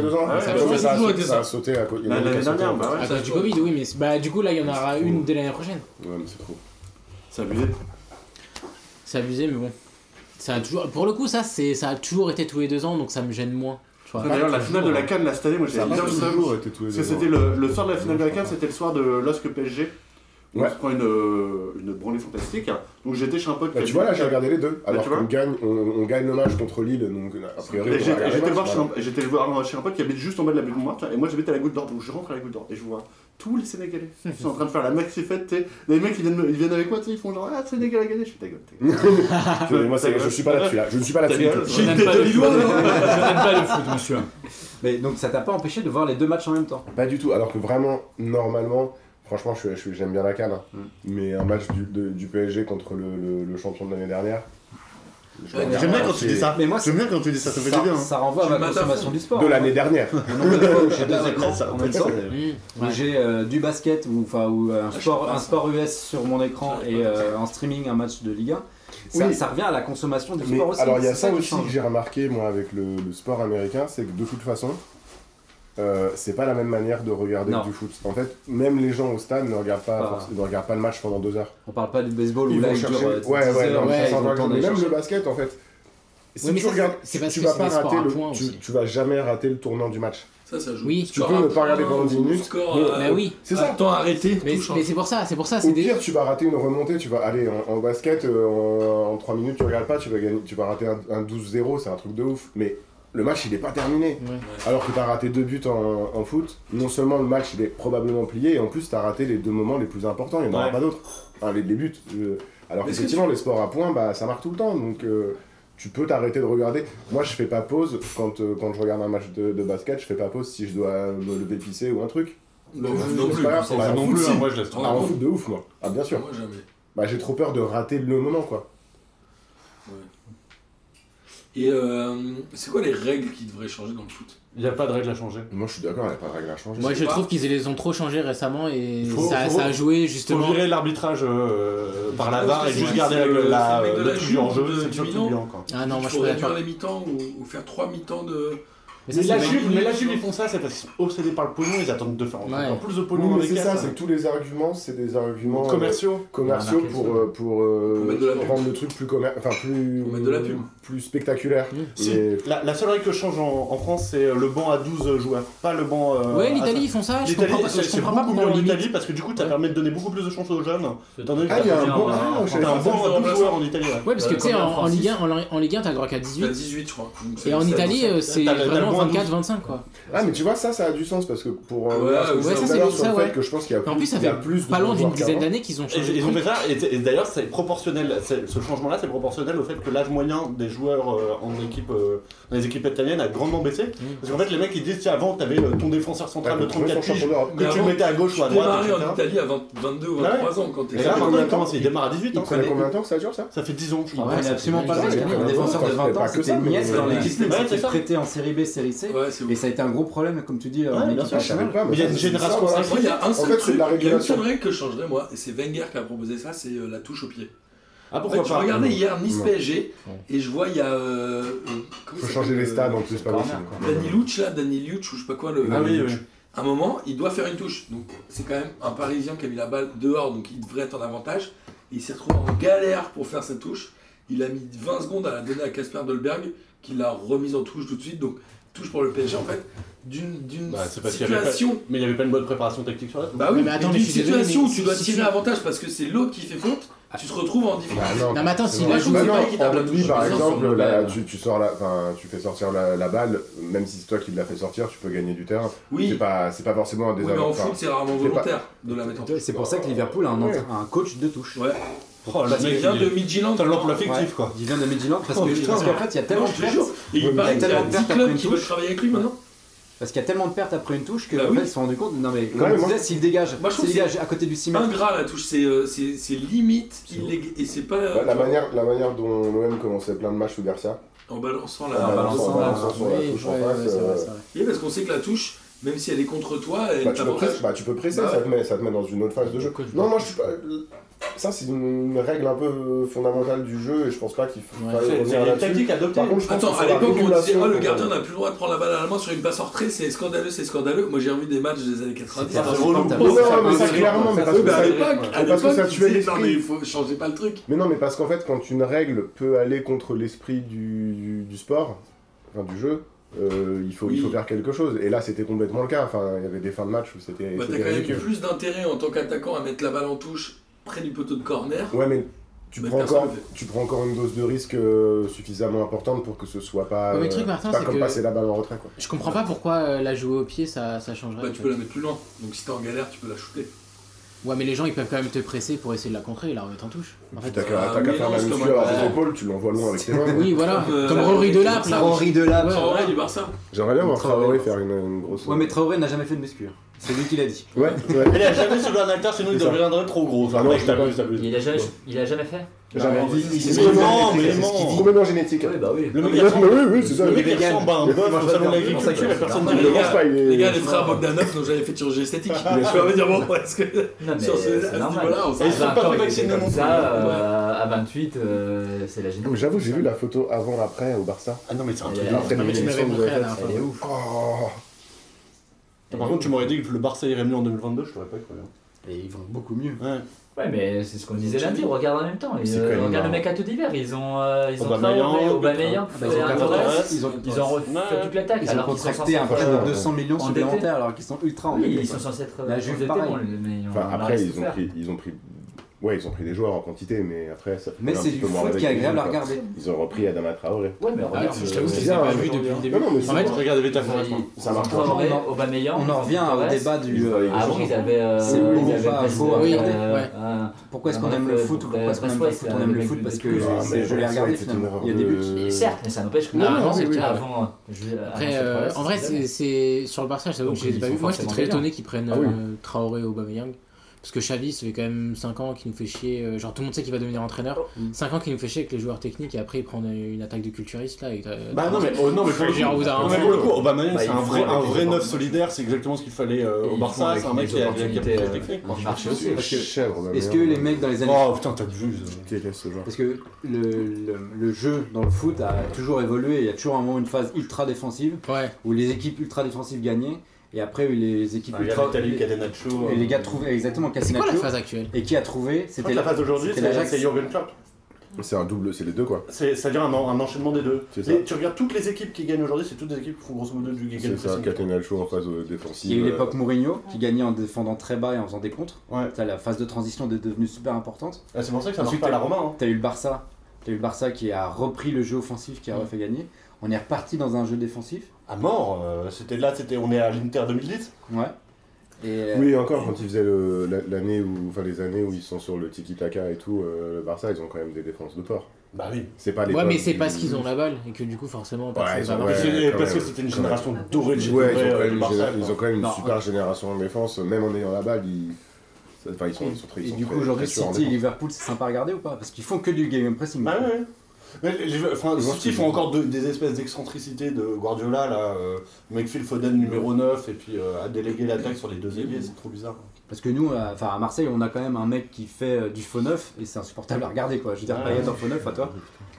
Speaker 7: deux ans.
Speaker 10: Ah ouais,
Speaker 7: Ça
Speaker 10: ça
Speaker 7: a
Speaker 10: a
Speaker 7: sauté, ça a
Speaker 10: toujours
Speaker 7: sauté,
Speaker 10: été
Speaker 7: ça a
Speaker 10: ça.
Speaker 7: sauté à côté.
Speaker 10: Bah, l'année dernière, bah ouais.
Speaker 8: À cause du Covid, oui, mais c'est- bah, du coup, là, il y en aura une dès l'année prochaine.
Speaker 7: Ouais, mais c'est trop.
Speaker 14: Ah.
Speaker 10: C'est abusé.
Speaker 8: C'est abusé, mais bon. Ça a toujours... Pour le coup, ça, c'est... ça a toujours été tous les deux ans, donc ça me gêne moins. tu vois.
Speaker 10: D'ailleurs, la finale de la Cannes, là, cette année, moi,
Speaker 7: Ça
Speaker 10: j'avais
Speaker 7: a
Speaker 10: bien le
Speaker 7: toujours
Speaker 10: seum.
Speaker 7: été tous les
Speaker 10: Parce
Speaker 7: deux
Speaker 10: que
Speaker 7: ans.
Speaker 10: c'était le, le soir de la finale de la Cannes, c'était le soir de LOSC PSG. On se prend une, euh, une branlée fantastique. Donc j'étais chez un pote.
Speaker 7: Bah,
Speaker 10: qui
Speaker 7: tu
Speaker 10: a-
Speaker 7: vois, là, j'ai regardé les deux.
Speaker 10: Bah,
Speaker 7: Alors
Speaker 10: tu vois.
Speaker 7: qu'on gagne, on, on gagne le match contre Lille, donc a priori. on
Speaker 10: Et
Speaker 7: va
Speaker 10: j'ai- et
Speaker 7: regarder le
Speaker 10: J'étais
Speaker 7: match,
Speaker 10: voir chez
Speaker 7: voilà.
Speaker 10: un- j'étais le voir chez un pote qui habite juste en bas de la butte Montmartre, tu vois, et moi j'habite à la Goutte d'Or, donc je rentre à la Goutte d'Or et je vois tous les Sénégalais qui sont en train de faire la maxi fête, tu sais. les mecs ils viennent, me- ils viennent avec moi, tu sais, ils font genre ah Sénégal a gagné, je suis ta gueule. ta gueule.
Speaker 7: Je- moi, c'est- je suis pas là-dessus, là. Je ne suis pas là-dessus du tout.
Speaker 10: J'ai une tête de Lillois, non
Speaker 14: pas le foot, monsieur. Mais donc ça t'a pas empêché de voir les deux matchs en même temps
Speaker 7: Pas du tout, alors que vraiment, normalement, franchement, je suis- je suis- j'aime bien la canne. hein.
Speaker 6: Mm.
Speaker 7: Mais un match du, de- du PSG contre le, le- le champion de l'année dernière. je
Speaker 10: Ouais,
Speaker 7: regarde
Speaker 10: J'aime bien
Speaker 7: pas,
Speaker 10: quand tu
Speaker 7: Ah, c'est-
Speaker 10: dis ça,
Speaker 14: Mais moi,
Speaker 10: j'aime bien quand tu dis ça, ça fait
Speaker 14: ça,
Speaker 10: du
Speaker 7: hein.
Speaker 10: bien.
Speaker 14: ça renvoie à ma consommation du sport.
Speaker 7: De l'année dernière.
Speaker 14: Le nombre de fois où j'ai
Speaker 10: Ah
Speaker 14: deux
Speaker 10: ouais,
Speaker 14: écrans
Speaker 10: ça,
Speaker 14: en même
Speaker 10: ça, Ah,
Speaker 14: temps.
Speaker 8: Mmh,
Speaker 10: c'est-
Speaker 14: Où j'ai euh, du basket ou, enfin, ou euh, un, sport, un sport US sur mon écran et euh, en streaming un match de Ligue 1.
Speaker 6: Ça-
Speaker 14: Oui.
Speaker 6: ça revient à la consommation des
Speaker 7: Mais
Speaker 6: sports aussi.
Speaker 7: alors il y a
Speaker 6: c'est
Speaker 7: ça
Speaker 6: qui
Speaker 7: aussi
Speaker 6: change.
Speaker 7: que j'ai remarqué moi avec le, le sport américain, c'est que de toute façon, euh, c'est pas la même manière de regarder
Speaker 6: Non.
Speaker 7: du foot. En fait, même les gens au stade ne regardent pas,
Speaker 6: Pas-
Speaker 7: forc- ne regardent pas le match pendant deux heures.
Speaker 6: On parle pas du baseball
Speaker 7: Ils
Speaker 6: où là
Speaker 7: vont
Speaker 6: il dure
Speaker 7: chercher-
Speaker 6: euh,
Speaker 7: ouais,
Speaker 6: 10
Speaker 7: ouais,
Speaker 6: heures,
Speaker 7: non,
Speaker 6: ouais,
Speaker 7: ça,
Speaker 6: ils
Speaker 7: ça,
Speaker 6: ont
Speaker 7: on
Speaker 6: le
Speaker 7: regarde.
Speaker 6: temps d'aller
Speaker 7: Mais même
Speaker 6: chercher.
Speaker 7: le basket en fait. Si
Speaker 6: Oui, mais
Speaker 7: tu
Speaker 6: ça,
Speaker 7: regardes,
Speaker 6: c'est- c'est parce
Speaker 7: tu
Speaker 6: que
Speaker 7: vas
Speaker 6: c'est
Speaker 7: pas
Speaker 6: des sports
Speaker 7: rater
Speaker 6: à
Speaker 7: le,
Speaker 6: points
Speaker 7: tu,
Speaker 6: aussi.
Speaker 7: tu vas jamais rater le tournant du match.
Speaker 4: Ça, ça joue. ah,
Speaker 7: Tu peux ne pas regarder pendant 10 minutes.
Speaker 4: euh,
Speaker 8: Bah oui.
Speaker 7: C'est ça.
Speaker 4: Temps arrêté.
Speaker 8: Mais mais c'est pour ça, c'est pour ça.
Speaker 7: Au
Speaker 8: c'est des-
Speaker 7: pire, tu vas rater une remontée, tu vas aller en, en basket, euh, en, 3 minutes, tu regardes pas, tu vas, gagner, tu vas rater un, un 12-0, c'est un truc de ouf. Mais le match, il est pas terminé. Alors que tu as raté deux buts en, en foot, non seulement le match, il est probablement plié, et en plus, tu as raté les deux moments les plus importants, il n'y en aura
Speaker 4: Ouais.
Speaker 7: pas d'autres. Enfin, les, les buts. euh, alors
Speaker 4: Mais est-ce que
Speaker 7: qu'effectivement, les sports à points, bah, ça marque tout le temps, donc... euh, tu peux t'arrêter de regarder. Moi, je fais pas pause quand, euh, quand je regarde un match de, de basket. Je fais pas pause si je dois me lever pisser ou un truc.
Speaker 4: Non,
Speaker 7: Je-
Speaker 4: non
Speaker 7: je-
Speaker 4: plus,
Speaker 7: c'est pas grave,
Speaker 4: ça,
Speaker 7: bah,
Speaker 4: ça
Speaker 7: en
Speaker 4: non
Speaker 7: foot,
Speaker 4: plus, hein,
Speaker 7: si.
Speaker 4: moi, je laisse
Speaker 7: Ah, En
Speaker 4: tranquille.
Speaker 7: foot de ouf, moi. Ah, bien sûr.
Speaker 4: Moi, jamais.
Speaker 7: Bah, j'ai trop peur de rater le moment, quoi.
Speaker 4: Et euh, c'est quoi les règles qui devraient changer dans le foot
Speaker 10: Il n'y a pas de règle à changer.
Speaker 7: Moi, je suis d'accord, il n'y a pas de règle à changer.
Speaker 8: Moi, je
Speaker 10: pas.
Speaker 8: trouve qu'ils les ont trop changés récemment et
Speaker 10: Faut-
Speaker 8: ça,
Speaker 10: faut-
Speaker 8: ça a joué justement.
Speaker 10: Faut virer l'arbitrage euh, par la
Speaker 8: pense
Speaker 10: barre
Speaker 8: que
Speaker 10: et
Speaker 8: c'est
Speaker 10: juste
Speaker 8: vrai,
Speaker 10: garder
Speaker 8: c'est
Speaker 10: la-
Speaker 8: le-
Speaker 10: la-
Speaker 8: c'est le mec de
Speaker 10: le
Speaker 8: la
Speaker 10: truc
Speaker 8: Juve
Speaker 10: en jeu,
Speaker 8: de-
Speaker 10: c'est
Speaker 8: du
Speaker 10: sûr que
Speaker 8: Milan.
Speaker 10: tu encore.
Speaker 8: Ah non,
Speaker 4: Il
Speaker 8: moi, je
Speaker 4: faut
Speaker 8: suis pas
Speaker 4: réduire
Speaker 8: d'accord.
Speaker 4: les mi-temps ou, ou faire trois mi-temps de.
Speaker 10: Mais la
Speaker 4: de
Speaker 10: Juve,
Speaker 4: vingt
Speaker 10: mais la
Speaker 4: minutes,
Speaker 10: Juve,
Speaker 4: tu
Speaker 10: ils font ça, c'est parce qu'ils sont obsédés par le pognon, ils attendent de faire encore plus de
Speaker 7: Oui,
Speaker 10: pognon dans
Speaker 7: mais
Speaker 10: les
Speaker 7: c'est
Speaker 10: caisses,
Speaker 7: ça,
Speaker 10: hein.
Speaker 7: c'est que tous les arguments, c'est des arguments euh,
Speaker 10: Commerciaux.
Speaker 7: commerciaux
Speaker 10: On a
Speaker 7: pour,
Speaker 10: remarqué
Speaker 7: euh, pour, euh,
Speaker 10: Pour mettre de la pub.
Speaker 7: rendre le truc plus commer- enfin plus
Speaker 10: mettre de la pub.
Speaker 7: plus spectaculaire.
Speaker 10: Si,
Speaker 7: Mais-
Speaker 10: la, la seule règle que je change en, en France, c'est euh, le banc à 12 joueurs, pas le banc. euh,
Speaker 8: Ouais,
Speaker 10: à
Speaker 8: l'Italie,
Speaker 10: cinq.
Speaker 8: ils font ça, je
Speaker 10: L'Italie,
Speaker 8: comprends pas-
Speaker 10: c'est-
Speaker 8: je
Speaker 10: c'est
Speaker 8: comprends pas
Speaker 10: beaucoup
Speaker 8: pourquoi
Speaker 10: mieux en
Speaker 8: on limite.
Speaker 10: Italie parce que du coup, ça permet de donner beaucoup plus de chances aux jeunes. étant donné que
Speaker 8: Ah, il y a
Speaker 10: t'as
Speaker 8: un
Speaker 10: pas
Speaker 8: banc,
Speaker 10: de-
Speaker 8: ah,
Speaker 11: hein.
Speaker 8: je
Speaker 10: t'as
Speaker 8: savais
Speaker 10: un
Speaker 8: pas,
Speaker 10: banc
Speaker 8: ça
Speaker 10: à 12
Speaker 8: remplace-
Speaker 10: joueurs en Italie.
Speaker 8: Ouais, parce que tu sais, en, en Ligue 1, en, en Ligue 1, t'as le droit qu'à 18.
Speaker 4: T'as 18, je crois. Donc,
Speaker 8: Et en
Speaker 4: c'est-
Speaker 8: Italie,
Speaker 4: c'est-
Speaker 8: euh, c'est
Speaker 4: t'as le- t'as le
Speaker 8: vraiment
Speaker 4: bon à
Speaker 8: 24, 25, quoi.
Speaker 7: Ah mais tu vois ça ça a du sens parce que pour euh,
Speaker 10: Ouais,
Speaker 7: revenir à ce que
Speaker 10: ouais,
Speaker 7: je disais
Speaker 10: ça,
Speaker 7: tout à
Speaker 10: c'est
Speaker 7: l'heure
Speaker 10: bien,
Speaker 7: sur le
Speaker 10: ça,
Speaker 7: fait
Speaker 10: ouais.
Speaker 7: que je pense qu'il y a
Speaker 8: En plus, ça
Speaker 7: il y a
Speaker 8: fait
Speaker 7: plus de
Speaker 8: pas loin d'une
Speaker 7: joueurs
Speaker 8: dizaine
Speaker 7: qu'avant.
Speaker 8: d'années qu'ils ont changé.
Speaker 10: Et- Ils ont
Speaker 8: le
Speaker 10: fait
Speaker 8: truc.
Speaker 10: ça, et, et d'ailleurs, c'est proportionnel. c'est- Ce changement-là, c'est proportionnel au fait que l'âge moyen des joueurs euh, en équipe, euh, dans les équipes italiennes a grandement baissé.
Speaker 8: Mmh.
Speaker 10: Parce qu'en fait, les mecs, ils disent tiens, avant, t'avais euh, ton défenseur central de
Speaker 7: Ouais, ton
Speaker 10: 34 piges,
Speaker 7: champion d'Europe.
Speaker 10: que
Speaker 4: Mais
Speaker 10: tu
Speaker 4: avant,
Speaker 10: le mettais à gauche ou à
Speaker 4: tu
Speaker 10: droite.
Speaker 4: démarrais
Speaker 10: etc.
Speaker 4: en Italie à 20 22 ou 23 ans quand
Speaker 10: Et
Speaker 4: t'es.
Speaker 10: là, maintenant, il commence, il démarre à 18 ans.
Speaker 7: Ça fait combien de temps que ça dure ça
Speaker 10: Ça fait 10 ans, je crois.
Speaker 7: Ouais, c'est absolument pas
Speaker 14: Pas mal,
Speaker 7: Ouais,
Speaker 14: un défenseur de
Speaker 7: ouais,
Speaker 14: 20 ans,
Speaker 7: pas que
Speaker 14: c'était
Speaker 7: ça, mais-
Speaker 14: Nièce dans
Speaker 7: Ouais,
Speaker 14: l'équipe
Speaker 7: c'est
Speaker 14: qui
Speaker 7: ça.
Speaker 14: prêté en série B, série C. Et ça a été un gros problème, comme tu dis, en
Speaker 4: bien
Speaker 14: équipe
Speaker 4: sûr, je savais
Speaker 14: nationale.
Speaker 4: pas, mais
Speaker 14: Mais
Speaker 4: ça, c'est
Speaker 7: en
Speaker 4: Moi,
Speaker 7: cinq
Speaker 4: il y
Speaker 7: ans.
Speaker 4: a
Speaker 7: En
Speaker 4: un seul
Speaker 7: fait, c'est
Speaker 4: truc,
Speaker 7: de la
Speaker 4: il y a une
Speaker 7: régulation.
Speaker 4: seule règle que je changerais moi, et c'est Wenger qui a proposé ça, c'est euh, la touche au pied.
Speaker 10: Ah, pourquoi
Speaker 4: En fait,
Speaker 10: pas
Speaker 4: Je regardais hier
Speaker 7: Non.
Speaker 4: Nice PSG
Speaker 7: Non.
Speaker 4: et je vois il y a. euh, euh, comment il
Speaker 7: Faut
Speaker 4: s'appelle,
Speaker 7: changer les
Speaker 4: euh,
Speaker 7: stades en plus c'est pas possible.
Speaker 4: Danny Luch là, Danny Luch ou je sais pas quoi le.
Speaker 7: Ah oui,
Speaker 4: Luch.
Speaker 7: oui.
Speaker 4: À un moment, il doit faire une touche. Donc c'est quand même un Parisien qui a mis la balle dehors, donc il devrait être en avantage. Il s'est retrouvé en galère pour faire cette touche. Il a mis 20 secondes à la donner à Casper Dolberg, qui l'a remise en touche tout de suite. Donc touche pour le PSG en fait. D'une d'une
Speaker 10: Bah, c'est parce qu'il y avait pas-
Speaker 4: situation.
Speaker 10: Mais il n'y avait pas une bonne préparation tactique sur la
Speaker 4: Bah oui,
Speaker 8: Mais
Speaker 4: mais
Speaker 8: attends,
Speaker 4: attends,
Speaker 8: mais
Speaker 4: une
Speaker 8: je suis désolé,
Speaker 4: situation
Speaker 8: mais
Speaker 4: où tu dois
Speaker 8: si-
Speaker 4: tirer avantage parce que c'est l'autre qui fait faute, tu te retrouves en difficulté.
Speaker 7: non,
Speaker 8: mais
Speaker 4: Ah,
Speaker 8: attends, s'il a joué,
Speaker 7: Bah
Speaker 8: c'est
Speaker 7: non,
Speaker 8: pas équitable,
Speaker 4: hein,
Speaker 7: en
Speaker 8: la
Speaker 7: rugby,
Speaker 8: touche,
Speaker 7: par
Speaker 8: mais ça, sur
Speaker 7: exemple,
Speaker 8: le
Speaker 7: la-
Speaker 8: bal.
Speaker 7: tu, tu sors la, enfin, tu fais sortir la, la balle, même si c'est toi qui l'as fait sortir, tu peux gagner du terrain.
Speaker 4: Oui.
Speaker 7: C'est pas, c'est pas forcément un
Speaker 4: Oui, mais
Speaker 7: désavantage.
Speaker 4: en foot, c'est rarement
Speaker 7: c'est pas-
Speaker 4: volontaire de la mettre en touche.
Speaker 14: C'est pour ça que Liverpool a un, entra- un coach de touche.
Speaker 4: Ouais.
Speaker 10: Oh, le mec,
Speaker 4: vient
Speaker 10: il
Speaker 4: de
Speaker 10: est-
Speaker 4: Midland.
Speaker 10: T'as l'emploi fictif, quoi.
Speaker 14: Il vient de Midland parce
Speaker 10: Oh,
Speaker 14: que-
Speaker 10: putain.
Speaker 14: parce qu'en fait, il y a tellement
Speaker 4: Non,
Speaker 14: de
Speaker 4: je te jure.
Speaker 14: pertes.
Speaker 4: Et
Speaker 14: Ouais,
Speaker 4: il
Speaker 14: mais
Speaker 4: paraît
Speaker 14: il y a
Speaker 4: qu'il y a
Speaker 14: tellement de
Speaker 4: 10
Speaker 14: pertes après
Speaker 4: clubs
Speaker 14: une
Speaker 4: qui veulent
Speaker 14: touche.
Speaker 4: travailler avec lui maintenant.
Speaker 14: Parce qu'il y a tellement de pertes après une touche que
Speaker 4: Bah
Speaker 14: en
Speaker 4: oui.
Speaker 14: fait, ils se sont rendus compte. Non mais
Speaker 4: Ouais,
Speaker 14: comme
Speaker 4: mais
Speaker 14: tu
Speaker 4: moi,
Speaker 14: disais, s'ils dégagent,
Speaker 4: Moi, je trouve
Speaker 14: s'ils
Speaker 4: que Ah,
Speaker 14: dégagent à côté du 6 mètres.
Speaker 4: Ingrat, la touche, c'est euh, c'est- c'est limite illég- et c'est pas. euh,
Speaker 7: Bah, la, manière, la manière dont l'OM commençait plein de matchs sous Garcia.
Speaker 4: En balançant
Speaker 7: En
Speaker 4: la.
Speaker 11: Ah,
Speaker 7: balançant, en
Speaker 4: hein.
Speaker 7: balançant sur la touche en face. euh,
Speaker 4: Oui, parce qu'on sait que la touche, même si elle est contre toi,
Speaker 7: bah,
Speaker 4: elle
Speaker 7: tu, peux presser,
Speaker 4: t'avantage.
Speaker 7: bah, tu peux presser,
Speaker 4: Bah
Speaker 7: ça,
Speaker 4: ouais.
Speaker 7: te met, ça te met dans une autre phase de jeu. Non, moi je suis pas. Ça, c'est une règle un peu fondamentale du jeu et je pense pas qu'il faut.
Speaker 10: C'est- c'est une tactique adoptée.
Speaker 7: Par contre, je pense
Speaker 4: Attends,
Speaker 7: que
Speaker 4: à
Speaker 7: sur la
Speaker 4: l'époque, on disait
Speaker 7: régulation,
Speaker 4: oh, le gardien n'a plus le droit de prendre la balle à la main sur une passe en retrait, c'est scandaleux, c'est scandaleux. Moi, j'ai revu des matchs des années 90.
Speaker 10: C'est
Speaker 4: Alors,
Speaker 10: relou.
Speaker 4: c'est pas
Speaker 10: Mais non,
Speaker 4: possible.
Speaker 10: mais ça, clairement, mais parce que
Speaker 4: Oui, à
Speaker 10: ça-
Speaker 4: l'époque, à
Speaker 7: mais Ah, parce que
Speaker 4: l'époque,
Speaker 7: ça
Speaker 4: tu
Speaker 7: tuait
Speaker 4: disais, non, mais
Speaker 7: l'esprit.
Speaker 4: il faut changer pas le truc.
Speaker 7: Mais non, mais parce qu'en fait, quand une règle peut aller contre l'esprit du, du- du sport, enfin du jeu, euh, il, faut, il faut faire quelque chose. Et là, c'était complètement le cas. Enfin, il y avait des fins de match où c'était.
Speaker 4: Bah,
Speaker 7: c'était
Speaker 4: t'as quand même
Speaker 7: ridicule.
Speaker 4: plus d'intérêt en tant qu'attaquant à mettre la balle en touche près du poteau de corner.
Speaker 7: Ouais, mais tu
Speaker 4: Mais
Speaker 7: prends,
Speaker 4: personne
Speaker 7: encore,
Speaker 4: le fait.
Speaker 7: tu prends encore une dose de risque euh, suffisamment importante pour que ce soit pas.
Speaker 8: Ouais, mais le
Speaker 7: euh,
Speaker 8: truc, Martin,
Speaker 7: pas
Speaker 8: c'est
Speaker 7: comme
Speaker 8: que-
Speaker 7: passer la balle en retrait, quoi.
Speaker 8: Je comprends pas pourquoi euh, la jouer au pied, ça, ça changerait.
Speaker 4: Bah,
Speaker 8: en
Speaker 4: tu
Speaker 8: fait.
Speaker 4: peux la mettre plus loin. Donc, si t'es en galère, tu peux la shooter.
Speaker 8: Ouais, mais les gens ils peuvent quand même te presser pour essayer de la contrer et la remettre en touche. En
Speaker 7: Puis
Speaker 8: fait,
Speaker 7: T'as qu'à
Speaker 4: un
Speaker 7: t'as qu'à faire la
Speaker 4: mélange comme
Speaker 7: muscu à
Speaker 4: un-
Speaker 7: tes épaules, tu l'envoies loin avec tes mains.
Speaker 8: Oui, voilà.
Speaker 4: Euh,
Speaker 8: Comme Rory Delap, là.
Speaker 14: Rory Delap.
Speaker 4: Traoré du Barça.
Speaker 7: J'aimerais bien voir
Speaker 14: Traoré,
Speaker 7: Traoré faire une, une grosse.
Speaker 14: Ouais, mais Traoré n'a jamais fait de muscu. hein.
Speaker 6: C'est lui qui l'a dit.
Speaker 7: Ouais, ouais.
Speaker 10: Il a jamais soulevé un alter, sinon il
Speaker 6: C'est ça.
Speaker 10: deviendrait trop gros.
Speaker 6: Ah non,
Speaker 10: Après,
Speaker 6: je
Speaker 10: il
Speaker 6: t'ai pas-
Speaker 10: t'abuse, t'abuse.
Speaker 11: Il a jamais, il a jamais fait
Speaker 7: J'avais
Speaker 11: Non,
Speaker 7: dit,
Speaker 11: il-
Speaker 7: c'est
Speaker 11: il- il-
Speaker 7: complètement génétique,
Speaker 11: il-
Speaker 7: c'est
Speaker 11: il- il-
Speaker 7: complètement génétique.
Speaker 11: Ouais, bah oui.
Speaker 7: Le mec, il ressemble- oui, oui, c'est ça.
Speaker 10: Le mec,
Speaker 7: Il est
Speaker 10: il
Speaker 7: vegan.
Speaker 10: ressemble à un
Speaker 7: Moi, je
Speaker 10: bœuf au salon de
Speaker 7: regarde
Speaker 10: l'agriculture, et personne ne
Speaker 7: Il
Speaker 10: dit
Speaker 7: le
Speaker 10: rien.
Speaker 7: mange pas, il est-
Speaker 4: Les gars, les frères Bogdanov n'ont jamais fait de chirurgie esthétique.
Speaker 11: Bien
Speaker 4: Je
Speaker 11: sûr.
Speaker 4: vais dire, bon, est-ce que.
Speaker 11: Non, mais
Speaker 4: sur ce- à
Speaker 11: c'est
Speaker 4: ce
Speaker 11: normal.
Speaker 4: niveau-là, on
Speaker 11: À
Speaker 4: s'en fout.
Speaker 11: 20 ans, il était comme ça, euh, à 28, euh, c'est la
Speaker 7: Non,
Speaker 11: génétique.
Speaker 7: mais J'avoue, j'ai vu la photo avant après au Barça.
Speaker 10: Ah non, mais c'est un
Speaker 11: truc
Speaker 10: truc
Speaker 11: de
Speaker 7: Après
Speaker 11: ouf.
Speaker 10: Mais tu
Speaker 7: l'émission
Speaker 10: m'avais
Speaker 7: que vous
Speaker 10: montré
Speaker 7: avez
Speaker 10: la dernière
Speaker 7: faite.
Speaker 10: fois.
Speaker 11: Elle est ouf.
Speaker 7: Oh.
Speaker 10: Par contre, tu m'aurais dit que le Barça irait mieux en 2022, je t'aurais pas cru.
Speaker 6: Et ils vont beaucoup mieux.
Speaker 10: Ouais.
Speaker 11: Ouais, mais c'est ce qu'on disait lundi, on regarde en même temps.
Speaker 6: C'est
Speaker 11: Ils,
Speaker 6: quand
Speaker 11: euh,
Speaker 6: même
Speaker 11: regarde le
Speaker 6: marrant.
Speaker 11: mec à tout d'hiver, ils ont euh, ils ont
Speaker 10: Aubameyang,
Speaker 11: Traoré, Aubameyang,
Speaker 10: bah, ils ont
Speaker 11: Ferran
Speaker 10: Torres,
Speaker 11: Torres,
Speaker 6: ils ont-
Speaker 11: ils ont refait
Speaker 10: Ouais.
Speaker 11: toute l'attaque.
Speaker 6: Ils ont
Speaker 11: alors qu'ils sont
Speaker 6: contracté
Speaker 11: censés
Speaker 6: un prêt
Speaker 11: être,
Speaker 6: de
Speaker 11: euh,
Speaker 6: 200 millions
Speaker 11: endettés.
Speaker 6: supplémentaires alors qu'ils sont ultra
Speaker 11: Oui,
Speaker 6: endettés.
Speaker 11: ils
Speaker 6: quoi.
Speaker 11: sont censés être
Speaker 6: La
Speaker 11: euh,
Speaker 6: Juve,
Speaker 11: endettés,
Speaker 6: pareil.
Speaker 11: bon, mais on-
Speaker 7: Enfin,
Speaker 11: on
Speaker 7: après,
Speaker 11: reste
Speaker 7: ils ont,
Speaker 11: faire.
Speaker 7: pris, ils ont pris. Ouais, ils ont pris des joueurs en quantité, mais après, ça fait
Speaker 6: Mais
Speaker 7: un
Speaker 6: c'est
Speaker 7: petit
Speaker 6: du
Speaker 7: peu moins
Speaker 6: foot
Speaker 7: avec
Speaker 6: qui est
Speaker 7: les
Speaker 6: agréable
Speaker 7: joueurs,
Speaker 6: à
Speaker 7: quoi.
Speaker 6: regarder.
Speaker 7: Ils ont repris Adama Traoré.
Speaker 11: Ouais, mais regarde,
Speaker 6: je t'avoue,
Speaker 11: euh,
Speaker 6: je les ai
Speaker 7: Bien,
Speaker 6: pas
Speaker 7: hein.
Speaker 6: vus depuis le début.
Speaker 7: Non, non, mais c'est
Speaker 11: En fait,
Speaker 10: Ouais, Regarde Vita
Speaker 11: ils-
Speaker 10: franchement.
Speaker 7: Ça marche pas.
Speaker 11: Traoré,
Speaker 6: On en-
Speaker 11: Aubameyang,
Speaker 6: On en revient
Speaker 11: Torres.
Speaker 6: au débat du. euh,
Speaker 11: Avant, ils avaient. euh,
Speaker 6: C'est bon,
Speaker 11: ils
Speaker 6: pas
Speaker 11: avaient
Speaker 6: à
Speaker 11: Pastore,
Speaker 6: faux,
Speaker 11: euh,
Speaker 6: regardez,
Speaker 11: euh,
Speaker 6: ouais. Pourquoi est-ce qu'on aime le foot ou pourquoi est-ce qu'on aime
Speaker 11: Pastore,
Speaker 6: le foot
Speaker 11: c'est
Speaker 6: On
Speaker 11: un
Speaker 6: aime le
Speaker 11: mec
Speaker 6: foot
Speaker 11: de-
Speaker 6: parce
Speaker 11: de-
Speaker 6: que
Speaker 7: Ah, mais
Speaker 6: c'est- je l'ai
Speaker 7: Barça,
Speaker 6: regardé
Speaker 7: c'est une
Speaker 6: finalement.
Speaker 7: erreur
Speaker 6: Il y a des
Speaker 7: de-
Speaker 6: buts.
Speaker 11: Et Certes, mais ça n'empêche que
Speaker 8: Non,
Speaker 11: avant,
Speaker 8: non, oui,
Speaker 11: c'était
Speaker 8: oui.
Speaker 11: avant. je- avant
Speaker 8: Après,
Speaker 11: ce
Speaker 8: euh,
Speaker 11: problème,
Speaker 8: en vrai,
Speaker 11: Ah, c'est-
Speaker 8: c'est c'est- sur le Barça, je t'avoue que
Speaker 11: Donc,
Speaker 8: je les ai
Speaker 11: ils
Speaker 8: pas
Speaker 11: sont
Speaker 8: vus. Moi, j'étais très
Speaker 11: forcément
Speaker 8: étonné qu'ils prennent
Speaker 7: Ah oui.
Speaker 8: euh, Traoré ou Aubameyang. Parce que Xavi, ça fait quand même 5 ans qu'il nous fait chier. euh, Genre, tout le monde sait qu'il va devenir entraîneur. 5 ans qu'il nous fait chier avec les joueurs techniques et après, il prend une attaque de culturiste là. et, euh,
Speaker 10: Bah non mais, oh, non, mais pour, le
Speaker 8: Genre, au
Speaker 10: coup,
Speaker 8: bout d'un
Speaker 10: non, mais
Speaker 8: moment,
Speaker 10: pour le coup, Aubameyang
Speaker 11: Bah,
Speaker 10: c'est
Speaker 11: il
Speaker 10: un
Speaker 11: faut
Speaker 10: vrai, un
Speaker 11: avec
Speaker 10: vrai
Speaker 11: les
Speaker 10: neuf
Speaker 11: opportunités.
Speaker 10: solidaire, c'est exactement ce qu'il fallait euh,
Speaker 11: Et
Speaker 10: au
Speaker 11: ils font
Speaker 10: Barça,
Speaker 11: avec
Speaker 10: c'est un mec
Speaker 11: les
Speaker 10: qui a qui a- qui a
Speaker 11: opportunités,
Speaker 10: pris
Speaker 11: euh,
Speaker 10: des clés, quoi.
Speaker 11: qui marchent aussi.
Speaker 7: Parce que- Chèvre, Aubameyang.
Speaker 6: Est-ce que les mecs dans les années
Speaker 10: Oh putain t'as vu ça.
Speaker 7: Quel est ce joueur
Speaker 6: Parce que le, le- le jeu dans le foot a toujours évolué, il y a toujours un moment une phase ultra défensive
Speaker 8: Ouais.
Speaker 6: où les équipes ultra défensives gagnaient et après où les équipes
Speaker 10: Regarde
Speaker 6: ultra
Speaker 10: l'Italie,
Speaker 6: et
Speaker 10: Catenaccio.
Speaker 6: les gars trouvaient exactement
Speaker 8: C'est quoi la
Speaker 6: Casinaccio
Speaker 8: phase actuelle
Speaker 6: et qui a trouvé
Speaker 10: Je crois
Speaker 6: c'était
Speaker 10: que la phase d'aujourd'hui,
Speaker 6: c'était
Speaker 10: c'est
Speaker 6: l'Ajax.
Speaker 10: c'est Jürgen Klopp.
Speaker 7: C'est un double, c'est les deux, quoi.
Speaker 10: C'est- C'est-à-dire un, en- un enchaînement des deux.
Speaker 7: C'est ça.
Speaker 10: Les- tu regardes toutes les équipes qui gagnent aujourd'hui, c'est toutes des équipes qui font grosso modo du
Speaker 7: C'est
Speaker 10: gain
Speaker 7: ça, Catenaccio en phase euh, défensive.
Speaker 6: Il y a eu
Speaker 7: euh,
Speaker 6: l'époque Mourinho qui gagnait en défendant très bas et en faisant des contres.
Speaker 10: Ouais.
Speaker 6: T'as la phase de transition est devenue super importante.
Speaker 10: Ah, c'est pour ça que ça marche
Speaker 6: Ensuite,
Speaker 10: pas à la Roma. Hein.
Speaker 6: T'as eu le Barça, t'as eu le Barça qui a repris le jeu offensif qui a refait gagner. On est reparti dans un jeu défensif.
Speaker 10: À mort, euh, c'était là, c'était, on est à l'Inter 2010.
Speaker 6: Ouais. Et euh,
Speaker 7: Oui, encore quand ils faisaient le- la- l'année où, enfin les années où ils sont sur le tiki taka et tout, euh, le Barça, ils ont quand même des défenses de port.
Speaker 10: Bah oui.
Speaker 7: C'est pas les.
Speaker 8: Ouais, mais c'est parce qu'ils ont la balle et que du coup, forcément, personne
Speaker 7: ils
Speaker 8: va
Speaker 7: ont-
Speaker 8: marquer.
Speaker 7: ouais,
Speaker 10: Et c'est-
Speaker 7: quand
Speaker 10: parce que
Speaker 7: même,
Speaker 10: c'était une
Speaker 7: quand
Speaker 10: génération dorée de
Speaker 7: Ah, Ouais,
Speaker 10: chez
Speaker 7: ils ont,
Speaker 10: Doré,
Speaker 7: quand
Speaker 10: euh,
Speaker 7: même
Speaker 10: le
Speaker 7: une,
Speaker 10: Barça.
Speaker 7: géné- ils ont
Speaker 10: quoi.
Speaker 7: quand même une
Speaker 6: Non.
Speaker 7: super génération en défense, même en ayant la balle, ils, ça- enfin, ils sont, ils sont très.
Speaker 6: Et
Speaker 7: ils sont
Speaker 6: du
Speaker 7: très-
Speaker 6: coup, aujourd'hui,
Speaker 7: très sûrs en
Speaker 6: City et
Speaker 7: défense.
Speaker 6: Liverpool, c'est sympa à regarder ou pas Parce qu'ils font que du game pressing.
Speaker 10: Bah ouais. ouais. Mais les- les- enfin,
Speaker 7: Ils vont
Speaker 10: City
Speaker 7: se-
Speaker 10: font encore de- des espèces d'excentricité de Guardiola, là. Euh, le mec Phil Foden numéro 9, et puis euh, à déléguer l'attaque sur les deux ailiers, c'est trop bizarre.
Speaker 6: Parce que nous, à, enfin, à Marseille, on a quand même un mec qui fait euh, du faux neuf et c'est insupportable à regarder quoi. Je veux dire,
Speaker 10: Ouais.
Speaker 6: Payet en faux neuf à toi.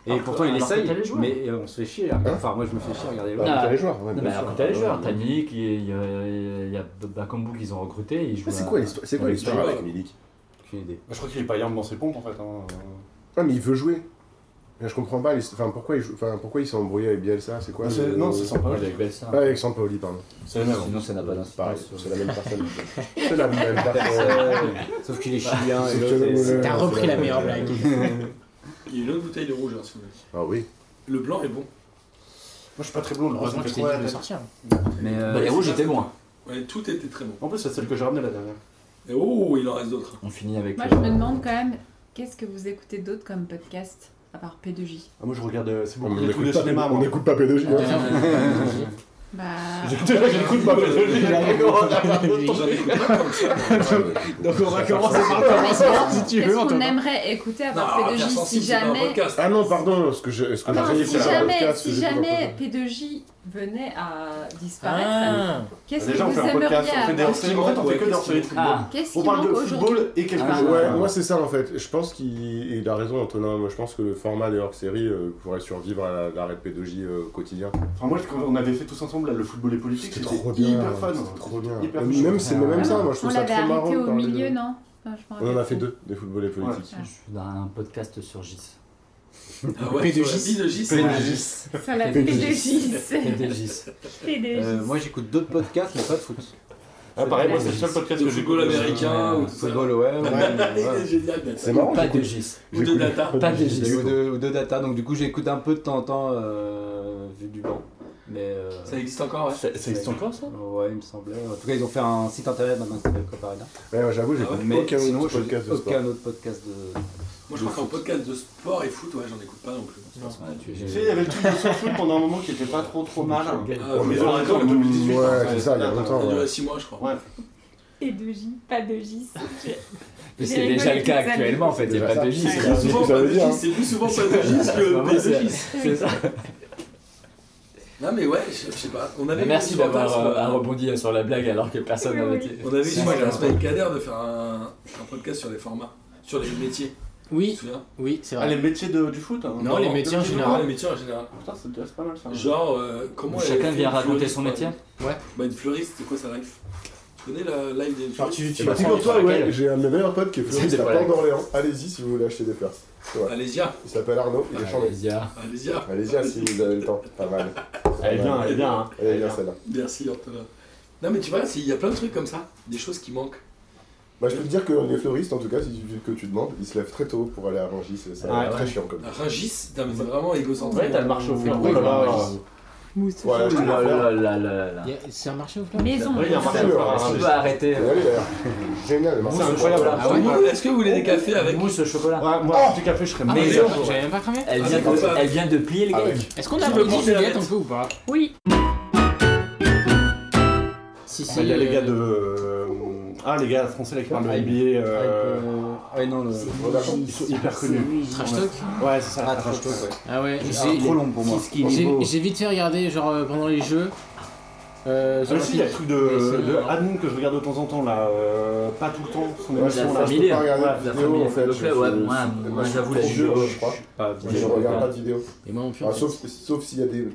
Speaker 6: Et
Speaker 11: Alors que-
Speaker 6: pourtant, il
Speaker 11: alors que
Speaker 6: essaye,
Speaker 11: t'as les joueurs. Hein?
Speaker 6: mais euh, on se fait chier. à regarder. Enfin, moi, je me fais chier à regarder. le
Speaker 7: Bah,
Speaker 11: Non.
Speaker 7: t'as les joueurs, ouais,
Speaker 11: Non,
Speaker 7: bien
Speaker 11: mais
Speaker 7: sûr.
Speaker 11: alors, t'as les joueurs,
Speaker 7: Ouais,
Speaker 11: t'as
Speaker 7: ouais.
Speaker 11: Milik, il y a, il y a Bakambu qu'ils ont recruté. Ils jouent
Speaker 7: Mais C'est
Speaker 11: à-
Speaker 7: quoi l'histoire C'est quoi
Speaker 11: Ouais,
Speaker 7: l'histoire
Speaker 10: je vois.
Speaker 7: avec Milik
Speaker 6: Aucune idée.
Speaker 10: Bah, Je crois qu'il est pas hier dans ses pompes en fait. hein.
Speaker 7: Ah, mais il veut jouer. Mais je comprends pas. les- Enfin, pourquoi il, joue- enfin, pourquoi il s'est embrouillé avec Bielsa C'est quoi
Speaker 10: Ah, c'est-
Speaker 7: le-
Speaker 10: Non, c'est sympa.
Speaker 11: Ouais, avec Belsa.
Speaker 7: Ah, avec Sampaoli, pardon.
Speaker 10: C'est la même.
Speaker 11: Sinon, ça n'a pas
Speaker 7: C'est pareil,
Speaker 11: d'incidence.
Speaker 7: c'est la même personne. C'est la même personne.
Speaker 6: Sauf qu'il est chilien et
Speaker 7: Sauf
Speaker 6: l'autre, euh,
Speaker 7: que le-
Speaker 6: c'est-
Speaker 7: le-
Speaker 8: Bah, T'as
Speaker 7: le-
Speaker 8: repris
Speaker 7: le-
Speaker 8: la meilleure blague.
Speaker 4: Il y a une autre bouteille de rouge, hein, si vous voulez.
Speaker 7: Ah oui.
Speaker 4: Le blanc est bon.
Speaker 10: Moi je suis pas très blond, le
Speaker 8: Heureusement que je t'ai dit de le sortir.
Speaker 6: Mais euh,
Speaker 11: Bah, les rouges étaient loin.
Speaker 4: Ouais, tout était très bon.
Speaker 10: En plus, c'est celle que j'ai ramenée la dernière.
Speaker 4: Et oh, il en reste d'autres.
Speaker 11: On finit avec.
Speaker 2: Moi,
Speaker 11: euh,
Speaker 2: je me demande quand même, qu'est-ce que vous écoutez d'autre comme podcast, à part P2J
Speaker 10: Ah, moi je regarde, euh, c'est
Speaker 7: On
Speaker 10: beaucoup des trucs de
Speaker 7: n'écoute pas-
Speaker 10: cinéma.
Speaker 7: on
Speaker 10: moi.
Speaker 7: n'écoute pas pédogie. hein.
Speaker 2: Bah.
Speaker 10: Déjà, j'écoute pas parce que j'ai la
Speaker 4: J'en écoute pas comme ça.
Speaker 8: Donc, on va commencer par
Speaker 2: Non, mais
Speaker 8: commencement, si tu veux.
Speaker 2: Qu'est-ce
Speaker 8: on
Speaker 2: qu'on
Speaker 8: te-
Speaker 2: aimerait écouter à part
Speaker 4: Non, Pierre
Speaker 2: P2J si
Speaker 4: Sensi, c'est pas un
Speaker 2: jamais.
Speaker 4: podcast.
Speaker 7: Ah non, pardon, ce que je. Ce que j'ai
Speaker 10: Ah, non,
Speaker 2: Non,
Speaker 7: dit,
Speaker 10: Vas-y,
Speaker 2: si
Speaker 7: c'est un
Speaker 2: jamais,
Speaker 7: podcast,
Speaker 2: si
Speaker 7: j'ai pas
Speaker 2: jamais
Speaker 7: compris.
Speaker 2: P2J venait à disparaître,
Speaker 8: Ah.
Speaker 2: qu'est-ce que
Speaker 10: Déjà, on
Speaker 2: vous
Speaker 10: fait un podcast, on fait des
Speaker 2: aimeriez avoir
Speaker 10: hors-séries. En fait, on fait que des hors-séries de football.
Speaker 11: Ah,
Speaker 2: Qu'est-ce
Speaker 10: On
Speaker 2: qui
Speaker 10: parle
Speaker 2: manque
Speaker 10: de
Speaker 2: aujourd'hui
Speaker 10: football et quelque
Speaker 6: Ah,
Speaker 10: chose.
Speaker 7: Ouais, moi c'est ça en fait. Je pense qu'il il a raison, Antonin. Moi je pense que le format des hors-série euh, pourrait survivre à la- l'arrêt de pédogie euh, au quotidien.
Speaker 10: Enfin, moi, je- quand on avait fait tous ensemble là, le football et politique,
Speaker 7: C'était
Speaker 10: c'était
Speaker 7: trop bien.
Speaker 10: hyper fun.
Speaker 7: C'était trop bien.
Speaker 10: Hyper
Speaker 7: Même-
Speaker 10: fun.
Speaker 7: Même, c'est
Speaker 11: Ouais.
Speaker 7: même ça, moi je
Speaker 2: Ah On
Speaker 7: trouve ça
Speaker 2: l'avait
Speaker 7: trop marrant.
Speaker 2: arrêté
Speaker 7: de
Speaker 2: au
Speaker 7: parler de-
Speaker 2: milieu, non Enfin, je me
Speaker 7: On en a
Speaker 2: rappelle
Speaker 7: fait
Speaker 2: plus.
Speaker 7: deux, des football et politique.
Speaker 11: Je suis dans un podcast sur Gis.
Speaker 4: Ah ouais,
Speaker 8: P2J.
Speaker 4: sur la biologie, c'est-
Speaker 6: P2J.
Speaker 2: Ça l'a
Speaker 11: Et
Speaker 2: P2J.
Speaker 11: des Gis.
Speaker 6: Euh,
Speaker 2: P2J.
Speaker 6: Moi, j'écoute d'autres podcasts, mais pas de foot.
Speaker 10: Ah, pareil, moi, c'est le seul podcast
Speaker 4: de
Speaker 10: que j'écoute.
Speaker 4: football américain ou tout ça.
Speaker 6: Football, euh, ouais, ouais,
Speaker 4: Il
Speaker 6: ouais.
Speaker 4: est génial, mais
Speaker 7: C'est marrant.
Speaker 11: Pas de
Speaker 7: j'écoute-
Speaker 11: Gis.
Speaker 4: Ou de
Speaker 7: j'écoute-
Speaker 4: data.
Speaker 11: Pas de
Speaker 6: J'ai
Speaker 11: Gis.
Speaker 6: eu deux, ou deux data, donc du coup j'écoute un peu de temps en temps euh, vu du banc. Mais euh,
Speaker 4: Ça existe encore, ouais.
Speaker 10: Ça ça existe encore ça
Speaker 6: ouais, il me semblait. En tout cas, ils ont fait un site internet maintenant qui s'appelle Coparena.
Speaker 7: Ouais, moi, j'avoue, j'écoute
Speaker 6: Mais
Speaker 7: aucun
Speaker 6: sinon,
Speaker 7: autre
Speaker 6: je-
Speaker 7: podcast de sport.
Speaker 6: aucun autre podcast de.
Speaker 4: Moi, je crois qu'en podcast de sport et foot, ouais, j'en écoute pas non plus.
Speaker 10: Tu sais, il y avait le truc de son foot pendant un moment qui était pas trop trop mal.
Speaker 4: Ah,
Speaker 10: Mais
Speaker 4: mais
Speaker 10: ils ont
Speaker 4: on
Speaker 10: arrêté en
Speaker 4: raconte.
Speaker 10: 2018.
Speaker 7: Ouais,
Speaker 10: hein,
Speaker 7: c'est ça, il y a longtemps.
Speaker 4: Ça a
Speaker 7: ouais.
Speaker 4: duré 6 mois, je crois.
Speaker 10: Ouais.
Speaker 2: et de J, pas de J.
Speaker 11: Mais c'est déjà le cas actuellement en fait, il n'y a pas de J.
Speaker 15: C'est plus souvent pas de J, c'est plus souvent pas de
Speaker 7: hein.
Speaker 15: J que des de J.
Speaker 11: C'est ça.
Speaker 4: Non mais ouais, je, je sais pas. On avait
Speaker 11: Mais
Speaker 4: eu
Speaker 11: merci
Speaker 4: ce matin,
Speaker 11: d'avoir
Speaker 4: ce
Speaker 11: euh,
Speaker 4: matin.
Speaker 11: rebondi sur la blague alors que personne n'avait été.
Speaker 4: On avait eu moi la semaine Kader de faire un, un podcast sur les formats, sur les métiers.
Speaker 8: Oui.
Speaker 4: Tu te souviens
Speaker 8: Oui, c'est
Speaker 10: Ah, les métiers de- du foot hein.
Speaker 4: Non, les métiers en général. les métiers en général.
Speaker 10: Putain, c'est déjà c'est pas mal ça.
Speaker 4: Genre euh, comment
Speaker 10: Où
Speaker 4: elle
Speaker 10: chacun
Speaker 4: avait fait
Speaker 10: vient
Speaker 4: une
Speaker 10: raconter
Speaker 4: fleuriste,
Speaker 10: son
Speaker 4: par
Speaker 10: métier.
Speaker 4: exemple.
Speaker 10: Ouais.
Speaker 4: Bah une fleuriste, c'est quoi sa live Tu connais la live des fleuristes
Speaker 7: Eh ben, Figure-toi, ouais, j'ai un de mes meilleurs potes qui est fleuriste
Speaker 4: C'est
Speaker 7: à
Speaker 4: des problèmes.
Speaker 7: Port d'Orléans. Allez-y si vous voulez acheter des fleurs. Ouais.
Speaker 4: Alésia.
Speaker 7: Il s'appelle Arnaud, il est chambé.
Speaker 11: Alésia.
Speaker 4: Alésia.
Speaker 7: Alésia si vous avez le temps. Pas mal.
Speaker 10: Elle est bien, elle est bien, hein.
Speaker 7: Elle est bien celle-là.
Speaker 4: Merci Antonin. Non mais tu vois, c'est- il y a plein de trucs comme ça, des choses qui manquent.
Speaker 7: Bah, je peux te dire que les fleuristes, en tout cas, si tu, que tu demandes, ils se lèvent très tôt pour aller à Rangis. C'est ça,
Speaker 4: Ah, ouais.
Speaker 7: très chiant comme
Speaker 4: Ah, Rungis, putain, mais c'est vraiment égocentrique.
Speaker 11: Ouais, t'as le marché aux fleurs. Oh là là.
Speaker 7: Voilà, je te
Speaker 11: Oh là
Speaker 7: l'offre.
Speaker 11: là là là là.
Speaker 8: Il y a- C'est un marché aux fleurs
Speaker 11: Maison. Oui, il y a un marché aux fleurs. Est-ce qu'on peut arrêter
Speaker 7: hein. Génial, le marché.
Speaker 11: C'est incroyable.
Speaker 7: Ah ouais.
Speaker 4: Est-ce que vous voulez des cafés avec
Speaker 11: mousse au chocolat
Speaker 10: Ouais, moi, du café, je
Speaker 8: Ah,
Speaker 10: serais
Speaker 11: Mais
Speaker 10: meilleur.
Speaker 8: J'avais même pas cramé.
Speaker 11: Elle vient de, elle vient de plier le
Speaker 7: Ah
Speaker 11: gag.
Speaker 8: Est-ce qu'on
Speaker 11: Je
Speaker 8: a
Speaker 11: me
Speaker 8: applaudi
Speaker 11: prends la
Speaker 8: Juliette
Speaker 11: tête.
Speaker 8: un peu ou pas
Speaker 2: Oui.
Speaker 8: Si,
Speaker 10: Ah, Il y a
Speaker 8: euh,
Speaker 10: les gars de. euh, Ah, les gars français là qui parlent de NBA.
Speaker 6: Ah,
Speaker 10: euh,
Speaker 14: Ouais, non, le.
Speaker 10: Ils sont hyper connus.
Speaker 8: Trash Talk
Speaker 10: Ouais, c'est ça.
Speaker 14: Ah, Trash Talk, ouais.
Speaker 8: Ah ouais,
Speaker 14: Ah,
Speaker 8: j'ai-
Speaker 14: trop long pour moi.
Speaker 8: J'ai- J'ai j'ai vite fait regarder genre euh, pendant les jeux. Euh,
Speaker 10: Ah, mais si, il y a le truc de,
Speaker 8: Mais c'est-
Speaker 10: de Admin que je regarde de temps en temps là, euh, pas tout le temps, son
Speaker 11: Ouais,
Speaker 10: émission
Speaker 11: la
Speaker 10: là.
Speaker 11: famille,
Speaker 10: je peux pas
Speaker 11: hein.
Speaker 10: regarder
Speaker 11: Ouais,
Speaker 10: de
Speaker 11: la
Speaker 10: vidéo,
Speaker 11: famille,
Speaker 10: en fait,
Speaker 11: le
Speaker 10: je-
Speaker 11: club, ouais,
Speaker 10: je-
Speaker 11: moi,
Speaker 10: je-
Speaker 11: moi,
Speaker 10: je-
Speaker 11: j'avoue,
Speaker 10: je-
Speaker 11: la vidéo,
Speaker 10: je-
Speaker 11: je
Speaker 10: je-
Speaker 11: crois.
Speaker 6: Ah,
Speaker 10: pas
Speaker 7: Moi,
Speaker 10: vidéo,
Speaker 7: je regarde
Speaker 10: pas.
Speaker 7: pas de vidéo.
Speaker 8: Et moi non plus.
Speaker 7: Ah, sauf sauf s'il y a des du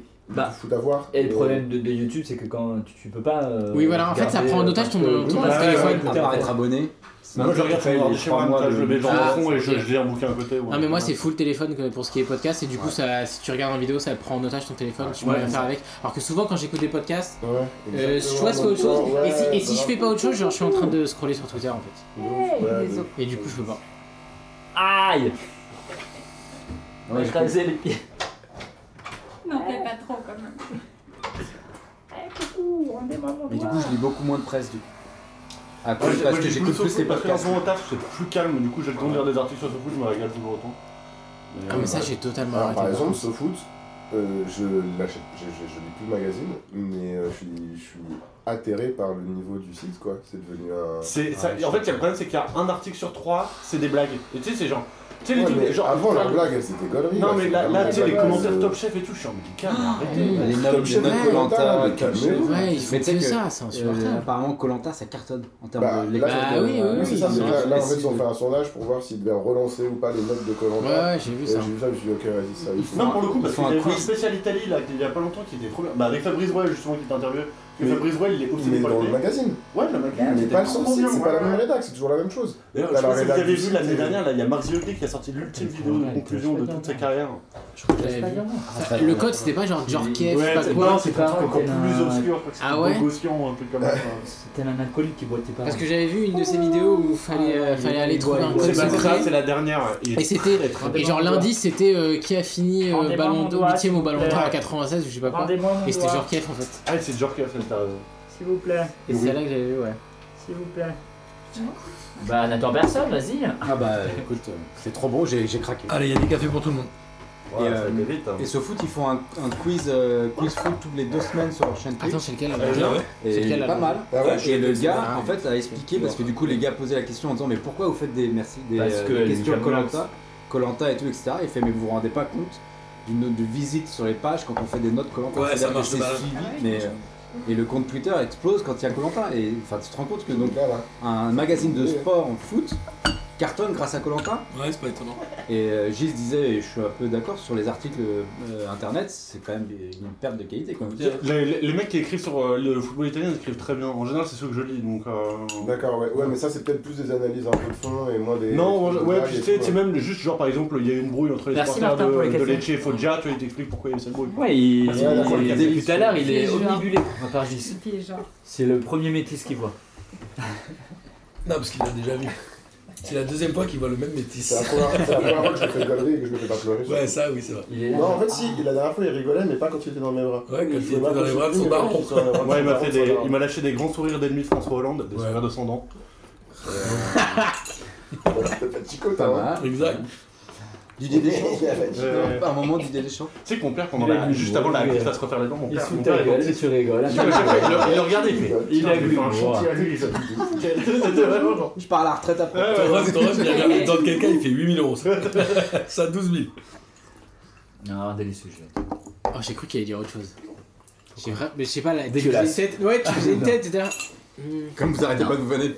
Speaker 7: foot à voir.
Speaker 11: Bah, Et le
Speaker 7: Mais-
Speaker 11: problème de, de YouTube, c'est que quand tu, tu peux pas. euh,
Speaker 8: Oui, voilà, en fait, ça
Speaker 11: garder,
Speaker 8: prend en
Speaker 11: euh,
Speaker 8: otage ton-
Speaker 11: parce que-
Speaker 8: ton
Speaker 6: Ah,
Speaker 8: téléphone.
Speaker 11: ouais,
Speaker 8: À
Speaker 11: ouais.
Speaker 8: part être abonné.
Speaker 10: Moi, je regarde sur mon ordi chez moi, comme ça, je le mets genre
Speaker 8: Ah,
Speaker 10: au fond et
Speaker 8: ok.
Speaker 10: je je lis un bouquin à côté.
Speaker 8: Non mais moi c'est full téléphone que- pour ce qui est podcast et du coup ça, si tu regardes en vidéo ça prend en otage ton téléphone, tu peux
Speaker 10: Ouais,
Speaker 8: rien faire
Speaker 10: ça.
Speaker 8: avec. Alors que souvent quand j'écoute des podcasts, euh, je
Speaker 7: exactement,
Speaker 8: choisis
Speaker 7: moi,
Speaker 8: autre chose
Speaker 7: tu vois,
Speaker 8: et si,
Speaker 7: ouais,
Speaker 8: et si je fais pas autre chose genre je suis en train de scroller sur Twitter en fait.
Speaker 7: Ouais, les
Speaker 8: Et du coup je peux pas.
Speaker 11: Aïe
Speaker 8: Ouais,
Speaker 11: Je rasais les pieds.
Speaker 5: Non, t'es pas trop quand même.
Speaker 14: Mais du coup, je lis beaucoup moins de presse du coup. À
Speaker 10: Ouais,
Speaker 14: cause
Speaker 10: j'ai-
Speaker 14: parce
Speaker 10: moi,
Speaker 14: que
Speaker 10: j'ai
Speaker 14: j'écoute
Speaker 10: plus
Speaker 14: plus
Speaker 10: les
Speaker 14: les
Speaker 10: parce que en ce
Speaker 14: podcasts.
Speaker 10: moment, au taf, c'est plus calme, du coup, j'ai le temps de lire des articles sur ce foot, je me régale toujours autant.
Speaker 8: Ah, mais ça, j'ai totalement
Speaker 7: Alors, Par
Speaker 8: arrêté.
Speaker 7: exemple, SoFoot, euh, je l'achète, je, je, je lis plus le magazine, mais euh, je, suis, je suis atterré par le niveau du site, quoi. C'est devenu un.
Speaker 10: C'est- ça-
Speaker 7: un-
Speaker 10: en fait, il y a le problème, c'est qu'il y a un article sur trois, c'est des blagues. Et tu sais, c'est genre. Tu sais, les
Speaker 7: Ouais,
Speaker 10: trucs,
Speaker 7: mais
Speaker 10: genre.
Speaker 7: avant,
Speaker 10: enfin,
Speaker 7: leurs blagues, elles étaient conneries.
Speaker 10: Non,
Speaker 7: là,
Speaker 10: mais
Speaker 7: c'est
Speaker 10: là,
Speaker 7: vraiment
Speaker 10: là,
Speaker 7: des
Speaker 10: tu sais, les
Speaker 7: blagues,
Speaker 10: commentaires
Speaker 7: euh,
Speaker 10: Top Chef et tout, je suis en mode, calme, arrêtez.
Speaker 7: Mmh.
Speaker 14: Les
Speaker 7: Top
Speaker 14: notes, les
Speaker 7: Chef,
Speaker 14: notes
Speaker 7: Koh-Lanta,
Speaker 14: Koh-Lanta,
Speaker 7: mais
Speaker 14: Top Chef.
Speaker 7: calmez-vous.
Speaker 8: Ouais, ils font
Speaker 14: Mais tu sais
Speaker 8: que
Speaker 14: que,
Speaker 8: ça, c'est insupportable.
Speaker 14: euh, Apparemment, Colanta ça cartonne en termes
Speaker 7: Bah,
Speaker 14: de
Speaker 7: là,
Speaker 14: lecture.
Speaker 8: Bah
Speaker 14: de-
Speaker 8: oui,
Speaker 14: euh,
Speaker 8: oui,
Speaker 7: c'est
Speaker 8: oui,
Speaker 7: ça,
Speaker 8: ils
Speaker 7: c'est
Speaker 8: ont
Speaker 7: que là, là, en fait,
Speaker 8: fait
Speaker 7: ils ont fait un sondage pour voir s'ils devaient relancer ou pas les notes de Koh-Lanta.
Speaker 8: Ouais, ouais, j'ai vu
Speaker 7: Et
Speaker 8: ça.
Speaker 7: J'ai vu ça, je me suis dit, ok, vas-y, ça il faut-
Speaker 10: Non, pour le coup, parce
Speaker 7: Ils
Speaker 10: qu'il
Speaker 7: font un
Speaker 10: y avait un
Speaker 7: quiz.
Speaker 10: spécial Italie, là, il y a pas longtemps, qui était trop bien. Bah, avec Fabrice Well, justement, qui t'interviewait. Parce que
Speaker 7: Mais-
Speaker 10: Fabrice Well, il est
Speaker 7: mais
Speaker 10: obsédé par
Speaker 7: dans
Speaker 10: les-
Speaker 7: le magazine.
Speaker 10: Ouais, le magazine.
Speaker 7: Mais
Speaker 10: c'était
Speaker 7: pas le
Speaker 10: trop
Speaker 7: sens,
Speaker 10: bien,
Speaker 7: c'est
Speaker 10: ouais,
Speaker 7: pas la
Speaker 10: ouais.
Speaker 7: même rédac, c'est toujours la même chose.
Speaker 10: D'ailleurs, je
Speaker 7: T'as
Speaker 10: sais
Speaker 7: la
Speaker 10: pas si vous
Speaker 7: rédac
Speaker 10: avez
Speaker 7: du
Speaker 10: vu
Speaker 7: site
Speaker 10: l'année
Speaker 7: et-
Speaker 10: dernière, là, il y a Marc Ziotti qui a sorti l'ultime vidéo de conclusion de toute sa carrière.
Speaker 8: J'avais vu. Le code c'était pas genre Djorkaeff,
Speaker 10: Ouais,
Speaker 8: pas
Speaker 10: c'est-
Speaker 8: quoi.
Speaker 10: non, c'est pas encore
Speaker 11: t'es un-
Speaker 10: plus obscur. parce que
Speaker 8: Ah
Speaker 10: c'est
Speaker 8: ouais
Speaker 10: Bogosian, un truc comme ça.
Speaker 11: C'était un alcoolique qui boitait pas.
Speaker 8: Parce que j'avais vu une de ces vidéos où fallait, euh, fallait aller trouver un code
Speaker 10: C'est pas ça,
Speaker 8: secret.
Speaker 10: c'est la dernière. ouais. Il est
Speaker 8: Et c'était
Speaker 10: très, très
Speaker 8: et
Speaker 10: bien.
Speaker 8: genre lundi c'était euh, qui a fini euh,
Speaker 10: Rendez-moi
Speaker 8: ballon
Speaker 10: mon
Speaker 8: d'or-
Speaker 10: doigt,
Speaker 8: huitième au
Speaker 10: s'il vous
Speaker 8: ballon d'or à
Speaker 10: plaît.
Speaker 8: 96 ou je sais pas quoi.
Speaker 10: Rendez-moi mon
Speaker 8: Et c'était
Speaker 10: doigt.
Speaker 8: Djorkaeff en fait.
Speaker 10: Ah, c'est Djorkaeff, t'as raison.
Speaker 11: S'il vous plaît.
Speaker 8: Et c'est là que j'avais vu ouais.
Speaker 11: S'il vous plaît. Bah, n'attends personne, vas-y.
Speaker 14: Ah bah écoute, euh, c'est trop beau, j'ai j'ai craqué.
Speaker 7: Ah.
Speaker 4: Allez, il y a des cafés pour tout le monde.
Speaker 14: Et,
Speaker 10: Ouais, ça
Speaker 14: euh,
Speaker 10: le mérite, hein.
Speaker 14: et ce foot, ils font un, un quiz, euh, quiz foot toutes les deux semaines sur leur chaîne Twitch.
Speaker 8: Attends, c'est lequel, là
Speaker 10: Ah,
Speaker 14: Euh,
Speaker 8: C'est
Speaker 14: Et
Speaker 8: lequel, là
Speaker 14: pas mal.
Speaker 7: Ah ouais,
Speaker 14: et le
Speaker 7: je-
Speaker 14: gars,
Speaker 7: ah,
Speaker 14: en fait, a expliqué parce que du coup, les gars posaient la question en disant Mais pourquoi vous faites des, merci, des,
Speaker 11: Parce
Speaker 14: euh,
Speaker 11: que
Speaker 14: des
Speaker 11: les
Speaker 14: questions
Speaker 11: Japonais-
Speaker 14: Colanta Colanta et tout, etc. Il fait Mais vous vous rendez pas compte d'une note de visite sur les pages quand on fait des notes Colanta
Speaker 4: Ouais, ça marche
Speaker 14: c'est
Speaker 4: de malade.
Speaker 14: suivi, mais. euh, et le compte Twitter explose quand il y a Colanta. Et enfin, tu te rends compte que donc
Speaker 7: Là, là.
Speaker 14: un magazine de sport en foot cartonne grâce à Colanta.
Speaker 4: Ouais, c'est pas étonnant.
Speaker 14: Et euh, Gilles disait, et je suis un peu d'accord, sur les articles euh, internet, c'est quand même une perte de qualité. Quoi.
Speaker 10: Les, les- les mecs qui écrivent sur euh, le football italien ils écrivent très bien. En général, c'est ceux que je lis. Donc, euh,
Speaker 7: D'accord, ouais. ouais, mais ça c'est peut-être plus des analyses un peu de fond et moins des.
Speaker 10: Non,
Speaker 7: des
Speaker 10: ouais,
Speaker 7: blagues
Speaker 10: ouais,
Speaker 7: et
Speaker 10: puis tu
Speaker 7: tout,
Speaker 10: sais,
Speaker 7: ouais.
Speaker 10: tu sais, même juste genre par exemple, il y a eu une brouille entre les
Speaker 11: Merci,
Speaker 10: supporters
Speaker 11: Martin, pour les
Speaker 10: de, de
Speaker 11: cafés.
Speaker 10: Lecce et Foggia, tu vois, il t'explique pourquoi il y a eu cette brouille.
Speaker 11: Ouais, il,
Speaker 10: Ah,
Speaker 11: il-
Speaker 10: ouais, d'accord,
Speaker 11: il-
Speaker 10: le
Speaker 11: depuis
Speaker 10: café.
Speaker 11: tout à l'heure, il est
Speaker 8: hein.
Speaker 2: Pieds joints.
Speaker 11: omnibulé par par Gis.
Speaker 2: Puis genre.
Speaker 11: C'est le premier métis qu'il voit.
Speaker 4: Non, parce qu'il l'a déjà vu. C'est la deuxième fois qu'il voit le même métis.
Speaker 7: C'est la première c'est la première fois que je me fais pleurer et que je me fais pas pleurer.
Speaker 4: Ouais, ça, oui, c'est vrai.
Speaker 11: Il est là.
Speaker 7: Non, en fait, si, la dernière fois il rigolait, mais pas quand il était dans mes bras.
Speaker 4: Ouais, quand il
Speaker 7: était
Speaker 4: était dans les bras de son baron.
Speaker 10: Ouais, il m'a fait des- il m'a lâché des grands sourires d'ennemis de François Hollande, des sourires descendants.
Speaker 7: T'as pas de chico, t'as
Speaker 14: mal.
Speaker 4: Exact.
Speaker 6: Didier Deschamps Ouais. À un moment, Didier Deschamps.
Speaker 10: Tu sais que mon père, pendant la- juste avant la crise à se refaire les dents, mon
Speaker 6: Il
Speaker 10: père.
Speaker 6: sous
Speaker 10: mon
Speaker 6: ta
Speaker 10: père est
Speaker 6: gueule,
Speaker 10: dentiste.
Speaker 6: tu rigoles.
Speaker 10: Il le cherchait, il le- il le regardait, il fait.
Speaker 6: Il
Speaker 10: Tiens,
Speaker 6: a
Speaker 10: je vais
Speaker 6: glu.
Speaker 10: faire un chantier à lui, il fait. C'était vraiment genre.
Speaker 4: Je pars à la retraite après. Ton rêve, ton rêve, il regarde les dents de quelqu'un, il fait 8000 euros. Ça, 12 000.
Speaker 11: Non, des sujets.
Speaker 8: Oh, j'ai cru qu'il allait dire autre chose. J'ai vra- Mais je sais pas, là, tu
Speaker 11: Dégueulasse.
Speaker 8: faisais une tête. Ouais, tu faisais une
Speaker 11: Non.
Speaker 8: tête, etc. Hmm. Non.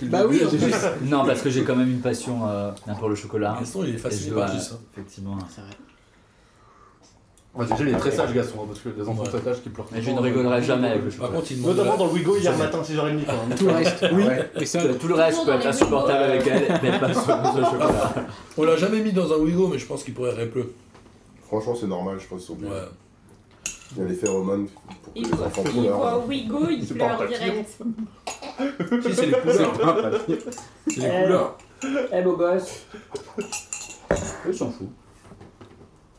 Speaker 8: Bah oui, en plus.
Speaker 11: Non, parce que j'ai quand même une passion euh, pour le chocolat.
Speaker 4: Gaston, il est fasciné
Speaker 11: Et je dois,
Speaker 4: par Gis, hein.
Speaker 11: Effectivement.
Speaker 8: C'est vrai.
Speaker 10: Ouais, déjà, il est très sage, Gaston, hein, parce que des enfants de cet âge qui pleurent.
Speaker 11: Mais
Speaker 10: tout
Speaker 11: je
Speaker 10: le
Speaker 11: ne
Speaker 10: temps,
Speaker 11: rigolerai
Speaker 10: euh,
Speaker 11: jamais avec le chocolat.
Speaker 10: Par contre, il demande- Notamment dans le Wigo hier matin, 6h30. quoi, hein.
Speaker 11: Tout le reste, oui.
Speaker 4: Et ça,
Speaker 11: tout le reste peut être insupportable avec elle, mais pas sur le chocolat.
Speaker 4: On l'a jamais mis dans un Wigo, mais je pense qu'il pourrait peu.
Speaker 7: Franchement, c'est normal, je pense qu'ils sont obligés. Il y a les phéromones pour que
Speaker 2: Il
Speaker 7: les enfants
Speaker 2: il voit
Speaker 7: pleurent.
Speaker 2: Ouigo, il
Speaker 7: C'est pas un
Speaker 2: pleure
Speaker 7: papillon.
Speaker 2: direct.
Speaker 4: Si, c'est les couleurs. Ah, bah, C'est les couleurs.
Speaker 11: Eh, beau gosse. Eux, s'en fout.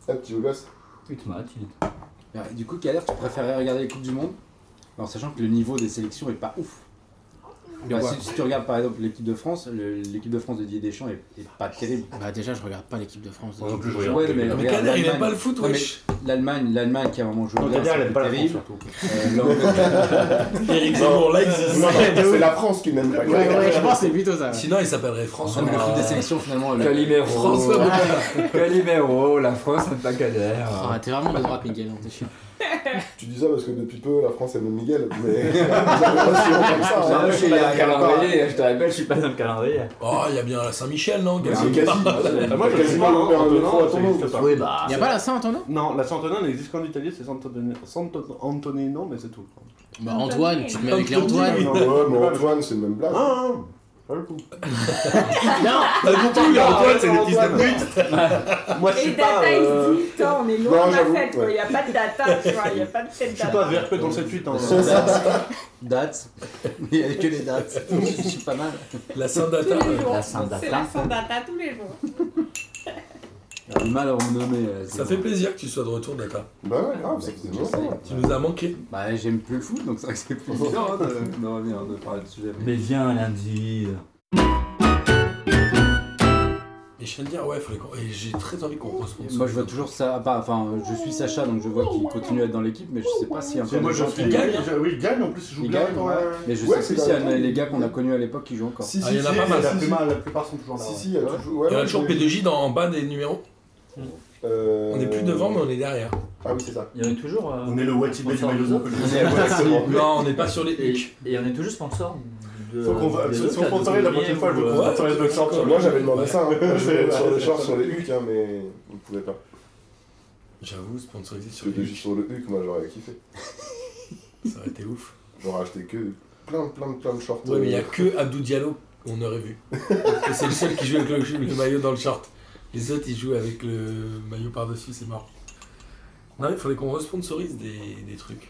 Speaker 7: Ah, petit beau gosse.
Speaker 11: Il te mate, il te
Speaker 6: Ouais, Du coup, Kader, tu préférais regarder les Coupes du Monde en sachant que le niveau des sélections est pas ouf.
Speaker 8: De
Speaker 6: Bah,
Speaker 8: quoi
Speaker 6: si, si tu regardes par exemple l'équipe de France, le- l'équipe de France de Didier Deschamps est, est pas terrible.
Speaker 8: Bah déjà, je regarde pas l'équipe de France.
Speaker 10: Moi non plus, je
Speaker 6: Ouais,
Speaker 10: regarde.
Speaker 6: mais,
Speaker 10: Non, mais
Speaker 6: regarde,
Speaker 10: Kader, il aime
Speaker 6: l'Allemagne-
Speaker 10: pas le foot,
Speaker 6: Non, mais
Speaker 10: wesh.
Speaker 6: L'Allemagne, l'Allemagne qui à un moment joue
Speaker 10: Non,
Speaker 6: bien,
Speaker 10: Kader, elle
Speaker 6: c'est
Speaker 10: aime pas la
Speaker 6: terrible.
Speaker 10: France, surtout.
Speaker 6: Euh, l'Angleterre-
Speaker 4: Eric Zemmour, là, il
Speaker 6: Ouais,
Speaker 4: se-
Speaker 6: de ouf.
Speaker 4: Sinon, il s'appellerait France.
Speaker 6: le foot des sélections, finalement, le-
Speaker 11: Calimero.
Speaker 4: François Bocage.
Speaker 11: Calimero, la France n'a pas galère.
Speaker 8: Ah, t'es vraiment de droite, Miguel, hein, t'es chiant.
Speaker 7: Tu dis ça parce que depuis peu, la France aime Miguel, mais. J'ai l'impression comme ça, hein.
Speaker 11: Ah, Je suis pas dans le calendrier, je te rappelle, je suis pas dans le calendrier.
Speaker 4: Oh, il y a bien la Saint-Michel, non
Speaker 11: Mais c'est quasi-
Speaker 10: Ah, moi, je sais pas, hein, Antonin, ça existe pas. bah.
Speaker 8: Y'a pas la Saint-Antonin
Speaker 10: Non, la Saint-Antonin n'existe qu'en Italie, c'est Saint-Antonin- Saint-Antonino, mais c'est tout.
Speaker 8: Bah, Antoine, tu te mets avec les
Speaker 7: Antoine.
Speaker 8: Antoine.
Speaker 7: Non, ouais, mais Antoine, c'est le même blague.
Speaker 10: Ah, ah, pas le coup.
Speaker 2: plus, Antoine,
Speaker 7: c'est le fils de
Speaker 10: Moi, je
Speaker 2: Et
Speaker 10: suis
Speaker 2: data,
Speaker 10: pas. euh,
Speaker 2: il se dit, putain, on est
Speaker 10: Non,
Speaker 2: loin de la
Speaker 10: j'avoue,
Speaker 2: fête, quoi.
Speaker 10: ouais.
Speaker 2: Il n'y a pas de data, tu vois, il n'y a pas de cette
Speaker 10: Je suis
Speaker 2: data.
Speaker 10: pas VRP dans le hein. 7-8.
Speaker 6: Date. Date. Il n'y a que les dates. Je suis pas mal.
Speaker 4: La
Speaker 2: Tous les jours.
Speaker 11: Ah,
Speaker 2: C'est la Saint data tous les jours.
Speaker 6: Du mal euh, à renommer.
Speaker 4: Ça fait plaisir que tu sois de retour, Data.
Speaker 7: Bah ouais, grave, c'est
Speaker 4: Tu nous as manqué.
Speaker 6: Bah, j'aime plus le foot, donc c'est vrai que c'est
Speaker 10: Oh.
Speaker 6: plus bizarre hein, de, de revenir, de parler de sujet.
Speaker 11: Mais viens lundi.
Speaker 4: Et je viens de dire, ouais, faut les con- et j'ai très envie qu'on responde.
Speaker 6: Moi, je vois toujours ça. bah, Enfin, je suis Sacha, donc je vois qu'il continue à être dans l'équipe, mais je sais pas si.
Speaker 10: Moi, je suis gagne. je- Oui, il gagne en plus, il joue
Speaker 6: Il
Speaker 10: bien.
Speaker 6: gagne,
Speaker 10: ouais.
Speaker 6: Mais je
Speaker 10: Ouais,
Speaker 6: sais
Speaker 10: c'est
Speaker 6: plus si
Speaker 10: pas-
Speaker 6: euh, les gars qu'on a connus à l'époque qui jouent encore.
Speaker 10: Si, si, si, la plupart- La plupart sont toujours là.
Speaker 7: Si,
Speaker 10: ouais.
Speaker 7: si, il y a toujours. ouais,
Speaker 4: Il y en a
Speaker 7: ouais,
Speaker 4: toujours
Speaker 7: mais-
Speaker 4: P2J dans, en bas des numéros.
Speaker 7: Euh,
Speaker 4: On est plus devant, mais on est derrière.
Speaker 7: Ah oui, c'est ça.
Speaker 11: Il y en a toujours. euh,
Speaker 10: On est le Watibé du maillot de Montpellier.
Speaker 4: Non, on n'est pas sur les
Speaker 11: Et et on est toujours sponsor. de-
Speaker 10: Faut qu'on va-
Speaker 11: des
Speaker 10: faut
Speaker 11: autres,
Speaker 10: sponsorer
Speaker 11: là,
Speaker 10: la
Speaker 11: de
Speaker 10: prochaine fois, je veux
Speaker 11: ou,
Speaker 10: qu'on
Speaker 11: euh,
Speaker 10: sponsorise le short.
Speaker 7: Moi, j'avais demandé ça, hein. Moi, je voulais être sur les shorts, sur les hucs, hein, mais on pouvait pas.
Speaker 4: J'avoue, sponsorisé sur les
Speaker 7: P2J sur le huc, moi, j'aurais kiffé.
Speaker 4: Ça aurait été ouf.
Speaker 7: J'aurais acheté que plein, plein, plein de shorts.
Speaker 4: Ouais, mais il n'y a
Speaker 7: euh,
Speaker 4: que Abdou Diallo qu'on aurait vu. Et c'est le seul qui joue avec le, le maillot dans le short. Les autres, ils jouent avec le maillot par-dessus, c'est mort. Non, il faudrait qu'on responsorise des, des trucs.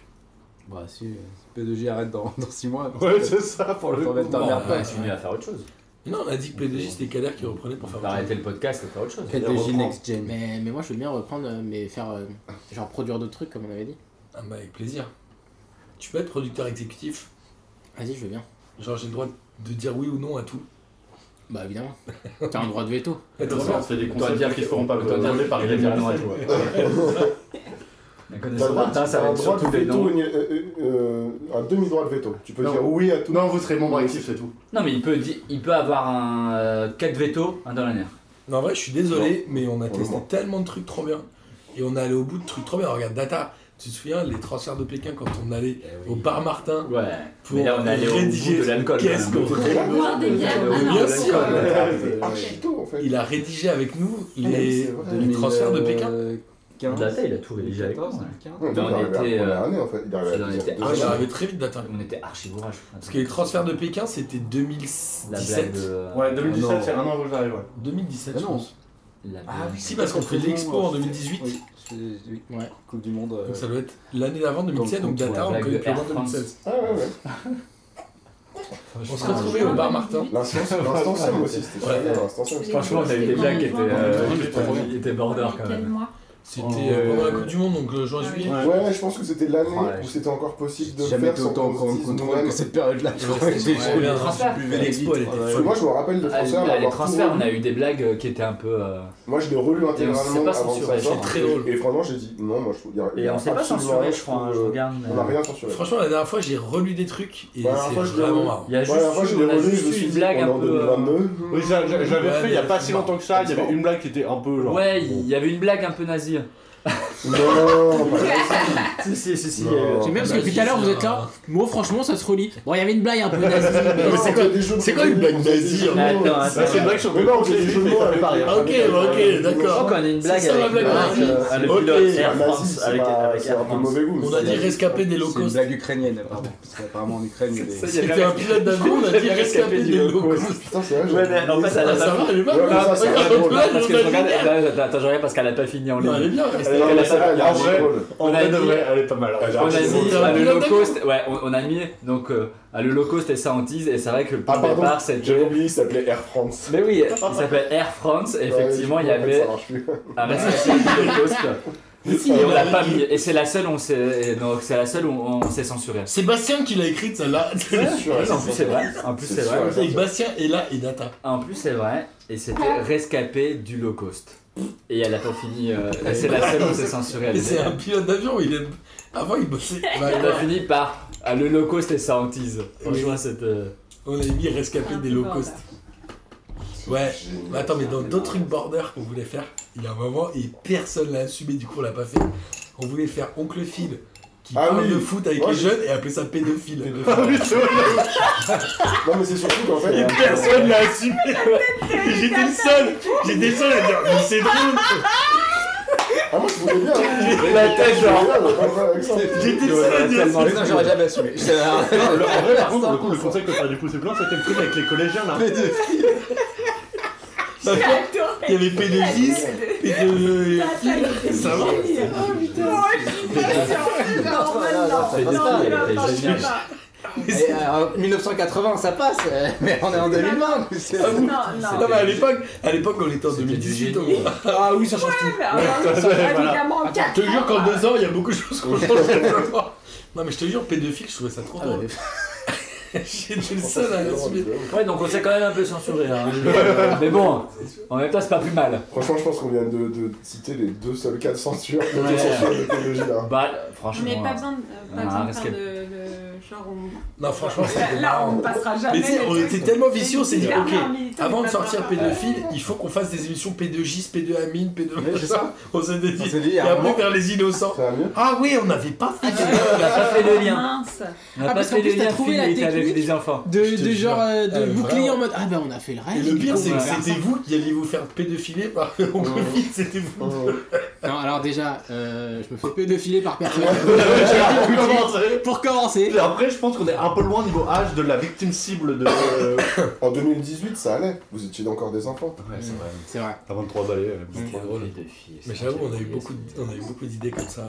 Speaker 6: Bah, si, euh, P2J arrête dans 6 mois.
Speaker 10: Ouais, c'est ça, pour le
Speaker 6: Faut
Speaker 10: coup.
Speaker 6: mettre ta
Speaker 4: Bon,
Speaker 6: merde
Speaker 4: bah,
Speaker 6: pas.
Speaker 11: tu finis euh, à faire autre chose.
Speaker 4: Non, on a dit que PDG c'était Kader qui reprenait pour faire
Speaker 11: Faut arrêter le podcast et faire autre chose.
Speaker 6: PDG Next Gen.
Speaker 8: Mais, mais moi, je veux bien reprendre, euh, mais faire. euh, genre produire d'autres trucs, comme on avait dit.
Speaker 4: Ah bah avec plaisir. Tu peux être producteur exécutif.
Speaker 8: Vas-y, je veux bien.
Speaker 4: Genre j'ai le droit de dire oui ou non à tout.
Speaker 8: Bah, évidemment. T'as un droit de veto.
Speaker 4: Et
Speaker 10: Ça, on fait des
Speaker 11: Autant
Speaker 10: concepts
Speaker 11: dire
Speaker 10: qui
Speaker 11: qu'il
Speaker 10: feront pas
Speaker 11: faut- autant dire
Speaker 10: voler par
Speaker 11: qu'il
Speaker 10: Guillaume
Speaker 11: faut dire
Speaker 10: Marcel,
Speaker 11: non à
Speaker 10: ouais.
Speaker 11: La
Speaker 7: T'as
Speaker 11: connaissance
Speaker 7: le droit-
Speaker 11: Martin, ça
Speaker 7: t'as
Speaker 11: va
Speaker 7: un
Speaker 11: être
Speaker 7: droit
Speaker 11: sur
Speaker 7: de
Speaker 11: tous les
Speaker 7: veto,
Speaker 11: noms.
Speaker 7: une- euh, euh, un demi-droit de veto. Tu peux
Speaker 10: Non.
Speaker 7: dire oui à tout.
Speaker 10: Non, vous serez membre actif, c'est tout.
Speaker 11: Non, mais il peut, di- il peut avoir un euh, 4 veto, un dans la nerf.
Speaker 4: Non, en vrai, je suis désolé, mais on a
Speaker 7: Pour le
Speaker 4: testé
Speaker 7: moment.
Speaker 4: tellement de trucs trop bien. Et on est allé au bout de trucs trop bien. Regarde, Data, tu te souviens, les transferts de Pékin quand on allait
Speaker 11: Eh
Speaker 4: au bar Martin
Speaker 11: Ouais.
Speaker 4: pour
Speaker 11: Mais là, on est allé au bout
Speaker 4: rédiger
Speaker 11: de l'alcool,
Speaker 4: Qu'est-ce
Speaker 11: quand
Speaker 4: qu'on
Speaker 11: même.
Speaker 4: Boire
Speaker 2: des bières.
Speaker 4: Bien sûr
Speaker 7: C'est archi ah, tôt, en fait.
Speaker 4: Il a rédigé avec nous
Speaker 7: Ah, mais
Speaker 4: les,
Speaker 7: c'est vrai.
Speaker 4: les transferts de Pékin.
Speaker 7: Euh,
Speaker 6: Euh, 15,
Speaker 11: Data, il a tout rédigé avec moi.
Speaker 6: 14,
Speaker 11: ouais.
Speaker 6: 15.
Speaker 7: Ouais,
Speaker 11: Mais
Speaker 7: Hum, donc,
Speaker 11: on
Speaker 7: il arrive à la
Speaker 11: était,
Speaker 7: première
Speaker 11: euh,
Speaker 7: année, en fait. Il arrive à
Speaker 11: on
Speaker 7: la deuxième-
Speaker 11: était
Speaker 7: deuxième
Speaker 4: Ah, il est
Speaker 7: année.
Speaker 4: arrivé très vite, Data.
Speaker 11: On était archi bourrage.
Speaker 4: Parce que les transferts de Pékin, c'était
Speaker 11: La blague
Speaker 4: 2017.
Speaker 11: de. Ah
Speaker 10: Ouais,
Speaker 6: non.
Speaker 10: 2017, c'est un an où j'arrive, ouais.
Speaker 4: 2017,
Speaker 6: Ah
Speaker 4: je
Speaker 6: non.
Speaker 4: pense.
Speaker 11: la blague.
Speaker 6: Ah oui,
Speaker 4: Si, parce qu'on fait l'expo en 2018.
Speaker 6: Oui, c'est- oui,
Speaker 8: Ouais.
Speaker 6: Coupe du Monde. euh,
Speaker 4: Donc ça doit être l'année d'avant 2017, donc
Speaker 6: Donc, on
Speaker 4: Data,
Speaker 11: trouve
Speaker 4: on
Speaker 11: la
Speaker 4: connaît
Speaker 11: blague
Speaker 4: plus
Speaker 11: de
Speaker 4: loin
Speaker 11: Air France.
Speaker 4: 2016.
Speaker 7: Ah ouais, ouais.
Speaker 4: On se retrouvait au bar Martin.
Speaker 7: L'instant l'instant somme aussi, c'était
Speaker 4: Ouais.
Speaker 7: super bien, l'instant somme.
Speaker 11: Franchement, on avait des blagues qui étaient, euh, qui étaient border quand même.
Speaker 2: mois
Speaker 4: C'était euh, pendant la Coupe du Monde, donc euh,
Speaker 2: Ah
Speaker 4: juin juillet.
Speaker 7: Ouais, ouais, je pense que c'était l'année où c'était encore possible de le
Speaker 4: jamais
Speaker 7: faire
Speaker 4: été
Speaker 7: sans
Speaker 4: autant
Speaker 7: qu'on se
Speaker 4: en
Speaker 7: dise
Speaker 4: contrôle
Speaker 7: Noël.
Speaker 4: que cette période-là, je
Speaker 7: Ouais,
Speaker 4: crois que
Speaker 7: c'est
Speaker 4: j'ai
Speaker 7: vrai.
Speaker 4: trop bien,
Speaker 7: Les transferts.
Speaker 11: je buvais les
Speaker 7: Expo, elle était
Speaker 11: Ouais.
Speaker 7: folle. Moi, je me rappelle de
Speaker 11: Ah,
Speaker 7: transferts,
Speaker 11: les- ah, les
Speaker 7: l'avoir
Speaker 11: transferts,
Speaker 7: tout
Speaker 11: on a eu des blagues euh, qui étaient un peu. euh,
Speaker 7: Moi, je l'ai relu
Speaker 11: et on
Speaker 7: intégralement
Speaker 11: s'est pas
Speaker 7: avant que
Speaker 11: censuré,
Speaker 7: ça sorte.
Speaker 11: c'est très drôle.
Speaker 7: Et franchement, j'ai dit non, moi je trouve. il y a- il y
Speaker 11: Et
Speaker 7: a
Speaker 11: on s'est pas
Speaker 7: absolument
Speaker 11: censuré,
Speaker 7: rien,
Speaker 11: je crois, hein, je
Speaker 7: trouve,
Speaker 11: regarde, mais-
Speaker 7: On n'a rien censuré.
Speaker 4: Franchement, la dernière fois, j'ai relu des trucs et
Speaker 7: Ouais, Bah, la
Speaker 4: c'est
Speaker 7: fois, je l'ai
Speaker 4: vraiment
Speaker 7: relu.
Speaker 4: marrant.
Speaker 11: Il y a
Speaker 7: Ouais, la fois, je l'ai relu, je me suis dit, on est
Speaker 11: euh,
Speaker 7: en 2022.
Speaker 10: Oui, ça, j'a- j'avais
Speaker 11: Ouais,
Speaker 10: fait il n'y a
Speaker 11: mais
Speaker 10: pas
Speaker 11: c'est
Speaker 10: si
Speaker 11: marrant.
Speaker 10: longtemps que ça, il y avait une blague qui était un peu genre.
Speaker 11: Ouais, il y avait une blague un peu nazir.
Speaker 7: Non,
Speaker 11: Si, si, si, si.
Speaker 10: Non.
Speaker 11: euh,
Speaker 8: J'aime bien parce que depuis tout à l'heure vous êtes là, moi franchement ça se relie. Bon, il y avait une blague un peu nazie.
Speaker 10: Mais c'est quoi- c'est quoi une blague nazie, hein Attends, attends. Bah, c'est une blague sur
Speaker 8: Mais
Speaker 10: Mais non, on fait des jeux de mots avec-
Speaker 8: Ah, ok,
Speaker 10: ok,
Speaker 8: d'accord.
Speaker 15: Je crois qu'on a une blague
Speaker 4: C'est ça,
Speaker 15: avec,
Speaker 4: ma blague
Speaker 15: euh,
Speaker 4: nazie.
Speaker 7: Ah,
Speaker 15: euh, le
Speaker 4: Ok,
Speaker 15: pilote Air
Speaker 4: nazie,
Speaker 15: France
Speaker 4: c'est
Speaker 15: avec,
Speaker 4: pas-
Speaker 15: avec
Speaker 4: c'est
Speaker 15: Air
Speaker 4: un peu
Speaker 15: France.
Speaker 4: mauvais goût, mais On a c'est- dit rescapé des low
Speaker 14: C'est une
Speaker 4: cost.
Speaker 14: blague ukrainienne, apparemment. Parce qu'apparemment en Ukraine, il y a des-
Speaker 4: Ça, il y C'était avait- un pilote d'avion, on a dit rescapé des low cost.
Speaker 7: Putain, c'est vrai,
Speaker 11: Ouais, mais en fait, elle a
Speaker 4: Ça va,
Speaker 11: pas
Speaker 4: elle est
Speaker 11: fini.
Speaker 4: pas mal.
Speaker 11: parce
Speaker 4: Ça,
Speaker 11: que-
Speaker 4: ça va, drôle.
Speaker 11: Oh parce que je regarde- bah,
Speaker 4: Elle
Speaker 11: attends, attends, je regarde parce qu'elle a pas fini en ligne.
Speaker 4: elle est bien,
Speaker 11: Parce
Speaker 4: elle est
Speaker 11: qu'elle a
Speaker 4: bien,
Speaker 11: pas-
Speaker 4: elle est
Speaker 11: en vrai-
Speaker 4: drôle.
Speaker 11: on
Speaker 10: En
Speaker 11: a
Speaker 10: vrai de
Speaker 11: dit-
Speaker 10: vrai, elle est pas mal. Elle est
Speaker 11: On a
Speaker 10: archi drôle.
Speaker 11: mis
Speaker 10: C'est un
Speaker 11: à le low
Speaker 10: pilote
Speaker 11: cost, ouais, on, on a mis donc euh, à le low cost et sa hantise, et c'est vrai que pour
Speaker 7: Ah,
Speaker 11: le
Speaker 7: pardon,
Speaker 11: départ, c'était.
Speaker 7: j'avais oublié, il s'appelait Air France.
Speaker 11: Mais oui, il s'appelle Air France, et
Speaker 7: Ouais,
Speaker 11: effectivement,
Speaker 7: Bah, du
Speaker 11: il
Speaker 7: coup,
Speaker 11: y
Speaker 7: en fait,
Speaker 11: avait
Speaker 7: ça marche plus.
Speaker 11: un responsable du low cost.
Speaker 4: Mais si,
Speaker 11: et on
Speaker 4: on
Speaker 11: l'a
Speaker 4: l'a
Speaker 11: pas
Speaker 4: dit.
Speaker 11: mis, et c'est la seule où on s'est et donc c'est la seule où on on s'est censuré.
Speaker 4: Sébastien qui l'a écrite celle-là.
Speaker 11: Ouais, en plus c'est vrai, en plus c'est vrai.
Speaker 4: Avec Bastien et là et Data.
Speaker 11: En plus, c'est vrai, et c'était rescapé du low cost. Et elle a pas fini. euh, c'est la seule où c'est censuré. elle
Speaker 4: Mais c'est
Speaker 11: est-
Speaker 4: un pilote d'avion, il est. Avant il bossait. Bah,
Speaker 11: Elle a
Speaker 4: voilà.
Speaker 11: fini par ah, le low cost et sa hantise. Franchement,
Speaker 4: Oui.
Speaker 11: c'était. euh,
Speaker 4: On a mis rescapé des low cost. Ouais, mais attends, mais dans d'autres trucs border qu'on voulait faire, il y a un moment et personne l'a assumé, du coup on l'a pas fait. On voulait faire Oncle Phil qui
Speaker 7: Ah
Speaker 4: parle
Speaker 7: oui.
Speaker 4: de foot avec
Speaker 7: Ouais,
Speaker 4: les
Speaker 7: j'ai-
Speaker 4: jeunes et appeler ça pédophile. Ah
Speaker 7: Non, mais c'est surtout qu'en fait.
Speaker 4: Et
Speaker 10: Personne l'a assumé. J'étais le seul. J'étais le seul à dire mais c'est drôle.
Speaker 7: Ah, moi je voulais bien. hein.
Speaker 10: La tête,
Speaker 7: Je
Speaker 10: genre.
Speaker 7: voulais bien, mais pas mal avec ça.
Speaker 10: J'étais le seul à dire ça. Non, le- en vrai, par contre, le coup, le conseil que t'as du coup, c'est plein, c'était le truc avec les collégiens là.
Speaker 4: Bah, Il y avait P210,
Speaker 10: E,
Speaker 4: P2... Ça va
Speaker 14: Et, euh, en 1980, ça passe, euh, mais on est en 2020. c'est-
Speaker 4: Ah, vous
Speaker 14: Non,
Speaker 4: Non, mais à l'époque, à l'époque, on était en 2018. on- Ah oui, ça change tout.
Speaker 12: alors, ça change évidemment en
Speaker 4: Je
Speaker 12: quatre
Speaker 4: te jure qu'en deux ans, il y a beaucoup de choses qu'on change complètement. Non, mais je te jure, pédophile, je trouvais ça
Speaker 8: Ah
Speaker 4: trop drôle. J'étais le seul à l'assumer.
Speaker 11: Ouais, donc on s'est quand même un peu censuré. hein. Mais bon, en même temps, c'est pas plus mal.
Speaker 7: Franchement, je pense qu'on vient de, de citer les deux seuls cas de censure, de
Speaker 11: Ouais.
Speaker 7: censure de pédologie là.
Speaker 11: Bah, franchement.
Speaker 2: Mais pas besoin de,
Speaker 11: on
Speaker 2: euh,
Speaker 11: a
Speaker 2: pas besoin
Speaker 11: un
Speaker 2: de
Speaker 11: risque.
Speaker 2: faire de, le- genre on...
Speaker 4: Non, franchement, c'était
Speaker 2: Là, on
Speaker 4: marrant.
Speaker 2: passera jamais.
Speaker 4: Mais tu sais,
Speaker 2: les
Speaker 4: on
Speaker 2: trucs.
Speaker 4: était tellement vicieux, on s'est dit,
Speaker 2: Les
Speaker 4: ok,
Speaker 2: armes militaires,
Speaker 4: avant de
Speaker 2: les
Speaker 4: sortir
Speaker 2: armes.
Speaker 4: pédophile, il faut qu'on fasse des émissions P2J, P2 Amine, P2.
Speaker 14: c'est ça.
Speaker 4: On s'est dit,
Speaker 14: s'est dit, il y
Speaker 4: et
Speaker 14: a un
Speaker 4: après
Speaker 14: moment-
Speaker 4: vers les innocents. Ah oui, on n'avait pas fait
Speaker 11: On n'a pas fait le lien.
Speaker 2: Ah, Mince.
Speaker 11: On n'a
Speaker 8: Ah,
Speaker 11: pas
Speaker 8: parce qu'en
Speaker 11: fait le
Speaker 8: plus, t'as
Speaker 11: lien
Speaker 8: trouvé
Speaker 11: film
Speaker 8: la
Speaker 11: était avec
Speaker 8: technique
Speaker 11: des enfants.
Speaker 8: De, de genre
Speaker 4: Ah,
Speaker 8: euh, de
Speaker 4: mais
Speaker 8: bouclier
Speaker 4: vraiment.
Speaker 8: en mode Ah bah on a fait le
Speaker 4: Et
Speaker 8: reste.
Speaker 4: le pire,
Speaker 8: du coup,
Speaker 4: c'est que
Speaker 8: on va faire
Speaker 4: c'était
Speaker 8: ça.
Speaker 4: vous qui alliez vous faire pédophiler par oncle Phil, c'était
Speaker 10: Oh.
Speaker 4: vous.
Speaker 8: Non, alors déjà, euh, je me fais pédophiler par personne.
Speaker 10: Pour commencer.
Speaker 8: Pour commencer.
Speaker 10: Et après, je pense qu'on est un peu loin niveau âge de la victime cible de. euh,
Speaker 7: En 2018, ça allait. Vous étiez encore des enfants.
Speaker 10: Ouais, c'est vrai.
Speaker 8: C'est vrai.
Speaker 10: À 23 balais.
Speaker 4: Mais j'avoue, on a eu beaucoup, de- on a eu beaucoup d'idées comme ça.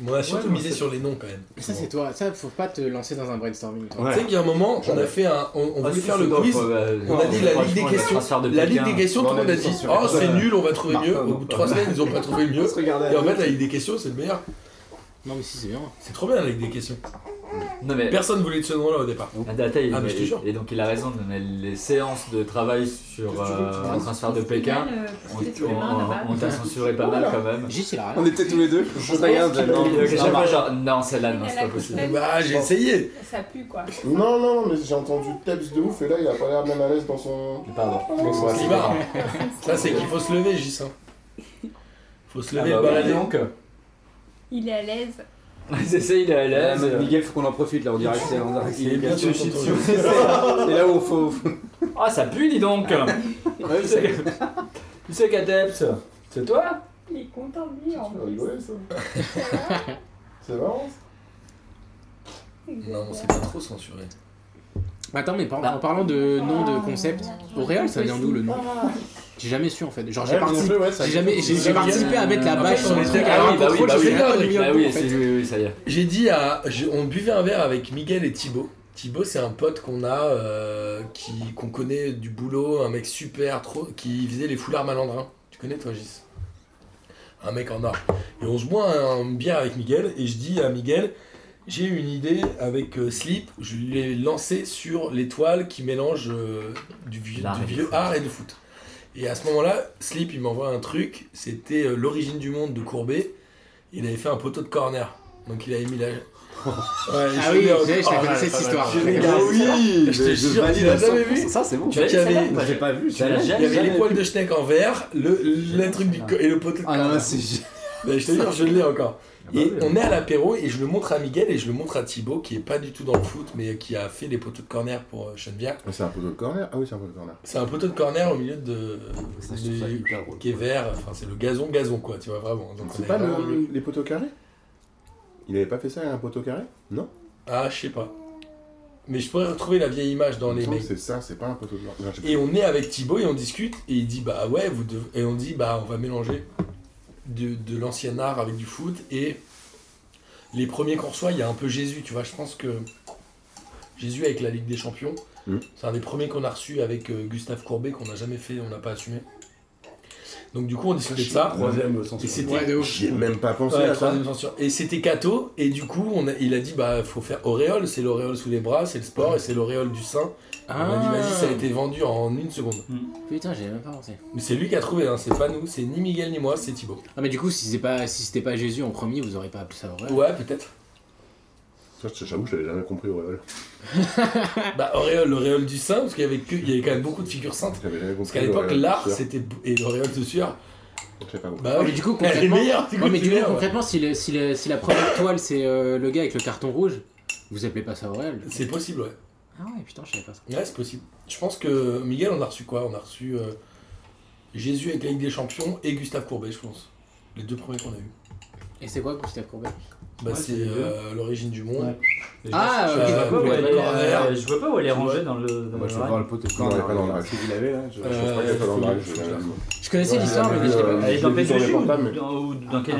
Speaker 4: Mais On a surtout
Speaker 8: Ouais, mais
Speaker 4: misé
Speaker 8: c'est-
Speaker 4: sur les noms quand même.
Speaker 8: Mais ça c'est toi, ça faut pas te lancer dans un brainstorming. toi.
Speaker 4: Tu sais qu'il y a un moment, on a fait un, on, on
Speaker 11: Ah,
Speaker 4: voulait
Speaker 11: si,
Speaker 4: faire
Speaker 11: c'est
Speaker 4: le
Speaker 11: bon,
Speaker 4: quiz.
Speaker 11: faut, euh,
Speaker 4: on a dit la
Speaker 11: franchement,
Speaker 4: Ligue des
Speaker 11: le hein.
Speaker 4: questions.
Speaker 11: transfert de
Speaker 4: La
Speaker 11: Pékin.
Speaker 4: Ligue des questions,
Speaker 11: Bon,
Speaker 4: tout le
Speaker 11: on
Speaker 4: monde a
Speaker 11: avait
Speaker 4: dit
Speaker 11: censuré.
Speaker 4: Oh, c'est
Speaker 11: Ouais.
Speaker 4: nul, on va trouver
Speaker 11: Martin,
Speaker 4: mieux. Au bout de trois semaines, ils ont pas trouvé mieux. Et en fait, la Ligue des questions, c'est le meilleur.
Speaker 8: Non, mais si, c'est bien.
Speaker 4: C'est trop bien la Ligue des questions.
Speaker 11: Non, mais-
Speaker 4: Personne voulait de ce nom-là au départ.
Speaker 11: La data, il-
Speaker 4: Ah, mais je te jure.
Speaker 11: et donc il a raison, mais les séances de travail sur euh, un transfert de Pékin,
Speaker 2: euh,
Speaker 11: on, on- on- on t'a censuré pas mal quand même.
Speaker 14: On était tous les deux. Je regarde.
Speaker 11: Et donc, à chaque fois, genre, non,
Speaker 7: là,
Speaker 11: celle-là, non, c'est pas possible.
Speaker 4: Bah, j'ai essayé.
Speaker 2: Ça pue quoi.
Speaker 7: Non, non, non, mais j'ai entendu Teps de ouf et là, il a pas l'air même à l'aise dans son.
Speaker 11: Pardon.
Speaker 7: Dans son
Speaker 4: C'est
Speaker 7: slibard.
Speaker 4: marrant. Ça, c'est qu'il faut se lever, Gissin. Faut se
Speaker 11: Ah
Speaker 4: lever,
Speaker 11: bah,
Speaker 4: balader.
Speaker 11: oui, donc.
Speaker 2: Il est à l'aise.
Speaker 11: C'est ça, il est à l'aise.
Speaker 14: Euh, Miguel, faut qu'on en profite là, on dirait que c'est on dirait que
Speaker 11: Il
Speaker 14: c'est
Speaker 11: est bien
Speaker 14: une
Speaker 11: sur
Speaker 14: question.
Speaker 11: ton
Speaker 14: C'est
Speaker 11: jeu.
Speaker 14: c'est là où on faut.
Speaker 11: Ah, ça pue, dis donc Tu sais que- Tu sais qu'Adept, c'est toi
Speaker 2: Il est content de lui en
Speaker 7: Ça va rigoler, ça. C'est marrant.
Speaker 4: Non, on s'est pas trop censuré.
Speaker 8: Bah, Attends, mais par- en parlant de nom de concept, Auréole, ça vient d'où le nom J'ai jamais su en fait. Genre, j'ai
Speaker 4: Ouais,
Speaker 8: participé,
Speaker 4: bien sûr, ouais, ça
Speaker 8: j'ai
Speaker 4: vient
Speaker 8: jamais,
Speaker 4: d'où
Speaker 8: j'ai-
Speaker 4: Ça
Speaker 8: j'ai
Speaker 4: vient-
Speaker 8: participé à mettre la
Speaker 4: En
Speaker 8: bâche
Speaker 4: fait,
Speaker 8: sur
Speaker 4: on
Speaker 8: le
Speaker 4: était-
Speaker 8: truc.
Speaker 4: ah
Speaker 8: alors,
Speaker 4: oui, bah oui,
Speaker 8: contrôle,
Speaker 4: bah
Speaker 8: je
Speaker 4: oui,
Speaker 8: sais pas,
Speaker 4: bah
Speaker 8: le
Speaker 4: oui,
Speaker 8: numéro,
Speaker 4: bah
Speaker 8: en
Speaker 4: oui,
Speaker 8: fait.
Speaker 4: c'est J'ai dit à. j'ai- On buvait un verre avec Miguel et Thibaut. Thibaut, c'est un pote qu'on a, euh, qui qu'on connaît du boulot, un mec super, trop, qui faisait les foulards malandrins. Tu connais toi, Gis un mec en or. Et on se boit un, une bière avec Miguel, et je dis à Miguel, j'ai une idée avec euh, Sleep, je l'ai lancé sur l'étoile qui mélange euh, du vieux,
Speaker 11: L'art
Speaker 4: du
Speaker 11: et le
Speaker 4: vieux art et du foot. Et à ce moment-là, Sleep, il m'envoie un truc, c'était euh, l'origine du monde de Courbet, il avait fait un poteau de corner. Donc il avait mis la... Ouais,
Speaker 8: Ah
Speaker 4: je
Speaker 8: oui,
Speaker 4: l'ai en-
Speaker 8: je l'ai, je la
Speaker 4: Oh là
Speaker 8: connaissais,
Speaker 4: là,
Speaker 8: cette
Speaker 4: là
Speaker 8: histoire.
Speaker 4: là, je l'ai-
Speaker 8: Ah oui,
Speaker 4: je te
Speaker 8: je- je
Speaker 4: jure, tu
Speaker 8: valide
Speaker 4: l'as
Speaker 8: à
Speaker 4: jamais
Speaker 8: 100%.
Speaker 4: vu
Speaker 8: Ça, c'est bon.
Speaker 4: Tu
Speaker 8: J'avais-
Speaker 4: l'avais-
Speaker 8: celle-là, moi, j'ai pas vu,
Speaker 4: Il y avait-
Speaker 8: celle-là.
Speaker 4: il y avait
Speaker 8: Jamais
Speaker 4: les poils de Schneck en vert, le, le truc du co- et le poteau de Ah non, c'est Je te jure, je l'ai encore.
Speaker 11: Ah bah
Speaker 4: Et on est à l'apéro et je le montre à Miguel et je le montre à Thibaut qui est pas du tout dans le foot mais qui a fait les poteaux de corner pour euh, Chennevières.
Speaker 7: Ah, C'est un poteau de corner Ah oui, c'est un poteau de corner.
Speaker 4: C'est un poteau de corner au milieu de, de- qui est vert, enfin c'est le gazon gazon quoi, tu vois vraiment. Donc, on
Speaker 7: C'est
Speaker 4: est
Speaker 7: pas
Speaker 4: vraiment au milieu.
Speaker 7: le- les poteaux carrés Il avait pas fait ça avec un poteau carré Non
Speaker 4: Ah, je sais pas. Mais je pourrais retrouver la vieille image dans
Speaker 7: Il me
Speaker 4: les
Speaker 7: semble
Speaker 4: mails.
Speaker 7: que C'est ça, c'est pas un poteau de Non, je sais
Speaker 4: Et on est avec Thibaut et on discute et il dit bah ouais vous devez- et on dit bah on va mélanger de, de l'ancien art avec du foot et les premiers qu'on reçoit il y a un peu Jésus tu vois je pense que Jésus avec la Ligue des Champions
Speaker 7: Mhm.
Speaker 4: c'est un des premiers qu'on a reçu avec euh, Gustave Courbet qu'on n'a jamais fait on n'a pas assumé donc du coup on discutait de ça
Speaker 7: Troisième
Speaker 4: et
Speaker 7: censure.
Speaker 4: c'était
Speaker 7: Ouais, de ouf. J'y ai même pas pensé à ça.
Speaker 4: troisième censure. et c'était Cato et du coup on a- il a dit bah faut faire auréole c'est l'auréole sous les bras c'est le sport et c'est l'auréole du sein on a dit
Speaker 8: Ah.
Speaker 4: vas-y ça a été vendu en une seconde
Speaker 8: Putain, j'avais même pas pensé.
Speaker 4: mais c'est lui qui a trouvé, hein, c'est pas nous, c'est ni Miguel ni moi, c'est Thibaut.
Speaker 8: Ah, mais du coup, si c'était pas, si c'était pas Jésus en premier, vous auriez pas appelé ça vrai
Speaker 4: Ouais, peut-être.
Speaker 7: pas. Ça, j'avoue, je l'avais jamais compris, Auréole.
Speaker 4: Bah Auréole, l'auréole du sein, parce qu'il y avait, que- il y avait quand même beaucoup de figures saintes. Parce qu'à l'époque,
Speaker 7: l'auréole du
Speaker 4: l'art,
Speaker 7: sueur.
Speaker 4: c'était. bou- Et l'auréole de sueur. Bah
Speaker 8: Ouais,
Speaker 4: oui,
Speaker 8: mais du coup,
Speaker 4: elle est
Speaker 8: concrètement,
Speaker 4: meilleure, c'est
Speaker 8: Ouais,
Speaker 4: quoi
Speaker 8: mais
Speaker 4: tu
Speaker 8: du coup,
Speaker 4: veux, ouais.
Speaker 8: concrètement, si, le- si, le- si la première toile c'est euh, le gars avec le carton rouge, vous appelez pas ça Aurel
Speaker 4: C'est possible, ouais.
Speaker 8: Ah ouais, putain, je savais pas ça.
Speaker 4: Ouais, c'est possible. Je pense que Miguel, on a reçu quoi On a reçu euh, Jésus avec la Ligue des Champions et Gustave Courbet, je pense. Les deux premiers qu'on a eu.
Speaker 8: Et c'est quoi Gustave Courbet
Speaker 4: Bah
Speaker 8: Ouais,
Speaker 4: c'est
Speaker 8: c'est les deux.
Speaker 4: euh, l'origine du monde.
Speaker 8: Et Ah, je- je
Speaker 4: Euh,
Speaker 8: vois pas où elle est-
Speaker 4: corner.
Speaker 11: euh, je vois pas où elle est rangée dans le- dans Moi, je le vais voir rack. le pot de corner.
Speaker 7: Non, pas dans le rack.
Speaker 11: Si vous l'avez, là, je- je pense
Speaker 7: Euh,
Speaker 11: pas qu'il y ait ça dans le rack,
Speaker 7: faut-
Speaker 11: je vais la-
Speaker 7: faut-
Speaker 8: Je connaissais l'histoire, mais
Speaker 7: vu,
Speaker 8: je l'ai pas
Speaker 7: euh,
Speaker 8: vu.
Speaker 7: j'ai vu dans les portables, mais-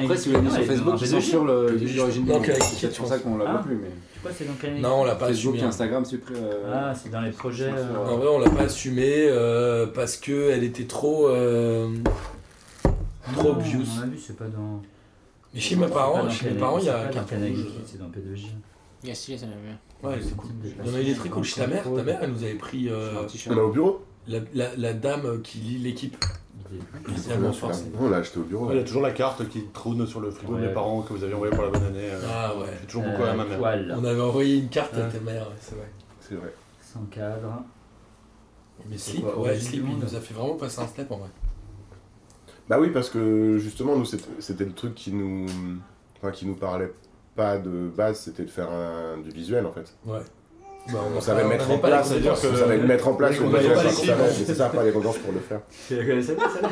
Speaker 14: Après, si vous l'avez mis sur Facebook, ils sont sur le livre d'origine du
Speaker 4: Non,
Speaker 14: monde.
Speaker 4: quel-
Speaker 14: C'est pour ça qu'on l'a
Speaker 11: Ah.
Speaker 14: pas plus. Mais...
Speaker 11: Je sais pas, c'est dans quel-
Speaker 4: Non, on l'a
Speaker 7: Ah,
Speaker 4: pas
Speaker 14: Facebook
Speaker 4: assumé. hein.
Speaker 14: et Instagram suppriment. euh,
Speaker 11: Ah, c'est dans les projets. euh,
Speaker 4: En vrai, on l'a pas assumé euh, parce que elle était trop. euh, trop
Speaker 11: Non,
Speaker 4: obvious.
Speaker 11: à mon avis, c'est pas dans.
Speaker 4: Mais chez mes
Speaker 11: C'est
Speaker 4: parents-
Speaker 11: pas dans
Speaker 4: chez
Speaker 11: Canal-
Speaker 4: mes parents, il y a
Speaker 11: c'est pas dans
Speaker 4: Carton
Speaker 11: Canal
Speaker 4: Rouge.
Speaker 11: Geek, C'est dans P2J.
Speaker 8: Yeah, si, ça l'a vu.
Speaker 4: Ouais, c'est cool. Il y en a eu des très cool chez ta mère. Ta mère, elle nous avait pris. euh,
Speaker 7: On l'a au bureau
Speaker 4: la, la- la dame qui lit l'équipe. Initialement forcée.
Speaker 7: On l'a acheté au bureau.
Speaker 10: Il y a toujours la carte qui trône sur le frigo de mes parents que vous avez envoyé pour la bonne année. euh,
Speaker 4: Ah ouais.
Speaker 10: je fais toujours beaucoup à ma mère.
Speaker 4: On avait envoyé une carte à
Speaker 10: Ouais.
Speaker 4: ta mère, ouais, c'est vrai.
Speaker 7: C'est vrai.
Speaker 11: Sans cadre.
Speaker 4: Mais
Speaker 11: C'est
Speaker 4: Sleep,
Speaker 11: quoi,
Speaker 4: ouais,
Speaker 11: Origine
Speaker 4: Sleep,
Speaker 11: du
Speaker 4: il
Speaker 11: monde
Speaker 4: nous a fait vraiment passer un step en vrai.
Speaker 7: Bah oui, parce que justement, nous, c'était c'était le truc qui nous, enfin, qui nous parlait pas de base, c'était de faire un- du visuel en fait.
Speaker 4: Ouais.
Speaker 7: on, savait le mettre
Speaker 4: avait
Speaker 7: en
Speaker 4: Bah, pas les
Speaker 7: place,
Speaker 4: compétences.
Speaker 7: on savait le mettre en place,
Speaker 4: On
Speaker 7: on
Speaker 4: avait
Speaker 7: savait,
Speaker 4: pas les
Speaker 7: on savait,
Speaker 4: compétences.
Speaker 7: c'est ça, pas les compétences pour le faire.
Speaker 11: Tu la connaissais pas celle-là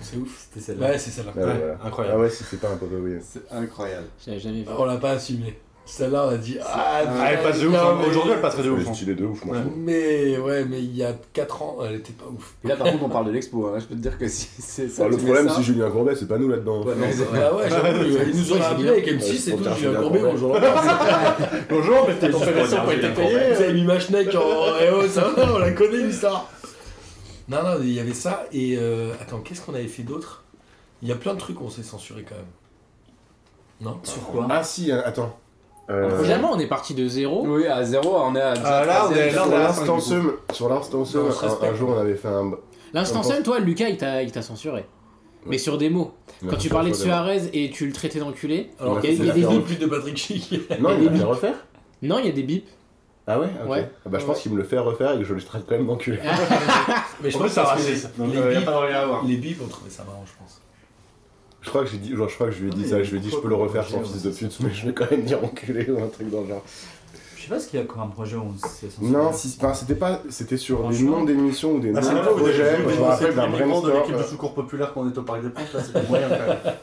Speaker 4: C'est ouf.
Speaker 11: C'était celle-là.
Speaker 4: Ouais, c'est celle-là.
Speaker 7: Ouais, voilà.
Speaker 4: incroyable.
Speaker 7: Ah ouais, si c'est pas un poteau, oui.
Speaker 14: C'est incroyable.
Speaker 8: J'avais jamais vu.
Speaker 4: On l'a pas assumé. Celle-là, on a dit Ah,
Speaker 10: Ah, elle
Speaker 4: putain,
Speaker 10: passe de ouf,
Speaker 4: non,
Speaker 10: hein.
Speaker 4: mais-
Speaker 10: Aujourd'hui, elle passerait de ouf. hein.
Speaker 7: Il est de ouf, moi.
Speaker 10: Ouais.
Speaker 7: je trouve.
Speaker 4: Mais ouais, mais il y a 4 ans, elle était pas ouf.
Speaker 14: Et là, par contre, on parle de l'expo. hein. Là, je peux te dire que si c'est ça.
Speaker 7: Enfin, Bah, le
Speaker 14: tu mets
Speaker 7: problème,
Speaker 14: ça-
Speaker 7: c'est Julien Courbet, c'est pas nous là-dedans.
Speaker 14: Ouais, mais-
Speaker 4: Bah ouais, j'avoue, ils nous auraient appelé avec M6 et tout, Julien Courbet, bonjour.
Speaker 10: Bonjour, mais
Speaker 4: t'es
Speaker 10: ton opération n'a pas été payée.
Speaker 4: Vous avez mis ma schneck en eh oh, ça va, on la connaît l'histoire. Non, non, il y avait ça, et euh, attends, qu'est-ce qu'on avait fait d'autre Il y a plein de trucs qu'on s'est censuré quand même. Non Sur quoi
Speaker 7: Ah si, euh, attends. Euh,
Speaker 8: Finalement, on est parti de zéro.
Speaker 14: Oui, à zéro, on est à.
Speaker 8: Ah, là, on est- là, on
Speaker 7: sur
Speaker 8: est à la
Speaker 7: l'instant
Speaker 8: fin, du
Speaker 7: seum, sur l'instant seum,
Speaker 8: Non, on se
Speaker 7: un,
Speaker 8: respecte.
Speaker 7: un jour on avait fait un.
Speaker 8: L'instant
Speaker 7: on pense-
Speaker 8: scène, toi, Lucas, il t'a il t'a censuré. Mais sur des mots.
Speaker 7: Ouais,
Speaker 8: Quand tu
Speaker 7: sur-
Speaker 8: parlais de
Speaker 7: sur des mots.
Speaker 8: Suarez et tu le traitais d'enculé,
Speaker 7: Alors,
Speaker 8: il y a- il y a
Speaker 7: c'est
Speaker 8: des
Speaker 7: la
Speaker 8: bips.
Speaker 4: Plus de Patrick Chic.
Speaker 7: Non, il
Speaker 8: Il y a
Speaker 7: va
Speaker 8: des
Speaker 7: me
Speaker 8: bips.
Speaker 7: faire refaire
Speaker 8: Non, il y a des bips.
Speaker 7: Ah ouais Ok.
Speaker 8: Ouais.
Speaker 7: Ah Bah, je pense qu'il me le fait refaire et que je le traite quand même d'enculé.
Speaker 4: Mais je
Speaker 10: En
Speaker 4: pense
Speaker 10: fait, ça
Speaker 4: parce que
Speaker 10: raciste,
Speaker 4: les-
Speaker 10: donc,
Speaker 4: les
Speaker 10: euh, y a
Speaker 4: bips-
Speaker 10: pas de regret à avoir.
Speaker 4: Les bips ont trouvé ça marrant, je pense.
Speaker 7: Je crois que j'ai dit, genre, je crois que je lui ai dit ça, je lui ai dit je peux le refaire sans fils de pute, mais je vais quand même dire enculé ou un truc dans le genre.
Speaker 11: Je sais pas ce qu'il y a encore un projet où on s'est censuré.
Speaker 7: Non, si- enfin, c'était pas, c'était sur des noms d'émissions ou des noms
Speaker 10: Ah, c'est
Speaker 7: de
Speaker 10: là où vous avez
Speaker 7: projets,
Speaker 10: joué
Speaker 7: je
Speaker 10: des
Speaker 7: me rappelle d'un
Speaker 10: anciens migrants de
Speaker 7: brainstorm.
Speaker 10: l'équipe de secours populaire quand on est au Parc des Princes, là, c'est moyen quand même.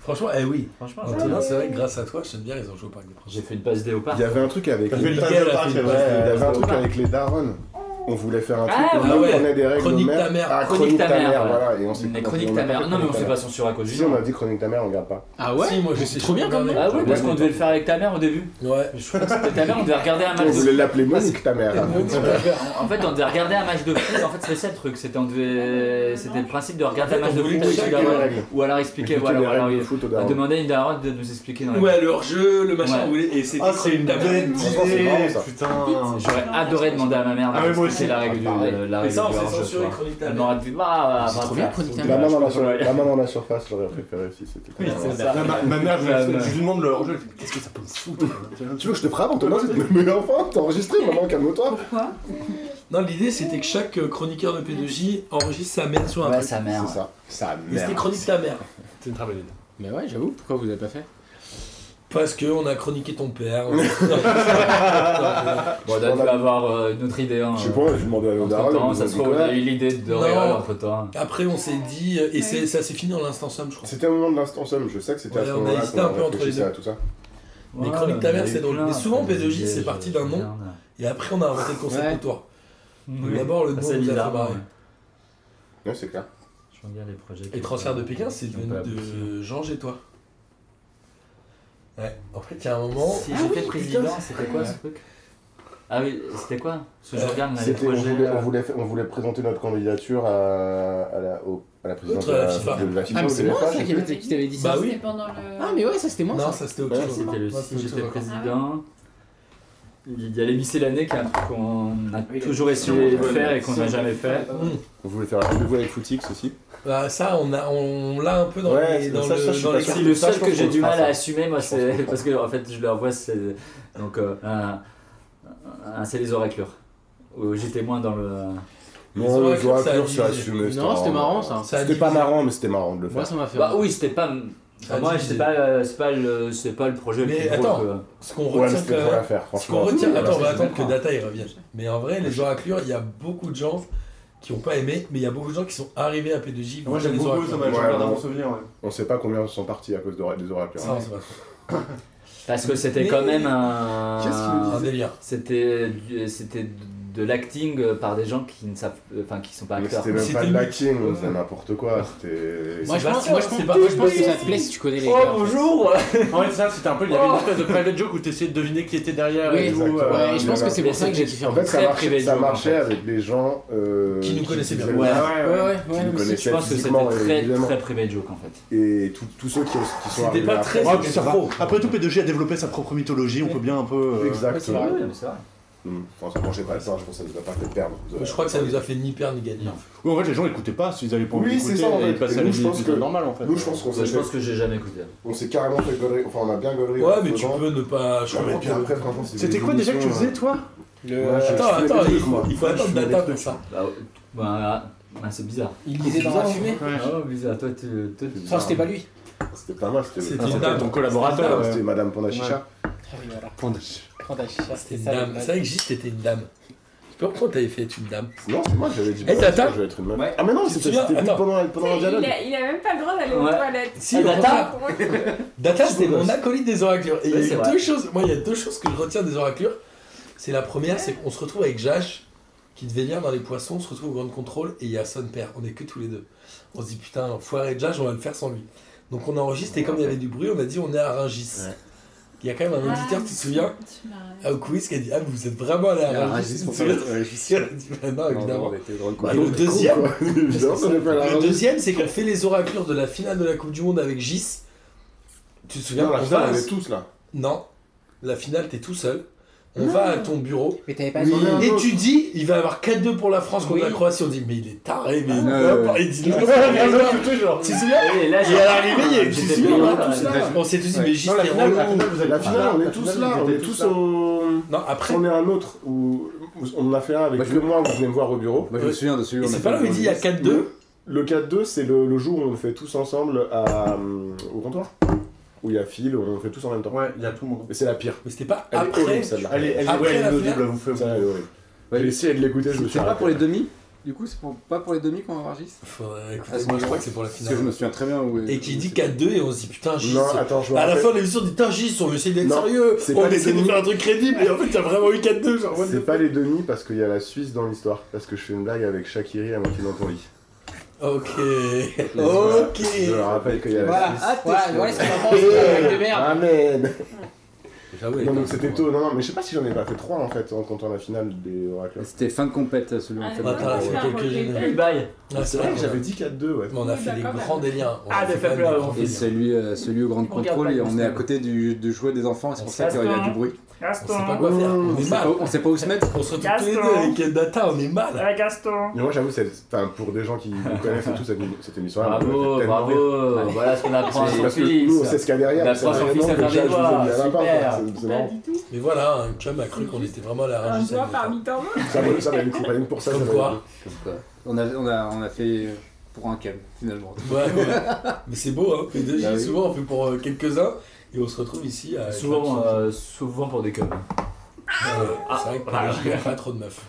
Speaker 4: Franchement, eh oui.
Speaker 11: Franchement,
Speaker 15: Ah,
Speaker 4: Antonin,
Speaker 11: ouais.
Speaker 4: c'est vrai que grâce à toi, je te dis, ils ont joué au Parc des Princes.
Speaker 11: J'ai fait une passe dé au parc.
Speaker 7: Il y avait un truc avec
Speaker 4: T'as fait
Speaker 7: les
Speaker 4: le passe au parc,
Speaker 7: il y
Speaker 4: c'est vrai.
Speaker 7: avait un truc avec les darons. on voulait faire un truc,
Speaker 11: Ah,
Speaker 7: on
Speaker 11: bah
Speaker 7: a-
Speaker 11: ouais.
Speaker 7: on a des règles.
Speaker 11: Chronique
Speaker 7: de merde.
Speaker 11: ta mère.
Speaker 7: Ah, chronique, ta mère, voilà. Et on s'est
Speaker 11: Mais
Speaker 7: on-
Speaker 11: Chronique
Speaker 7: on
Speaker 11: ta
Speaker 7: a pas
Speaker 11: mère.
Speaker 7: fait
Speaker 11: Non, mais on
Speaker 7: Chronique
Speaker 11: s'est
Speaker 7: ta
Speaker 11: pas
Speaker 7: mère.
Speaker 11: censuré à cause du
Speaker 7: Si,
Speaker 11: nom.
Speaker 7: on a dit chronique ta mère, on regarde pas.
Speaker 11: Ah ouais Si, moi, je sais. Trop bien comme nom. Ah ouais, parce qu'on devait le faire avec ta mère au début.
Speaker 4: Ouais.
Speaker 11: Je crois que c'était ta mère, on devait regarder un match
Speaker 7: On
Speaker 11: de
Speaker 7: voulait l'appeler Monique, ta mère.
Speaker 11: En en fait, on devait regarder un match de foot. En fait, c'était ça le truc. C'était on devait... c'était le principe de regarder un match de foot. avec la daronne. Ou alors expliquer. Voilà, ou alors il- on demandait à une daronne de nous expliquer. dans la-
Speaker 15: Ouais, leur jeu, le machin,
Speaker 11: Ouais.
Speaker 15: vous voulez. Et c'était
Speaker 7: Ah,
Speaker 10: Ah,
Speaker 15: chronique ta mère. Franchement, c'est marrant, ça.
Speaker 11: J'aurais adoré demander à ma mère
Speaker 15: Ah oui, moi
Speaker 11: de c'est la règle du. la- la
Speaker 15: Mais ça,
Speaker 11: règle
Speaker 15: on
Speaker 11: du
Speaker 15: s'est
Speaker 11: hors-jeu,
Speaker 15: censuré
Speaker 11: quoi.
Speaker 15: Chronique
Speaker 11: Elle m'aurait dit, bah,
Speaker 15: C'est
Speaker 11: bah,
Speaker 15: trop
Speaker 11: bah,
Speaker 15: bien, Chronique
Speaker 11: bah,
Speaker 7: La main, dans la
Speaker 11: je
Speaker 7: sur-
Speaker 11: comprends.
Speaker 7: la main dans la surface, j'aurais préféré si c'était.
Speaker 11: Oui, c'est
Speaker 7: Ouais.
Speaker 11: ça.
Speaker 10: Ma- ma- ma mère, je
Speaker 11: Ouais,
Speaker 10: lui- je
Speaker 11: ouais.
Speaker 10: lui demande le hors-jeu, elle fait, qu'est-ce que ça peut me foutre hein,
Speaker 7: Tu veux que je te frappe, Antonin Mais enfin, t'as enregistré, maman, calme-toi.
Speaker 5: Pourquoi
Speaker 15: Non, l'idée c'était que chaque euh, chroniqueur de P2J enregistre sa mère sur un
Speaker 11: Ouais,
Speaker 15: truc.
Speaker 11: sa mère.
Speaker 15: C'est
Speaker 7: ça. Sa
Speaker 15: Et c'était chronique ta mère.
Speaker 4: C'est une très bonne idée.
Speaker 8: Mais ouais, j'avoue, pourquoi vous avez pas fait
Speaker 4: Parce qu'on a chroniqué ton père.
Speaker 11: Bon, là, tu vas avoir euh, une autre idée. Hein,
Speaker 4: Je sais pas, je
Speaker 7: demandais à
Speaker 4: nos darons,
Speaker 11: Entre-temps,
Speaker 4: ils
Speaker 11: Ça
Speaker 4: nous
Speaker 11: se
Speaker 4: ont dit
Speaker 11: trouve, il y
Speaker 4: quoi
Speaker 11: a eu l'idée de
Speaker 4: Non.
Speaker 11: Réol entre-temps.
Speaker 4: Après, on s'est dit, euh, et c'est- ça s'est fini en l'instant somme, je crois.
Speaker 7: C'était au moment de l'instant somme, je sais que c'était à
Speaker 4: Ouais,
Speaker 7: ce
Speaker 4: on a
Speaker 7: moment-là
Speaker 4: hésité
Speaker 7: qu'on
Speaker 4: un peu entre les
Speaker 7: réfléchissait
Speaker 4: deux.
Speaker 7: à tout ça.
Speaker 4: Mais
Speaker 11: Ouais,
Speaker 4: Chronique ta
Speaker 11: mais
Speaker 4: mère,
Speaker 11: il y
Speaker 4: c'est
Speaker 11: a eu
Speaker 4: drôle.
Speaker 11: plein,
Speaker 4: Mais souvent,
Speaker 11: après,
Speaker 4: P2J,
Speaker 11: des
Speaker 4: c'est parti d'un nom,
Speaker 11: merdes.
Speaker 4: et après, on a inventé le concept
Speaker 11: Ouais.
Speaker 4: comptoir. Donc
Speaker 11: Oui.
Speaker 4: D'abord, le nom
Speaker 15: Ah,
Speaker 4: nous a
Speaker 11: Ça, c'est
Speaker 4: bah, fait
Speaker 11: bizarre,
Speaker 4: marrer.
Speaker 11: ouais.
Speaker 7: Ouais, c'est clair.
Speaker 11: Je regarde les projets.
Speaker 4: Et
Speaker 11: qui-
Speaker 4: transfert de Pékin, c'est
Speaker 11: qui ont
Speaker 4: devenu
Speaker 11: pas abouti.
Speaker 4: de Jean et toi. Ouais, en fait, il y a un moment.
Speaker 11: Si j'étais président, c'était quoi ce truc Ah oui, c'était quoi Parce que je
Speaker 4: Euh,
Speaker 11: regarde là, les
Speaker 7: C'était- on,
Speaker 11: projets.
Speaker 7: voulait, on,
Speaker 11: euh,
Speaker 7: voulait, on voulait présenter notre candidature à, à la, au- à la présidence
Speaker 4: Contre
Speaker 7: de la
Speaker 4: la FIFA.
Speaker 7: euh, de la FIFA,
Speaker 8: Ah, mais
Speaker 7: ou
Speaker 8: c'est
Speaker 7: de la
Speaker 8: moi
Speaker 7: FA,
Speaker 8: ça
Speaker 7: je
Speaker 8: qui
Speaker 7: sais plus.
Speaker 8: avait- qui t'avait dit ça
Speaker 4: Bah oui.
Speaker 2: pendant le.
Speaker 8: Ah, mais ouais, ça c'était moi
Speaker 4: Non,
Speaker 8: ça.
Speaker 4: ça c'était au
Speaker 11: Ouais,
Speaker 4: Kivu.
Speaker 11: c'était le
Speaker 4: Moi,
Speaker 11: si
Speaker 4: c'était au
Speaker 11: j'étais
Speaker 4: Kivu.
Speaker 11: président. Il y a l'émissé l'année qui est un truc qu'on a Ah, toujours essayé de faire et qu'on n'a jamais fait.
Speaker 7: On voulait faire un rendez-vous avec Footix aussi.
Speaker 4: Bah, ça, on l'a on, l'a un peu dans
Speaker 7: Ouais,
Speaker 4: les.
Speaker 7: ça,
Speaker 4: Dans
Speaker 7: ça,
Speaker 4: le,
Speaker 7: je suis
Speaker 4: dans
Speaker 7: pas
Speaker 4: les
Speaker 7: sûr.
Speaker 11: Si le
Speaker 7: Ça, je
Speaker 11: seul
Speaker 7: pense
Speaker 11: que j'ai
Speaker 7: qu'on
Speaker 11: du
Speaker 7: fera
Speaker 11: mal à
Speaker 7: ça.
Speaker 11: assumer, moi, c'est parce que en fait, je leur vois, c'est donc euh, un, un- c'est les oraclures. Où J'étais moins dans le.
Speaker 7: Non, le joueur pur, c'est assumé.
Speaker 11: Non, c'était marrant, ça. Ça a
Speaker 7: C'était pas
Speaker 11: divisé.
Speaker 7: marrant, mais c'était marrant de le faire.
Speaker 11: Bah oui, c'était pas.
Speaker 4: Ça a
Speaker 11: moi,
Speaker 4: divisé.
Speaker 11: c'est pas, euh, c'est pas le, c'est pas le projet le
Speaker 4: Mais
Speaker 11: plus drôle
Speaker 4: attends,
Speaker 11: que-
Speaker 4: ce qu'on
Speaker 7: Ouais, mais
Speaker 4: retient
Speaker 7: c'était
Speaker 4: quand
Speaker 7: pour
Speaker 4: même-
Speaker 7: la faire,
Speaker 4: ce qu'on
Speaker 7: franchement.
Speaker 4: retient,
Speaker 7: Ouais,
Speaker 4: attends, on va
Speaker 7: c'est
Speaker 4: attendre
Speaker 7: d'accord.
Speaker 4: que Data y revienne. Mais en vrai, les gens à Clure, il y a beaucoup de gens qui n'ont pas aimé, mais il y a beaucoup de gens qui sont arrivés à P2J.
Speaker 10: Moi, j'aime
Speaker 4: les
Speaker 10: beaucoup,
Speaker 4: oracles.
Speaker 10: ça m'a- je
Speaker 7: Ouais,
Speaker 10: regarde
Speaker 7: on-
Speaker 10: mon souvenir, ouais.
Speaker 7: On sait pas combien sont partis à cause d'ora- des oracles.
Speaker 4: Ça, on sait pas.
Speaker 11: Parce que c'était
Speaker 4: Mais-
Speaker 11: quand même un.
Speaker 4: Qu'est-ce qu'il nous disait Un délire.
Speaker 11: C'était, du- c'était de l'acting euh, par des gens qui ne savent, enfin, qui sont pas
Speaker 7: Mais
Speaker 11: acteurs.
Speaker 7: c'était même pas de lacking, c'est n'importe quoi. C'était.
Speaker 11: Moi, je
Speaker 7: c'est
Speaker 11: pense-
Speaker 7: pas-
Speaker 11: moi, je pense-
Speaker 7: c'est
Speaker 11: moi, je pense que ça te plaît si tu connais les Oh, gars, en fait. bonjour. Oh.
Speaker 15: En fait, ça c'était un peu. Il y avait une espèce de private joke où tu essayais de deviner qui était derrière.
Speaker 7: Oui,
Speaker 15: et tout,
Speaker 7: exactement.
Speaker 15: euh,
Speaker 7: Ouais, je pense que c'est pour ça que j'ai kiffé. En fait, ça
Speaker 11: Très
Speaker 7: marchait-
Speaker 11: privé de
Speaker 7: ça
Speaker 11: joke, en
Speaker 7: marchait
Speaker 11: fait.
Speaker 7: avec des gens, euh, qui nous connaissaient bien.
Speaker 11: Ouais, ouais,
Speaker 7: Ouais, ouais,
Speaker 11: ouais.
Speaker 7: ouais, ouais, mais c'est-
Speaker 11: Je pense que c'était
Speaker 7: physiquement,
Speaker 11: très,
Speaker 7: évidemment.
Speaker 11: très privé joke en fait.
Speaker 7: Et tous tous ceux qui, qui sont
Speaker 10: C'était
Speaker 7: arrivés
Speaker 10: pas
Speaker 7: après,
Speaker 10: très.
Speaker 7: c'était
Speaker 10: ça va.
Speaker 7: trop.
Speaker 10: Après tout, P2J a développé sa propre mythologie, on peut bien un peu. euh,
Speaker 7: Exactement.
Speaker 10: Ouais,
Speaker 7: Hum, Franchement, j'ai pas le temps, je pense que ça nous a pas fait perdre. de-
Speaker 4: Je crois que ça nous a fait ni perdre ni gagner.
Speaker 10: Oui, en fait, les gens écoutaient pas, s'ils avaient pas envie
Speaker 7: Oui, c'est
Speaker 10: d'écouter,
Speaker 7: ça en
Speaker 10: et
Speaker 7: fait.
Speaker 10: ils passaient
Speaker 7: Et
Speaker 10: à
Speaker 7: nous,
Speaker 10: la
Speaker 7: je pense que.
Speaker 10: musique normale en fait.
Speaker 7: Nous, je pense qu'on s'est fait- On s'est carrément fait gollerie. Enfin, on a bien gollerie.
Speaker 4: Ouais, mais tu peux ne pas. Je
Speaker 7: Non, mais
Speaker 4: comprends
Speaker 7: puis
Speaker 4: que-
Speaker 7: après, franchement, c'est
Speaker 10: C'était quoi déjà que tu faisais, toi
Speaker 4: Le- Attends, attends, il faut- il faut attendre Data pour ça.
Speaker 11: Bah, ouais, bah, bah, c'est bizarre.
Speaker 8: Il lisait dans la
Speaker 11: Bizarre.
Speaker 8: fumée
Speaker 11: Ouais. Ah ouais, bizarre. Toi, tu. toi, tu-
Speaker 8: Ça, c'était pas lui.
Speaker 7: euh, C'était pas mal, c'était
Speaker 11: C'était
Speaker 7: Ah,
Speaker 11: une dame.
Speaker 4: C'était une dame.
Speaker 7: C'était Madame Pondachicha.
Speaker 10: Ah,
Speaker 4: C'était une dame. C'est vrai que Gis, t'étais une dame. Je peux pourquoi t'avais fait être une dame.
Speaker 7: Non, c'est moi qui avais dit.
Speaker 4: Eh, Tata
Speaker 7: Je vais être une meuf. Ah, mais non,
Speaker 4: Tu te
Speaker 7: c'était
Speaker 4: souviens
Speaker 7: c'était
Speaker 4: Attends.
Speaker 7: pendant pendant un dialogue.
Speaker 2: Il a, il a même pas le droit d'aller aux
Speaker 4: Ouais.
Speaker 2: toilettes.
Speaker 4: Si, mais attends. Data, c'était mon acolyte des oraclures. Et il y
Speaker 11: Ouais,
Speaker 4: a
Speaker 11: c'est
Speaker 4: eu
Speaker 11: vrai.
Speaker 4: deux choses. Moi, il y a deux choses que je retiens des oraclures. C'est la première, c'est qu'on se retrouve avec Jash, qui devait lire dans les poissons, on se retrouve au Grand Contrôle, et il y a son père. On est que tous les deux. On se dit, putain, foiré Jash, on va le faire sans lui. Donc on enregistre, et comme il y avait du bruit, on a dit, on est à Ringis. Il y a quand même un auditeur, tu te souviens Ah, au quiz, qui a dit, ah, vous êtes vraiment allé
Speaker 7: Ah,
Speaker 4: à
Speaker 7: Rungis,
Speaker 4: Ringis.
Speaker 7: pour
Speaker 4: Tu te souviens
Speaker 7: faire-
Speaker 4: Tu te souviens On a dit, bah non,
Speaker 7: Non,
Speaker 4: évidemment.
Speaker 7: non, on était drôle, quoi.
Speaker 4: Et le
Speaker 7: On était
Speaker 4: deuxième,
Speaker 7: con, quoi. Évidemment, on est pas allé à
Speaker 4: le
Speaker 7: Rungis.
Speaker 4: deuxième, c'est qu'on fait les oraclures de la finale de la Coupe du Monde avec Gis. Tu te souviens
Speaker 7: Non, la
Speaker 4: on
Speaker 7: finale, on
Speaker 4: passe-
Speaker 7: est tous, là.
Speaker 4: Non, la finale, t'es tout seul. On
Speaker 8: Non.
Speaker 4: va à ton bureau. Mais
Speaker 8: t'avais pas
Speaker 4: oui.
Speaker 8: dit Bah, un
Speaker 4: Et
Speaker 8: autre.
Speaker 4: tu dis, il va y avoir 4-2 pour la France contre
Speaker 8: Oui.
Speaker 4: la Croatie. On dit, mais il est taré,
Speaker 7: Ah,
Speaker 4: mais il
Speaker 8: Euh,
Speaker 4: peut pas. Il dit, non,
Speaker 8: ouais.
Speaker 4: non, non, non,
Speaker 8: Ouais.
Speaker 4: tu genre. Tu te souviens
Speaker 11: Et
Speaker 4: Et
Speaker 11: eh, là, j'ai-
Speaker 4: à l'arrivée, il y a eu
Speaker 11: J'étais
Speaker 4: tu te souviens,
Speaker 11: pris,
Speaker 4: on est tous
Speaker 11: ouais.
Speaker 4: là. On s'est tous dit,
Speaker 7: Ouais.
Speaker 4: mais juste
Speaker 7: Non, la
Speaker 4: t'es
Speaker 7: finale,
Speaker 4: relou.
Speaker 7: la finale, vous avez- La finale, on est tous là, on est tous au.
Speaker 4: Non, après.
Speaker 7: On est un autre où on en a fait un avec le moi, vous venez me voir au bureau.
Speaker 14: Moi, je me souviens de celui où
Speaker 7: Et
Speaker 14: on a
Speaker 7: c'est
Speaker 14: fait
Speaker 7: pas là où
Speaker 14: le
Speaker 7: il dit il y a
Speaker 14: Grand
Speaker 7: 4-2 Le 4-2, c'est le, le jour où on le fait tous ensemble à, euh, au comptoir. Où il y a Phil, on le fait tous en même temps.
Speaker 10: Ouais, il y a tout le monde.
Speaker 7: Et c'est la pire.
Speaker 4: Mais c'était pas
Speaker 7: elle
Speaker 4: après-
Speaker 10: Ah,
Speaker 7: Est horrible, celle-là.
Speaker 10: Elle est- elle est- Après ouais, elle est la inaudible, finale vous faites-
Speaker 7: Ça, elle est horrible. J'ai essayé de l'écouter, je me suis
Speaker 14: C'est pas
Speaker 7: arrêté.
Speaker 14: pour les demi
Speaker 6: Du coup, c'est pour- pas pour les demi qu'on enregistre
Speaker 4: Faudrait écouter,
Speaker 6: Ah,
Speaker 4: moi, je crois que c'est pour la finale.
Speaker 6: Parce que je me souviens très bien où.
Speaker 4: Et qui dit 4-2 et on se dit putain Gis.
Speaker 6: Non, attends, je me
Speaker 4: Bah, à la
Speaker 6: rappelle.
Speaker 4: fin de l'émission on dit putain Gis, on essaie d'être
Speaker 7: Non,
Speaker 4: sérieux,
Speaker 7: c'est
Speaker 4: on
Speaker 7: pas les
Speaker 4: essaie de
Speaker 7: demi.
Speaker 4: faire un truc crédible et en fait t'as vraiment eu 4-2 genre what the
Speaker 7: C'est pas les demi parce qu'il y a la Suisse dans l'histoire. Parce que je fais une blague avec Shakiri à moitié dans ton lit.
Speaker 4: Ok.
Speaker 7: Ok. Je leur rappelle qu'il y a la
Speaker 16: Voilà.
Speaker 7: Suisse.
Speaker 16: Ah, t'es Voilà, chaud. voilà ce qu'on en pense, euh, mec de merde.
Speaker 7: Amen.
Speaker 4: J'avoue,
Speaker 7: non, donc c'était tôt. Non, non, mais je sais pas hein. si j'en ai pas fait 3 en fait en comptant la finale des Oracles.
Speaker 6: Bah, C'était fin de compète celui
Speaker 7: là
Speaker 6: Ah, fait. non, Attends, c'est pas quelques Rocket générations. League.
Speaker 5: Bah,
Speaker 4: Ah,
Speaker 7: C'est vrai que j'avais dit 4-2, ouais.
Speaker 4: Mais on a fait des grands délires. Ah, On a pas des grands
Speaker 6: Et
Speaker 4: délires.
Speaker 6: celui, euh, celui au grand
Speaker 4: On regarde
Speaker 6: contrôle,
Speaker 4: pas
Speaker 6: et
Speaker 4: le
Speaker 6: on est
Speaker 4: constat.
Speaker 6: à côté du, du jouet des enfants, c'est pour ça qu'il y a
Speaker 4: Gaston.
Speaker 6: du bruit.
Speaker 4: On sait pas quoi faire. On,
Speaker 6: On
Speaker 4: est
Speaker 6: sait
Speaker 4: mal.
Speaker 6: pas- on sait pas où se mettre.
Speaker 4: On se retrouve tous les
Speaker 6: Gaston.
Speaker 4: deux avec Ed Data, on est mal.
Speaker 17: Ouais, Gaston.
Speaker 7: Mais moi j'avoue, c'est- enfin, pour des gens qui nous connaissent et tout cette, cette émission-là,
Speaker 11: Ah, Bravo, bravo, voilà ce qu'on apprend à son
Speaker 7: Parce que
Speaker 11: fils.
Speaker 7: nous on sait ce qu'il y a derrière,
Speaker 11: On
Speaker 7: mais
Speaker 11: apprend à
Speaker 7: c'est
Speaker 11: son fils à faire
Speaker 7: vraiment que
Speaker 11: des
Speaker 7: je vous ai
Speaker 11: lois,
Speaker 7: mis à la part,
Speaker 11: super.
Speaker 7: quoi. C'est- c'est marrant.
Speaker 4: Mais voilà, un chum a cru qu'on était vraiment à la
Speaker 2: Un
Speaker 4: rage.
Speaker 2: doigt parmi tant d'autres.
Speaker 7: Ça va- ça va une coupe, une pour ça, ça
Speaker 4: Comme
Speaker 7: va
Speaker 4: quoi.
Speaker 7: une-
Speaker 6: On a, on, a, on a fait pour un cam, finalement.
Speaker 4: Ouais, ouais. Mais c'est beau, hein. PDG,
Speaker 6: Bah oui.
Speaker 4: souvent on fait pour euh, quelques-uns et on se retrouve ici à.
Speaker 11: Souvent, euh, souvent pour des cubs.
Speaker 4: C'est vrai que
Speaker 11: Ah,
Speaker 4: PDG, il n'y a pas trop de meufs.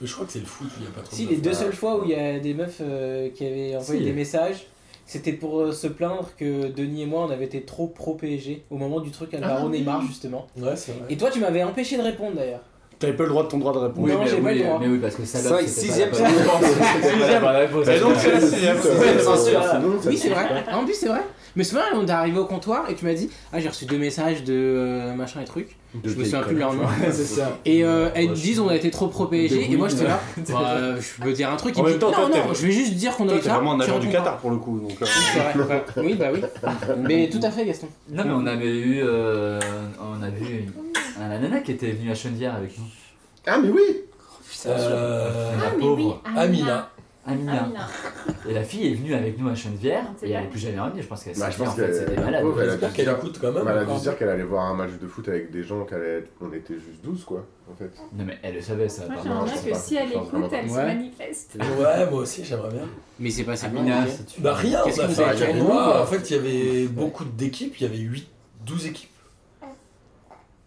Speaker 4: Mais je crois que c'est le foot où il n'y a pas trop
Speaker 8: Si,
Speaker 4: de meufs.
Speaker 8: les deux seules fois où il y a des meufs euh, qui avaient envoyé
Speaker 4: Bah. Si.
Speaker 8: des messages, c'était pour euh, se plaindre que Denis et moi on avait été trop pro PSG au moment du truc Alvaro
Speaker 4: Ah, oui. Ah
Speaker 8: Neymar justement.
Speaker 4: Ouais, c'est vrai.
Speaker 8: Et toi tu m'avais empêché de répondre d'ailleurs.
Speaker 10: T'avais pas le droit de ton droit de répondre.
Speaker 8: Oui, Non, mais- j'ai pas
Speaker 11: oui,
Speaker 8: le droit.
Speaker 11: Mais oui, parce que
Speaker 8: Cinq,
Speaker 11: salope,
Speaker 8: sixième,
Speaker 11: c'était pas la bonne réponse. C'était pas la bonne réponse.
Speaker 8: Et donc, c'est la
Speaker 11: Sixième,
Speaker 8: sixième
Speaker 11: censure.
Speaker 8: Oui, c'est vrai. En plus, c'est vrai. Mais c'est vrai, on est arrivé au comptoir et tu m'as dit Ah, j'ai reçu deux messages de euh, machin et truc.
Speaker 6: De
Speaker 8: je me
Speaker 6: vieilles
Speaker 8: souviens plus de leur nom.
Speaker 6: connards. Ouais, c'est ça.
Speaker 8: Et euh, elles disent On a été trop pro PSG.
Speaker 6: De
Speaker 8: Et moi, j'étais là.
Speaker 6: Bouygues.
Speaker 8: Bah, euh, je peux dire un truc.
Speaker 6: En
Speaker 8: Ils me
Speaker 6: même
Speaker 8: disent
Speaker 6: temps,
Speaker 8: Non,
Speaker 6: toi,
Speaker 8: non,
Speaker 6: t'es-
Speaker 8: je vais juste dire qu'on a
Speaker 6: toi,
Speaker 8: été
Speaker 6: t'es
Speaker 8: là.
Speaker 6: vraiment un
Speaker 8: tu
Speaker 6: agent du
Speaker 8: réponds pas.
Speaker 6: Qatar, pour le coup, donc, euh.
Speaker 8: C'est vrai. Oui, bah oui. Mais tout à fait, Gaston.
Speaker 11: Non, mais on avait eu. euh, on avait eu une- un nana qui était venue à Chendière avec nous.
Speaker 7: Ah, mais oui
Speaker 11: Putain, je-
Speaker 4: Euh,
Speaker 11: la
Speaker 4: ah, mais
Speaker 11: pauvre.
Speaker 4: oui, Amina. Ah.
Speaker 11: Amina.
Speaker 8: Ah,
Speaker 4: Amina.
Speaker 11: Et la fille est venue avec nous à Chennevières et elle est plus jamais revenue. Bah, Je pense qu'elle s'est fait, en fait, c'était malade.
Speaker 4: J'espère qu'elle écoute quand même,
Speaker 7: Elle a dû
Speaker 4: encore.
Speaker 7: se dire qu'elle allait voir un match de foot avec des gens qu'elle allait- on était juste 12 quoi en fait.
Speaker 11: Non mais elle le savait ça.
Speaker 2: Moi, j'aimerais que si elle écoute, elle se manifeste.
Speaker 4: Ouais, moi aussi j'aimerais bien.
Speaker 8: Mais c'est passé
Speaker 11: Amina,
Speaker 4: quoi,
Speaker 11: si tu-
Speaker 4: Bah rien, on
Speaker 11: Qu'est-ce
Speaker 4: a
Speaker 11: que vous
Speaker 4: fait
Speaker 11: avez
Speaker 4: un
Speaker 11: fait euh
Speaker 4: tournoi. En fait, il y avait beaucoup d'équipes, il y avait 8, 12 équipes.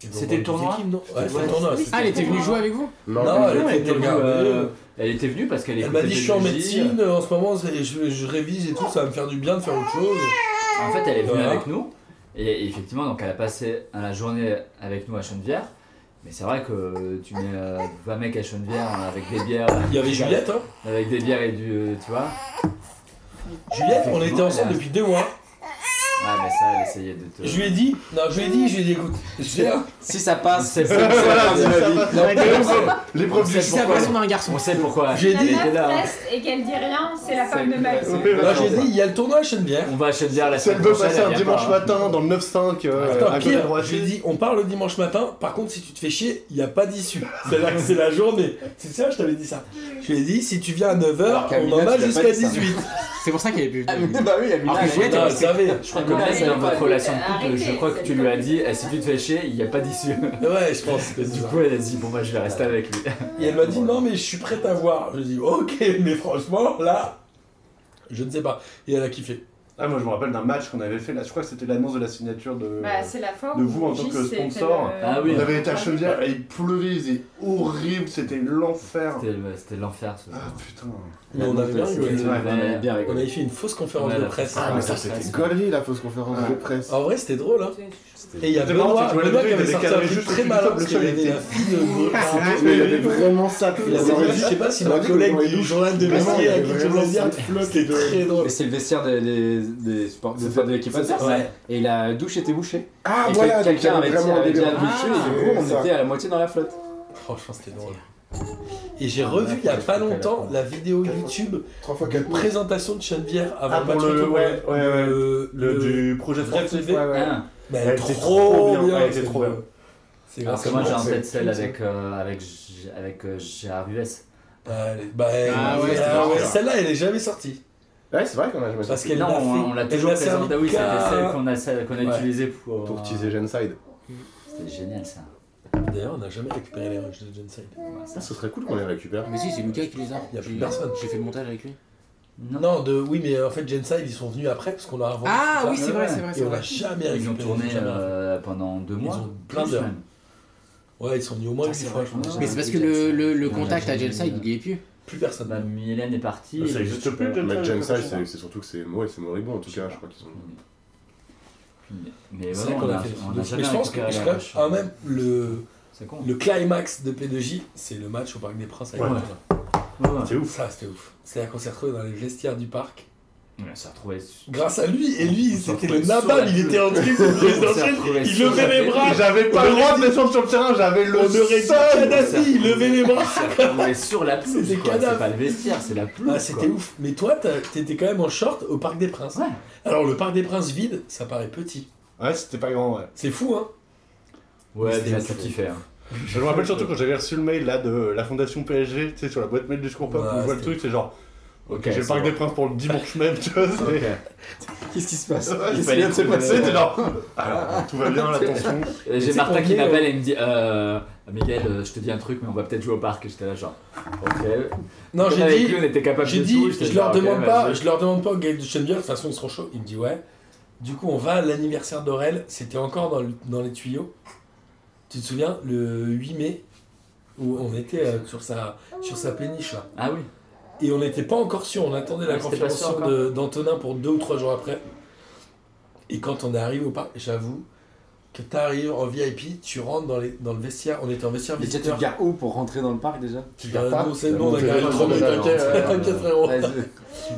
Speaker 4: Et donc,
Speaker 11: C'était le
Speaker 4: 12
Speaker 11: tournoi
Speaker 4: équipes, non Ouais,
Speaker 11: C'était
Speaker 4: c'était le
Speaker 11: le
Speaker 4: tournoi.
Speaker 11: tournoi.
Speaker 4: c'était
Speaker 8: Ah, elle
Speaker 4: le
Speaker 8: était
Speaker 4: tournoi.
Speaker 8: venue jouer avec vous
Speaker 7: Non,
Speaker 4: Non, elle était
Speaker 11: venue,
Speaker 4: venue
Speaker 11: euh,
Speaker 4: regarder.
Speaker 11: elle était venue parce qu'elle
Speaker 4: Elle m'a
Speaker 11: écoutait
Speaker 4: dit je suis en
Speaker 11: Belgique.
Speaker 4: médecine euh, en ce moment, c'est- je, je révise et tout, ça va me faire du bien de faire autre chose.
Speaker 11: En fait, elle est venue
Speaker 4: Voilà.
Speaker 11: avec nous. Et effectivement, donc elle a passé la journée avec nous à Chenevière. Mais c'est vrai que tu mets euh, 20 mecs à Chenevière avec des bières.
Speaker 4: Il y avait Juliette, hein.
Speaker 11: Avec des bières et du. euh, Tu vois
Speaker 4: Juliette, on était
Speaker 11: Effectivement,
Speaker 4: ensemble
Speaker 11: elle a-
Speaker 4: depuis deux mois.
Speaker 11: Ah, mais ça, elle essayait de te.
Speaker 4: Je lui ai dit, non, je lui ai dit, je lui ai dit, écoute, j'ai un-
Speaker 11: Si ça passe, c'est
Speaker 4: Voilà, si ça passe.
Speaker 11: Non, mais
Speaker 10: euh,
Speaker 11: on sait-
Speaker 4: L'épreuve
Speaker 11: on
Speaker 4: du jour.
Speaker 11: sait pourquoi.
Speaker 4: Si ça passe, on
Speaker 8: a un garçon.
Speaker 11: On sait pourquoi.
Speaker 4: J'ai
Speaker 11: Elle
Speaker 4: dit-
Speaker 11: était là, hein.
Speaker 2: Reste et qu'elle dit rien, c'est la femme de ma vie.
Speaker 4: Là, j'ai dit, il y a le tournoi à Chenevière.
Speaker 11: On va à Chenevière la
Speaker 10: Si elle
Speaker 11: semaine
Speaker 10: veut
Speaker 11: prochaine.
Speaker 10: passer un
Speaker 11: elle vient
Speaker 10: dimanche
Speaker 11: pas, hein.
Speaker 10: matin dans le 9-5 euh,
Speaker 4: Attends,
Speaker 10: à côté
Speaker 4: pire,
Speaker 10: à droite.
Speaker 4: je lui ai dit, on parle le dimanche matin, par contre, si tu te fais chier, il n'y a pas d'issue. C'est-à-dire que c'est la journée. C'est ça, je t'avais dit ça. Je lui ai dit, si tu viens à 9h, on en a jusqu'à 18.
Speaker 8: C'est pour ça qu'elle est plus venue.
Speaker 6: Bah oui, Amina.
Speaker 11: Ah, mais
Speaker 4: Juliette,
Speaker 11: non,
Speaker 4: elle
Speaker 11: c'est-
Speaker 4: savait.
Speaker 11: Je crois que là, c'est dans votre relation de couple. Je
Speaker 4: Arrêtez,
Speaker 11: crois que tu lui as dit, eh, si tu te fais chier, il n'y a pas d'issue.
Speaker 4: Ouais, je pense que
Speaker 11: Du coup, elle a dit, bon, bah, je vais rester avec lui.
Speaker 4: Et elle m'a dit, non, mais je suis prête à voir. Je lui ai dit, ok, mais franchement, là, je ne sais pas. Et elle a kiffé.
Speaker 10: Ah, moi je me rappelle d'un match qu'on avait fait là, je crois que c'était l'annonce de la signature de,
Speaker 2: Bah, c'est la fois
Speaker 10: de
Speaker 2: où
Speaker 10: vous en tant que
Speaker 2: Régis s'est fait
Speaker 10: sponsor.
Speaker 2: le- Ah oui.
Speaker 10: On avait été à Chenevière et il pleuvait, c'était horrible, c'était l'enfer.
Speaker 11: C'était le- C'était l'enfer ce
Speaker 10: Ah putain.
Speaker 4: Mais on avait bien rigolé.
Speaker 10: Ouais, on
Speaker 6: Ah,
Speaker 10: avait bien rigolé.
Speaker 4: On avait fait une fausse conférence
Speaker 10: Ouais,
Speaker 4: de
Speaker 10: la
Speaker 4: presse.
Speaker 10: fausse Ah, mais ça, conférence de c'était presse. une
Speaker 7: connerie, la fausse conférence
Speaker 4: de
Speaker 7: presse.
Speaker 4: En vrai, c'était drôle. Hein. Et il y a
Speaker 10: C'était marrant,
Speaker 4: Benoît,
Speaker 10: c'est que
Speaker 4: Benoît
Speaker 10: Valérie,
Speaker 4: qui
Speaker 10: il
Speaker 4: avait
Speaker 10: avait
Speaker 4: sorti un
Speaker 10: cadré
Speaker 4: truc
Speaker 10: juste
Speaker 4: très
Speaker 10: au
Speaker 4: malin
Speaker 10: public,
Speaker 4: parce qu'il
Speaker 10: il
Speaker 4: avait
Speaker 10: était-
Speaker 4: la fille de
Speaker 7: Ah, mais il y avait vraiment ça.
Speaker 4: Il avait dit, je sais pas si ma collègue du journal de Messier a dit c'était très drôle.
Speaker 6: Mais c'est le vestiaire des, des, des supports- des fans de l'équipe adverse.
Speaker 4: ouais.
Speaker 6: Et la douche était bouchée.
Speaker 7: Ah,
Speaker 6: et
Speaker 7: voilà,
Speaker 6: que-
Speaker 7: donc
Speaker 6: quelqu'un
Speaker 7: il y avait
Speaker 6: avait,
Speaker 7: vraiment
Speaker 6: avait
Speaker 7: des
Speaker 6: la
Speaker 7: gars
Speaker 2: Ah.
Speaker 6: bouchée.
Speaker 7: bouchés,
Speaker 6: et du coup, on
Speaker 7: ça.
Speaker 6: était à la moitié dans la flotte.
Speaker 4: Franchement, c'était drôle. Et j'ai revu il y a pas longtemps la vidéo YouTube de présentation de Chenevière avant
Speaker 10: Ah,
Speaker 4: le
Speaker 10: pour
Speaker 4: match
Speaker 10: le-
Speaker 4: retour.
Speaker 10: ouais, ouais, ouais. Le- du projet sportif, ouais, ouais.
Speaker 11: Ah,
Speaker 4: Mais elle,
Speaker 10: Elle
Speaker 4: est
Speaker 10: était
Speaker 4: trop bien.
Speaker 10: elle était trop bien.
Speaker 4: C'est
Speaker 11: Alors
Speaker 4: grâce
Speaker 11: que
Speaker 4: à
Speaker 11: moi, j'ai
Speaker 4: moi,
Speaker 11: en
Speaker 4: c'est-
Speaker 11: tête celle avec euh, avec G- avec euh, Gérard Vives.
Speaker 4: Ah, elle est- bah, elle- Ah ouais, c'était ah marrant, ouais, ça. celle-là, elle est jamais sortie.
Speaker 7: Ouais, c'est vrai qu'on a jamais
Speaker 4: Parce
Speaker 7: sorti.
Speaker 4: qu'elle
Speaker 11: Non,
Speaker 4: l'a
Speaker 11: on,
Speaker 4: fait-
Speaker 11: on l'a
Speaker 4: elle
Speaker 11: toujours
Speaker 4: l'a servi
Speaker 11: présentée. Ah oui,
Speaker 4: qu'à-
Speaker 11: c'était celle qu'on a, celle qu'on a
Speaker 4: Ouais.
Speaker 11: utilisée pour. euh,
Speaker 7: Pour teaser Genside.
Speaker 11: C'était génial ça.
Speaker 4: D'ailleurs, on n'a jamais récupéré les rushs de Genside.
Speaker 7: Ça, Ah, ce serait cool qu'on les récupère.
Speaker 8: Mais si, c'est Lucas qui les a.
Speaker 4: Il n'y a plus personne.
Speaker 8: J'ai fait le montage avec lui.
Speaker 4: Non, de, oui, mais euh, en fait, Genside, ils sont venus après parce qu'on leur a vendu.
Speaker 8: Ah
Speaker 4: tout ça.
Speaker 8: oui, c'est vrai, c'est vrai,
Speaker 4: Et
Speaker 8: c'est
Speaker 4: on
Speaker 8: vrai.
Speaker 4: l'a jamais
Speaker 11: Ils
Speaker 4: récupéré.
Speaker 11: ont tourné
Speaker 4: jamais
Speaker 11: euh, pendant deux mois.
Speaker 4: Ils ont plein
Speaker 11: Plus
Speaker 4: d'heures.
Speaker 11: même. Ah,
Speaker 4: Ouais, ils sont venus au moins une fois, je pense.
Speaker 8: Mais c'est parce que le, le, le contact à Gelside, il y est plus.
Speaker 4: Plus personne.
Speaker 11: Bah, Mylène est partie.
Speaker 7: Mais
Speaker 11: et les autres, euh,
Speaker 7: Mais Gensai, c'est c'est surtout que c'est ouais, c'est moribond en tout cas, je crois qu'ils sont.
Speaker 11: Mais
Speaker 4: C'est
Speaker 11: ouais,
Speaker 4: vrai qu'on
Speaker 11: on
Speaker 4: a
Speaker 11: a-
Speaker 4: fait des trucs
Speaker 11: on
Speaker 4: de
Speaker 11: a
Speaker 4: fou.
Speaker 11: jamais
Speaker 4: Mais je pense que
Speaker 11: récupéré
Speaker 4: je
Speaker 11: la
Speaker 4: crois-
Speaker 11: vache.
Speaker 4: ah, même le,
Speaker 11: C'est con.
Speaker 4: le climax de P2J, c'est le match au parc des Princes avec
Speaker 11: Ouais.
Speaker 4: Antoine.
Speaker 11: Ouais. C'est ouf.
Speaker 4: Ça, c'était ouf. C'est-à-dire qu'on s'est retrouvés dans les vestiaires du parc.
Speaker 11: On s'est retrouvés.
Speaker 4: Grâce à lui, et lui,
Speaker 11: s'est
Speaker 4: c'était le
Speaker 11: retrouvés sous la
Speaker 4: nabab, il
Speaker 11: pluie.
Speaker 4: était en
Speaker 11: On
Speaker 4: truc
Speaker 11: s'est
Speaker 4: présidentiel,
Speaker 11: retrouvés
Speaker 4: il
Speaker 11: sous la
Speaker 4: levait les
Speaker 11: pluie.
Speaker 4: bras.
Speaker 10: J'avais pas le droit de descendre sur le terrain, j'avais le seul
Speaker 4: Kadhafi, il levait les bras.
Speaker 11: On est sur la pelouse,
Speaker 4: C'était
Speaker 11: quoi. C'est
Speaker 4: Kadhafi.
Speaker 11: pas le vestiaire, c'est la pelouse.
Speaker 4: Ah, c'était
Speaker 11: quoi.
Speaker 4: ouf. Mais toi, t'as- t'étais quand même en short au Parc des Princes. Alors, le Parc des Princes vide, ça paraît petit.
Speaker 10: Ouais, c'était pas grand, ouais.
Speaker 4: C'est fou, hein
Speaker 11: Ouais,
Speaker 10: Mais
Speaker 11: déjà,
Speaker 10: c'était
Speaker 11: tu
Speaker 10: fou.
Speaker 11: kiffais. hein.
Speaker 10: Je me rappelle surtout quand j'avais reçu le mail là de la fondation PSG, tu sais, sur la boîte mail du Secours Pop,
Speaker 4: Ouais,
Speaker 10: où je vois le
Speaker 4: c'était-
Speaker 10: truc, c'est genre. Ok,
Speaker 4: Ok,
Speaker 10: j'ai le
Speaker 4: c'est
Speaker 10: Parc
Speaker 4: bon.
Speaker 10: des Princes pour le dimanche même, tu vois. c'est-
Speaker 4: Qu'est-ce qui se passe
Speaker 10: Ouais, Il fallait de se passer, t'es genre. Alors, tout va bien, l'attention.
Speaker 11: Et J'ai Martin qui m'appelle et me dit euh, Miguel, euh, je te dis un truc, mais on va peut-être jouer au parc. Et J'étais là, genre, ok.
Speaker 4: Non,
Speaker 11: Comme
Speaker 4: j'ai
Speaker 11: avec
Speaker 4: dit,
Speaker 11: lui, on était capable
Speaker 4: j'ai
Speaker 11: de
Speaker 4: dit,
Speaker 11: tout. j'étais
Speaker 4: je leur
Speaker 11: genre, ok,
Speaker 4: demande pas,
Speaker 11: vas-y.
Speaker 4: je leur demande pas au Gaël de Chenvier, de toute façon ils seront chauds. Il me dit ouais. Du coup, on va à l'anniversaire d'Aurel, c'était encore dans, le- dans les tuyaux. Tu te souviens, le 8 mai, où on était euh, sur, sa, sur sa péniche là.
Speaker 11: Ah oui.
Speaker 4: Et on n'était pas encore sûr, on attendait la
Speaker 11: Ouais, c'était pas sûr
Speaker 4: confirmation
Speaker 11: encore.
Speaker 4: de- d'Antonin pour deux ou trois jours après. Et quand on arrive au parc, j'avoue que t'arrives en VIP, tu rentres dans, les, dans le vestiaire, on était en vestiaire
Speaker 14: Déjà, tu
Speaker 4: visiteur.
Speaker 14: te gares où pour rentrer dans le parc déjà Tu
Speaker 4: te gares pas Bah, non, je- non, non, non, non,
Speaker 11: euh,
Speaker 4: non. Vas-y. Non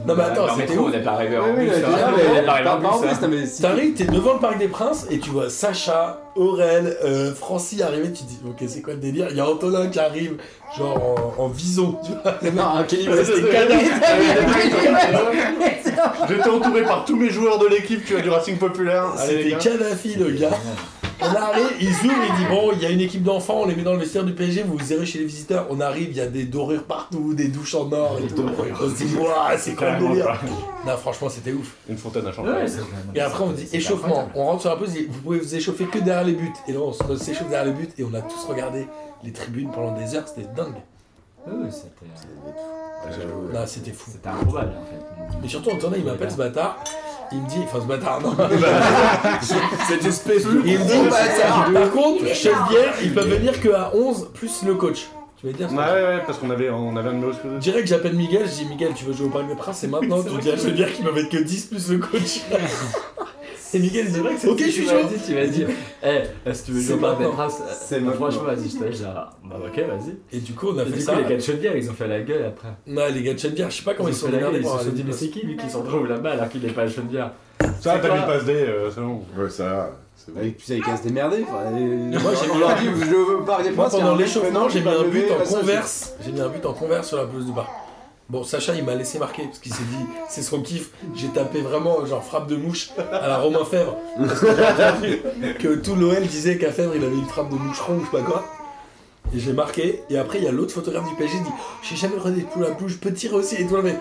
Speaker 11: Bah,
Speaker 4: mais attends,
Speaker 14: Par
Speaker 4: c'était
Speaker 14: métro,
Speaker 4: ouf.
Speaker 14: on n'est pas arrivé en Oui, oui, bus, déjà, hein. mais- On n'est pas arrivé en pas en bus, bus, hein. mais si-
Speaker 4: T'arrives, t'es devant le Parc des Princes et tu vois Sacha, Aurel, euh, Francis arriver, tu te dis ok c'est quoi le délire Il y a Antonin qui arrive genre en, en vison, tu vois.
Speaker 14: Non, un Kelly Preston.
Speaker 4: C'était cadavre.
Speaker 10: J'étais entouré par tous mes joueurs de l'équipe, tu vois, du Racing Populaire. Allez, les
Speaker 4: C'était
Speaker 10: gars.
Speaker 4: Kadhafi le gars. On arrive, ils ouvrent, ils disent bon, il y a une équipe d'enfants, on les met dans le vestiaire du PSG, vous irez chez les visiteurs. On arrive, il y a des dorures partout, des douches en or et tout. On se dit waouh, c'est quoi le
Speaker 10: Carrément,
Speaker 4: délire
Speaker 10: quoi.
Speaker 4: Non, franchement, c'était ouf.
Speaker 10: Une fontaine à
Speaker 4: Ouais,
Speaker 10: champagne.
Speaker 4: c'est- et après, on dit échauffement. On rentre sur la pause, il dit, vous pouvez vous échauffer que derrière les buts. Et là, on se- s'échauffe derrière les buts et on a tous regardé les tribunes pendant des heures. C'était dingue.
Speaker 11: Ouais, c'était. euh,
Speaker 4: Non, Bah, c'était fou. C'était
Speaker 11: improbable en fait.
Speaker 4: Mais surtout, Antonin, il m'appelle ce bâtard. Il me dit, enfin ce bâtard, non.
Speaker 11: Bah,
Speaker 15: Cette espèce de
Speaker 4: Il me dit,
Speaker 15: gros bâtard.
Speaker 4: par contre, chef bière, il peut venir que à 11 plus le coach. Tu veux dire
Speaker 10: Ouais, ouais, ouais, parce qu'on avait, on avait un numéro sur
Speaker 4: Direct, j'appelle Miguel, je dis Miguel, tu veux jouer au Parc des Princes C'est maintenant,
Speaker 10: c'est
Speaker 4: tu
Speaker 10: vrai
Speaker 4: dis à
Speaker 10: que-
Speaker 4: chef bière qu'il va mettre que 10 plus le coach. Et Miguel, il dit,
Speaker 11: vrai que c'est-
Speaker 4: ok, je suis
Speaker 11: tu
Speaker 4: chaud.
Speaker 11: m'as dit, tu m'as dit, eh, si tu veux
Speaker 4: C'est
Speaker 11: jouer au parc des
Speaker 4: maintenant.
Speaker 11: princes, euh,
Speaker 4: C'est
Speaker 11: franchement,
Speaker 4: maintenant.
Speaker 11: vas-y, je te laisse, genre, bah ok, vas-y.
Speaker 4: Et du coup, on a
Speaker 11: Et
Speaker 4: fait
Speaker 11: du
Speaker 4: ça.
Speaker 11: coup, les gars de Chaudière, ils ont fait la gueule après.
Speaker 4: Non, les gars de Chenvier, je sais pas comment ils
Speaker 11: Ils ont
Speaker 4: sont
Speaker 11: fait la gueule,
Speaker 4: regardés
Speaker 11: ils
Speaker 4: pour
Speaker 11: se sont
Speaker 4: aller
Speaker 11: dit, mais c'est qui lui qui s'en trouve là-bas alors qu'il est pas à Chaudière
Speaker 10: Ça,
Speaker 11: C'est
Speaker 10: t'as mis
Speaker 11: quoi
Speaker 10: le passe dé, euh, c'est bon.
Speaker 7: Ouais, ça, c'est
Speaker 14: bon. Et puis ça, ils cassent des merdés. quoi. Et-
Speaker 4: Moi, j'ai
Speaker 14: on
Speaker 4: mis
Speaker 14: leur
Speaker 4: un-
Speaker 14: dit, je veux parler
Speaker 4: Moi, pendant l'échauffement, j'ai mis un but en
Speaker 14: converse.
Speaker 4: converse. J'ai mis un but en converse sur la pelouse du bar. Bon, Sacha, il m'a laissé marquer parce qu'il s'est dit, c'est son kiff. J'ai tapé vraiment, genre, frappe de mouche à la Romain Fèvre. Parce que j'ai entendu que tout l'OL disait qu'à Fèvre, il avait une frappe de moucheron ou je sais pas quoi. Et j'ai marqué. Et après, il y a l'autre photographe du PSG qui dit J'ai jamais regardé pour la bouche, je peux tirer aussi. Et toi, le mec,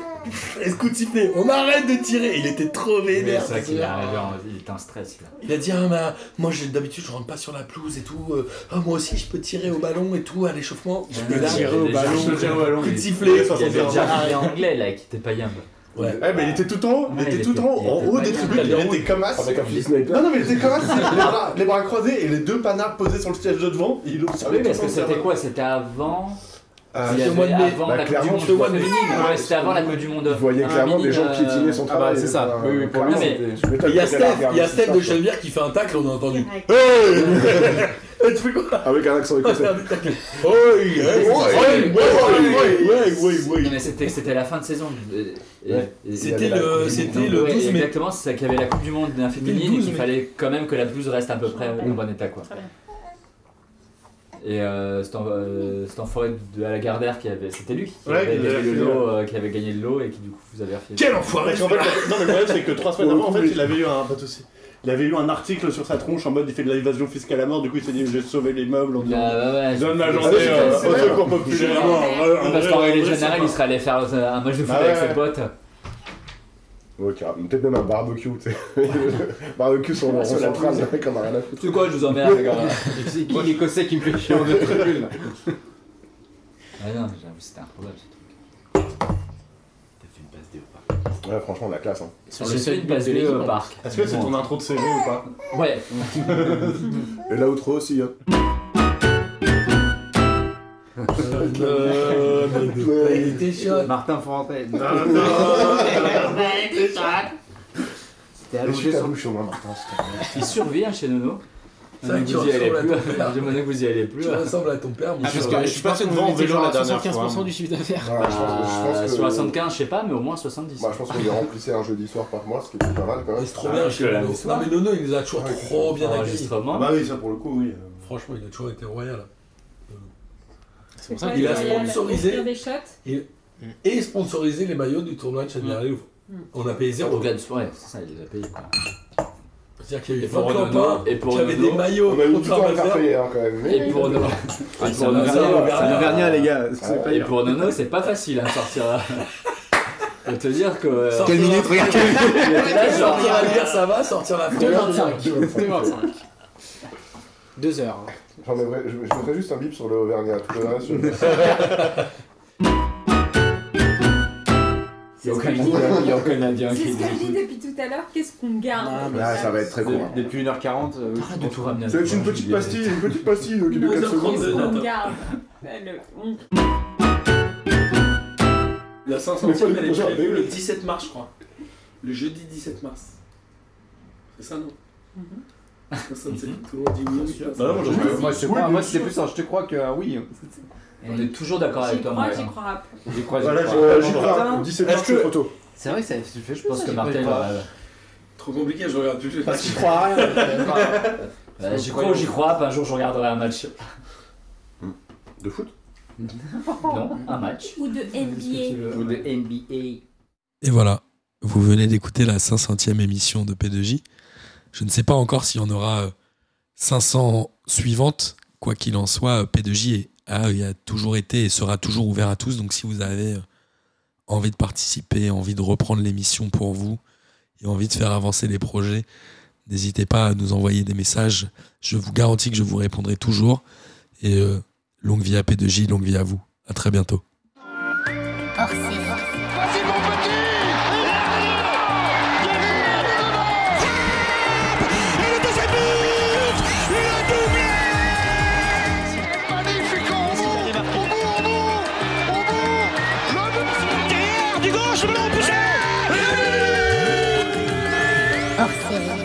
Speaker 4: est-ce coup de sifflet On arrête de tirer. Il était trop
Speaker 11: Mais
Speaker 4: vénère.
Speaker 11: C'est vrai
Speaker 4: parce
Speaker 11: qu'il est
Speaker 4: que-
Speaker 11: arrivé, en- il était en stress là.
Speaker 4: il a dit ah bah, moi j'ai- d'habitude je rentre pas sur la pelouse et tout. euh, ah, moi aussi je peux tirer au ballon et tout à l'échauffement. Je
Speaker 11: Il
Speaker 4: peux
Speaker 11: a
Speaker 4: tirer
Speaker 11: déjà-
Speaker 4: au ballon.
Speaker 11: il a déjà-
Speaker 4: Coup de
Speaker 11: il-
Speaker 4: sifflet.
Speaker 11: Il avait déjà
Speaker 4: Ah,
Speaker 11: parlé anglais là, qui était pas yam.
Speaker 4: Ouais.
Speaker 10: Eh, mais il était tout en haut, il
Speaker 11: Ouais,
Speaker 10: était
Speaker 11: il
Speaker 10: tout en haut,
Speaker 11: était- il
Speaker 10: en
Speaker 11: était Ah,
Speaker 10: haut
Speaker 11: pas
Speaker 10: des
Speaker 11: bien.
Speaker 10: tribunes, il était comme as.
Speaker 11: Avec un fusil sniper.
Speaker 10: Non, non, Ah, mais il était comme as, les bras- les bras croisés et les deux panards posés sur le siège de devant. et Il
Speaker 11: Ah oui, mais est-ce que c'était quoi C'était avant
Speaker 10: Euh,
Speaker 11: Il y
Speaker 10: c'était au
Speaker 11: avait
Speaker 10: mois de mai.
Speaker 11: avant
Speaker 10: Bah,
Speaker 11: la Coupe du
Speaker 10: clairement,
Speaker 11: Monde
Speaker 10: c'était au mois de mai.
Speaker 11: féminine. Ouais, c'était avant la Coupe du Monde.
Speaker 7: Vous voyez clairement des gens
Speaker 11: féminine,
Speaker 7: piétiner son
Speaker 11: euh,
Speaker 7: travail. Enfin, clairement, je m'étonne
Speaker 4: Il y a
Speaker 7: que t'aies
Speaker 4: Steph,
Speaker 7: la
Speaker 4: il y a Steph de
Speaker 7: regarder.
Speaker 4: Chenevière qui fait un tacle, on a entendu. Eh, tu fais quoi
Speaker 7: Avec un accent écossais.
Speaker 4: Oh,
Speaker 11: Ouais,
Speaker 4: ouais, ouais, ouais, ouais, ouais, ouais.
Speaker 11: Non, mais c'était c'était la fin de saison. Et- et-
Speaker 4: Ouais.
Speaker 11: et-
Speaker 4: C'était
Speaker 11: et-
Speaker 4: le-
Speaker 11: et-
Speaker 4: c'était le
Speaker 11: ouais,
Speaker 4: 12 mai.
Speaker 11: Exactement, c'est ça qu'il y avait la Coupe du Monde d'un féminine et qu'il fallait quand même que la blouse reste à peu près en bon état. quoi. Et euh, c'était en- euh, c'était en forêt de à la Gardère qui avait. C'était lui qui
Speaker 10: Ouais,
Speaker 11: avait
Speaker 10: qui avait
Speaker 11: gagné le
Speaker 10: fait,
Speaker 11: lot, euh, qui avait gagné le lot et qui du coup vous avez refilé.
Speaker 10: Parce qu'en fait, Non, mais le problème, c'est que trois semaines avant, en fait, il avait eu un. pas de souci. Il avait eu un article sur sa tronche en mode il fait de l'évasion fiscale à mort, du coup il s'est dit j'ai sauvé les
Speaker 11: Ah,
Speaker 10: meubles en disant donne ma journée euh, au secours populaire.
Speaker 11: Parce qu'en règle générale, il serait allé faire euh, un match de foot
Speaker 7: Ah ouais,
Speaker 11: avec ses
Speaker 7: ouais.
Speaker 11: potes.
Speaker 7: Ouais, carrément. Peut-être même un barbecue, tu sais. barbecue sur le
Speaker 11: Ouais, sur la
Speaker 7: central,
Speaker 11: pelouse.
Speaker 7: comme un rien à foutre.
Speaker 11: C'est quoi, je vous emmerde, les gars
Speaker 14: C'est qui l'écossais qui me fait chier en deux tribunes là
Speaker 11: Ah non, j'avoue, c'était improbable ce truc.
Speaker 7: Ouais, franchement, la classe. Hein.
Speaker 11: Sur le J'ai seul fait une place de de l'équipe, l'équipe, au parc.
Speaker 10: Est-ce que c'est ton intro de CV ou pas
Speaker 11: Ouais.
Speaker 7: Et là, outro aussi, hein.
Speaker 8: Euh,
Speaker 4: bah,
Speaker 8: mais de-
Speaker 6: Martin Fontaine.
Speaker 4: Ah,
Speaker 11: T'es allongé sur le bouchon, Martin. Il survit hein, chez Nono.
Speaker 8: C'est vrai que tu
Speaker 11: Vous y allez
Speaker 8: ressembles à
Speaker 11: plus. Je
Speaker 8: ton père.
Speaker 11: demandais que vous y allez plus.
Speaker 8: Tu ressembles à ton père,
Speaker 11: Ah,
Speaker 8: mais
Speaker 11: parce
Speaker 8: je suis-
Speaker 11: que
Speaker 8: je
Speaker 11: je
Speaker 8: suis
Speaker 11: suis
Speaker 8: pas
Speaker 11: pas sûr
Speaker 8: sûr
Speaker 11: de
Speaker 8: qu'on
Speaker 11: vendre
Speaker 8: était
Speaker 11: vélo
Speaker 8: genre
Speaker 11: la
Speaker 8: à
Speaker 11: dernière
Speaker 8: 75%
Speaker 11: fois.
Speaker 8: du chiffre d'affaires.
Speaker 7: Voilà, je pense que- je pense
Speaker 11: Ah,
Speaker 7: que-
Speaker 11: 75, je sais pas, mais au moins 70.
Speaker 7: Bah, je pense qu'on les remplissait un jeudi soir par mois, ce qui était pas mal quand même.
Speaker 8: C'est trop
Speaker 11: Ah,
Speaker 8: bien chez Nono. Non, mais Nono, il nous a toujours trop bien accueillis.
Speaker 7: Bah,
Speaker 10: pour le coup, oui.
Speaker 8: Franchement, il a toujours été royal.
Speaker 5: pour
Speaker 8: C'est pour
Speaker 5: ça
Speaker 8: ça
Speaker 5: quoi,
Speaker 8: qu'il a
Speaker 5: royal Offrir
Speaker 8: sponsorisé.
Speaker 5: des shots
Speaker 8: il- Et sponsorisé les maillots du tournoi de Châtellerault.
Speaker 5: Mm.
Speaker 8: On a payé zéro.
Speaker 11: Donc là, ouais, c'est ça, il les a payés. quoi.
Speaker 8: C'est-à-dire qu'il y a eu
Speaker 11: Et pour
Speaker 8: Franck
Speaker 11: Renaud,
Speaker 8: Lampin,
Speaker 11: et pour
Speaker 8: qui avait
Speaker 11: Renaud.
Speaker 8: des maillots
Speaker 11: On a eu
Speaker 8: contre
Speaker 11: du temps à
Speaker 8: Auvergnat.
Speaker 11: faire payer, hein, quand même. Et pour Renaud. Ah, c'est un Auvergnat, c'est un Auvergnat, les gars.
Speaker 6: C'est pas
Speaker 11: Et
Speaker 6: dur.
Speaker 11: pour Nono, c'est pas facile à sortir. là. Je peux te dire que. euh,
Speaker 6: Quelle minute, regarde.
Speaker 11: Il était là, genre,
Speaker 8: Sortir la bière, ça va, sortir la fleur.
Speaker 7: 2h25. Deux
Speaker 8: hein.
Speaker 7: heures. J'en aimerais, je, je mettrais juste un bip sur le Auvergnat. Tout le reste, je-
Speaker 11: Il y a aucun Indien- il y a aucun Indien
Speaker 2: C'est
Speaker 11: qui
Speaker 2: ce que je
Speaker 11: dit.
Speaker 2: dis depuis tout à l'heure, qu'est-ce qu'on garde
Speaker 4: Ah,
Speaker 7: va être très court. hein.
Speaker 6: Depuis 1h40. Arrête de tout ramener.
Speaker 7: Ça va être une petite pastille, une petite pastille de de 4
Speaker 2: Qu'est-ce qu'on
Speaker 7: secondes.
Speaker 2: garde Le- on-
Speaker 18: La 500ème, elle est prévue le 17 mars, je crois. Le jeudi 17 mars. C'est ça, non
Speaker 8: Mhm.
Speaker 18: Ça, ça, c'est- Tout le monde dit oui, oui. ça, ça.
Speaker 6: Moi, je te
Speaker 18: Oui,
Speaker 6: crois,
Speaker 18: bien
Speaker 6: moi, c'est
Speaker 18: sûr.
Speaker 6: plus un je te crois que euh, oui.
Speaker 11: On est toujours d'accord avec toi,
Speaker 2: crois,
Speaker 11: Martin.
Speaker 2: j'y crois plus.
Speaker 6: J'y crois,
Speaker 11: Voilà,
Speaker 6: j'y
Speaker 11: j'y
Speaker 6: crois.
Speaker 11: crois.
Speaker 6: Putain.
Speaker 11: 17
Speaker 6: Est-ce
Speaker 11: mars,
Speaker 6: que-
Speaker 11: c'est trop tôt.
Speaker 6: C'est vrai que ça tu fais, je
Speaker 11: Je
Speaker 6: pense que Martin
Speaker 11: il
Speaker 6: va-
Speaker 11: va-
Speaker 18: Trop compliqué, je regarde plus.
Speaker 6: Parce qu'il croit à rien.
Speaker 11: Bah, J'y crois ou j'y crois pas, un jour je regarderai un match.
Speaker 7: De foot
Speaker 11: Non, un match.
Speaker 5: Ou de NBA.
Speaker 6: Ou de NBA.
Speaker 4: Et voilà, vous venez d'écouter la 500e émission de P2J. Je ne sais pas encore si on aura euh, 500 suivantes. Quoi qu'il en soit, euh, P2J est- a, il a toujours été et sera toujours ouvert à tous. Donc si vous avez euh, envie de participer, envie de reprendre l'émission pour vous et envie de faire avancer les projets, n'hésitez pas à nous envoyer des messages. Je vous garantis que je vous répondrai toujours. Et euh, longue vie à P2J, longue vie à vous. À très bientôt.
Speaker 19: Vas-y mon
Speaker 20: Derrière, du gauche, le ballon poussé.
Speaker 21: hors série.